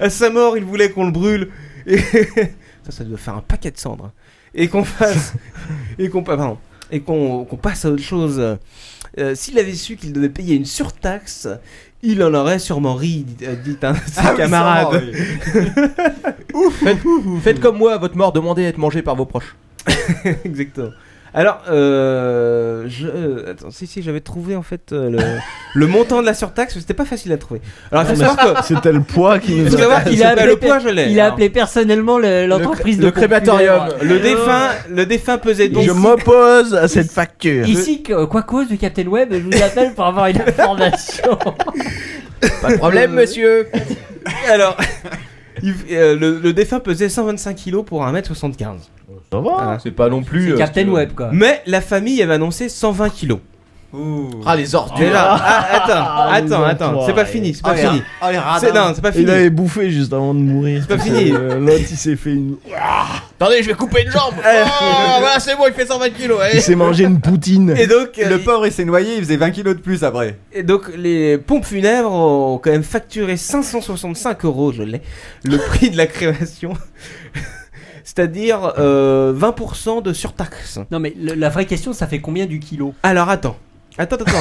S4: à sa mort, il voulait qu'on le brûle. Et ça, ça doit faire un paquet de cendres. Et qu'on fasse. et qu'on pa- pardon. Et qu'on qu'on passe à autre chose. Euh, S'il avait su qu'il devait payer une surtaxe, il en aurait sûrement ri, dit, euh, dit un de ses
S3: Ah oui,
S4: camarades.
S20: faites, faites comme moi, à votre mort, demandez à être mangé par vos proches.
S4: Exactement. Alors, euh, je, euh, attends, si, si, j'avais trouvé en fait euh, le, le montant de la surtaxe, mais c'était pas facile à trouver. Alors, il faut
S5: Non, mais
S4: savoir que.
S5: c'était le poids qui nous
S4: Il faut savoir qu'il
S7: Il a
S4: a
S7: appelé,
S4: le poids, je l'ai.
S7: il a
S4: Eh, Alors,
S7: appelé personnellement le- l'entreprise
S4: le
S7: de
S4: crématorium.
S7: pompiers.
S4: Le défunt, le défunt pesait donc.
S7: Je
S3: m'oppose à cette facture.
S7: Ici, que- quoi cause du Captain Web, je vous appelle pour avoir une information.
S3: Pas de problème, monsieur.
S4: Alors, il- euh, le, le défunt pesait 125 kilos pour 1m75.
S5: Ça va,
S3: Ah, c'est pas non plus. euh,
S7: C'est Captain Web, quoi.
S4: Mais la famille avait annoncé 120 kilos.
S3: Ah, les ordures.
S4: Déjà, ah, attends,
S5: Ah, les
S4: attends, attends, c'est pas
S5: enfoirés.
S4: fini, c'est pas
S5: Ah, les
S4: fini.
S5: ra- ah, les radins.
S4: C'est- non, c'est pas fini.
S5: Il avait bouffé juste avant de mourir.
S4: C'est pas
S5: parce
S4: fini.
S5: que, euh, L'autre, il s'est fait une.
S3: Attendez, je vais couper une jambe.
S4: Eh.
S3: Oh, voilà, c'est bon, il fait 120 kilos. eh.
S5: Il s'est mangé une poutine.
S4: Et donc, euh,
S6: Le pauvre, il s'est noyé, il faisait 20 kilos de plus après.
S4: Et donc les pompes funèbres ont quand même facturé 565 euros, je l'ai, le prix de la création. C'est-à-dire euh, 20% de surtaxe.
S7: Non mais le- la vraie question, ça fait combien du kilo
S4: Alors attends. Attends, attends.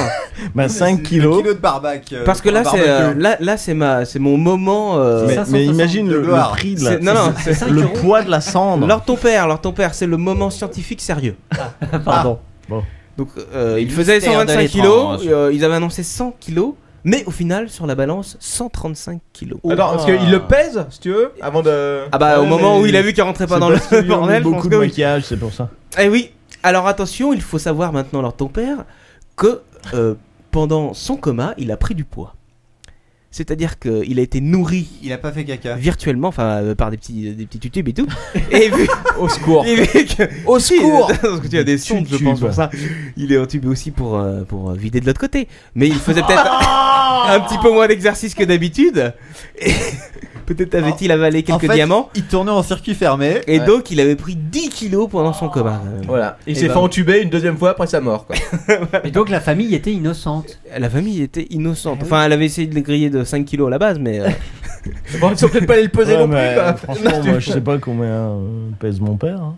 S5: Bah, 5 kilos.
S6: de barbac. euh,
S4: Parce que là,
S6: barbecue.
S4: c'est euh, là, là, c'est ma, c'est mon moment. euh,
S5: Mais, mais imagine le, le
S6: gloire.
S5: prix de la.
S4: C'est- non, non, c'est cinq
S5: le
S4: euros.
S5: poids de la cendre.
S4: Lors ton père, lors ton père, c'est le moment scientifique sérieux.
S5: Ah,
S7: Pardon.
S5: Bon.
S4: Donc euh, ils faisaient
S6: Mystère de
S4: 125
S6: l'étrange.
S4: kilos, euh, ils avaient annoncé 100 kilos, mais au final sur la balance 135 kilos.
S3: Ah,
S13: Attends, parce qu'il le pèse, si tu veux, avant de.
S4: Ah bah au
S5: Ouais,
S4: moment
S5: mais
S4: où il a vu qu'il rentrait pas
S5: c'est
S4: dans le
S5: parce qu'il lui a mis
S4: bordel, je pense
S5: beaucoup de
S4: que oui.
S5: maquillage, c'est pour ça.
S4: Eh oui. Alors attention, il faut savoir maintenant, leur ton père, que euh, pendant son coma, il a pris du poids. C'est-à-dire qu'il a été nourri
S6: Il a pas fait caca.
S4: virtuellement, enfin euh, par des petits, des petits tutubes et tout. et vu,
S3: Au secours.
S4: et vu que,
S3: Au
S4: si,
S3: secours.
S4: euh, Parce que tu as des sondes, je pense,
S5: Tutubes.
S4: pour ça. Il est entubé aussi pour, euh, pour euh, vider de l'autre côté. Mais il faisait peut-être
S6: Ah.
S4: un petit peu moins d'exercice que d'habitude. Et Peut-être avait-il avalé quelques
S6: En fait,
S4: diamants.
S6: Il tournait en circuit fermé.
S4: Et
S3: Ouais.
S4: donc, il avait pris 10 kilos pendant son coma. Euh,
S3: Voilà. Il
S4: Eh
S3: s'est
S4: ben.
S3: fait entuber une deuxième fois après sa mort, quoi.
S7: Et donc la famille était innocente.
S4: La famille était innocente.
S6: Eh
S4: Enfin, elle avait essayé de les griller de 5 kilos à la base, mais. euh,
S3: Bon, ils ont peut-être pas allé le peser
S5: Ouais,
S3: non
S5: mais,
S3: plus, quoi.
S5: Franchement, moi, je sais pas combien euh, pèse mon père. hein.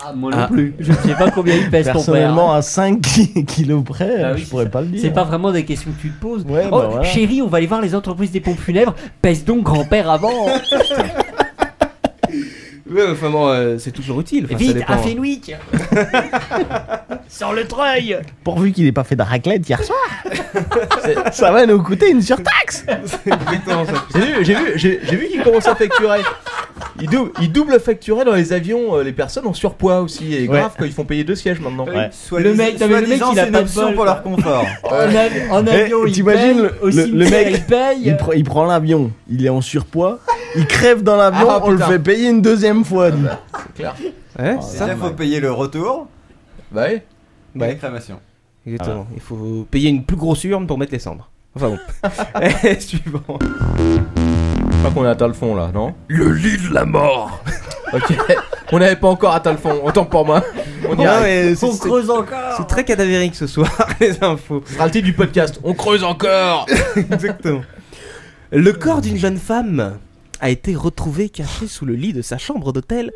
S7: Ah moi
S4: Ah.
S7: non plus. Je ne sais pas combien il pèse ton père. hein.
S5: Personnellement, à 5 ki- kilos près,
S7: Ah oui,
S5: je pourrais pas le dire.
S7: C'est pas vraiment des questions que tu te poses.
S5: Ouais, bah
S7: oh,
S5: voilà.
S7: chérie, on va aller voir les entreprises des pompes funèbres. Pèse donc grand-père avant.
S4: ouais, enfin, bon, euh, c'est toujours utile. Enfin, ça
S7: Vite,
S4: dépend.
S7: à Fenwick. Sors le treuil.
S5: Pourvu qu'il ait pas fait de raclette hier soir, ça va nous coûter une surtaxe.
S4: Exactement ça.
S13: J'ai vu, j'ai vu, j'ai j'ai vu qu'il commençait à facturer. Il, dou- il double facturait dans les avions euh, les personnes en surpoids aussi. Et grave, quoi, ils font payer deux sièges maintenant.
S5: Ouais.
S6: Soit
S7: Le mec- non, mais le mec,
S6: soi-disant,
S7: il a
S6: c'est
S7: pas
S6: une
S7: de
S6: option
S7: bol,
S6: pour
S7: quoi.
S6: leur confort.
S7: En, av- en
S5: Eh,
S7: avion, il
S5: t'imagines
S7: paye.
S5: le-
S7: Au
S5: le- le
S7: cimetière,
S5: mec-
S7: il paye.
S5: Il, pre- il prend l'avion, il est en surpoids, il crève dans l'avion,
S3: Ah,
S5: on le
S3: putain.
S5: fait payer une deuxième fois. lui.
S4: Ouais, c'est ça.
S6: Déjà, faut payer le retour
S3: Bah ouais.
S6: et
S4: Ouais.
S6: la crémation.
S4: Exactement.
S7: Ah.
S4: Il faut payer une plus grosse urne pour mettre les cendres. Enfin bon. Eh, Suivant.
S13: Je crois qu'on a atteint le fond là, non
S1: Le lit de la mort.
S13: Ok. On n'avait pas encore atteint le fond, autant pour moi. On y
S4: Non,
S13: arrive.
S4: mais c'est-
S7: On
S4: c'est-
S7: creuse encore.
S4: c'est très cadavérique ce soir, les infos.
S13: Ce sera le titre du podcast. On creuse encore
S4: Exactement. Le corps d'une jeune femme a été retrouvé caché sous le lit de sa chambre d'hôtel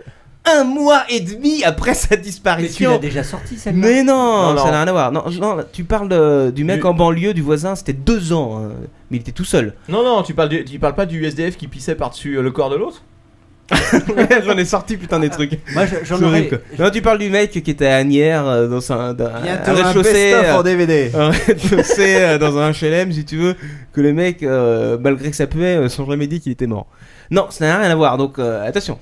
S4: un mois et demi après
S7: Mais tu
S4: sa
S7: l'as
S4: disparition.
S7: déjà sorti celle-là.
S4: Mais non,
S13: Non, non.
S4: ça n'a rien à voir. Non, non, tu parles de- du mec
S13: Du-
S4: en banlieue, du voisin, c'était deux ans. euh, mais il était tout seul.
S13: Non, non, tu parles, du- tu parles pas du SDF qui pissait par-dessus euh, le corps de l'autre
S4: J'en ai sorti putain des trucs.
S7: Moi, je- j'en
S4: C'est horrible,
S7: aurais-
S4: quoi. Non, tu parles du mec qui était à Agnières euh, dans un, dans un-
S7: Bientôt un
S4: un rez-de-chaussée.
S6: euh,
S4: euh,
S7: best-of en
S6: DVD.
S4: Un rez-de-chaussée euh, dans un HLM, si tu veux, que le mec, euh, malgré que ça puait, euh, sans jamais dit qu'il était mort. Non, ça n'a rien à voir, donc euh, attention.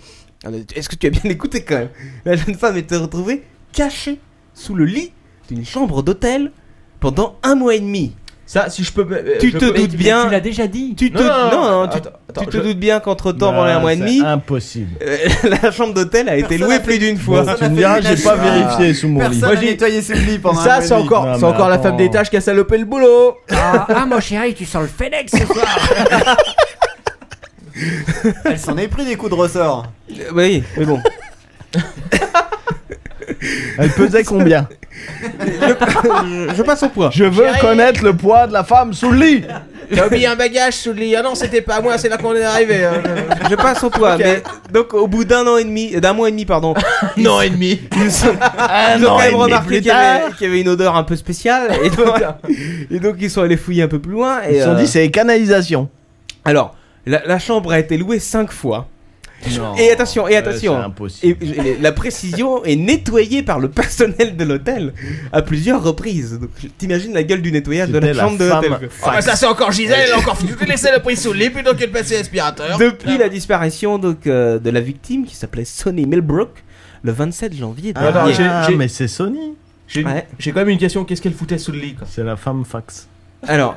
S4: Est-ce que tu as bien écouté quand même La jeune femme était retrouvée cachée sous le lit d'une chambre d'hôtel pendant un mois et demi.
S3: Ça, si je peux.
S4: tu
S13: euh,
S3: je
S4: te
S3: peux-
S4: doutes
S3: Mais-
S4: bien.
S3: mais tu l'as
S7: déjà dit.
S4: Tu te,
S3: Non, non,
S4: non, non, tu,
S3: attends,
S4: tu te
S3: je-
S4: doutes bien qu'entre temps,
S5: Non,
S4: pendant un mois et
S5: Ah, c'est
S4: demi.
S5: impossible.
S4: euh, la chambre d'hôtel a été louée plus d'une fois.
S5: Bon, tu me diras, j'ai pas vérifié sous mon lit.
S3: Moi, j'ai- Ça, c'est encore, c'est encore la femme d'étage qui a salopé le boulot.
S9: Ah, ah, mon chéri, tu sens le FedEx ce soir.
S6: Elle s'en est pris des coups de ressort.
S4: Euh, Oui, mais bon.
S5: Elle pesait combien
S4: je, passe au poids.
S5: Je veux
S9: Chérie.
S5: connaître le poids de la femme sous le lit.
S9: T'as oublié un bagage sous le lit. Ah non, c'était pas à moi, c'est là qu'on est arrivé. hein.
S4: Je passe au poids,
S9: Ok.
S4: mais donc au bout d'un an et demi, euh, d'un mois et demi, pardon. Un an et demi. Ils sont, ils ont
S9: an
S4: quand
S9: et
S4: même
S9: demi
S4: remarqué
S9: plus
S4: qu'il y, avait,
S9: tard.
S4: qu'il y avait une odeur un peu spéciale, et donc, et donc ils sont allés fouiller un peu plus loin. Et
S5: Ils se sont
S4: euh,
S5: dit, c'est les canalisations.
S4: Alors, la, la chambre a été louée cinq fois.
S5: Non.
S4: et attention, et
S5: Euh,
S4: attention.
S5: c'est impossible.
S4: Et- et la précision est nettoyée par le personnel de l'hôtel à plusieurs reprises. Donc, T'imagines la gueule du nettoyage de la
S5: C'était la
S4: chambre de
S5: femme
S4: l'hôtel.
S9: Ah bah ça c'est encore Gisèle, elle a encore foutu laisser le prix sous le lit plutôt que de passer l'aspirateur.
S4: Depuis la disparition donc, euh, de la victime qui s'appelait Sonny Millbrook le 27 janvier
S5: Ah,
S4: dernier.
S5: j'ai- mais c'est Sony.
S3: J'ai
S4: Ouais.
S3: j'ai quand même une question. Qu'est-ce qu'elle foutait sous le lit quoi
S5: C'est la femme fax.
S4: Alors,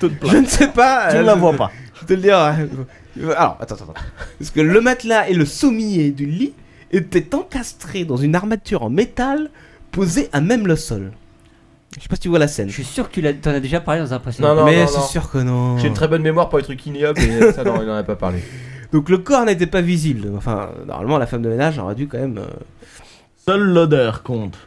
S5: plein.
S4: je ne sais pas.
S5: Tu ne
S4: euh,
S5: la
S4: je-
S5: vois pas.
S4: Je vais te le dire. euh, Alors, attends, attends. attends. Parce que le matelas et le sommier du lit étaient encastrés dans une armature en métal posée à même le sol. Je sais pas si tu vois la scène.
S7: Je suis sûr que tu l'as- t'en as déjà parlé dans un précédent.
S3: Non, non,
S4: Mais
S3: non,
S4: c'est
S3: non.
S4: sûr que non.
S5: Oh.
S3: J'ai une très bonne mémoire pour les trucs ignobles et ça, non, il n'en a pas parlé.
S4: Donc le corps n'était pas visible. Enfin, normalement, la femme de ménage aurait dû quand même. euh,
S5: Seule l'odeur compte.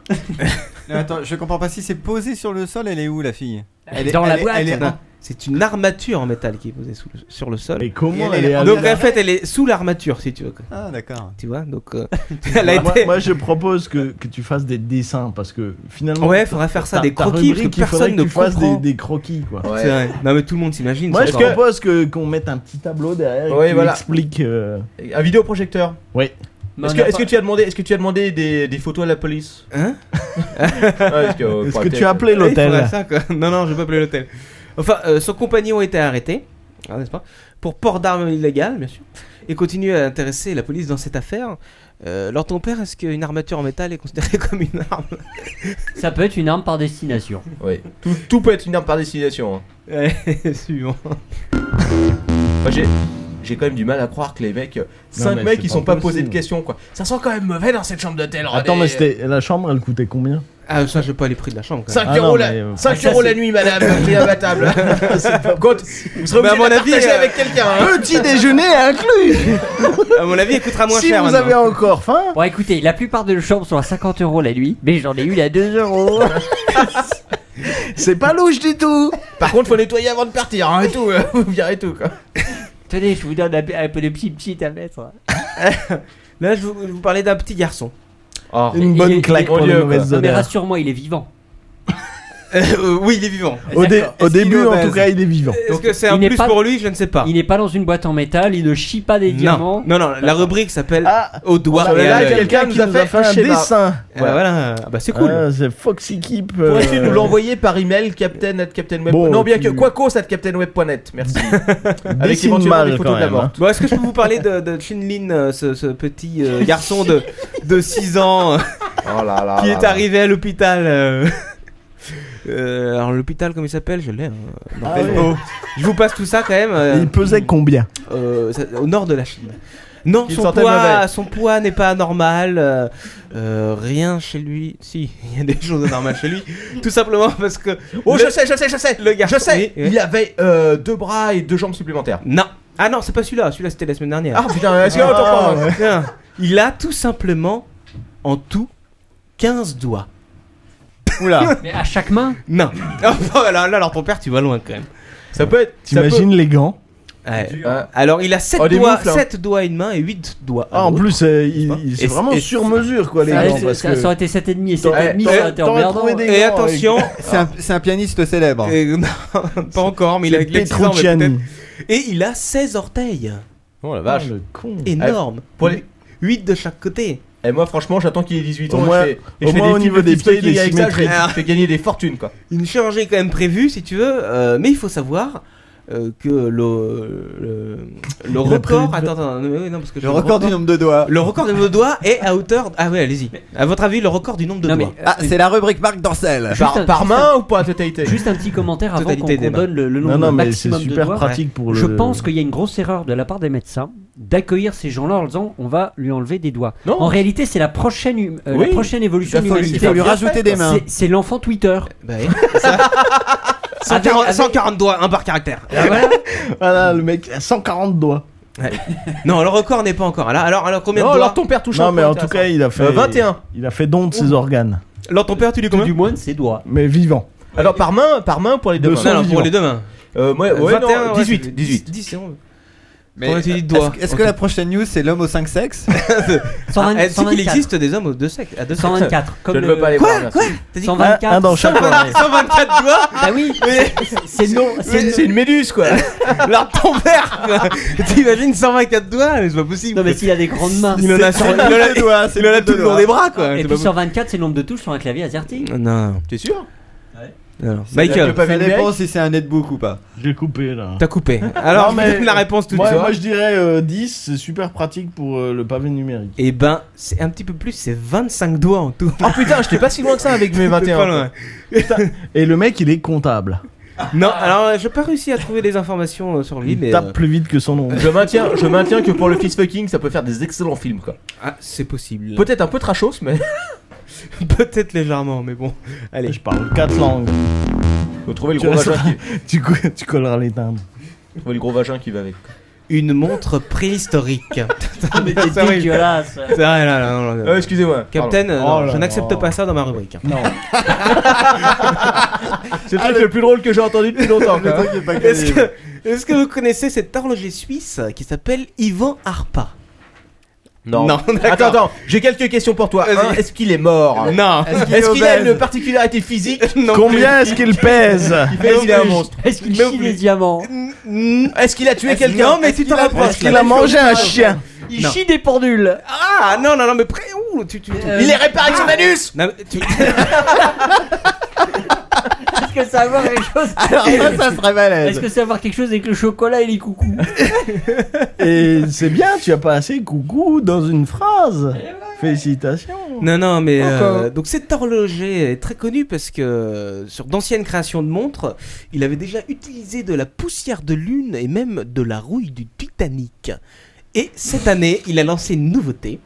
S6: Non, attends, je comprends pas. Si c'est posé sur le sol, elle est où la fille Elle est
S7: Dans la
S6: elle est-
S7: boîte.
S6: elle est-
S4: Non, C'est une armature en métal qui est posée sous le- sur le sol.
S5: Et comment
S6: Et elle
S5: elle,
S6: est
S5: est
S4: Donc
S5: allée-
S4: en fait, elle est sous l'armature, si tu veux. quoi.
S6: Ah d'accord.
S4: Tu vois, donc euh, elle a été.
S5: moi, moi, je propose que, que tu fasses des dessins parce que finalement.
S4: Ouais, faudrait faire ça,
S5: ta-
S4: des
S5: ta
S4: croquis,
S5: rubrique,
S4: parce que
S5: il faudrait
S4: personne ne
S5: tu fasses
S4: comprend.
S5: des, des croquis quoi.
S3: Ouais.
S4: C'est vrai. Non mais tout le monde s'imagine.
S5: Moi,
S4: ça,
S5: je
S4: genre.
S5: propose que qu'on mette un petit tableau derrière
S3: Ouais,
S5: et que
S3: voilà.
S5: explique. euh,
S3: Un vidéoprojecteur.
S5: Ouais.
S3: Est-ce que, est-ce que tu as demandé, est-ce que tu as demandé des, des photos à la police
S4: Hein
S3: Est-ce que, euh, faudrait
S5: Est-ce que tu as
S3: peut-être-
S5: appelé
S4: Ouais, il faudrait
S5: l'hôtel
S4: ça, quoi. Non, non, je vais pas appeler l'hôtel. Enfin, euh, son compagnon a été arrêté, hein, n'est-ce pas Pour port d'armes illégales, bien sûr, et continue à intéresser la police dans cette affaire. Euh, alors ton père, est-ce qu'une armature en métal est considérée comme une arme
S7: Ça peut être une arme par destination.
S3: Ouais. Tout, tout peut être une arme par destination. hein.
S4: Ouais, Suivant.
S3: Moi, j'ai, j'ai quand même du mal à croire que les mecs, 5
S5: mais
S3: mecs,
S5: c'est
S3: ils
S5: pas
S3: sont pas
S5: possible.
S3: posés de questions quoi.
S9: Ça sent quand même mauvais dans cette chambre d'hôtel.
S5: Attends, mais c'était la chambre, elle coûtait combien
S4: Ah ça, je sais pas les prix de la chambre. Quand même.
S9: 5
S5: Ah non,
S9: euros, la...
S5: mais, euh,
S9: cinq
S7: ah, ça,
S9: euros la
S7: c'est-
S9: nuit, madame, prix abattable. Quand- Vous serez
S4: Mais
S9: obligé
S4: à
S9: de
S4: mon
S9: la
S4: avis,
S9: partager
S4: euh,
S9: avec quelqu'un. hein.
S5: Petit déjeuner inclus.
S4: À mon avis, elle coûtera moins
S5: si
S4: cher.
S5: vous
S4: maintenant.
S5: avez encore faim.
S7: Bon, écoutez, la plupart des chambres sont à 50 euros la nuit, mais j'en ai une à 2 euros.
S5: C'est pas louche du tout.
S9: Par contre, faut nettoyer avant de partir, hein, et tout. euh, Vous virez tout, quoi.
S7: Tenez, je vous donne un, un peu de petit petit à mettre.
S4: Là, je vous, je vous parlais d'un petit garçon.
S3: Ah.
S7: Il
S5: Une
S7: est-
S5: bonne claque
S7: il est-
S5: pour
S3: il est-
S5: les mauvaises
S7: Non, mais
S5: odeurs.
S7: rassure-moi, il est vivant.
S4: Euh, euh, oui, il est vivant.
S5: Au, dé-
S6: D'accord.
S5: au
S6: Est-ce qu'il
S5: début,
S6: est
S5: en
S6: obèse
S5: tout cas, il est vivant.
S4: Est-ce que c'est
S7: il
S4: un
S7: n'est
S4: plus
S7: pas-
S4: pour lui Je ne sais pas.
S7: Il n'est pas dans une boîte en métal, il ne chie pas des diaments.
S4: non, non, non, la rubrique s'appelle Au doigt
S5: Voilà,
S4: et à
S5: là,
S4: l'œil.
S5: quelqu'un qui nous euh, a fait un dessin.
S4: Ah, Voilà, Ah, bah c'est cool.
S5: Ah, c'est Foxy Keep. euh,
S3: Pourrais-tu nous l'envoyer par email, captain at captainweb
S5: Bon,
S3: Non, bien
S5: tu-
S3: que quacos at captainweb.net, merci. Avec
S5: dessine
S3: éventuellement
S5: mal
S3: des photos
S5: quand
S3: de la
S5: même, hein.
S3: morte.
S4: Bon, est-ce que je peux vous parler de, de Chinlin, euh, ce, ce petit euh, garçon de, de 6 ans euh,
S3: Oh là là.
S4: qui
S3: là
S4: est
S3: là.
S4: arrivé à l'hôpital euh, euh, Alors, l'hôpital, comme il s'appelle Je l'ai. hein, dans
S5: Ah
S4: quel
S5: ouais.
S4: mot Je vous passe tout ça quand même. euh,
S5: Il pesait combien
S4: euh, ça- au nord de la Chine. Non,
S3: Il
S4: son
S3: sentait
S4: poids,
S3: mauvais.
S4: son poids n'est pas anormal. euh, euh, rien chez lui. Si, il y a des choses anormales chez lui. Tout simplement parce que.
S3: Oh,
S4: le-
S3: je sais, je sais, je sais.
S4: le garçon.
S3: Je sais,
S4: Oui, oui.
S3: il avait euh, deux bras et deux jambes supplémentaires.
S4: Non. Ah non, c'est pas celui-là. Celui-là, c'était la semaine dernière.
S3: Ah putain, est-ce que attends,
S5: Ah,
S3: attends,
S5: ouais.
S4: Tiens, il a tout simplement, en tout, 15 doigts.
S6: Oula.
S7: Mais à chaque main
S4: Non. Ah, bah, là, là, alors ton père, tu vas loin quand même.
S3: Ça peut être. ça peut-
S5: T'imagines les gants
S4: Ouais.
S3: Dur.
S4: Euh, Alors, il a 7
S3: Oh, des
S4: doigts,
S3: moufles, hein.
S4: sept doigts à une main et 8 doigts. à
S5: Ah, En
S4: l'autre.
S5: plus, euh, il- il-
S4: Et-
S5: c'est vraiment
S4: et-
S5: sur mesure quoi les
S7: ça,
S5: gants.
S7: ça-
S5: parce
S7: ça- ça
S5: que-
S7: aurait été 7,5 et
S5: T'aurais-
S7: 7,5, ça aurait été
S5: t'aurais
S7: emmerdant.
S5: trouvé des-
S4: Et
S5: gants avec-
S4: attention,
S6: C'est un, c'est un pianiste célèbre.
S4: euh, non, pas encore, mais il a
S5: C'est
S4: avec les 10 ans, mais
S5: Petrucciani.
S4: peut-être. Et il a 16 orteils.
S3: Oh la vache.
S5: Ah, le con.
S4: Énorme.
S3: Eh, pour les-
S4: 8 de chaque côté.
S3: Et moi, franchement, j'attends qu'il ait 18 ans.
S4: Au
S3: et
S4: moins-
S3: je fais, et
S4: au
S3: je fais
S4: moins au
S3: films
S4: niveau
S3: de
S4: des
S3: speed
S4: pieds,
S3: skating avec ça, je fais-
S4: symétries.
S3: je fais gagner des fortunes, quoi.
S4: Une chirurgie est quand même prévue, si tu veux, euh, mais il faut savoir euh, que le, le, le
S8: Il a
S4: record.
S8: prévu-
S4: Attends, attends, non, mais oui, non, parce que
S8: Le record du nombre de doigts.
S4: Le record du nombre de doigts est à hauteur. Ah oui, allez-y. À votre avis, le record du nombre de
S7: Non,
S4: doigts
S7: mais, Ah, c'est
S6: la rubrique Marc Dorcel.
S7: Juste un- juste un-
S3: ou pas totalité
S7: Juste un petit commentaire avant
S4: Totalité
S7: qu'on qu'on
S4: débat.
S7: donne le, le
S4: Non,
S7: nombre
S4: non, mais
S7: maximum
S4: c'est
S7: de
S4: super
S7: doigts.
S4: pratique pour
S7: Je
S4: le-
S7: pense qu'il y a une grosse erreur de la part des médecins d'accueillir ces gens-là en disant on va lui enlever des doigts.
S3: Non.
S7: En réalité, c'est la prochaine hum- euh, la
S3: Oui.
S7: prochaine évolution
S3: Il
S7: de
S3: faut lui-
S7: l'humanité.
S3: il faut lui rajouter des mains.
S7: C'est- C'est l'enfant Twitter.
S4: Bah
S7: Avec-
S4: 140,
S7: avec-
S4: 140 doigts, un par caractère.
S5: Ah, Voilà, le mec a 140 doigts.
S4: Ouais. non, le record n'est pas encore là. Alors, alors combien
S5: Non,
S4: de doigts
S5: alors ton père touche un
S4: Non,
S5: Non, mais point en tout intéressant. cas, il a fait-
S4: Euh, 21.
S5: Il a fait don de ses organes.
S4: Alors, ton père, tu lui combien
S7: Du moins de ses doigts.
S5: Mais vivant.
S3: Alors, par main, par main pour les deux
S5: De
S3: mains.
S5: son Non, non, pour vivant.
S4: les deux mains.
S3: Euh, ouais,
S4: Euh,
S3: ouais,
S4: 21,
S3: non,
S4: ouais,
S3: 18,
S4: c'est-
S3: 18.
S4: 10, c'est bon.
S6: Mais
S4: Combien tu dis de doigts
S6: Est-ce, est-ce que la prochaine news c'est l'homme aux 5 sexes
S4: Ah, eh, tu sais qu'il existe des hommes aux deux sexes. À deux sexes.
S6: 124,
S4: Je
S6: comme
S4: ne
S6: le-
S4: veux pas les
S6: Quoi
S4: voir, merci.
S6: Quoi
S4: T'as dit
S6: 124, Un dans chaque
S4: 124, 124 doigts
S7: Ah, Bah oui, c'est
S3: C'est c'est une méduse, quoi.
S4: Alors ton père quoi. T'imagines 124 doigts Mais c'est pas possible
S7: Non, mais s'il a des grandes mains.
S4: Il en a sur- il en a- il en a tout le long des bras quoi
S7: Et
S4: C'est
S7: puis
S4: pas
S7: 124, c'est le nombre de touches sur un clavier AZERTY.
S4: Non.
S3: T'es sûr
S4: possible. Alors,
S6: Ça
S4: Michael
S6: dépend si c'est un netbook ou pas.
S5: J'ai coupé là.
S4: T'as coupé. Alors, je vous donne la réponse tout de
S5: moi,
S4: suite.
S5: Moi je dirais euh, 10, c'est super pratique pour euh, le pavé numérique.
S4: Et ben c'est un petit peu plus C'est 25 doigts en tout
S3: Oh putain j'étais pas si loin que ça avec mes 21
S4: Pas loin.
S5: Et le mec il est comptable.
S4: Non alors j'ai pas réussi à trouver des informations euh, sur lui
S5: Il
S4: mais
S5: tape
S4: euh,
S5: plus vite que son nom.
S3: Je maintiens, je maintiens que pour le fist fucking, ça peut faire des excellents films, quoi.
S4: Ah, c'est possible.
S3: Peut-être un peu trashos, mais.
S4: Peut-être légèrement mais bon Allez
S5: Je parle 4 langues.
S3: Faut trouver le
S5: Tu
S3: gros
S5: restes-
S3: vagin qui.
S5: tu, cou- tu colleras les timbres.
S3: faut trouver le gros vagin qui va avec.
S4: Une montre préhistorique
S7: mais
S4: Ah, C'est
S7: t'es
S4: vrai.
S7: dégueulasse.
S4: C'est vrai, là, là, non, non, non.
S3: Euh, excusez-moi.
S4: Captain,
S3: Pardon.
S4: euh, non,
S3: Oh là
S4: je n'accepte
S3: là.
S4: pas ça dans ma rubrique.
S5: Non.
S3: C'est le truc le plus drôle que j'ai entendu depuis longtemps, quoi.
S4: Est-ce que, est-ce que vous connaissez cet horloger suisse qui s'appelle Ivan Harpa
S3: Non.
S4: Non, d'accord.
S3: attends, attends, j'ai quelques questions pour toi. Un,
S4: Vas-y.
S3: Est-ce qu'il est mort
S4: Non.
S3: Est-ce qu'il,
S4: Est-ce qu'il
S3: a
S4: obèse
S3: une particularité physique
S4: Non
S5: Combien est-ce qu'il pèse
S3: Il fait, il est un monstre.
S7: Est-ce qu'il chie des diamants
S4: Mm,
S3: Est-ce qu'il a tué quelqu'un
S4: Non, mais tu t'en rapproches.
S5: Est-ce qu'il a mangé un chien
S7: Il
S4: Non.
S7: chie des pendules.
S4: Ah non, non, non, mais près. Ouh, tu, tu, tu-
S6: Euh.
S3: Il est réparé avec son anus
S4: Non, mais tu-
S7: Est-ce que ça a à voir quelque chose
S4: Ah,
S6: Alors ça, ça serait
S7: Est-ce
S6: malaise.
S7: que ça a à voir quelque chose avec le chocolat et les coucous
S5: Et c'est bien, tu as passé coucou dans une phrase. Félicitations.
S4: Non, non, mais euh,
S5: Encore.
S4: donc cet horloger est très connu parce que euh, sur d'anciennes créations de montres, il avait déjà utilisé de la poussière de lune et même de la rouille du Titanic. Et cette année, il a lancé une nouveauté.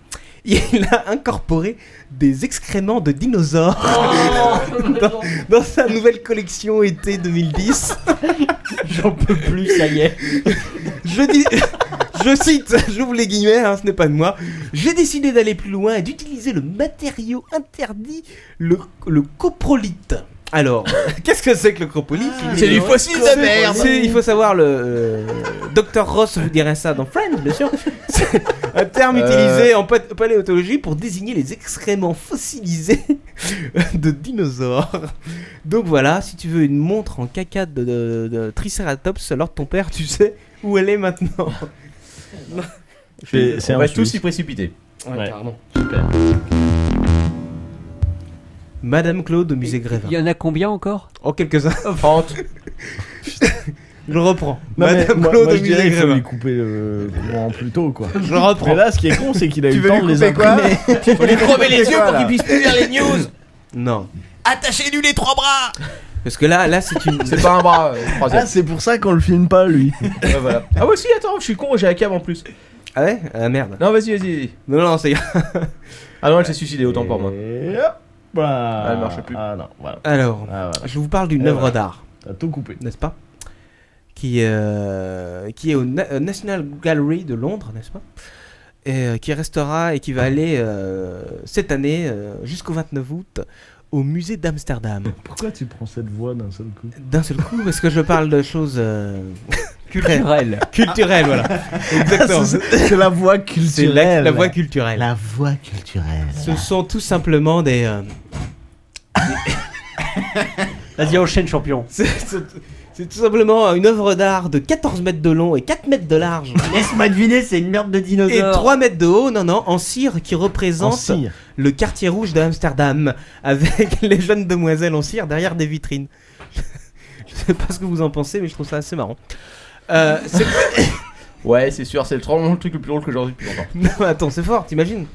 S4: Il a incorporé des excréments de dinosaures
S7: Oh.
S4: dans, dans sa nouvelle collection été 2010.
S7: J'en peux plus, ça y est.
S4: Je dis, je cite, j'ouvre les guillemets, hein, ce n'est pas de moi. J'ai décidé d'aller plus loin et d'utiliser le matériau interdit, le, le coprolite. Alors, qu'est-ce que c'est que le coprolite
S3: C'est du fossile de merde.
S4: C'est- Il faut savoir le euh, Dr Ross vous dirait ça dans Friends, bien sûr. C'est un terme
S3: Euh.
S4: utilisé en pa- paléontologie pour désigner les excréments fossilisés de dinosaures. Donc voilà, si tu veux une montre en caca de, de- de Triceratops, alors ton père, tu sais où elle est maintenant.
S5: C'est- c'est
S3: On
S5: en
S3: va
S5: Suisse.
S3: tous s'y précipiter.
S4: Ouais, carrément. Madame Claude au musée Grévin.
S7: Il y en a combien encore
S4: Oh, quelques-uns.
S3: 30.
S4: Je le reprends.
S5: Non, mais
S4: Madame
S5: moi,
S4: Claude
S5: moi,
S4: au
S5: je dirais
S4: musée
S5: qu'il faut
S4: Grévin.
S5: lui couper le courant plus tôt, quoi.
S4: Je le reprends.
S5: Mais là, ce qui est con, c'est qu'il a eu
S6: Tu
S5: le
S6: veux
S5: temps
S6: lui
S5: de les
S6: couper quoi
S5: imprimer.
S3: Faut lui crever les yeux pour
S6: là
S3: qu'il puisse plus lire les news.
S4: Non.
S3: Attachez-lui les trois bras.
S4: Parce que là, là c'est une.
S3: C'est pas un bras, euh,
S5: Ah,
S3: troisième.
S5: c'est pour ça qu'on le filme pas, lui.
S3: Ouais, voilà. Ah ouais, si, attends, je suis con, j'ai la cave en plus.
S4: Ah ouais Ah merde.
S3: Non, vas-y, vas-y. vas-y.
S4: Non, non, c'est.
S3: Ah non, elle s'est suicidée, autant pour moi.
S5: Et hop là.
S3: Ah, elle marche plus.
S5: Ah non, voilà.
S4: Alors,
S5: Ah, voilà.
S4: je vous parle d'une
S5: Eh
S4: œuvre
S5: ouais.
S4: d'art,
S5: T'as tout coupé.
S4: n'est-ce pas qui, euh, qui est au Na- euh, National Gallery de Londres, n'est-ce pas Et euh, qui restera et qui va aller euh, cette année euh, jusqu'au 29 août au musée d'Amsterdam.
S5: Pourquoi tu prends cette voix d'un seul coup
S4: D'un seul coup, parce que je parle de choses euh,
S7: Culturel.
S4: culturelles, voilà. Exactement.
S5: C'est la voix
S4: C'est
S5: culturelle.
S4: la, la voie culturelle.
S5: La voix culturelle.
S4: Ce sont tout simplement des. euh, Ah.
S7: Vas-y, enchaîne, champion.
S4: Ce, ce- C'est tout simplement une œuvre d'art de 14 mètres de long et 4 mètres de large.
S7: Laisse-moi deviner, c'est une merde de dinosaure.
S4: Et 3 mètres de haut, non, non, en cire qui représente
S7: cire.
S4: le quartier rouge d'Amsterdam avec les jeunes demoiselles en cire derrière des vitrines. Je sais pas ce que vous en pensez, mais je trouve ça assez marrant. Euh, c'est-
S3: Ouais, c'est sûr, c'est le, tr- le truc le plus drôle que j'ai entendu depuis longtemps.
S4: non, attends, c'est fort, t'imagines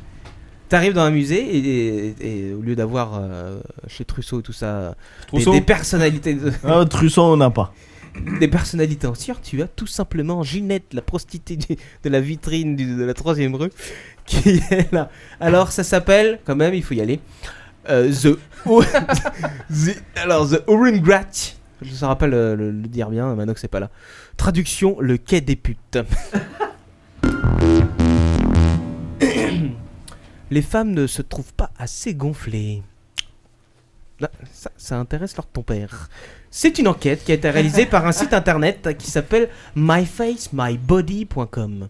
S4: T'arrives dans un musée et, et- et au lieu d'avoir euh, chez Trousseau et tout ça, des,
S5: Trousseau
S4: des personnalités. de-
S5: Ah, Trusson, on n'a pas.
S4: des personnalités entières, tu as tout simplement Ginette, la prostituée du- de la vitrine du- de la troisième rue, qui est là. Alors ça s'appelle, quand même, il faut y aller. euh, the, O- The- alors The Orangrat. Je ne saurais pas le, le- le dire bien, Manox c'est pas là. Traduction le quai des putes. Les femmes ne se trouvent pas assez gonflées. Là, ça, ça intéresse leur ton père. C'est une enquête qui a été réalisée par un site internet qui s'appelle myfacemybody.com.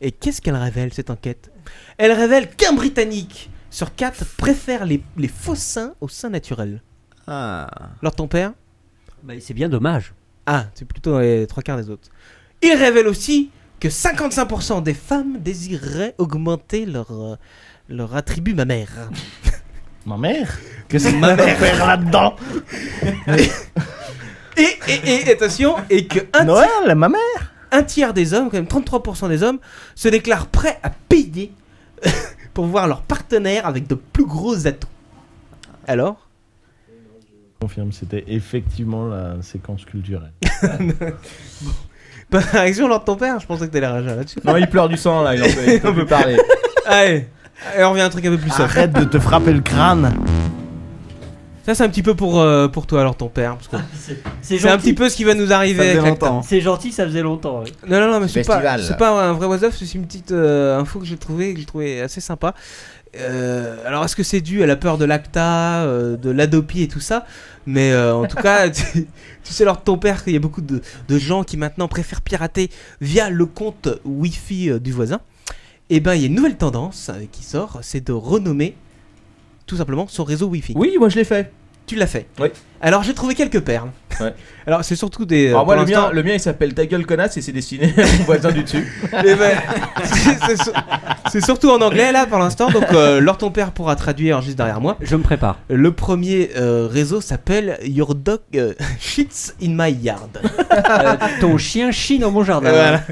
S4: Et qu'est-ce qu'elle révèle cette enquête Elle révèle qu'un Britannique sur quatre préfère les, les faux seins aux seins naturels.
S6: Ah,
S4: Alors ton père Bah, C'est bien dommage. Ah, c'est plutôt dans les trois quarts des autres. Il révèle aussi que 55% des femmes désireraient augmenter leur, euh, leur attribut mammaire.
S5: Ma mère
S4: Qu'est-ce que
S5: ma
S4: ma
S5: mère
S4: mère
S5: faire là-dedans
S4: Et, et, et attention, et que un Noël, ma mère Un tiers des hommes, quand même 33% des hommes, se déclarent prêts à payer pour voir leur partenaire avec de plus gros atouts. Alors
S5: Confirme, c'était effectivement la séquence culturelle.
S4: Par réaction lors de ton père, je pensais que t'allais réagir là-dessus.
S3: Non, il pleure du sang là, il en peut, il en peut parler.
S4: Allez, allez, on revient à un truc un peu plus soft.
S5: Arrête de te frapper le crâne
S4: Ça, c'est un petit peu pour, euh, pour toi, alors ton père. parce que
S7: C'est
S4: c'est un
S7: gentil.
S4: petit peu ce qui va nous arriver. avec la-
S7: C'est gentil, ça faisait longtemps. ouais.
S4: Non, non, non, mais c'est pas,
S7: Festival.
S4: c'est pas un vrai was Up, c'est une petite euh, info que j'ai trouvée, que j'ai trouvé assez sympa. Euh, alors, est-ce que c'est dû à la peur de l'acta, euh, de l'adopie et tout ça Mais euh, en tout cas, tu, tu sais, lors de ton père, qu'il y a beaucoup de, de gens qui maintenant préfèrent pirater via le compte Wi-Fi euh, du voisin. Et ben, il y a une nouvelle tendance euh, qui sort, c'est de renommer tout simplement son réseau Wi-Fi.
S3: Oui, moi je l'ai fait.
S4: Tu l'as fait
S3: Oui.
S4: Alors, j'ai trouvé quelques perles.
S3: Ouais.
S4: Alors, c'est surtout des. euh,
S3: Alors moi
S4: pour
S3: le mien,
S4: l'instant-
S3: le mien il s'appelle Ta gueule connasse et c'est destiné à mon voisin du dessus.
S4: Eh ben, c'est- c'est sur- c'est surtout en anglais là pour l'instant, donc euh, Lord ton père pourra traduire juste derrière moi.
S7: Je me prépare.
S4: Le premier euh, réseau s'appelle Your Dog euh, Shits in My Yard.
S5: Ah,
S7: Euh, ton chien chie dans mon jardin.
S4: Voilà.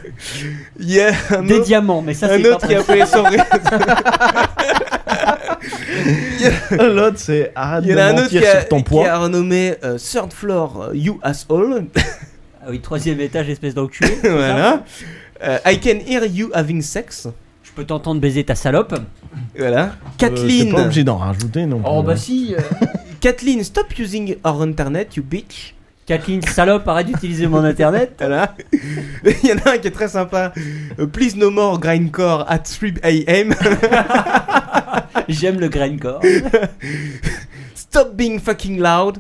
S4: Il y a un
S7: Des
S4: autre-
S7: diamants, mais ça
S4: un
S7: c'est pas
S4: autre qui a
S7: possible.
S4: appelé son réseau.
S5: L'autre, c'est arrête
S4: Il y
S5: de
S4: en a un autre
S5: mentir
S4: qui a,
S5: sur ton
S4: qui
S5: poids.
S4: a renommé euh, Third Floor euh, You Asshole.
S7: Ah oui, troisième étage, espèce d'enculé. c'est ça
S4: voilà. Euh, I can hear you having sex.
S7: Je peux t'entendre baiser ta salope.
S4: Voilà.
S5: Euh,
S4: Kathleen.
S5: T'es pas obligé d'en rajouter non plus. hein.
S7: si.
S4: Kathleen, stop using our internet, you bitch.
S7: Kathleen, salope, arrête d'utiliser mon internet.
S4: Voilà. Il y en a un qui est très sympa. Euh, Please no more grindcore at 3 a.m.
S7: J'aime le grindcore.
S4: Stop being fucking loud.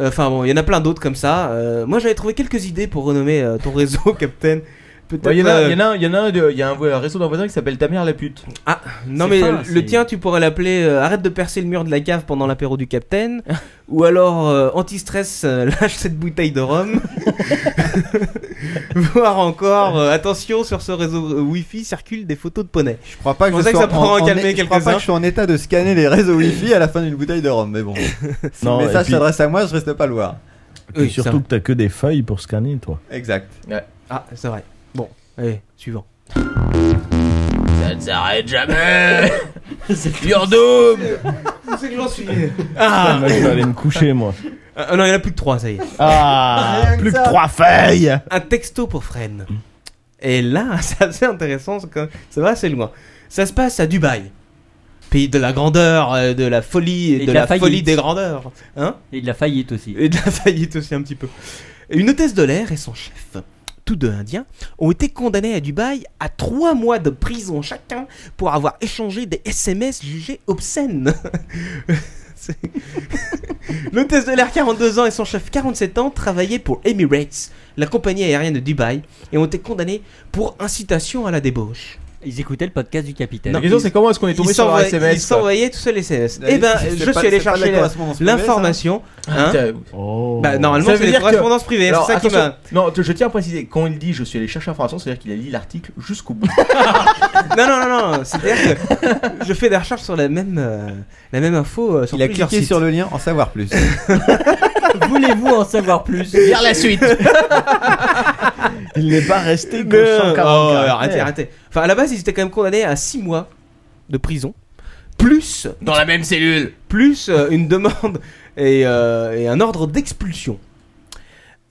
S4: Euh, Enfin bon, il y en a plein d'autres comme ça. Euh, moi j'avais trouvé quelques idées pour renommer euh, ton réseau, Captain. Peut-être.
S3: Ouais, Il y en a-
S4: euh,
S3: il y en a un- il y en a un de- il y a un un réseau d'un voisin qui s'appelle Ta mère la pute.
S4: Ah Non mais le- le tien tu pourrais l'appeler euh, arrête de percer le mur de la cave pendant l'apéro du capitaine ou alors euh, anti-stress euh, lâche cette bouteille de rhum voire encore euh, attention sur ce réseau euh, wifi circulent des photos de poney.
S6: Je crois pas que je,
S4: pensais que
S6: sois
S4: ça pourrait en,
S6: est-
S4: calmer
S6: je crois pas que
S4: quelques-uns.
S6: je suis en état de scanner les réseaux Wi-Fi à la fin d'une bouteille de rhum, mais bon. si
S5: Non,
S6: le
S5: et
S6: message
S5: puis-
S6: s'adresse à moi, je reste pas le voir.
S5: Et
S4: Oui, ça
S5: surtout
S4: va.
S5: que t'as que des feuilles pour scanner, toi.
S6: Exact.
S4: Ah c'est vrai. Bon, allez, suivant.
S3: Ça ne s'arrête jamais Pure Doom
S4: Où c'est que j'en suis
S5: Ah,
S4: Ah
S5: moi, je vais aller me coucher, moi.
S4: Ah, Non, il y en a plus que 3, ça y est.
S5: Ah, Rien que plus que ça. trois feuilles.
S4: Un texto pour Fren. Et là, c'est assez intéressant, c'est quand- ça va assez loin. Ça se passe à Dubaï. Pays de la grandeur, euh, de la folie, et de, la,
S7: faillite.
S4: folie des grandeurs. Hein
S7: Et de la faillite aussi.
S4: Et de la faillite aussi un petit peu. Une hôtesse de l'air et son chef, tous deux indiens, ont été condamnés à Dubaï à trois mois de prison chacun pour avoir échangé des SMS jugés obscènes. C'est- L'hôtesse de l'air 42 ans et son chef 47 ans travaillaient pour Emirates, la compagnie aérienne de Dubaï, et ont été condamnés pour incitation à la débauche.
S7: Ils écoutaient le podcast du capitaine.
S3: La question, c'est comment est-ce qu'on est tombé sur leur SMS,
S4: Ils
S3: quoi.
S4: s'envoyaient tout seul SMS.
S3: La
S4: Eh ben,
S3: liste, c'est
S4: je
S3: pas-
S4: suis allé
S3: c'est pas de la
S4: chercher la-
S3: correspondance privée,
S4: l'information.
S3: ça
S4: hein.
S3: Ah, t'as-
S5: Oh.
S4: Bah, normalement,
S3: Ça veut
S4: c'est les
S3: dire que-
S4: correspondances privées.
S3: Alors,
S4: C'est ça qui
S3: attention.
S4: m'a.
S3: Non, je tiens à préciser, quand il dit je suis allé chercher l'information, c'est-à-dire qu'il a lu l'article jusqu'au bout.
S4: Non, non, non, non. C'est-à-dire que je fais des recherches sur la même, euh, la même info. euh, sur
S6: Il a
S4: plusieurs
S6: cliqué
S4: sites.
S6: sur le lien en savoir plus.
S7: Voulez-vous en savoir plus
S4: Vers la suite.
S5: Il n'est pas resté que
S4: Non.
S5: 140
S4: Oh,
S5: caractères.
S4: arrêtez, arrêtez. Enfin, à la base, ils étaient quand même condamnés à 6 mois de prison, plus
S3: Dans la même cellule.
S4: plus euh, une demande et, euh, et un ordre d'expulsion.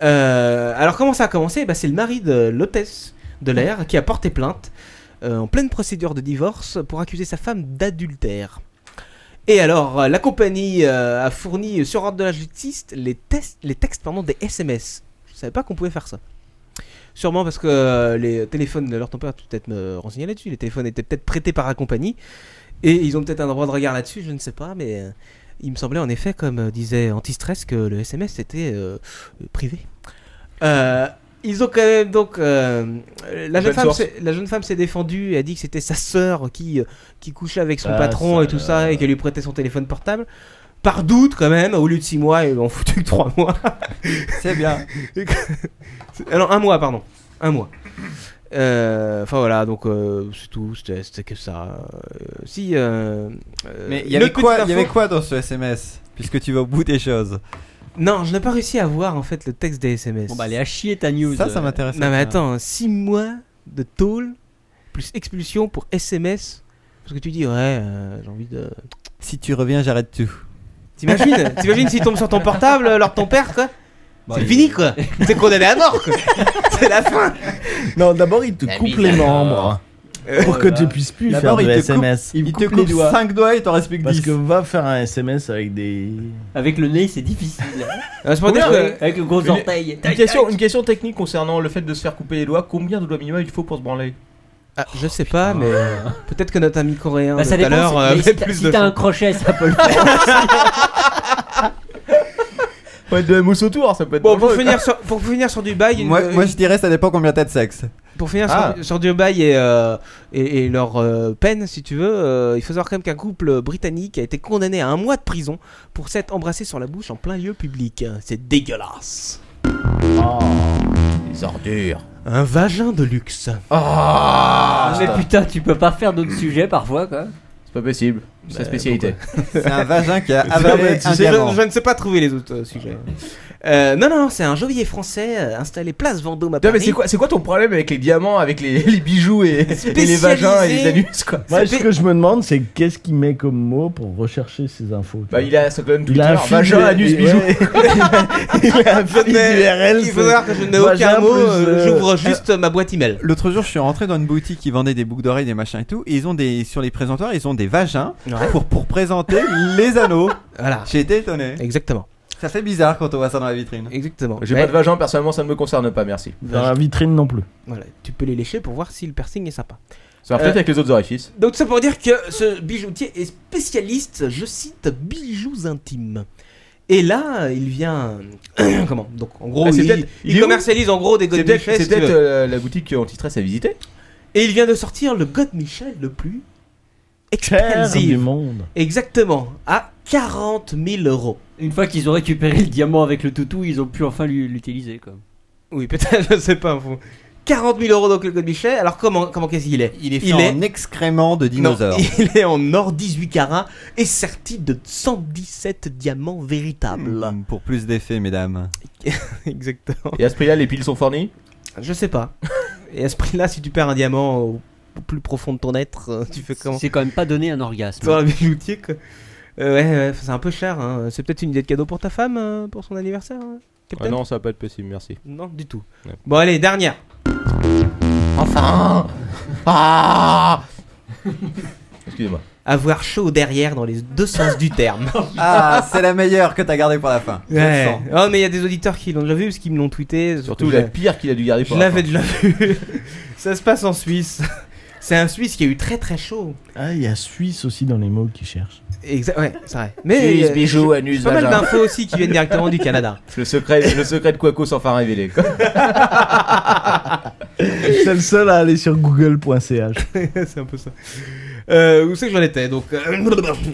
S4: Euh, alors comment ça a commencé Bah, C'est le mari de l'hôtesse de l'air qui a porté plainte euh, en pleine procédure de divorce pour accuser sa femme d'adultère. Et alors, euh, la compagnie euh, a fourni euh, sur ordre de la justice les, tests, les textes pardon, des SMS. Je savais pas qu'on pouvait faire ça. Sûrement parce que euh, les téléphones, leur tempère, tu peux peut-être me renseigner là-dessus. Les téléphones étaient peut-être prêtés par la compagnie. Et ils ont peut-être un droit de regard là-dessus, je ne sais pas. Mais euh, il me semblait en effet, comme euh, disait Antistress, que le SMS était euh, euh, privé. Euh, ils ont quand même donc. euh, la,
S3: Open
S4: jeune femme,
S3: source.
S4: s'est- la jeune femme s'est défendue et a dit que c'était sa sœur qui, euh, qui couchait avec son
S3: Ah,
S4: patron
S3: ça,
S4: et tout
S3: là,
S4: ça
S6: euh,
S4: et qu'elle lui prêtait son téléphone portable. Par doute quand même, au lieu de 6 mois, ils m'ont foutu que 3 mois.
S6: C'est bien.
S4: Alors un mois, pardon. Un mois. Euh, Enfin voilà, donc euh, c'est tout, c'était c'était que ça. Euh, si. euh, euh,
S6: Mais il
S4: une
S6: y avait
S4: autre
S6: quoi
S4: petite
S6: Il y avait
S4: info-
S6: quoi dans ce SMS Puisque tu vas au bout des choses.
S4: Non, je n'ai pas réussi à voir en fait le texte des SMS.
S7: Bon, bah, allez, à chier ta news.
S6: Ça, ça m'intéresse.
S4: Non mais attends, 6 mois de tôle plus expulsion pour SMS. Parce que tu dis, ouais, euh, j'ai envie de.
S6: Si tu reviens, j'arrête tout.
S4: T'imagines T'imagines s'il tombe sur ton portable, alors ton père, quoi
S6: Bah,
S4: C'est
S6: il-
S4: fini, quoi C'est condamné à mort, quoi C'est la fin
S5: Non, d'abord, il te
S4: La
S5: coupe
S4: bise,
S5: les
S4: alors.
S5: membres.
S4: Euh,
S5: Pour que
S4: voilà.
S5: tu puisses plus faire
S4: D'abord,
S5: de
S4: il te
S5: SMS.
S4: coupe- il Il te te coupe coupe les doigts. cinq
S6: doigts et t'en respecte
S5: Parce
S4: 10.
S5: que va faire un SMS avec des.
S7: Avec le nez, c'est difficile.
S4: c'est pour dire que-
S7: Avec le gros
S4: Une-
S7: orteil.
S13: Une question, une question technique concernant le fait de se faire couper les doigts. Combien de doigts minimum il faut pour se branler
S4: Ah, je sais pas, mais euh, peut-être que notre ami coréen
S7: Bah,
S4: de
S7: ça
S4: tout à
S7: dépend,
S4: l'heure
S7: si-
S4: euh,
S7: mais
S4: met
S7: si t'as
S4: plus
S7: si
S4: de
S7: t'as
S4: sang.
S7: un crochet, ça peut le faire.
S13: Ouais, de la mousse
S3: hein,
S13: autour, ça peut être.
S4: Bon, pour
S13: dangereux,
S4: finir
S13: quoi.
S4: sur, pour finir sur du bail, une-
S6: Moi, moi,
S4: une-
S6: je dirais, ça dépend combien t'as de sexe.
S4: pour finir
S6: Ah.
S4: sur, sur du bail et, euh, et, et leur euh, peine, si tu veux, euh, il faut savoir quand même qu'un couple britannique a été condamné à un mois de prison pour s'être embrassé sur la bouche en plein lieu public. C'est dégueulasse.
S3: Les ordures.
S4: Un vagin de luxe.
S3: Ah,
S7: Mais putain, tu peux pas faire d'autres sujets parfois, quoi.
S3: C'est pas possible, c'est sa
S4: Bah,
S3: spécialité.
S6: C'est un vagin qui a
S4: Ah bah,
S6: avalé
S4: tu
S6: un
S4: sais, je,
S6: diamant.
S4: je ne sais pas trouver les autres euh, sujets. Euh, non, non, non, c'est un geôlier français euh, installé place Vendôme à
S3: Non, mais
S4: Paris.
S3: c'est quoi, c'est quoi ton problème avec les diamants, avec les, les bijoux et, et les
S4: Spécialisé.
S3: vagins et les anus quoi
S5: Moi, ce que je me demande, c'est qu'est-ce qu'il met comme mot pour rechercher ces infos. tu
S3: Bah,
S5: vois.
S3: il a sa colonne
S5: Il a
S3: Twitter,
S5: un fil
S3: vagin,
S5: de-
S3: anus,
S5: et-
S3: bijoux.
S5: ouais. il a un fil
S4: Mais
S5: d'URL,
S4: il faut
S5: c'est-
S4: savoir que je n'ai
S5: Moi,
S4: aucun
S5: j'ai
S4: mot,
S5: plus,
S4: euh,
S5: euh,
S4: j'ouvre juste ma boîte email.
S6: L'autre jour, je suis rentré dans une boutique qui vendait des boucles d'oreilles, des machins et tout. Et ils ont des sur les présentoirs, ils ont des vagins
S4: Ouais.
S6: pour pour présenter les anneaux.
S4: Voilà.
S6: J'ai été étonné.
S4: Exactement.
S6: Ça fait bizarre quand on voit ça dans la vitrine.
S4: Exactement.
S3: J'ai
S4: Mais-
S3: pas de vagin, personnellement, ça ne me concerne pas, merci.
S5: Dans la vitrine non plus.
S4: Voilà, tu peux les lécher pour voir si le piercing est sympa.
S3: Ça va peut-être
S4: Euh,
S3: avec les autres orifices.
S4: Donc ça pour dire que ce bijoutier est spécialiste, je cite, bijoux intimes. Et là, il vient comment Donc en gros,
S3: Ah, c'est
S4: il,
S3: peut-être-
S4: il
S3: il est où
S4: commercialise en gros des
S3: C'est
S4: God
S3: peut-être
S4: Michel,
S3: c'est
S4: si tu
S3: peut-être,
S4: veux.
S3: euh, la boutique anti-stress à visiter.
S4: Et il vient de sortir le God Michel le plus
S5: Cher du
S4: expensive.
S5: monde.
S4: Exactement, à 40 000 euros.
S7: Une fois qu'ils ont récupéré le diamant avec le toutou, ils ont pu enfin l'u- l'utiliser, quoi.
S4: Oui, peut-être, je sais pas. faut- 40 000 euros donc le God Michel. Alors comment, comment qu'est-ce qu'il est
S6: Il est fait en excrément de
S4: Non,
S6: dinosaure.
S4: il est en or 18 carats et serti de 117 diamants véritables.
S6: Mm, Pour plus d'effets, mesdames.
S5: Hmm.
S4: Exactement.
S3: Et à ce prix-là, les piles sont fournies
S4: Je sais pas. Et à ce prix-là, si tu perds un diamant au, au plus profond de ton être, euh, tu fais comment
S7: C'est quand même pas donné un orgasme.
S4: Dans la bijoutier, quoi. Euh, ouais, ouais, c'est un peu cher. hein. C'est peut-être une idée de cadeau pour ta femme, euh, pour son anniversaire hein,
S20: Ah
S4: Captain
S20: non, ça va pas être possible, merci.
S4: Non, du tout.
S20: Ouais.
S4: Bon, allez, dernière. Enfin
S3: Ah Excusez-moi.
S4: Avoir chaud derrière dans les deux sens du terme.
S6: Ah, c'est la meilleure que t'as gardée pour la fin. Je le
S4: Ouais.
S6: sens.
S4: Oh, mais il y a des auditeurs qui l'ont déjà vu parce qu'ils me l'ont tweeté.
S3: Surtout
S4: Je-
S3: la pire qu'il a dû garder pour
S4: Je
S3: la
S4: l'avais
S3: fin.
S4: déjà vu. Ça se passe en Suisse. C'est un Suisse qui a eu très très chaud.
S5: Ah, il y a Suisse aussi dans les mots qui cherchent.
S4: Exact, ouais, c'est vrai.
S3: Suisse,
S4: euh,
S3: bijoux,
S4: j'ai-
S3: anus,
S4: j'ai Pas mal
S3: vagin.
S4: d'infos aussi qui viennent directement du Canada.
S3: Le secret, le secret de Quaco sans fin révélé. quoi.
S5: C'est le seul à aller sur google.ch.
S4: c'est un peu ça. Euh, où c'est que j'en étais Donc, euh,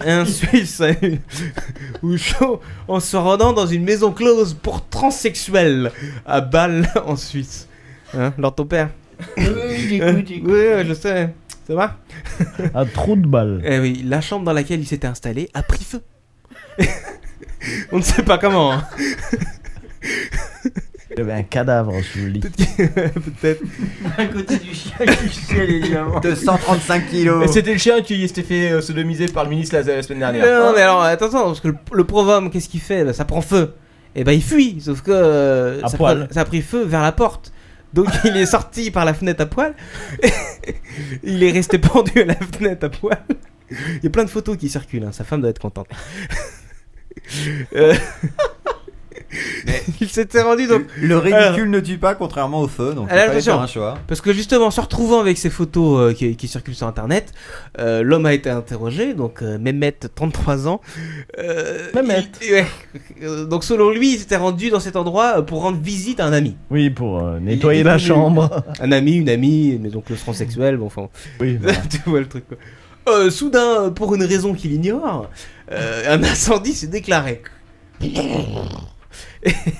S4: un Suisse a eu- ou chaud en se rendant dans une maison close pour transsexuels à Bâle en Suisse. Hein, Lord ton père Hein
S18: j'écoute, j'écoute.
S4: Oui, oui, je sais. Ça va
S5: À trop de balles.
S4: Eh oui, la chambre dans laquelle il s'était installé a pris feu. On ne sait pas comment. hein.
S5: Il y avait un cadavre sous le lit.
S4: hein. Peut-être.
S7: À côté du chien qui chiale, évidemment.
S13: 235
S7: kilos.
S13: Et c'était le chien qui s'était fait euh, sodomiser par le ministre la, la semaine dernière.
S4: Non, non, mais alors, attention, parce que le, le provomme, qu'est-ce qu'il fait Bah, Ça prend feu. Et ben il fuit, sauf que euh,
S13: À
S4: ça,
S13: poil.
S4: prend- ça a pris feu vers la porte. Donc il est sorti par la fenêtre à poil. il est resté pendu à la fenêtre à poil. Il y a plein de photos qui circulent, hein. sa femme doit être contente. Euh, il s'était rendu donc. euh,
S8: Le ridicule
S4: Alors-
S8: ne tue pas, contrairement au feu, donc il
S4: Alors,
S8: fallait
S4: attention,
S8: faire un choix.
S4: Parce que justement, en se retrouvant avec ces photos euh, qui, qui circulent sur internet, euh, l'homme a été interrogé, donc euh, Mehmet, 33 ans. euh, il- ouais. Euh, donc selon lui, il s'était rendu dans cet endroit euh, pour rendre visite à un ami.
S5: Oui, pour euh, nettoyer la chambre.
S4: Un ami, une amie, mais donc le transsexuel, bon, enfin.
S5: Oui,
S4: tu vois le truc quoi. Euh, soudain, euh, pour une raison qu'il ignore, euh, un incendie s'est déclaré.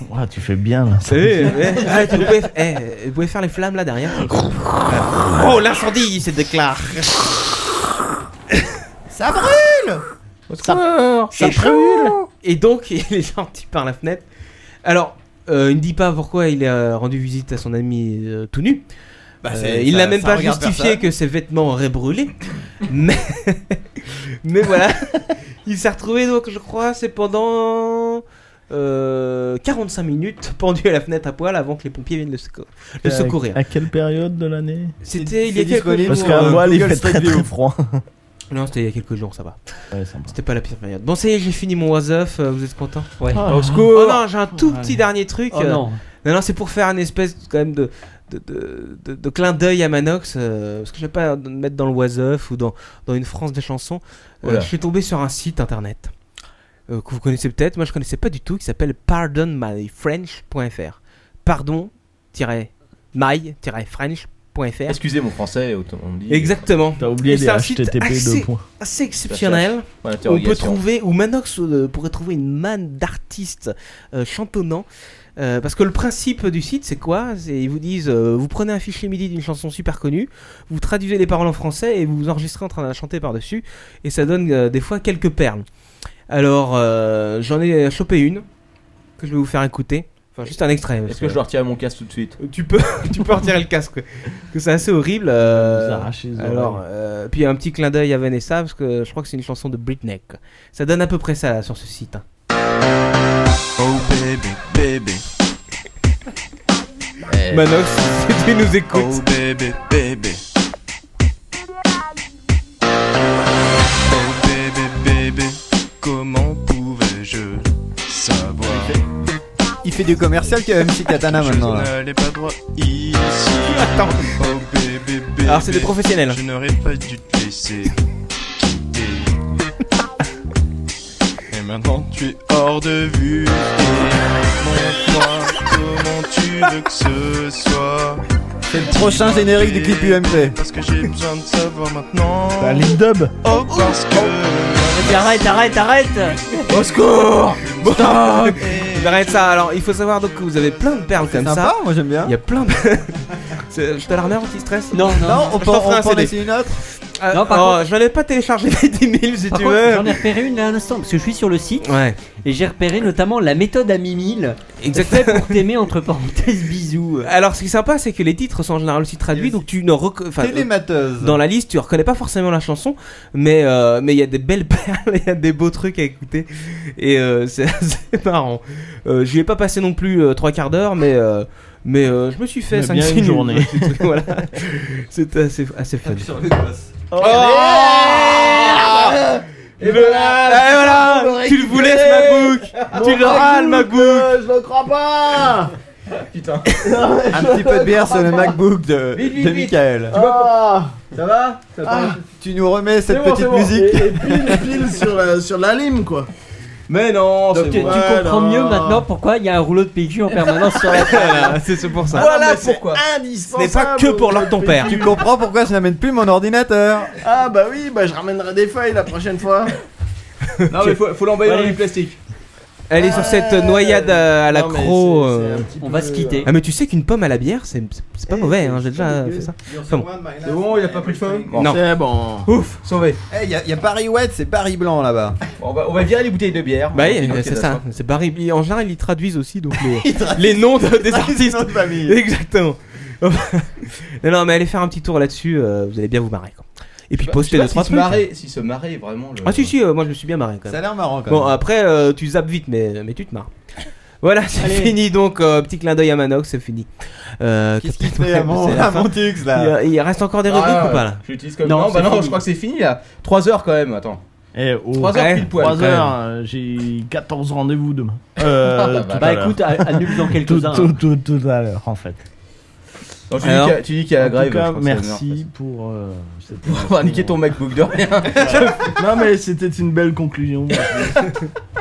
S5: Ouah, tu fais bien là.
S4: Vous savez, euh, eh, ah, tu- vous, pouvez, eh, vous pouvez faire les flammes là derrière Oh, l'incendie il se déclare
S18: Ça brûle
S4: C'est brûle Et donc, il est sorti par la fenêtre. Alors, euh, il ne dit pas pourquoi il a rendu visite à son ami euh, tout nu.
S8: Bah,
S4: Euh,
S8: c'est-
S4: il
S8: ça-
S4: n'a même
S8: ça
S4: pas
S8: regarde
S4: justifié
S8: personne.
S4: que ses vêtements auraient brûlé. mais, mais voilà, il s'est retrouvé, donc je crois, c'est pendant euh, 45 minutes pendu à la fenêtre à poil avant que les pompiers viennent le, seco- le
S5: Euh,
S4: secourir.
S5: À quelle période de l'année
S4: C'était il y a quelques jours.
S5: Parce qu'à
S4: euh,
S5: voile, il
S4: Google
S5: fait
S4: Street
S5: très
S4: View.
S5: très froid.
S4: Non, c'était il y a quelques jours, ça va.
S5: Ouais, sympa.
S4: C'était pas la pire période. Bon, ça y est, j'ai fini mon was off. euh, Vous êtes content Ouais.
S5: Ah.
S7: Oh, au secours
S4: Oh non, j'ai un tout petit
S7: Ouais.
S4: dernier truc.
S7: Oh
S4: euh,
S7: non.
S4: Non, non, c'est pour faire une espèce quand même de, de, de, de- de clin d'œil à Manox. euh, parce que je vais pas me mettre dans le was off ou dans, dans une France des chansons. Euh,
S3: Voilà.
S4: je suis tombé sur un site internet euh, que vous connaissez peut-être. Moi, je connaissais pas du tout. Qui s'appelle pardonmyfrench.fr. Pardon-my-french.fr.
S13: Excusez mon français, autant on dit.
S4: Exactement.
S5: T'as oublié
S4: Et c'est
S5: les
S4: un site
S5: HTTP
S4: assez,
S5: deux points.
S4: assez exceptionnel.
S13: Ouais,
S4: On
S13: interrogation.
S4: peut trouver, ou Manox euh, pourrait trouver une manne d'artistes euh, chantonnants. Euh, parce que le principe du site, c'est quoi C'est ils vous disent, euh, vous prenez un fichier MIDI d'une chanson super connue, vous traduisez les paroles en français et vous vous enregistrez en train de la chanter par dessus, et ça donne euh, des fois quelques perles. Alors, euh, j'en ai chopé une que je vais vous faire écouter. Enfin, juste un extrait. parce
S13: Est-ce que je dois retirer mon casque tout de suite
S4: Tu peux, tu peux retirer le casque. Parce que c'est assez horrible. euh,
S13: Vous arrachez les oreilles.
S4: alors, euh, puis un petit clin d'œil à Vanessa parce que je crois que c'est une chanson de Britney. quoi. Ça donne à peu près ça là, sur ce site. hein.
S18: Oh baby, baby.
S7: Eh.
S4: Manox, si tu nous écoutes.
S18: Oh baby, baby. Oh baby, baby. Comment pouvais-je savoir
S8: Il fait du commercial que MC Katana maintenant.
S18: Je
S8: là.
S18: n'allais pas droit ici.
S4: Attends.
S18: Oh baby, baby.
S8: Alors, c'est des professionnels.
S18: Je n'aurais pas dû te laisser quitter. Et maintenant tu es hors de vue. Et Montre-moi comment tu veux que ce soit.
S8: C'est le prochain générique du clip UMP.
S18: Parce que j'ai besoin de savoir maintenant.
S5: T'as les dub
S18: Oh, parce que.
S8: Oh.
S7: Eh Arrête, arrête, arrête
S4: Au secours Bon, hein. J'arrête ça. Alors, il faut savoir donc que vous avez plein de perles comme
S8: sympa,
S4: ça.
S8: moi j'aime bien.
S4: Il y a plein de. C'est- je te la remets avant qu'il stresse
S7: Non, non,
S8: Non, on peut-
S4: Je t'en ferai
S8: on
S4: un
S8: peut en
S4: CD.
S8: essayer une autre
S4: Euh,
S7: Non, par
S4: oh,
S7: contre-
S4: Je l'avais pas téléchargé les 10 000 si
S7: Par
S4: tu
S7: contre,
S4: veux.
S7: J'en ai repéré une là à l'instant, parce que je suis sur le site
S4: Ouais.
S7: et j'ai repéré notamment la méthode à mimile.
S4: Exactement.
S7: Fait pour t'aimer entre parenthèses bisous.
S4: Alors, ce qui est sympa, c'est que les titres sont en général aussi traduits, donc tu ne recon- enfin, euh,
S8: Télémateuse.
S4: Dans la liste, tu reconnais pas forcément la chanson, mais euh, mais il y a des belles perles, il y a des beaux trucs à écouter, et euh, c'est assez marrant. Euh, J'y ai pas passé non plus euh, trois quarts d'heure, mais euh, mais euh, je me suis fait
S5: Mais
S4: 5
S5: bien une journée.
S4: voilà, c'était assez assez fun.
S18: Oh,
S8: Ah
S4: Ah Et voilà, tu le voulais, ce MacBook Tu le râles, MacBook
S5: Je le crois pas
S3: putain.
S8: Un petit peu de bière sur le MacBook de,
S3: Vite, vite,
S8: de
S3: vite.
S8: Michael.
S5: Ah.
S3: Tu vois pour- Ça va Ça va
S8: Ah, tu nous remets cette
S3: C'est bon,
S8: petite
S3: c'est bon.
S8: musique.
S3: Et, et pile, pile sur
S5: euh,
S3: la, sur la lime, quoi. Mais non,
S7: Donc
S3: c'est
S7: tu, tu
S3: voilà.
S7: comprends mieux maintenant pourquoi il y a un rouleau de PQ en permanence sur la table.
S8: C'est c'est pour ça.
S4: Ah,
S3: Voilà pourquoi.
S8: n'est pas que pour l'ordre de ton père. Tu comprends pourquoi je n'amène plus mon ordinateur
S3: Ah bah oui, bah je ramènerai des feuilles la prochaine fois. non mais faut, faut l'envoyer dans du plastique.
S4: Elle est sur cette noyade à, à la croc. euh,
S7: On va se quitter.
S4: Ah mais tu sais qu'une pomme à la bière, c'est c'est pas mauvais, hein, j'ai déjà fait ça. Enfin bon.
S3: C'est bon, il a pas pris de feuilles
S4: Non.
S3: C'est bon.
S4: Ouf,
S3: sauvé.
S8: Eh, y, a- y a Barry White, c'est Barry Blanc là-bas.
S3: On va, on va virer les bouteilles de bière.
S4: Bah oui,
S3: On va
S4: euh,
S3: continuer
S4: c'est
S3: la
S4: ça,
S3: soirée.
S4: c'est Barry. Et En général, ils traduisent aussi donc les, les noms de- des artistes.
S8: noms de famille.
S4: Exactement. non, non, mais allez faire un petit tour là-dessus, euh, vous allez bien vous marrer. quoi. Et puis
S3: Bah,
S4: postez
S3: je
S4: deux
S3: sais pas
S4: trois
S3: si se
S4: trucs.
S3: marrer, si se marrer vraiment. Le...
S4: Ah si si, euh, moi je me suis bien marré quand même.
S8: Ça a l'air marrant quand
S4: Bon,
S3: ah,
S8: même.
S4: après, euh, tu zappes vite, mais, mais tu te marres. Voilà, c'est
S8: Allez.
S4: fini donc. euh, petit clin d'œil à Manox, c'est fini. Euh, Captain
S8: fait
S4: Web,
S8: à mon-
S4: c'est la
S8: à
S4: fin.
S8: mon Tux, là
S4: Il y a- Il, reste encore des rubriques
S3: Ah,
S4: ou pas là
S3: J'utilise comme
S4: Non,
S3: non, bah
S4: c'est
S3: non,
S4: fini.
S3: je crois que c'est fini là. 3 heures quand même, attends.
S5: Eh, oh.
S3: 3 heures pile poil.
S5: 3 heures, euh, j'ai 14 rendez-vous demain. Euh, tout à
S7: Bah
S5: l'heure.
S7: écoute, a- annule dans quelques-uns. hein.
S5: Tout, tout, tout, tout à l'heure, en fait.
S3: Non, tu dis qu'il y a- tu dis qu'il y a la
S5: en tout
S3: grève, je
S5: cas,
S3: crois que c'est une
S5: merci pour. euh, cette
S3: Pour avoir niqué ton MacBook de rien.
S5: non, mais c'était une belle conclusion.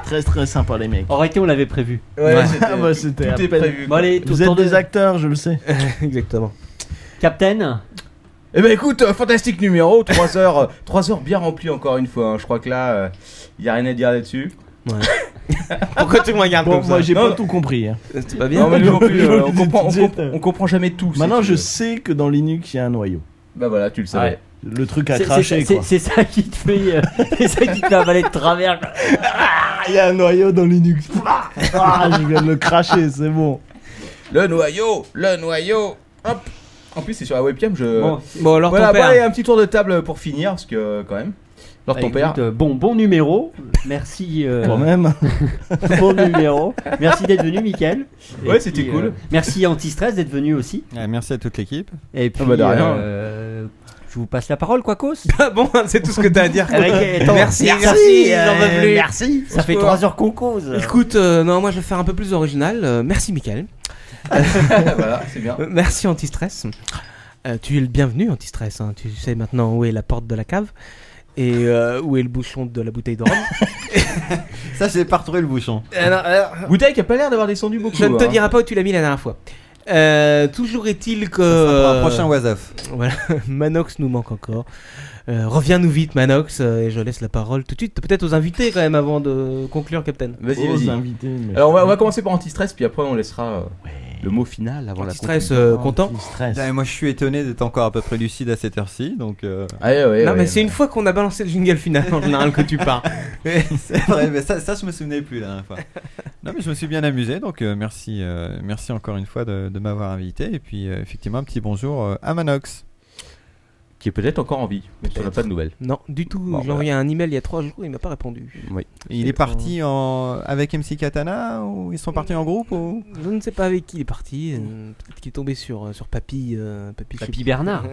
S5: très très sympa, les mecs.
S7: En réalité, on l'avait prévu.
S3: Ouais,
S5: Ouais.
S3: c'était-
S5: Ah, bah, c'était
S3: tout
S5: à
S3: est
S5: peine-
S3: prévu.
S7: Bon,
S3: quoi.
S7: allez, tout
S5: Vous
S7: le temps
S5: êtes
S7: de-
S5: des acteurs, je le sais.
S4: Exactement.
S7: Captain
S3: Eh ben écoute, euh, fantastique numéro, 3 heures, euh, trois heures bien remplies encore une fois. hein. Je crois que là, il y a rien à dire là-dessus.
S4: Pourquoi tu me regardes
S5: Bon,
S4: comme
S5: moi
S4: ça
S5: j'ai
S3: Non,
S5: pas
S3: non.
S5: tout compris. hein.
S4: C'est pas
S3: Non,
S4: bien.
S3: mais nous non plus,
S5: Je
S3: euh,
S5: le
S3: on,
S5: dis
S3: comprend,
S5: tout
S3: on,
S5: de suite.
S3: comprend, on comprend jamais tout. si
S5: Maintenant,
S3: tu
S5: je
S3: veux.
S5: sais que dans Linux, il y a un noyau.
S3: Bah voilà, tu le savais.
S5: Le truc à
S7: C'est- C'est
S5: cracher,
S7: c'est-
S5: quoi.
S7: c'est ça qui te fait. euh, c'est ça qui te fait avaler de travers. quoi.
S5: Ah, il y a un noyau dans Linux. Ah, je viens de le cracher, c'est bon.
S3: Le noyau, le noyau, hop. En plus, c'est sur la webcam, je.
S7: Bon,
S4: Bon, alors
S3: voilà,
S4: ton père. Ah,
S3: bon, allez, un petit tour de table pour finir, parce que euh, quand même. Lors
S7: Bah,
S3: ton père.
S7: écoute, euh, bon, bon numéro. Merci. euh,
S5: Quand même.
S7: bon numéro. Merci d'être venu, Mickaël.
S3: Ouais,
S7: Et
S3: c'était
S7: puis,
S3: cool.
S7: euh, merci Antistress d'être venu aussi.
S8: Ouais, merci à toute l'équipe.
S7: Et puis,
S3: bah, de rien.
S7: euh, je vous passe la parole, Quacos.
S4: Ah bon, c'est tout ce que t'as à dire. quoi.
S7: Avec- attends,
S4: merci,
S7: merci,
S4: merci, j'en
S7: euh,
S4: veux plus.
S7: merci. Ça fait
S4: secours.
S7: trois heures qu'on cause.
S4: Écoute, euh, non, moi je vais faire un peu plus original. Euh, merci, Michael.
S3: voilà, c'est bien.
S4: Euh, Merci, Antistress. Euh, tu es le bienvenu, Antistress. hein. Tu sais maintenant où est la porte de la cave et euh, où est le bouchon de la bouteille d'orange.
S8: Ça, j'ai pas retrouvé le bouchon.
S3: Bouteille qui a pas l'air d'avoir descendu beaucoup.
S4: Je ne te
S3: hein.
S4: dirai pas où tu l'as mis la dernière fois. Euh, toujours est-il que.
S3: Euh,
S8: Un prochain Wasaf.
S4: Voilà, Manox nous manque encore. Euh, Reviens-nous vite, Manox, euh, et je laisse la parole tout de suite, peut-être aux invités quand même avant de conclure, Captain.
S3: Vas-y,
S5: Aux
S4: hein.
S3: vas-y.
S5: invités, mais-
S3: Alors, on va, on va commencer par anti-stress, puis après, on laissera euh, le mot final avant la
S4: Stress,
S3: conclusion.
S4: euh, content.
S5: Qui stresse.
S8: Putain, mais moi, je suis étonné d'être encore à peu près lucide à cette heure-ci, donc. euh,
S3: Ah, ouais, ouais,
S4: non,
S3: ouais.
S4: mais c'est une fois qu'on a balancé le jingle final en général que tu pars.
S8: C'est vrai, mais ça, ça, je me souvenais plus la dernière fois. Non, mais je me suis bien amusé, donc euh, merci, euh, merci encore une fois de, de m'avoir invité. Et puis, euh, effectivement, un petit bonjour euh, à Manox.
S13: Qui est peut-être encore en vie, parce qu'on n'a pas de nouvelles.
S4: Non, du tout.
S13: Bon,
S4: J'ai
S13: voilà.
S4: envoyé un email il y a trois jours, il m'a pas répondu.
S13: Oui.
S8: Il est parti en... avec MC Katana ou ils sont partis en groupe ou...
S4: Je ne sais pas avec qui il est parti. euh, Peut-être qu'il est tombé sur, euh, sur Papy. euh, Papy, je sais
S7: Papy Bernard.
S4: pas,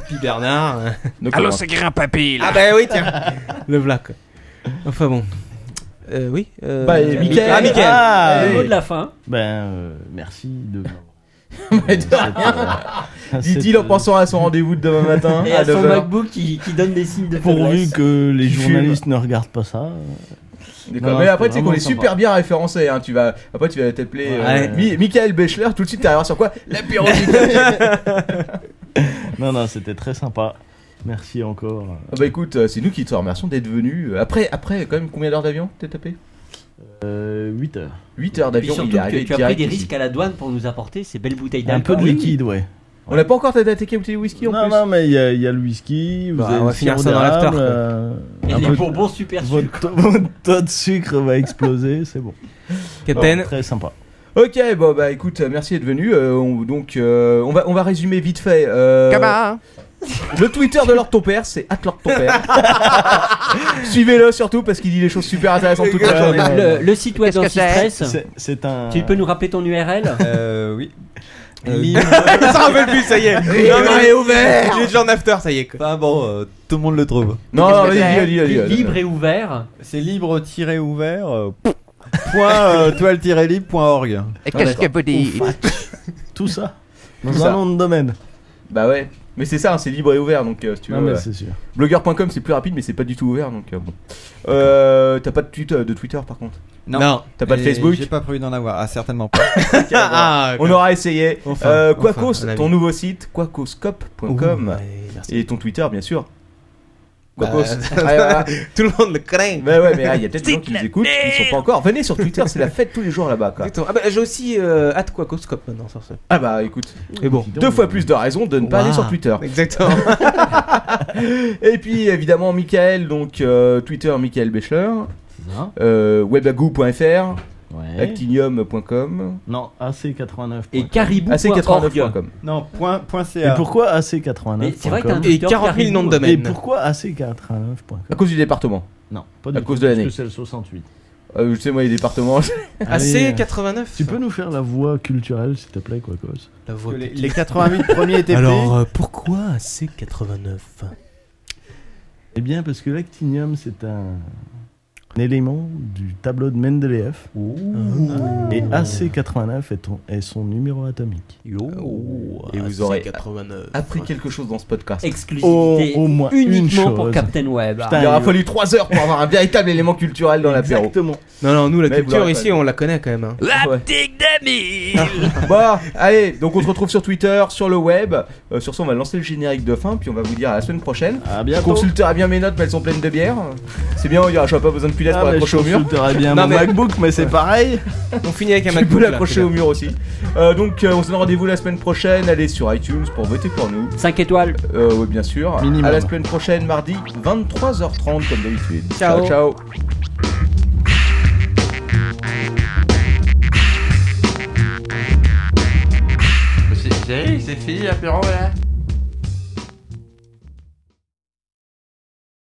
S4: Papy Bernard. euh.
S3: Donc, on va-
S12: c'est grand papy
S4: ah bah oui, tiens. Le voilà quoi. Enfin bon. Euh, oui. euh,
S3: Bah, et
S4: euh,
S3: Mickaël.
S4: Ah, Mickaël.
S5: Ah,
S7: Le
S5: oui.
S7: mot de la fin.
S5: Ben, euh, merci de m'avoir.
S3: Mais de
S5: à cette- euh,
S3: Dit-il en pensant à son rendez-vous de demain matin
S7: Et
S3: à
S7: à son
S3: 9h.
S7: MacBook qui, qui donne des signes de
S5: Pourvu
S7: faiblesse.
S5: que les
S3: Tu
S5: journalistes ne regardent pas ça.
S3: D'accord.
S5: Non,
S3: mais
S5: non,
S3: après, tu sais
S5: c'était
S3: qu'on est
S5: vraiment
S3: super bien référencé. Hein. Tu vas, après, tu vas t'appeler euh,
S4: Ouais.
S3: Mi- Michael Bechler. Tout de suite, t'arriveras sur quoi Ah La pyrotechnie.
S5: Non, non, c'était très sympa. Merci encore.
S3: Ah bah écoute, euh, c'est nous qui te remercions d'être venu. Euh, Après, après, quand même, combien d'heures d'avion t'es tapé
S5: Euh, 8 heures.
S3: 8 heures
S7: Et
S3: d'avion.
S7: surtout
S3: il est
S7: que
S3: arrivé
S7: tu as pris
S3: direct
S7: des
S3: ici.
S7: risques à la douane pour nous apporter ces belles bouteilles
S5: Un peu
S7: d'alcool.
S5: de liquide, ouais.
S3: On n'a pas encore attaqué le petit whisky en
S5: Ah Non,
S3: plus.
S5: non, mais il y, a- il y a le whisky. Vous
S4: Bah,
S5: avez
S4: on va
S5: le
S4: finir
S5: sirop
S4: ça dans
S5: d'érable,
S4: l'after, quoi.
S5: euh,
S7: Et
S5: un
S7: les
S5: peu-
S7: bonbons super sucres.
S5: votre, votre taux de sucre va exploser, c'est bon. Oh,
S4: Captain.
S5: Très sympa.
S3: Ok, bon bah écoute, euh, merci d'être venu. Euh, on, donc, euh, on va, on va résumer vite fait. Euh, le Twitter de Lord Ton Père, c'est at Lord Ton Père. Suivez-le surtout parce qu'il dit des choses super intéressantes toute la
S5: Ouais,
S3: journée.
S5: ouais, ouais.
S7: Le, le site web
S12: Qu'est-ce que c'est
S7: d'Antistress.
S5: C'est- C'est un.
S7: Tu peux nous rappeler ton URL
S8: Euh, oui. Euh,
S4: Ça rappelle plus, ça y est. Non, mais- J'ai déjà en after, ça y est. quoi.
S8: Enfin bon, euh, tout le monde le trouve.
S3: Non, non, vas-y, vas-y, vas-y, vas-y.
S7: Libre et ouvert.
S8: C'est libre-ouvert. euh,
S6: www.toile-libre.org.
S12: Et qu'est-ce que vous dites
S5: Tout ça.
S3: Tout
S5: Dans
S3: ça.
S5: un nom de domaine.
S3: Bah ouais. Mais c'est ça, hein, c'est libre et ouvert, donc euh, si tu
S5: Non,
S3: veux,
S5: mais
S3: euh,
S5: c'est sûr.
S3: Blogger.com c'est plus rapide, mais c'est pas du tout ouvert, donc euh, bon. Euh, t'as pas de Twitter, de Twitter par contre T'as pas de
S6: Et
S3: Facebook
S6: J'ai pas prévu d'en avoir. Ah, certainement pas.
S3: Ah, on aura essayé.
S6: Enfin,
S3: Euh,
S6: enfin,
S3: Quacos,
S6: à la
S3: ton
S6: vie.
S3: nouveau site, quacoscope.com. et ton Twitter, bien sûr. Quacos. Ah,
S4: Bah,
S3: Tout le monde le craint. Mais ouais, mais ah, il y a peut-être des gens qui nous écoutent qui ne sont pas encore. Venez sur Twitter, c'est la fête tous les jours là-bas. quoi.
S4: Exactement. Ah bah, j'ai aussi euh, hâte Quacoscope maintenant sur ce.
S3: Ah bah écoute,
S4: Et bon.
S3: deux fois plus de raisons de ne pas
S4: Ouah.
S3: aller sur Twitter.
S4: Exactement.
S3: Et puis évidemment Michael, donc euh, Twitter Michael Bechler,
S5: Ça.
S3: euh, webagoo.fr,
S5: Ouais.
S3: actinium.com
S5: Non, AC89.
S3: Et caribou.org. AC89.com.
S5: Non, Ah, point, hein. point
S6: CA.
S5: Et pourquoi AC89
S6: Mais c'est vrai que t'as un
S5: Et
S6: docteur
S5: 40 000 noms de
S7: euh,
S6: caribou.
S5: domaine.
S6: Et pourquoi
S5: AC89.com
S3: à cause du département.
S5: Non, pas
S3: à
S5: du
S3: cause
S5: tout,
S3: de
S5: parce
S3: l'année.
S5: que c'est le 68.
S3: Euh, je sais moi les départements.
S5: Allez,
S4: AC89.
S5: Tu peux nous faire la voix culturelle, s'il te plaît, quoi, cause
S4: La voix
S6: les-
S4: culturelle.
S6: les 88 premiers étaient
S4: Alors
S5: pris.
S4: euh, pourquoi AC89
S5: Eh bien, parce que l'actinium, c'est un... un élément du tableau de Mendeleev. Et AC89 est, ton- est son numéro atomique.
S4: Ah,
S3: Et vous aurez
S4: 89.
S3: appris quelque chose dans ce podcast.
S5: Exclusivité Au- au moins une uniquement chose. pour Captain Web. Putain,
S3: il aura
S5: il-
S3: fallu 3 heures pour avoir un véritable élément culturel dans l'apéro.
S5: Exactement.
S4: Non non, nous la
S3: Mais vous
S4: culture
S3: l'aurez
S4: ici
S3: pas.
S4: on la connaît quand même. hein.
S3: bon, allez, donc on se retrouve sur Twitter, sur le web. Euh, sur ce, on va lancer le générique de fin, puis on va vous dire à la semaine prochaine.
S5: bientôt.
S3: Je consulterai bien mes notes, mais elles sont pleines de bière. C'est bien, on dira, j'aurai pas besoin de punaise
S5: Ah,
S3: pour
S5: mais
S3: l'accrocher au
S5: je
S3: mur.
S5: consulterai bien mon MacBook, mais c'est pareil.
S4: On finit avec un
S3: Tu
S4: MacBook,
S3: peux
S4: là,
S3: l'accrocher
S4: c'est
S3: au mur aussi. Euh, donc, euh, on se donne rendez-vous la semaine prochaine. Allez sur iTunes pour voter pour nous.
S7: 5 étoiles.
S3: Euh, oui, bien sûr.
S7: Minimum.
S3: À la semaine prochaine, mardi, 23h30, comme d'habitude.
S7: Ciao.
S3: ciao.
S24: C'est c'est fini l'apéro là